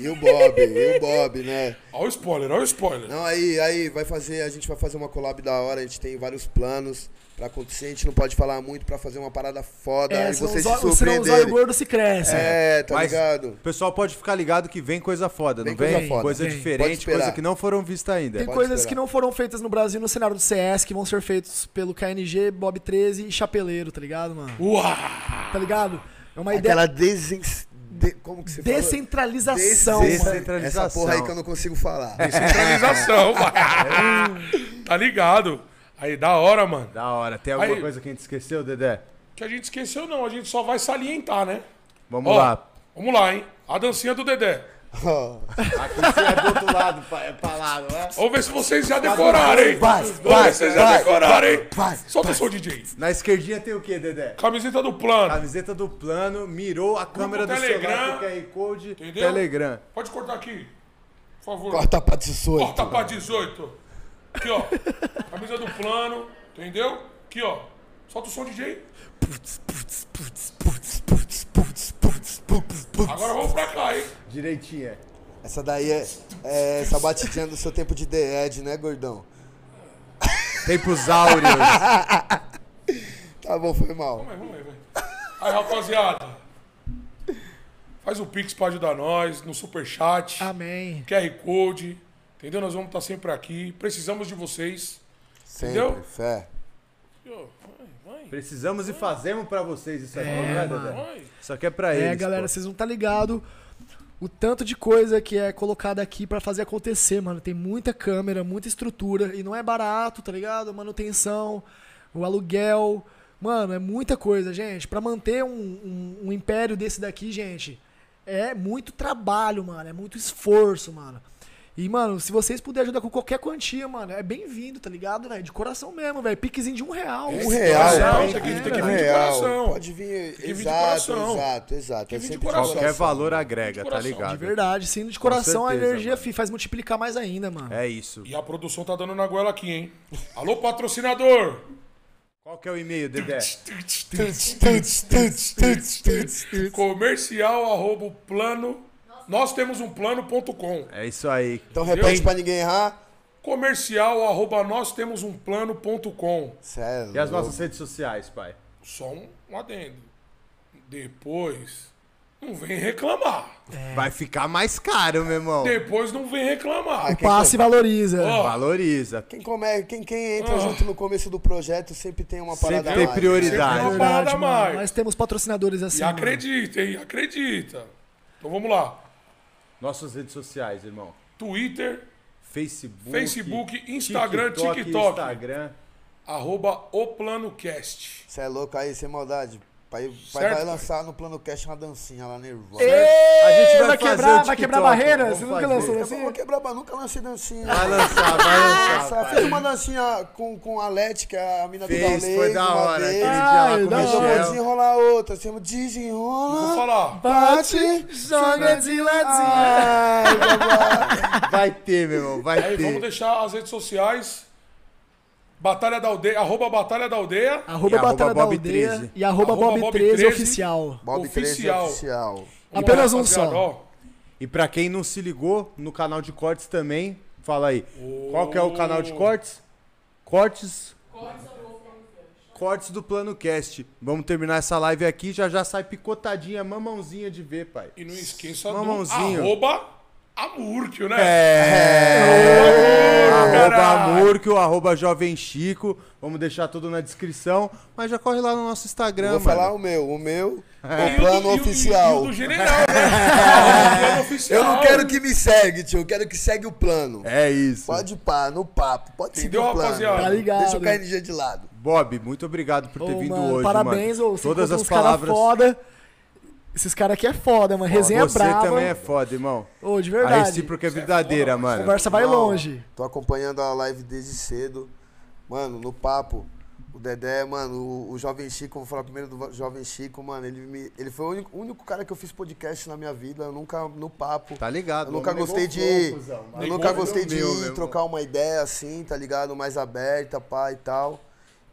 E o Bob, e o Bob, né?
Olha o spoiler, olha o spoiler.
Não, aí, aí, vai fazer, a gente vai fazer uma collab da hora, a gente tem vários planos pra acontecer, a gente não pode falar muito pra fazer uma parada foda É,
É,
e
É, senão
vocês
os assim.
se
olhos- senão os olhos
surpreenderem.
gordos se crescem.
É, tá
Mas
ligado?
o pessoal pode ficar ligado que vem coisa foda,
Vem
não vem?
coisa
Coisa,
Vem.
foda. Pode
diferente,
esperar.
coisa que não foram vistas ainda.
Tem
Pode
coisas
esperar.
que não foram feitas no Brasil no cenário do CS que vão ser feitos pelo KNG, Bob 13 e Chapeleiro, tá ligado, mano?
Uau!
Tá ligado? É uma ideia
Aquela desen... de- Como que você falou?
descentralização,
Desen-
Descen-
mano.
Essa porra aí que eu não consigo falar.
Centralização, mano. tá ligado? Aí, da hora, mano.
Da hora. Tem alguma
Aí-
coisa que a gente esqueceu, Dedé?
Que a gente esqueceu, não. A gente só vai salientar, né?
Vamos
Ó,
lá.
Vamos lá, hein? A dancinha do Dedé.
Ó,
Aqui você é do outro lado, pai, é pra lá, não é?
Vamos ver se vocês já decoraram, hein?
Vai,
Vamos
vai,
ver se vocês já
vai,
decoraram, hein?
vai,
Solta o som, DJ.
Na esquerdinha tem o quê, Dedé?
Camiseta do plano.
Camiseta do plano, mirou a câmera do
Telegram.
celular com QR Code,
Entendeu?
Telegram.
Pode cortar aqui. Por favor.
Corta pra 18.
Corta pra 18. Aqui, ó. Camisa do plano. Entendeu? Aqui, ó. Solta o som, DJ. Agora vamos pra cá, hein?
Direitinha.
Essa daí é, é essa batidinha do seu tempo de The Ed, né, gordão?
Tempos áureos.
Tá bom, foi mal.
Vamos aí, vamos aí, vamos aí. Aí, rapaziada. Faz o Pix pra ajudar nós, no Superchat,
Ah. Amém.
QR Code. Entendeu? Nós vamos estar sempre aqui. Precisamos de vocês.
Sempre,
Entendeu?
fé.
É.
Precisamos e fazemos pra vocês isso aqui, não é, Dedé?
Vai.
Isso aqui é pra eles.
É, galera,
pô.
vocês não tá ligado o tanto de coisa que é colocada aqui pra fazer acontecer, mano. Tem muita câmera, muita estrutura e não é barato, tá ligado? A Manutenção, o aluguel, mano, é muita coisa, gente. Pra manter um, um- um império desse daqui, gente, é muito trabalho, mano. É muito esforço, mano. E, mano, se vocês puderem ajudar com qualquer quantia, mano, é bem-vindo, tá ligado, velho? De coração mesmo, velho. Piquezinho de um real. é,
Um real,
coração,
pode
tem que-
vir,
tem que
um
vir de
real.
coração.
Pode vir,
que vir de
exato,
coração.
exato, exato.
Tem
É
que vir de
sempre
coração.
Qualquer valor agrega, tá
coração, de
ligado?
De verdade, sendo de coração,
certeza,
a energia
mano.
fi, faz multiplicar mais ainda, mano.
É isso.
E a produção tá dando na goela aqui, hein? Alô, patrocinador!
Qual que é o e-mail, Dedé?
Comercial arroba o plano. Nós temos um plano.com.
É isso aí.
Então repete
Gente.
pra ninguém errar.
Comercial arroba nós temos um plano.com.
Cê é
E as
louco.
nossas redes sociais, pai?
Só um um adendo. Depois não vem reclamar.
Vai ficar mais caro, meu irmão.
Depois não vem reclamar.
Aqui.
O passe
é
valoriza.
Ó,
Valoriza.
Quem, come, quem, quem entra
Ah.
junto no começo do projeto sempre tem uma
Sempre
parada
tem
a mais.
prioridade.
Sempre uma parada a mais.
Nós temos patrocinadores assim.
E
mano.
acredita, hein? Acredita. Então vamos lá.
Nossas redes sociais, irmão.
Twitter,
Facebook,
Facebook, Instagram, TikTok.
Instagram.
arroba o PlanoCast.
Você é louco aí, sem maldade. Pai, pai
Certo,
vai
pai.
lançar no plano cash uma dancinha lá nervosa.
É. A gente
vai
fazer
quebrar-
o
vai
TikTok,
quebrar barreira?
vamos
Você nunca assim?
fazer.
lançou
Eu vou quebrar, mas nunca lancei dancinha.
Vai lançar, vai
Ah,
lançar.
Nossa, fiz uma dancinha com, com a Leti, que é a mina do
Fez,
Gaules.
foi da
uma
hora. Aquele
vez.
Ai,
dia
da
lá
Mas eu vou
com o Michel.
desenrolar outra. Assim,
Vou
desenrola,
falar.
bate.
Joga de ladinho.
Ai,
Vai ter, meu irmão, vai
Aí vamos
ter.
deixar as redes sociais. Batalha da Aldeia, arroba Batalha da Aldeia.
E
Arroba Batalha
arroba
da
Bob
Aldeia
13.
e arroba,
Arroba
Bob13
Bob 13.
oficial.
Bob 13
Oficial.
oficial.
Vamos
Apenas
lá,
um
rapaziada,
só.
ó.
E pra quem não se ligou, no canal de cortes também, fala aí. Qual que é o canal de cortes? Cortes. Cortes do Plano Cast. Vamos terminar essa live aqui, já já sai picotadinha, mamãozinha de ver, pai.
E não esqueça
Mamãozinho.
do arroba Amurkio, né?
É.
Arroba
caralho.
Murkio, arroba Jovem Chico. Vamos deixar tudo na descrição. Mas já corre lá no nosso Instagram,
Vou
mano.
falar o meu, o meu,
É. E
o plano
do- e E,
oficial.
o do general, né? Arroba plano oficial.
Eu não quero que me segue, tio. Eu quero que segue o plano.
É isso.
um- Pode pá, no papo. Pode seguir
Entendeu,
o plano.
rapaziada?
Tá ligado.
Deixa o KNG de lado.
Bob, muito obrigado por ter
Ô,
vindo
mano,
hoje,
parabéns,
mano.
ô, você
Todas
encontra
as
uns cara
palavras.
foda. Esses caras aqui é foda, mano. Resenha
Você
brava.
também é foda, irmão.
Ô, de
A
verdade.
recíproca é verdadeira, mano.
é
Conversa vai
Irmão,
longe.
Tô acompanhando a live desde cedo. Mano, no papo. O Dedé, mano, o, o Jovem Chico, vou falar primeiro do Jovem Chico, mano. Ele, me- ele foi o único, único cara que eu fiz podcast na minha vida. Eu nunca, no papo.
Tá ligado?
Eu nunca
Homem
gostei de.
negou o flow, cuzão.
eu
Negou
nunca
o
gostei de
meu,
ir
meu
trocar uma ideia assim, tá ligado? Mais aberta, pá e tal.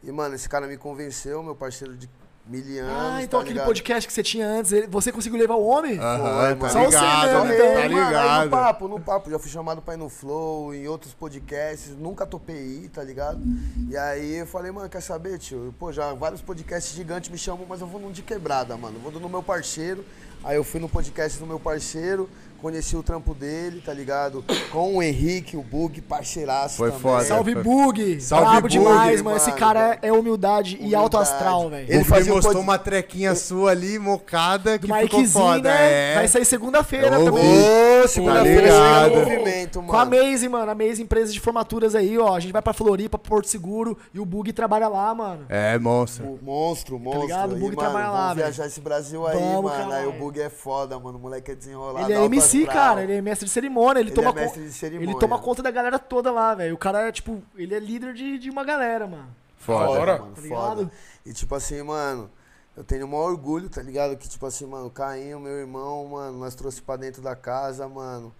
E, mano, esse cara me convenceu, meu parceiro de milianos.
Ah, então
tá
aquele
ligado? Ah,
podcast que você tinha antes, ele- você conseguiu levar o homem?
Aham, tá
é, mano.
Só você
ligado,
mesmo,
né?
então.
tá
Mano, aí no
ligado.
papo, no papo. Já fui chamado pra ir no Flow, em outros podcasts, nunca topei ir, tá ligado? E aí eu falei, mano, quer saber, tio? Pô, já vários podcasts gigantes me chamam, mas eu vou num de quebrada, mano. Eu Vou no meu parceiro. Aí eu fui no podcast do meu parceiro, conheci o trampo dele, tá ligado? Com o Henrique, o Bug, parceiraço
Foi
também.
foda.
Salve Bug!
Salve,
Brabo
Bug,
demais, mano. Esse
mano.
cara é humildade, e alto
Humildade.
astral, velho.
Ele
Ele
fazia o
mostrou
pod-
uma trequinha sua ali, mocada, que ficou
Mikezinho,
foda.
né?
É.
Vai sair segunda-feira
Eu
também.
ouvi.
Ô, segunda-feira chega
Tá ligado.
no movimento, mano.
Com a Maze, mano. A Maze, empresa de formaturas aí, ó. A gente vai pra Floripa, pra Porto Seguro e o Bug trabalha lá, mano.
É, monstro.
O monstro, o monstro.
Tipo, tá ligado? O
E,
Bug
mano,
trabalha lá,
vamos
velho.
viajar esse Brasil aí,
Vamos,
mano. Aí
caralho.
o Bug é foda, mano. O moleque é desenrolado.
Ele é
alto
MC,
astral.
cara. Ele é mestre de cerimônia. Ele,
Ele
toma
é mestre
con-
de cerimônia.
Ele toma conta da galera toda lá, velho. O cara é, tipo, ele é líder de, de uma galera, mano.
Foda.
Bora.
mano,
Tá ligado?
foda. E tipo assim, mano, eu tenho o maior orgulho, tá ligado? Que tipo assim, mano, o Caim, meu irmão, mano, nós trouxe pra dentro da casa, mano.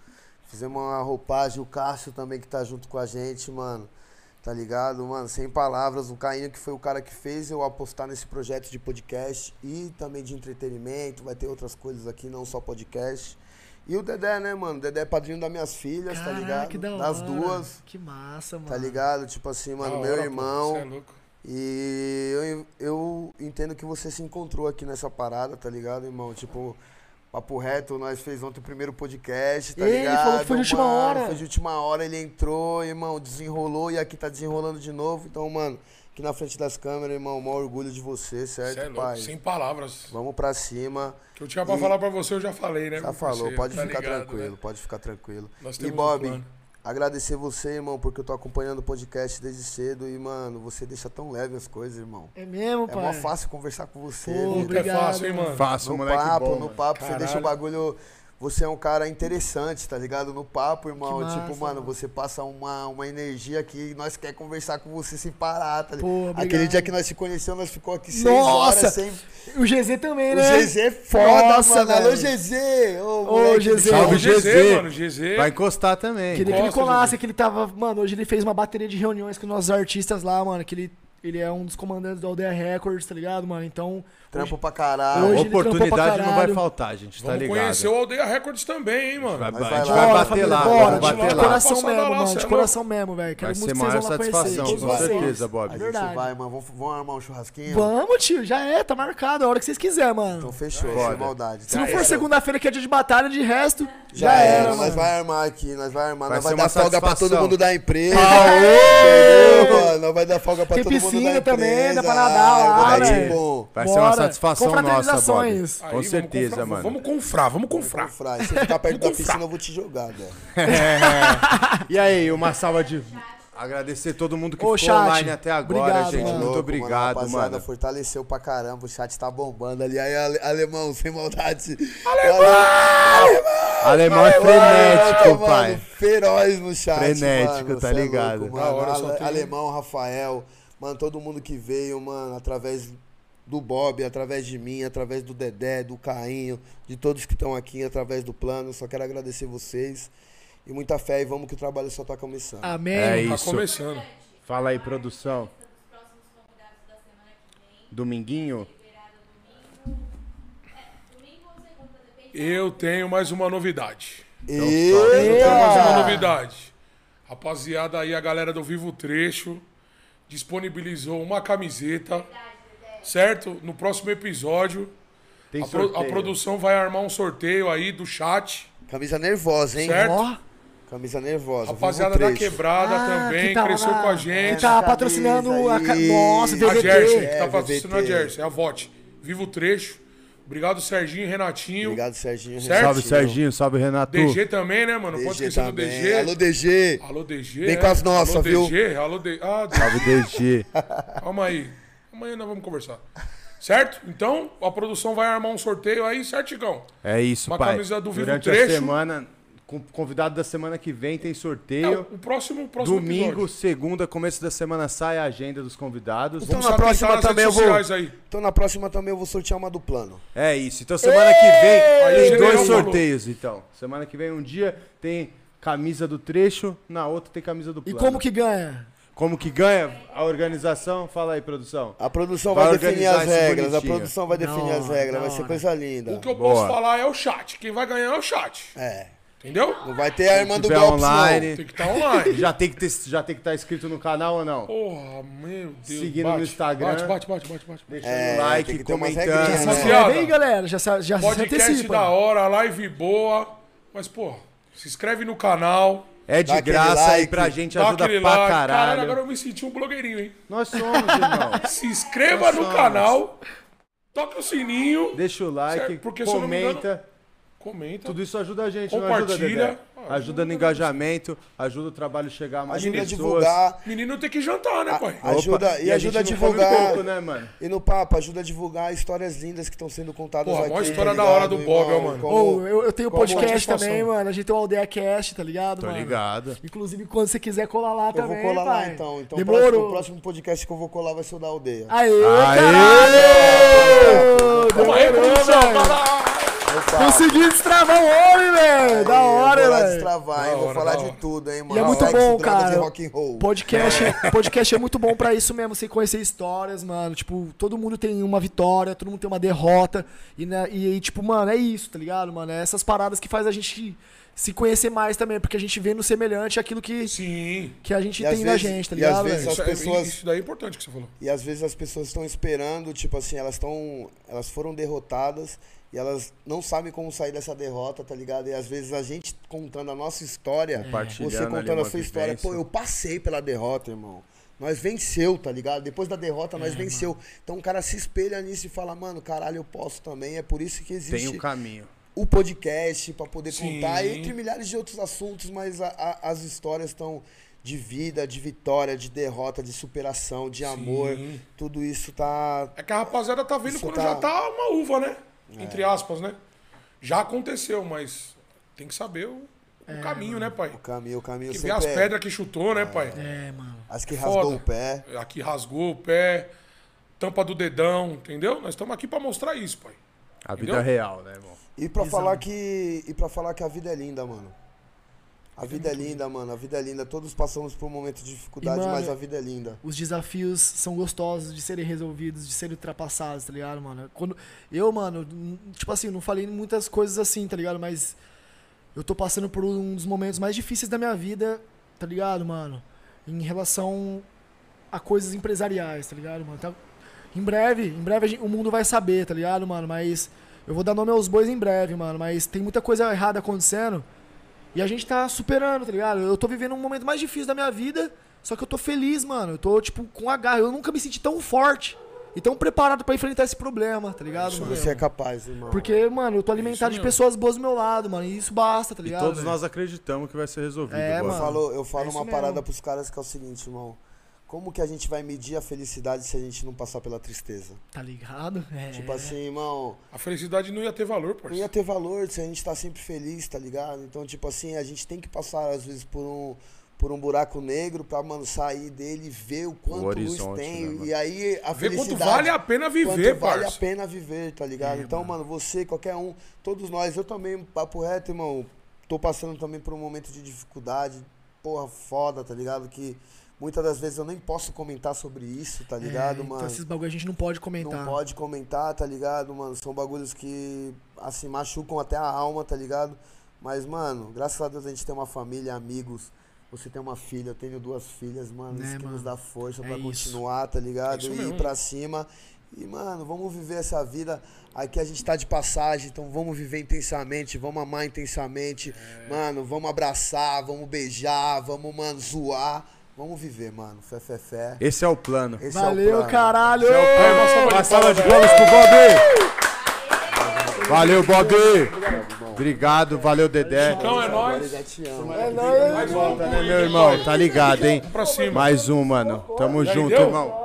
Fizemos uma roupagem, o Cássio também que tá junto com a gente, mano. Tá ligado, mano? Sem palavras, o Caim que foi o cara que fez eu apostar nesse projeto de podcast e também de entretenimento. Vai ter outras coisas aqui, não só podcast. E o Dedé, né, mano? O Dedé é padrinho das minhas filhas, tá ligado?
que da hora.
das duas,
Que massa, mano.
tá ligado? Tipo assim, mano,
Da
meu
hora, pô.
irmão.
Cê é louco.
E eu, eu entendo que você se encontrou aqui nessa parada, tá ligado, irmão? Tipo, papo reto, nós fez ontem o primeiro podcast, tá
Ele
ligado?
falou que foi de última
mano?
hora.
Foi de última hora, ele entrou, irmão, desenrolou e aqui tá desenrolando de novo. Então, mano, aqui na frente das câmeras, irmão, o maior orgulho de você, certo,
Cê é louco.
pai?
Sem palavras.
Vamos pra cima.
O que eu tinha pra falar pra você, eu já falei, né?
Já
meu
falou,
parceiro?
pode
Tá
ficar
ligado,
tranquilo,
né?
pode ficar tranquilo.
Nós
E
temos um
Bob,
plano.
agradecer você, irmão, porque eu tô acompanhando o podcast desde cedo e, mano, você deixa tão leve as coisas, irmão.
É mesmo,
É
pai.
mó fácil conversar com você.
Pô,
velho.
Nunca é
Obrigado,
fácil, hein, mano?
Fácil,
no
um moleque
papo,
bom.
no
mano.
papo, você
Caralho.
deixa o bagulho Você é um cara interessante, tá ligado? No papo, irmão.
Que
tipo,
massa,
mano, você passa uma, uma energia que nós quer conversar com você sem parar, tá ligado?
Pô, obrigado.
Aquele dia que nós se conhecemos, nós ficou aqui seis
Nossa!
horas sem.
O GZ também,
O
né?
GZ é foda,
Nossa,
mano. Alô,
velho.
GZ! Ô,
Ô,
moleque,
GZ.
Salve,
o
GZ.
GZ, mano, GZ.
Vai encostar também.
Queria que ele
Gosta,
colasse,
Júlio.
que ele tava. Mano, hoje ele fez uma bateria de reuniões com nossos artistas lá, mano. Que ele, ele é um dos comandantes do Aldeia Records, tá ligado, mano? Então.
Trampo
hoje-
pra caralho.
Hoje é ele trampou pra
Oportunidade
caralho.
não vai faltar, gente. Tá
Vamos
ligado?
conhecer o Aldeia Records também, hein, mano.
Vai-
Mas
a gente
vai lá,
vai
família,
bater lá,
bora,
vamos
de,
bater
de
lá.
coração
Passar
mesmo,
lá,
mano.
você é
De
louco.
coração mesmo, velho. Quero
Vai
muito
ser
que vocês
maior
vão lá conhecer.
satisfação,
todos
com
vocês. É
certeza, Bob.
A gente
Verdade.
vai, mano. Vamos, vamos armar um churrasquinho?
Vamos, tio. Já é, tá marcado. A hora que vocês quiserem, mano.
Então fechou,
Bora.
sem maldade. tá
Se não for segunda-feira que é dia de batalha, de resto, já,
Já
era,
era,
mano.
nós vai armar aqui, nós vai armar,
Vai
nós
ser
vai
uma
dar folga pra todo
satisfação. Ah,
mundo da empresa. Entendeu, mano? Nós vai dar folga pra
Tem
todo mundo da
piscina
empresa.
também, dá pra nadar
Ah,
lá, né?
vai ser
velho.
bom.
Vai ser uma
Bora.
satisfação nossa, Bob.
Confraternizações.
Aí,
Com
vamos
certeza,
confrar,
mano.
Vamos confrar, vamos confrar.
Fry, se eu ficar perto da
Vamos
piscina, eu vou te jogar, né? Tá velho.
E aí, uma salva de. Agradecer todo mundo que
Ô,
ficou
chat,
online até agora,
obrigado,
gente.
mano.
Muito
Louco,
obrigado,
mano. a
mano.
rapaziada fortaleceu pra caramba, o chat tá bombando ali. Aí, ale- alemão, sem maldade. Alemão!
Alemão é
Alemão,
frenético,
Ah, Mano,
pai.
feroz no chat,
Frenético,
mano,
tá
cê é
ligado?
louco,
Da
mano.
hora, só
Ale-
tem-
Alemão, Rafael, mano, todo mundo que veio, mano, através do Bob, através de mim, através do Dedé, do Cainho, de todos que estão aqui, através do plano. Só quero agradecer vocês. E muita fé e vamos que o trabalho só tá começando.
Amém.
É
Tá
isso.
começando.
Fala aí, produção. Dominguinho?
Domingo ou segunda, depende.
Eu tenho mais uma novidade.
Então,
e...
Eu tenho mais Então, é
Ah.
uma novidade. Rapaziada aí, a galera do Vivo Trecho disponibilizou uma camiseta, certo? No próximo episódio,
Tem
a, pro- a
sorteio.
produção vai armar um sorteio aí do chat,
Camisa nervosa, hein?
certo?
Ó,
Camisa nervosa.
Rapaziada
vivo
da
trecho.
quebrada
Ah,
também,
que tá
cresceu
lá.
com a
que
gente.
tá
Camisa,
patrocinando a. ca-
isso.
Nossa,
A
A
DVD.
Jersey, que tá
É,
patrocinando a
VVT.
Jersey, a Vote. Viva o trecho. Obrigado, Serginho e Renatinho.
Obrigado, Serginho.
Certo?
Salve, Serginho. Salve, Renato.
DG também, né, mano? Pode
DG
esquecer do
também.
DG.
Alô, DG.
Alô, DG.
Vem
é.
com as nossas,
Alô,
viu?
DG, alô, DG. Ah, DG.
Salve, DG.
Calma aí. Amanhã nós vamos conversar. Certo? Então, a produção vai armar um sorteio aí, Então, certo, Chicão?
É isso,
Uma
pai.
camisa do Vivo
Durante
Trecho.
a semana, com- convidado da semana que vem tem
É,
sorteio.
o próximo, o próximo
Domingo,
episódio.
segunda, começo da semana, sai a agenda dos convidados.
Então
Só
na próxima
tentar tá nas
também eu
redes
vou.
sociais aí.
Então na próxima também eu vou sortear uma do plano.
É isso. Então semana que
Aí o
vem tem
general
dois
falou.
sorteios, então. Semana que vem um dia tem camisa do trecho, na outra tem camisa do
E
plano.
como que ganha?
Como que ganha a organização? Fala aí, produção.
A produção
Vai
vai, definir
organizar
as
isso
regras.
bonitinho.
A produção vai definir
Da
as
hora,
regras.
da
Vai ser
hora.
coisa linda.
O que eu
Boa.
posso falar é o chat. Quem vai ganhar é o chat.
É.
Entendeu?
Não vai ter a irmã
Se
do
tiver
golpe,
online,
Tem que estar online.
já tem que ter- já tem que estar inscrito no canal ou não?
Porra, meu Deus.
Seguindo no Instagram.
Bate, bate, bate, bate, bate. bate.
Deixando
É, tem
like,
que ter umas
comentando.
regrinhas,
Já
né?
se
Rapaziada,
inscreve aí, galera. Já, se- já se
Podcast da
antecipa.
hora, live boa. Mas, porra, se inscreve no canal.
É de
Dá aquele
graça e
like,
pra gente
dá
ajuda
aquele
pra
like.
caralho.
agora eu me senti um blogueirinho, hein?
Nós somos, irmão.
Se inscreva no
somos.
canal. Toca o sininho.
Deixa o like,
Certo, porque se eu não me engano-
comenta.
Comenta.
Tudo isso ajuda a gente, não ajuda,
Compartilha. Ah,
Dedé? Ajuda no engajamento, ajuda o trabalho a chegar a mais
Ajuda a
pessoas.
divulgar.
Menino tem que jantar, né, pai?
Opa,
Ajuda, e,
a
ajuda a
gente não come
divulgar.
pouco, né, mano?
E no papo, ajuda a divulgar histórias lindas que estão sendo contadas
Porra,
aqui.
mó
tá
história da
ligado,
hora do Bob, ó, mano.
Como-
Ou eu, eu tenho
como
podcast
satisfação.
também, mano. A gente tem o Aldeia Cast, tá ligado,
Tô
mano?
ligado.
Inclusive, quando você quiser colar lá
Eu
também,
vou colar
pai.
lá então. Então o próximo,
Demorou.
o próximo podcast que eu vou colar vai ser o da aldeia.
Aê,
Aê!
caralho!
Vamos aí, produção.
né?
velho.
vai lá.
Consegui destravar o homem, velho! Então, é Da
eu
hora,
vou lá
velho!
destravar, hein?
Da
Vou
hora,
falar
da
de
hora.
tudo, hein, mano.
E é muito
Sexo,
bom,
drogas e
cara.
rock and roll.
Podcast, podcast é muito bom pra isso mesmo, você conhecer histórias, mano. Tipo, todo mundo tem uma vitória, todo mundo tem uma derrota. E, na- e aí, tipo, mano, é isso, tá ligado, mano? É essas paradas que faz a gente se conhecer mais também, porque a gente vê no semelhante aquilo que,
Sim.
que a gente
E às
tem na
vezes-
gente, tá
e
ligado?
às vezes
velho?
As
Isso, é-
pessoas-
isso daí é importante que você falou.
E às vezes as pessoas estão esperando, tipo assim, elas estão. Elas foram derrotadas e elas não sabem como sair dessa derrota, tá ligado? E às vezes a gente contando a nossa história,
Compartilhando
você
ali
contando
uma
a sua história,
vivência.
pô, eu passei pela derrota, irmão. Nós venceu, tá ligado? Depois da derrota, nós venceu. Então o cara se espelha nisso e fala, mano, caralho, eu posso também. É por isso que existe
Tem um caminho.
o podcast pra poder
Sim.
contar, entre milhares de outros assuntos, mas a- a- as histórias estão de vida, de vitória, de derrota, de superação, de amor. Tudo isso tá.
É que a rapaziada tá vendo
Isso
quando
tá-
já tá uma uva, né? Entre aspas, né? Já aconteceu, mas tem que saber o, o caminho, né, pai?
O caminho, o caminho
Tem que ver
sempre
as
é-
pedras que chutou, né, pai?
É, mano.
As que rasgou
Foda.
o pé.
Aqui rasgou o pé, tampa do dedão, entendeu? Nós estamos aqui pra mostrar isso, pai.
A vida
Entendeu?
real, né, irmão?
E pra falar que. E para falar que a vida é linda, mano. A vida é linda, mano. A vida é linda. Todos passamos por um momento de dificuldade,
mano,
mas a vida é linda.
Os desafios são gostosos de serem resolvidos, de serem ultrapassados, tá ligado, mano? Quando eu, mano, n- tipo assim, não falei muitas coisas assim, tá ligado? Mas eu tô passando por um dos momentos mais difíceis da minha vida, tá ligado, mano? Em relação a coisas empresariais, tá ligado, mano? Tá- Em breve, em breve a gen- o mundo vai saber, tá ligado, mano? Mas eu vou dar nome aos bois em breve, mano. Mas tem muita coisa errada acontecendo e a gente tá superando, tá ligado? Eu tô vivendo um momento mais difícil da minha vida, só que eu tô feliz, mano. Eu tô, tipo, com agarro. Eu nunca me senti tão forte e tão preparado pra enfrentar esse problema, tá ligado, mano?
Você é capaz, irmão.
Porque, mano, eu tô alimentado de
mesmo.
pessoas boas do meu lado, mano. E isso basta, tá
E
ligado?
todos
velho?
nós acreditamos que vai ser resolvido.
É,
Eu
agora.
mano.
falo, eu falo
é isso
uma
mesmo.
parada pros caras que é o seguinte, irmão. Como que a gente vai medir a felicidade se a gente não passar pela tristeza?
Tá ligado? É.
Tipo assim, irmão,
A felicidade não ia ter valor,
não ia
parceiro.
ter valor se a gente tá sempre feliz, tá ligado? Então, tipo assim, a gente tem que passar, às vezes, por um, por um buraco negro pra, mano, sair dele e ver o quanto luz
horizonte,
tem.
né, mano?
e aí a
Ver quanto
felicidade.
vale a pena viver,
quanto vale a
parceiro.
pena viver, tá ligado? então, mano. você, qualquer um, todos nós, eu também, papo reto, irmão, tô passando também por um momento de dificuldade, porra, foda, tá ligado? Que muitas das vezes eu nem posso comentar sobre isso, tá ligado,
é,
mano?
Então esses bagulho a gente não pode comentar.
Não pode comentar, tá ligado, mano? São bagulhos que, assim, machucam até a alma, tá ligado? Mas, mano, graças a Deus a gente tem uma família, amigos. Você tem uma filha, eu tenho duas filhas, mano.
Né,
isso que nos
mano?
dá força
É
pra
isso.
continuar, tá ligado?
É isso
e ir
mesmo.
pra cima. E, mano, vamos viver essa vida. Aqui a gente tá de passagem, então vamos viver intensamente, vamos amar intensamente.
É.
Mano, vamos abraçar, vamos beijar, vamos, mano, zoar. Vamos viver, mano. Fé, fé, fé.
Esse é o plano.
Esse é o
Valeu,
plano.
caralho!
Esse é o plano. Uma salva de palmas pro Bob! Valeu, Bob! Obrigado, valeu, Dedé.
Então é
Agora eu
nóis.
já te amo.
Mais um
Meu irmão, tá ligado, hein?
Pra cima.
Mais um, mano. Tamo junto,
deu?
irmão.